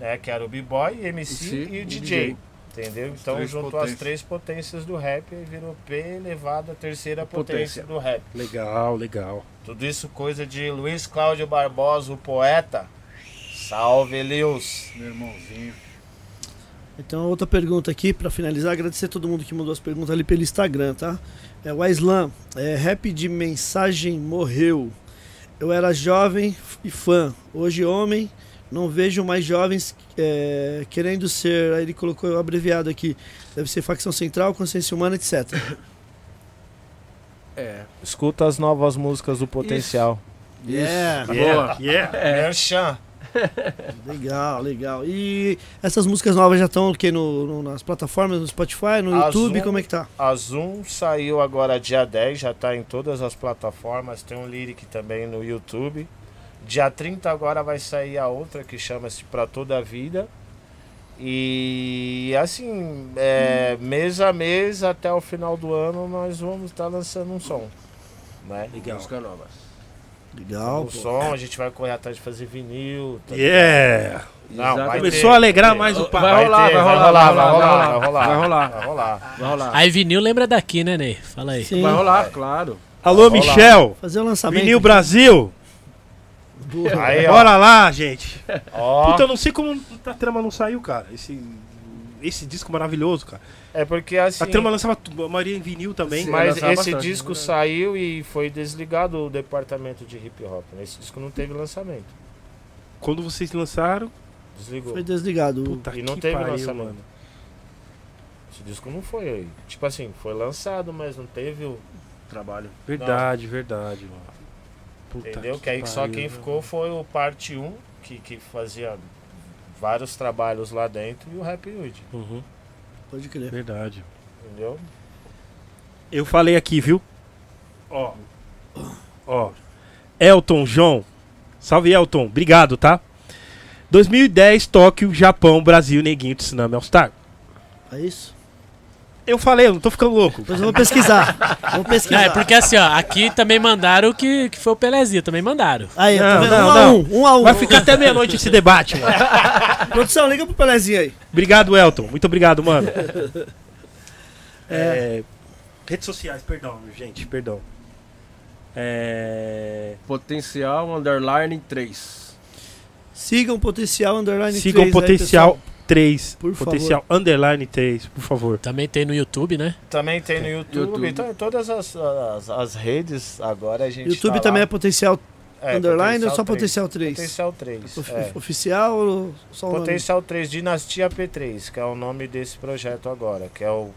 D: né? Que era o B-Boy, MC
G: Sim,
D: e
G: o
D: o DJ.
G: DJ.
D: Entendeu? Então
F: três
D: juntou as
F: potências.
D: três potências do rap e virou P elevado à terceira
G: Potência.
D: potência do rap.
B: Legal, legal.
D: Tudo isso coisa de Luiz Cláudio Barbosa, o poeta. Salve, Lius!
F: Meu irmãozinho.
A: Então, outra pergunta aqui para finalizar, agradecer a todo mundo que mandou as perguntas ali pelo Instagram, tá? É o Aislan, é, rap de mensagem morreu. Eu era jovem e fã, hoje homem, não vejo mais jovens é, querendo ser. Aí ele colocou o abreviado aqui, deve ser facção central, consciência humana, etc.
G: É.
D: Escuta as novas músicas do Potencial.
A: Yeah,
G: Boa.
B: yeah.
D: É, Merchan.
A: legal, legal. E essas músicas novas já estão o quê? No, no- nas plataformas, no Spotify, no
D: Azul.
A: YouTube, como é que tá?
D: A Zoom saiu agora dia 10, já tá em todas as plataformas. Tem um lyric também no YouTube. Dia 30 agora vai sair a outra que chama-se Pra Toda a Vida. E assim, é,
G: Hum.
D: mês a mês, até o final do ano, nós vamos estar lançando um som. Né?
B: Legal.
G: Música nova.
A: Legal,
D: Um
A: pô.
D: som, a gente vai correr atrás de fazer vinil. tá-
B: Yeah.
D: Não, vai
G: Exatamente.
B: Começou a alegrar mais o
G: Vai
B: papo.
G: rolar,
D: ter,
G: vai rolar, vai rolar, vai rolar, vai
D: vai
G: rolar,
D: rolar.
G: vai
B: Tá.
G: rolar.
C: Aí vinil lembra daqui, né, Ney? Fala aí.
A: Sim.
G: Vai rolar, claro.
B: Alô,
D: Vai rolar.
B: Michel.
A: Fazer o lançamento.
B: Vinil Brasil.
A: Boa.
D: Aí, ó.
B: Bora lá, gente.
D: Ó,
B: Puta, eu não sei como a trama não saiu, cara. Esse, esse disco maravilhoso, cara.
D: é porque assim.
B: A trama lançava tu- a maioria em vinil também.
G: Sim.
D: Mas
G: lançava
D: esse
G: bastante,
D: disco
G: né?
D: saiu e foi desligado o departamento de hip hop. né? Esse disco não teve lançamento.
B: Quando vocês lançaram,
D: Desligou.
A: Foi desligado.
B: puta
D: E não
B: que
D: teve
B: pariu,
D: lançamento.
B: mano.
D: Esse disco não foi. Tipo assim, foi lançado, mas não teve o.
G: Trabalho.
B: Verdade, verdade, mano. Puta
D: entendeu? Que aí só
B: pariu,
D: quem
B: né,
D: ficou foi o parte 1, que, que fazia vários trabalhos lá dentro, e o Rap Hood.
B: mano? Uhum,
A: Pode crer.
B: verdade.
D: Entendeu?
B: Eu falei aqui, viu? Ó. Ó. Elton John. Salve, Elton. Obrigado, tá? 2010, Tóquio, Japão, Brasil, Neguinho, Tsunami All Star.
A: É isso?
B: Eu falei, eu não tô ficando louco.
A: Depois eu vou pesquisar. Vou
C: Não,
A: pesquisar.
C: é porque assim, ó, aqui também mandaram que, que foi o Pelezinho, também mandaram.
A: Aí,
B: Não,
A: tá vendo?
B: não,
A: um a
B: não.
A: um, um a um.
B: Vai ficar até meia-noite esse debate, mano.
A: Produção, liga pro Pelezinho aí.
B: Obrigado, Elton. Muito obrigado, mano. É, redes sociais, perdão, gente, perdão. É,
G: Potencial Underline 3.
A: Sigam Potencial Underline
B: sigam
A: 3 aí,
B: Potencial 3.
A: Por favor.
B: Potencial Underline 3, por favor.
C: Também tem no YouTube, né?
D: Também tem no YouTube,
G: YouTube.
D: Então, em todas as, as, as redes agora a gente.
A: YouTube
D: tá
A: também é
D: lá.
A: Potencial
D: É,
A: Underline ou só
D: três?
A: Potencial 3?
D: Potencial 3.
A: Ofi-
D: é.
A: Oficial ou só o nome?
D: Potencial 3, Dinastia P3, que é o nome desse projeto agora, que é o,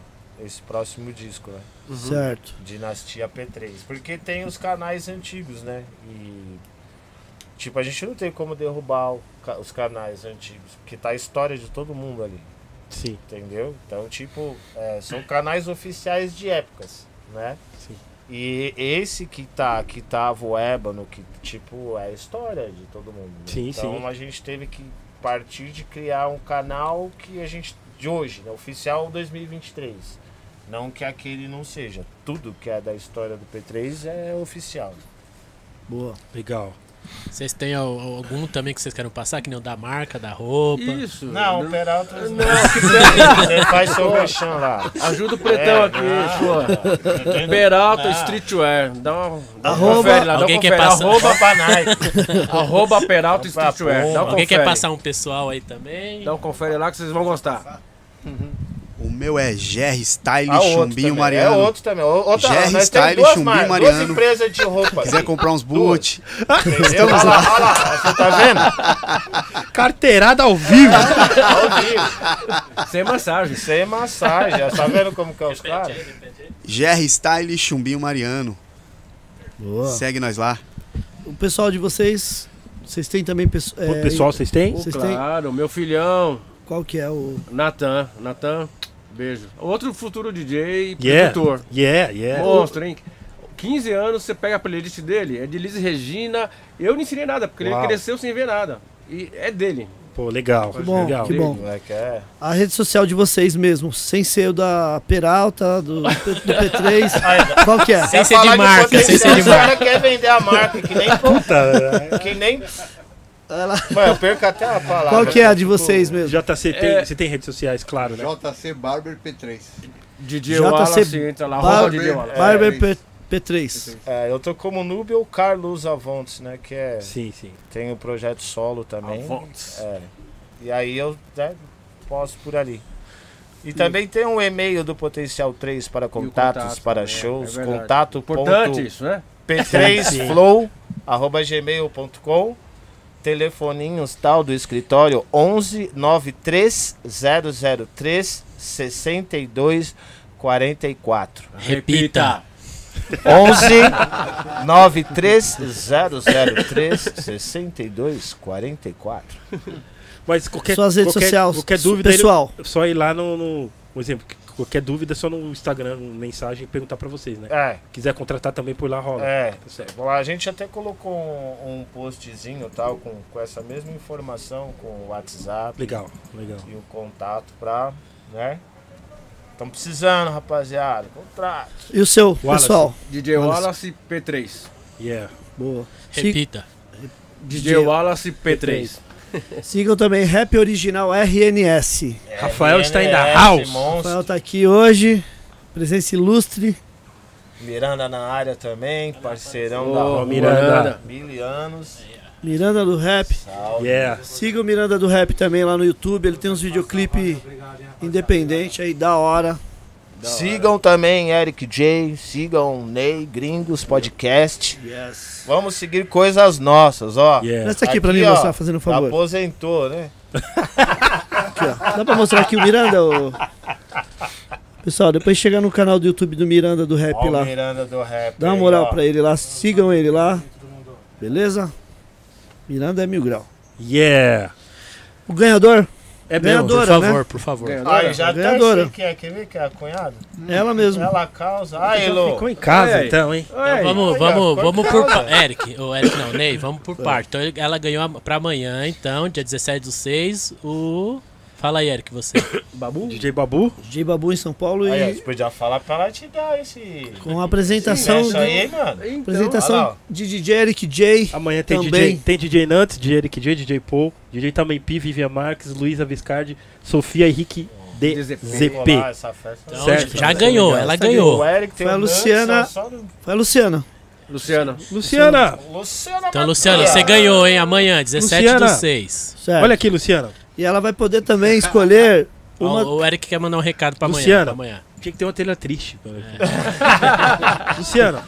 D: esse próximo disco, né?
A: Certo.
D: Dinastia P3. Porque tem os canais antigos, né? E. Tipo, a gente não tem como derrubar o ca- os canais antigos, porque tá a história de todo mundo ali,
B: Sim.
D: entendeu? Então, tipo, é, são canais oficiais de épocas, né?
B: Sim.
D: E esse que tá, que tava o ébano, que, tipo, é a história de todo mundo. né?
B: Sim,
D: então
B: sim.
D: a gente teve que partir de criar um canal que a gente. de hoje, né? Oficial 2023. Não que aquele não seja. Tudo que é da história do P3 é oficial.
A: Boa.
B: Legal.
C: Vocês têm al- algum também que vocês querem passar, que nem o da marca, da roupa.
G: Isso.
D: Não,
G: né?
D: o Peralta. Não, você faz seu mexão lá. É,
G: Ajuda o pretão aqui, pô. Peralta
D: Ah.
G: Streetwear. Dá uma. Dá uma
A: Arroba-
G: confere lá, dá uma
C: Alguém quer
G: confere.
C: passar-
G: Arroba,
D: Papai
G: arroba Peralta Streetwear. Dá uma
C: Alguém
G: confere.
C: quer passar um pessoal aí também?
B: Então,
G: Dá um confere lá que vocês vão gostar.
E: O meu é GR Style
D: Ah, outro
E: Chumbinho
D: também.
E: Mariano.
D: É outro também. O- Outra,
E: GR
D: nós temos
E: Style,
D: duas
E: Chumbinho
D: marcas, Duas
E: Mariano.
D: empresas de roupa.
E: Quiser comprar uns boot,
D: Entendeu? Olha lá, olha lá, você tá vendo?
B: Carteirada ao vivo.
D: Ao vivo.
G: Sem massagem.
D: Sem é massagem, ó, tá vendo como que é os caras?
E: GR Style Chumbinho Mariano.
A: Boa.
E: Segue nós lá.
A: O pessoal de vocês, vocês têm também pesso-
B: Pô,
A: é,
B: pessoal, vocês têm?
A: Vocês têm-
G: Claro, meu filhão,
A: Qual que é o
G: Natan. Natan, beijo. Outro futuro DJ e
B: Yeah.
G: produtor.
B: Yeah, yeah.
G: Monstro, hein? 15 anos, você pega a playlist dele, é de Liz Regina. Eu não ensinei nada, porque
B: Uau.
G: ele cresceu sem ver nada. E é dele.
B: Pô, legal.
A: Que bom,
B: legal.
A: que bom.
D: Moleque, é.
A: a rede social de vocês mesmo, sem ser o da Peralta, do, do P3, qual que é?
C: Sem ser de
D: Falar
C: marca, sem
D: potencial,
C: ser de
D: Os
C: marca.
D: caras querem vender a marca, que nem.
A: É
B: Puta,
D: Que nem
A: Ela-
D: mano, eu perco até a palavra.
A: Qual que é a de
D: Tipo,
A: vocês mesmo?
B: JC tem,
G: É.
B: você tem redes sociais, claro, né?
F: JC Barber P3.
G: DJ
A: JC
G: Wallace, entra lá,
A: Barber.
G: arroba DJ Wallace.
A: Barber
F: é,
A: P- P3.
D: É, eu tô como noob ou Carlos Avontes, né? Que é.
B: Sim, sim.
D: Tem o projeto solo também.
G: Avontes.
D: É. E aí eu né, posso por ali. E também tem um e-mail do Potencial 3 para contatos,
G: contato
D: para
G: também, é
D: shows,
G: verdade.
D: contato
G: Importante isso, né?
D: p3flow@gmail.com. Telefoninhos tal do escritório 11 93003 6244.
C: Repita.
D: 11 93003 6244.
B: Mas qualquer,
A: Suas redes
B: qualquer,
A: sociais,
B: qualquer
A: su-
B: dúvida, ele-
A: pessoal.
B: só ir lá no, no- um exemplo, qualquer dúvida, é só no Instagram, no mensagem, perguntar pra vocês, né?
D: É,
B: Quiser contratar também por lá, rola.
D: é.
B: Tá certo.
D: Bom, A gente até colocou um, um postzinho tal com, com essa mesma informação com o WhatsApp
B: Legal, legal.
D: e o contato pra, né? Estão precisando, rapaziada. Contrato.
A: E o seu,
B: Wallace.
A: pessoal?
G: DJ
A: Wallace.
G: Wallace P3.
B: Yeah.
A: Boa. Sig-
C: Repita.
G: DJ Wallace P3.
A: sigam também Rap Original RNS.
B: Rafael está in the
D: NS,
B: house.
A: O Rafael
D: Monstro,
A: tá aqui hoje, presença ilustre.
D: Miranda na área também, parceirão da
G: Ô,
D: rua.
B: Miranda.
D: Mil
A: É,
D: anos.
A: Miranda do Rap.
D: Salve.
B: Yeah.
A: Siga o Miranda do Rap também lá no YouTube. Ele tem uns videoclipe independente aí, da hora.
D: Sigam também Eric J, sigam Ney Gringos Podcast.
A: Yes.
D: Vamos seguir coisas nossas, ó.
B: Yeah.
A: Essa aqui pra
D: Aqui,
A: mim
D: ó,
A: mostrar, fazendo um favor.
D: Aposentou, né?
A: Aqui, ó. Dá pra mostrar aqui o Miranda? ô? Pessoal, depois chega no canal do YouTube do Miranda do Rap
D: Ó, o
A: lá.
D: Miranda do Rap.
A: É Dá uma moral pra ele lá, sigam ele lá. Beleza? Miranda é mil grau.
B: Yeah.
A: O ganhador,
B: É mesmo.
A: Ganhadora,
C: Por favor,
A: né?
C: por favor.
D: Aí já até
A: Ganhadora.
D: sei quem é. Quer ver que é a cunhada?
A: ela mesma.
D: Ela causa. Ah, Elo.
B: Ficou em casa
G: Ei.
B: então, hein?
G: Ei,
C: Vamos,
D: aí,
C: vamos,
D: ó,
C: vamos por
D: corta
C: parte. Eric, ou Eric não, Ney, vamos por parte. Então ela ganhou a- pra amanhã, então, dia 17 do 6, o Fala aí, Eric, você.
A: Hum.
G: Babu?
B: DJ Babu?
A: DJ Babu em São Paulo
D: Aí, ó,
A: e
D: você podia falar pra ela te dar esse.
A: com a apresentação,
D: Isso
A: de,
D: aí, mano.
G: Então,
A: apresentação
D: olha lá, ó.
A: de DJ Eric J.
B: Amanhã tem
A: Também.
B: DJ, tem DJ Nantes, DJ Eric J, DJ Paul, DJ também Pi, Vivian Marques, Luísa Viscardi, Sofia Henrique de
G: DZP.
B: ZP.
D: Rolar essa festa.
C: Então,
B: Certo.
C: já ganhou, ela
D: O
C: ganhou.
D: Eric tem
A: Foi a
D: o Nantes,
A: Luciana-
D: só- só no-
A: Vai, Luciana.
G: Então, Luciana,
B: Luciana!
D: Luciana
C: Então, Luciano,
D: Matias.
C: você ganhou, hein? Amanhã, 17
B: Luciana.
C: do 6.
A: Certo.
B: Olha aqui, Luciana.
A: E ela vai poder também escolher uma.
C: Ó, O Eric quer mandar um recado pra amanhã.
B: Luciana.
C: pra amanhã.
B: Tinha que ter uma telha triste. Luciana,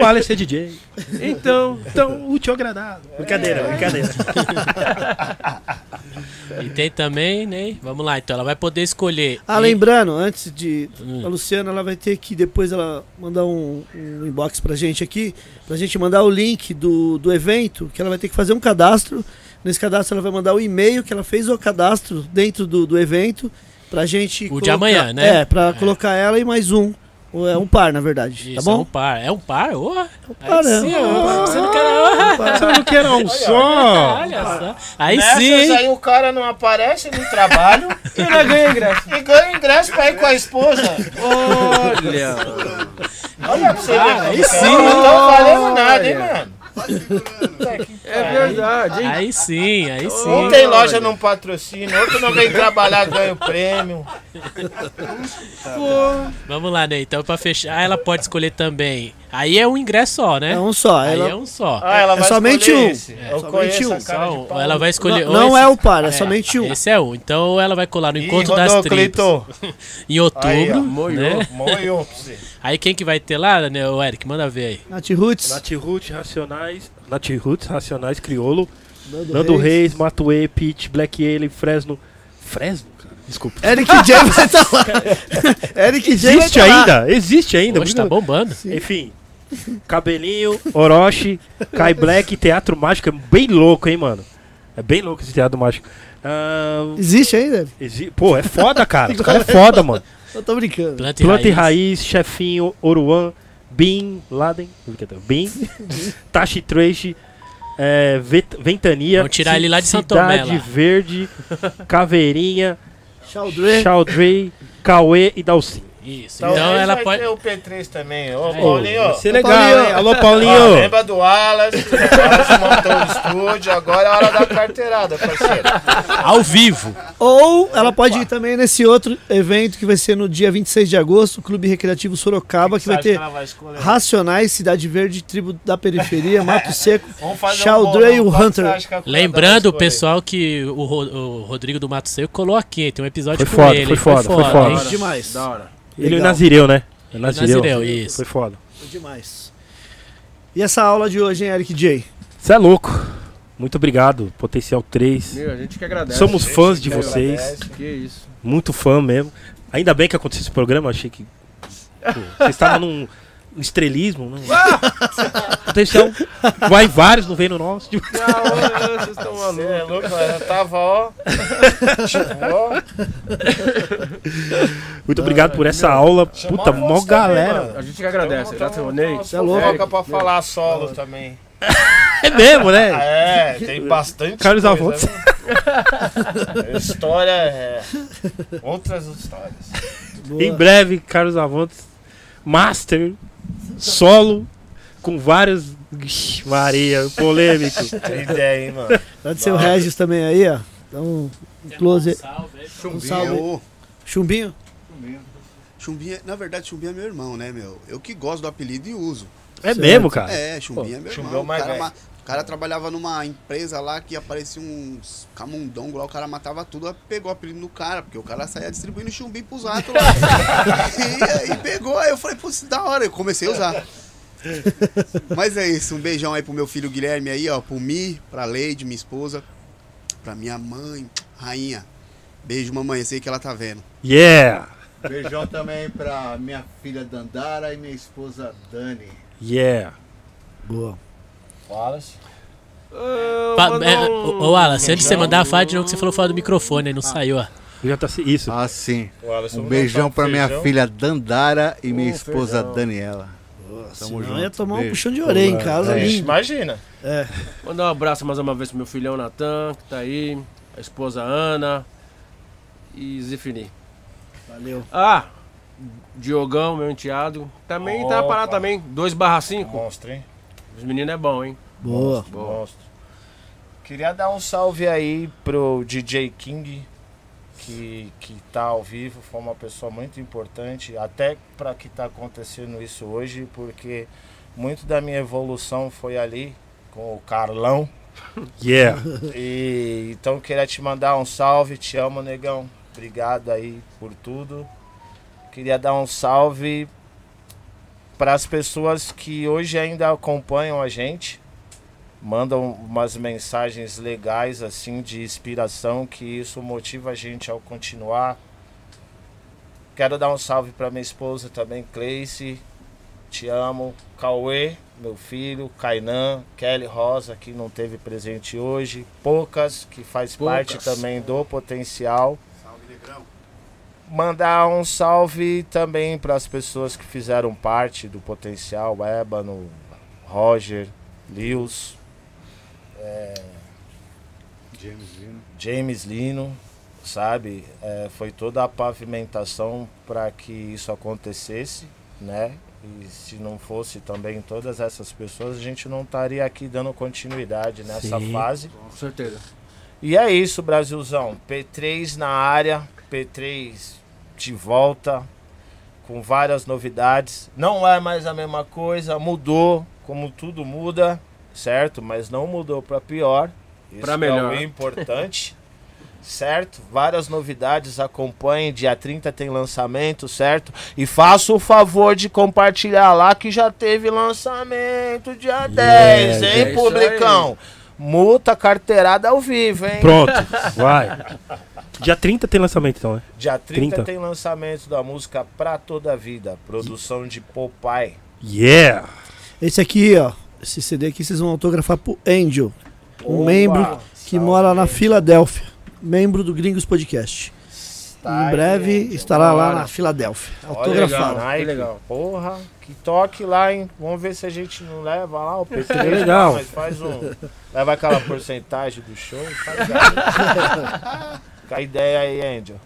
B: o Alex é DJ. Então, então o tio agradado. Brincadeira, brincadeira.
C: E tem também, né? Vamos lá, então. Ela vai poder escolher.
A: Ah,
C: em-
A: lembrando, antes de.
C: Hum.
A: A Luciana, ela vai ter que depois ela mandar um, um inbox pra gente aqui, pra gente mandar o link do, do evento, que ela vai ter que fazer um cadastro. Nesse cadastro, ela vai mandar o e-mail que ela fez o cadastro dentro do, do evento, pra gente.
C: O de amanhã, né?
A: É, pra colocar ela e mais um. Ou É um par, na verdade. tá
C: Isso,
A: bom?
C: É um par. É um par? Oh, é um
A: par, é.
C: Sim, é um par. Você não quer... oh,
B: Você não quer um só?
C: olha só. Aí
D: Nessas
C: sim, hein?
D: aí o cara não aparece no trabalho
G: eu não ganhei ingresso.
D: e ganha ingresso pra ir com a esposa.
G: Olha,
D: Olha pra você ver. como
C: Ah, aí
D: que é.
C: sim.
D: Não tô falando nada, hein,
G: Olha.
D: mano. Puta que
G: é
D: pariu.
G: verdade, hein?
C: Aí sim, aí sim.
D: Um tem loja num patrocínio, outro não vem trabalhar, ganha o prêmio.
C: Vamos lá, né? Então, pra fechar, ela pode escolher também. Aí é um ingresso só, né?
A: É um só.
C: Aí
A: ela-
C: é um só.
D: Ah, ela
A: É
D: vai
A: somente
D: escolher
A: um.
D: esse. Eu
A: somente
D: conheço
A: um.
D: a cara
C: Só
D: Ah, de
C: um.
D: pau.
C: Ou ela vai escolher.
A: Não,
C: ou
A: não
C: esse-
A: é o par, é, somente um.
C: Esse é um. Então ela vai colar no
D: Ih,
C: encontro das tribos
D: Rodoclito,
C: em outubro.
D: Aí, ó,
G: moiou.
C: né?
D: moiou pra você.
C: Aí quem que vai ter lá, né, o Eric? Manda ver aí.
A: Nath Roots,
B: Nath Roots, Racionais, Nath Roots, Racionais, Criolo,
A: Nando
B: Nando
A: Reis.
B: Reis, Matuê, Pete, Black Alien, Fresno. Fresno? cara? Desculpa.
A: Eric J vai estar lá. Eric J vai
B: Existe
A: tá lá.
B: ainda, existe ainda.
C: Hoje tá bombando.
B: Enfim, Cabelinho, Orochi, Kai Black, Teatro Mágico. É bem louco, hein, mano? É bem louco esse Teatro Mágico. Ah,
A: Existe ainda?
B: exi- Pô, é foda, cara. Os caras é foda, mano.
A: Eu tô brincando.
C: Planta e
B: Planta e
C: raiz.
B: Raiz, Chefinho, Oruan, Bin Laden, brincadeira, Bin, Tashi Trash, é, Vet- Ventania,
C: Vão tirar ele lá de São Tomé,
B: Cidade
C: lá.
B: Verde, Caveirinha,
A: Chaldré.
B: Chaldrey, Cauê e Dalcin.
C: Isso.
D: Talvez
C: Então ela
D: vai
C: pode.
D: ter o P3 também. Ô,
C: Aí.
D: Paulinho, ó.
B: Vai ser é legal,
A: Paulinho.
B: hein? Alô,
D: Ó,
B: Paulinho!
D: lembra do Wallace, o Wallace montou o estúdio, agora é a hora da carteirada, parceiro.
C: tá Ao vivo.
A: Ou ela pode ir também nesse outro evento que vai ser no dia 26 de agosto, Clube Recreativo Sorocaba, que vai ter Racionais, Cidade Verde, Tribo da Periferia, Mato Seco.
D: um
C: um
A: Chaldrey e o Hunter.
D: é
C: Lembrando, pessoal, que o, Ro- o Rodrigo do Mato Seco colou aqui, hein? Tem um episódio
B: Foi
C: com
B: foda,
C: ele.
B: foi foda,
C: hein?
B: foi foda.
C: hein?
B: Hora.
A: Demais.
G: Da hora.
B: Ele e o
A: Legal.
B: Nazireu, né? O
C: Nazireu, isso.
B: Foi foda.
A: Demais. E essa aula de hoje, hein, Eric J?
B: Você é louco. Muito obrigado, Potencial 3.
G: Meu, a gente que agradece.
B: Somos fãs de
D: que
B: vocês.
D: agradece.
G: Que isso.
B: Muito fã mesmo. Ainda bem que aconteceu esse programa, achei que. Pô, vocês estavam num num estrelismo, né? Potencial. Vai vários, não vem no nosso. Tipo,
D: Tá,
G: Não, olha, vocês estão
D: Você é
G: malucos.
D: louco, ela
C: né?
D: tava, ó. Tipo, ó.
B: Muito obrigado por essa aula. Puta, mó
D: Chamou nós também,
B: galera.
D: mano.
G: A gente que agradece.
D: Então,
G: Graças ao
D: então,
G: Ney.
D: Você
A: é
D: é
A: louco.
D: louco pra falar solo também.
B: É mesmo, né?
D: É, tem bastante.
B: Carlos
D: coisa,
B: Afonso.
D: né? História é. Outras histórias.
B: Em breve, Carlos Avantes. Master. Solo. Com vários. Ixi, Maria, polêmico.
D: Tem ideia, hein, mano?
A: Pode ser o Tá Regis também aí, ó. Então, close. Um
E: Chumbinha,
A: salve.
E: ô,
A: Chumbinho?
E: Chumbinha, na verdade, Chumbinha é meu irmão, né, meu? Eu que gosto do apelido e uso.
B: É mesmo, cara.
E: É, Chumbinha é meu
D: Chumbinho
E: irmão. O
D: mais
E: cara,
D: velho.
E: ma- o cara trabalhava numa empresa lá que aparecia uns camundongos lá, o cara matava tudo, aí pegou o apelido do cara, porque o cara saía distribuindo chumbim pros atos lá. e, aí pegou, aí eu falei, pô, isso é da hora, eu comecei a usar. Mas é isso, um beijão aí pro meu filho Guilherme aí, ó, pro Mi, pra Leide, minha esposa, pra minha mãe, rainha. Beijo, mamãe, eu sei que ela tá vendo.
B: Yeah!
F: Beijão também pra minha filha Dandara e minha esposa Dani.
B: Yeah!
A: Boa.
D: Wallace.
G: Ô,
C: Pa-
G: mandou
C: é,
G: um-
C: Ô, Wallace, antes de você mandar a fala de novo, que você falou fora do microfone, aí não saiu, ó.
B: Já tá se- isso.
F: Ah, sim.
D: Wallace,
F: Um
D: vamos
F: beijão
D: lançar um
F: pra minha
D: feijão.
F: filha Dandara e minha
G: Oh,
F: esposa
G: feijão.
F: Daniela.
A: Senão
F: junto,
A: ia tomar um
F: beijo.
A: puxão de orelha em casa.
D: Ixi,
A: lindo.
D: Imagina.
A: É.
G: Mandar um abraço mais uma vez pro meu filhão Natan, que tá aí, a esposa Ana, e Zifrini.
A: Valeu.
G: Ah, Diogão, meu enteado, também tá
D: Opa.
G: parado também, 2 barra 5.
D: Monstro, hein?
G: Os meninos é bom, hein?
A: Boa.
G: Boa.
D: Monstro. Queria dar um salve aí pro DJ King, que, que tá ao vivo, foi uma pessoa muito importante, até pra que tá acontecendo isso hoje, porque muito da minha evolução foi ali com o Carlão.
B: Yeah.
D: E, então queria te mandar um salve, te amo, negão. Obrigado aí por tudo. Queria dar um salve para as pessoas que hoje ainda acompanham a gente. Mandam umas mensagens legais assim de inspiração que isso motiva a gente ao continuar. Quero dar um salve para minha esposa também, Cleice. Te amo. Cauê, meu filho. Kainan. Kelly Rosa, que não teve presente hoje. Poucas, que faz
G: Poucas.
D: parte também do potencial.
E: Salve, Negrão.
D: Mandar um salve também para as pessoas que fizeram parte do potencial: Ébano, Roger, Lewis, é,
F: James Vino.
D: James Lino, sabe? É, foi toda a pavimentação para que isso acontecesse, né? E se não fosse também todas essas pessoas, a gente não estaria aqui dando continuidade nessa
B: Sim.
D: fase.
G: Com certeza.
D: E é isso, Brasilzão. P3 na área, P3 de volta, com várias novidades. Não é mais a mesma coisa, mudou, como tudo muda, certo? Mas não mudou para pior. Isso
G: Pra
D: que
G: melhor.
D: É o importante, certo? Várias novidades, acompanhem. Dia 30 tem lançamento, certo? E faça o favor de compartilhar lá que já teve lançamento dia 10,
B: é
D: hein,
G: isso
D: publicão? Multa carteirada ao vivo, hein?
B: Pronto, vai. Dia 30 tem lançamento então, né?
D: Dia 30,
B: 30.
D: tem lançamento da música Pra Toda a Vida, produção de Popeye.
B: Yeah!
A: Esse aqui, ó. Esse CD aqui vocês vão autografar pro Angel, Um membro que mora na Filadélfia. Membro do Gringos Podcast.
F: Tá
A: em breve estará lá na Filadélfia. Autografado.
D: Olha, que
G: Que legal.
D: Porra, que toque lá, hein? Vamos ver se a gente não leva lá
A: É
D: o PT.
B: Que legal.
D: Mas faz um. Leva aquela porcentagem do show. Faz aí. Fica a ideia aí, Angel.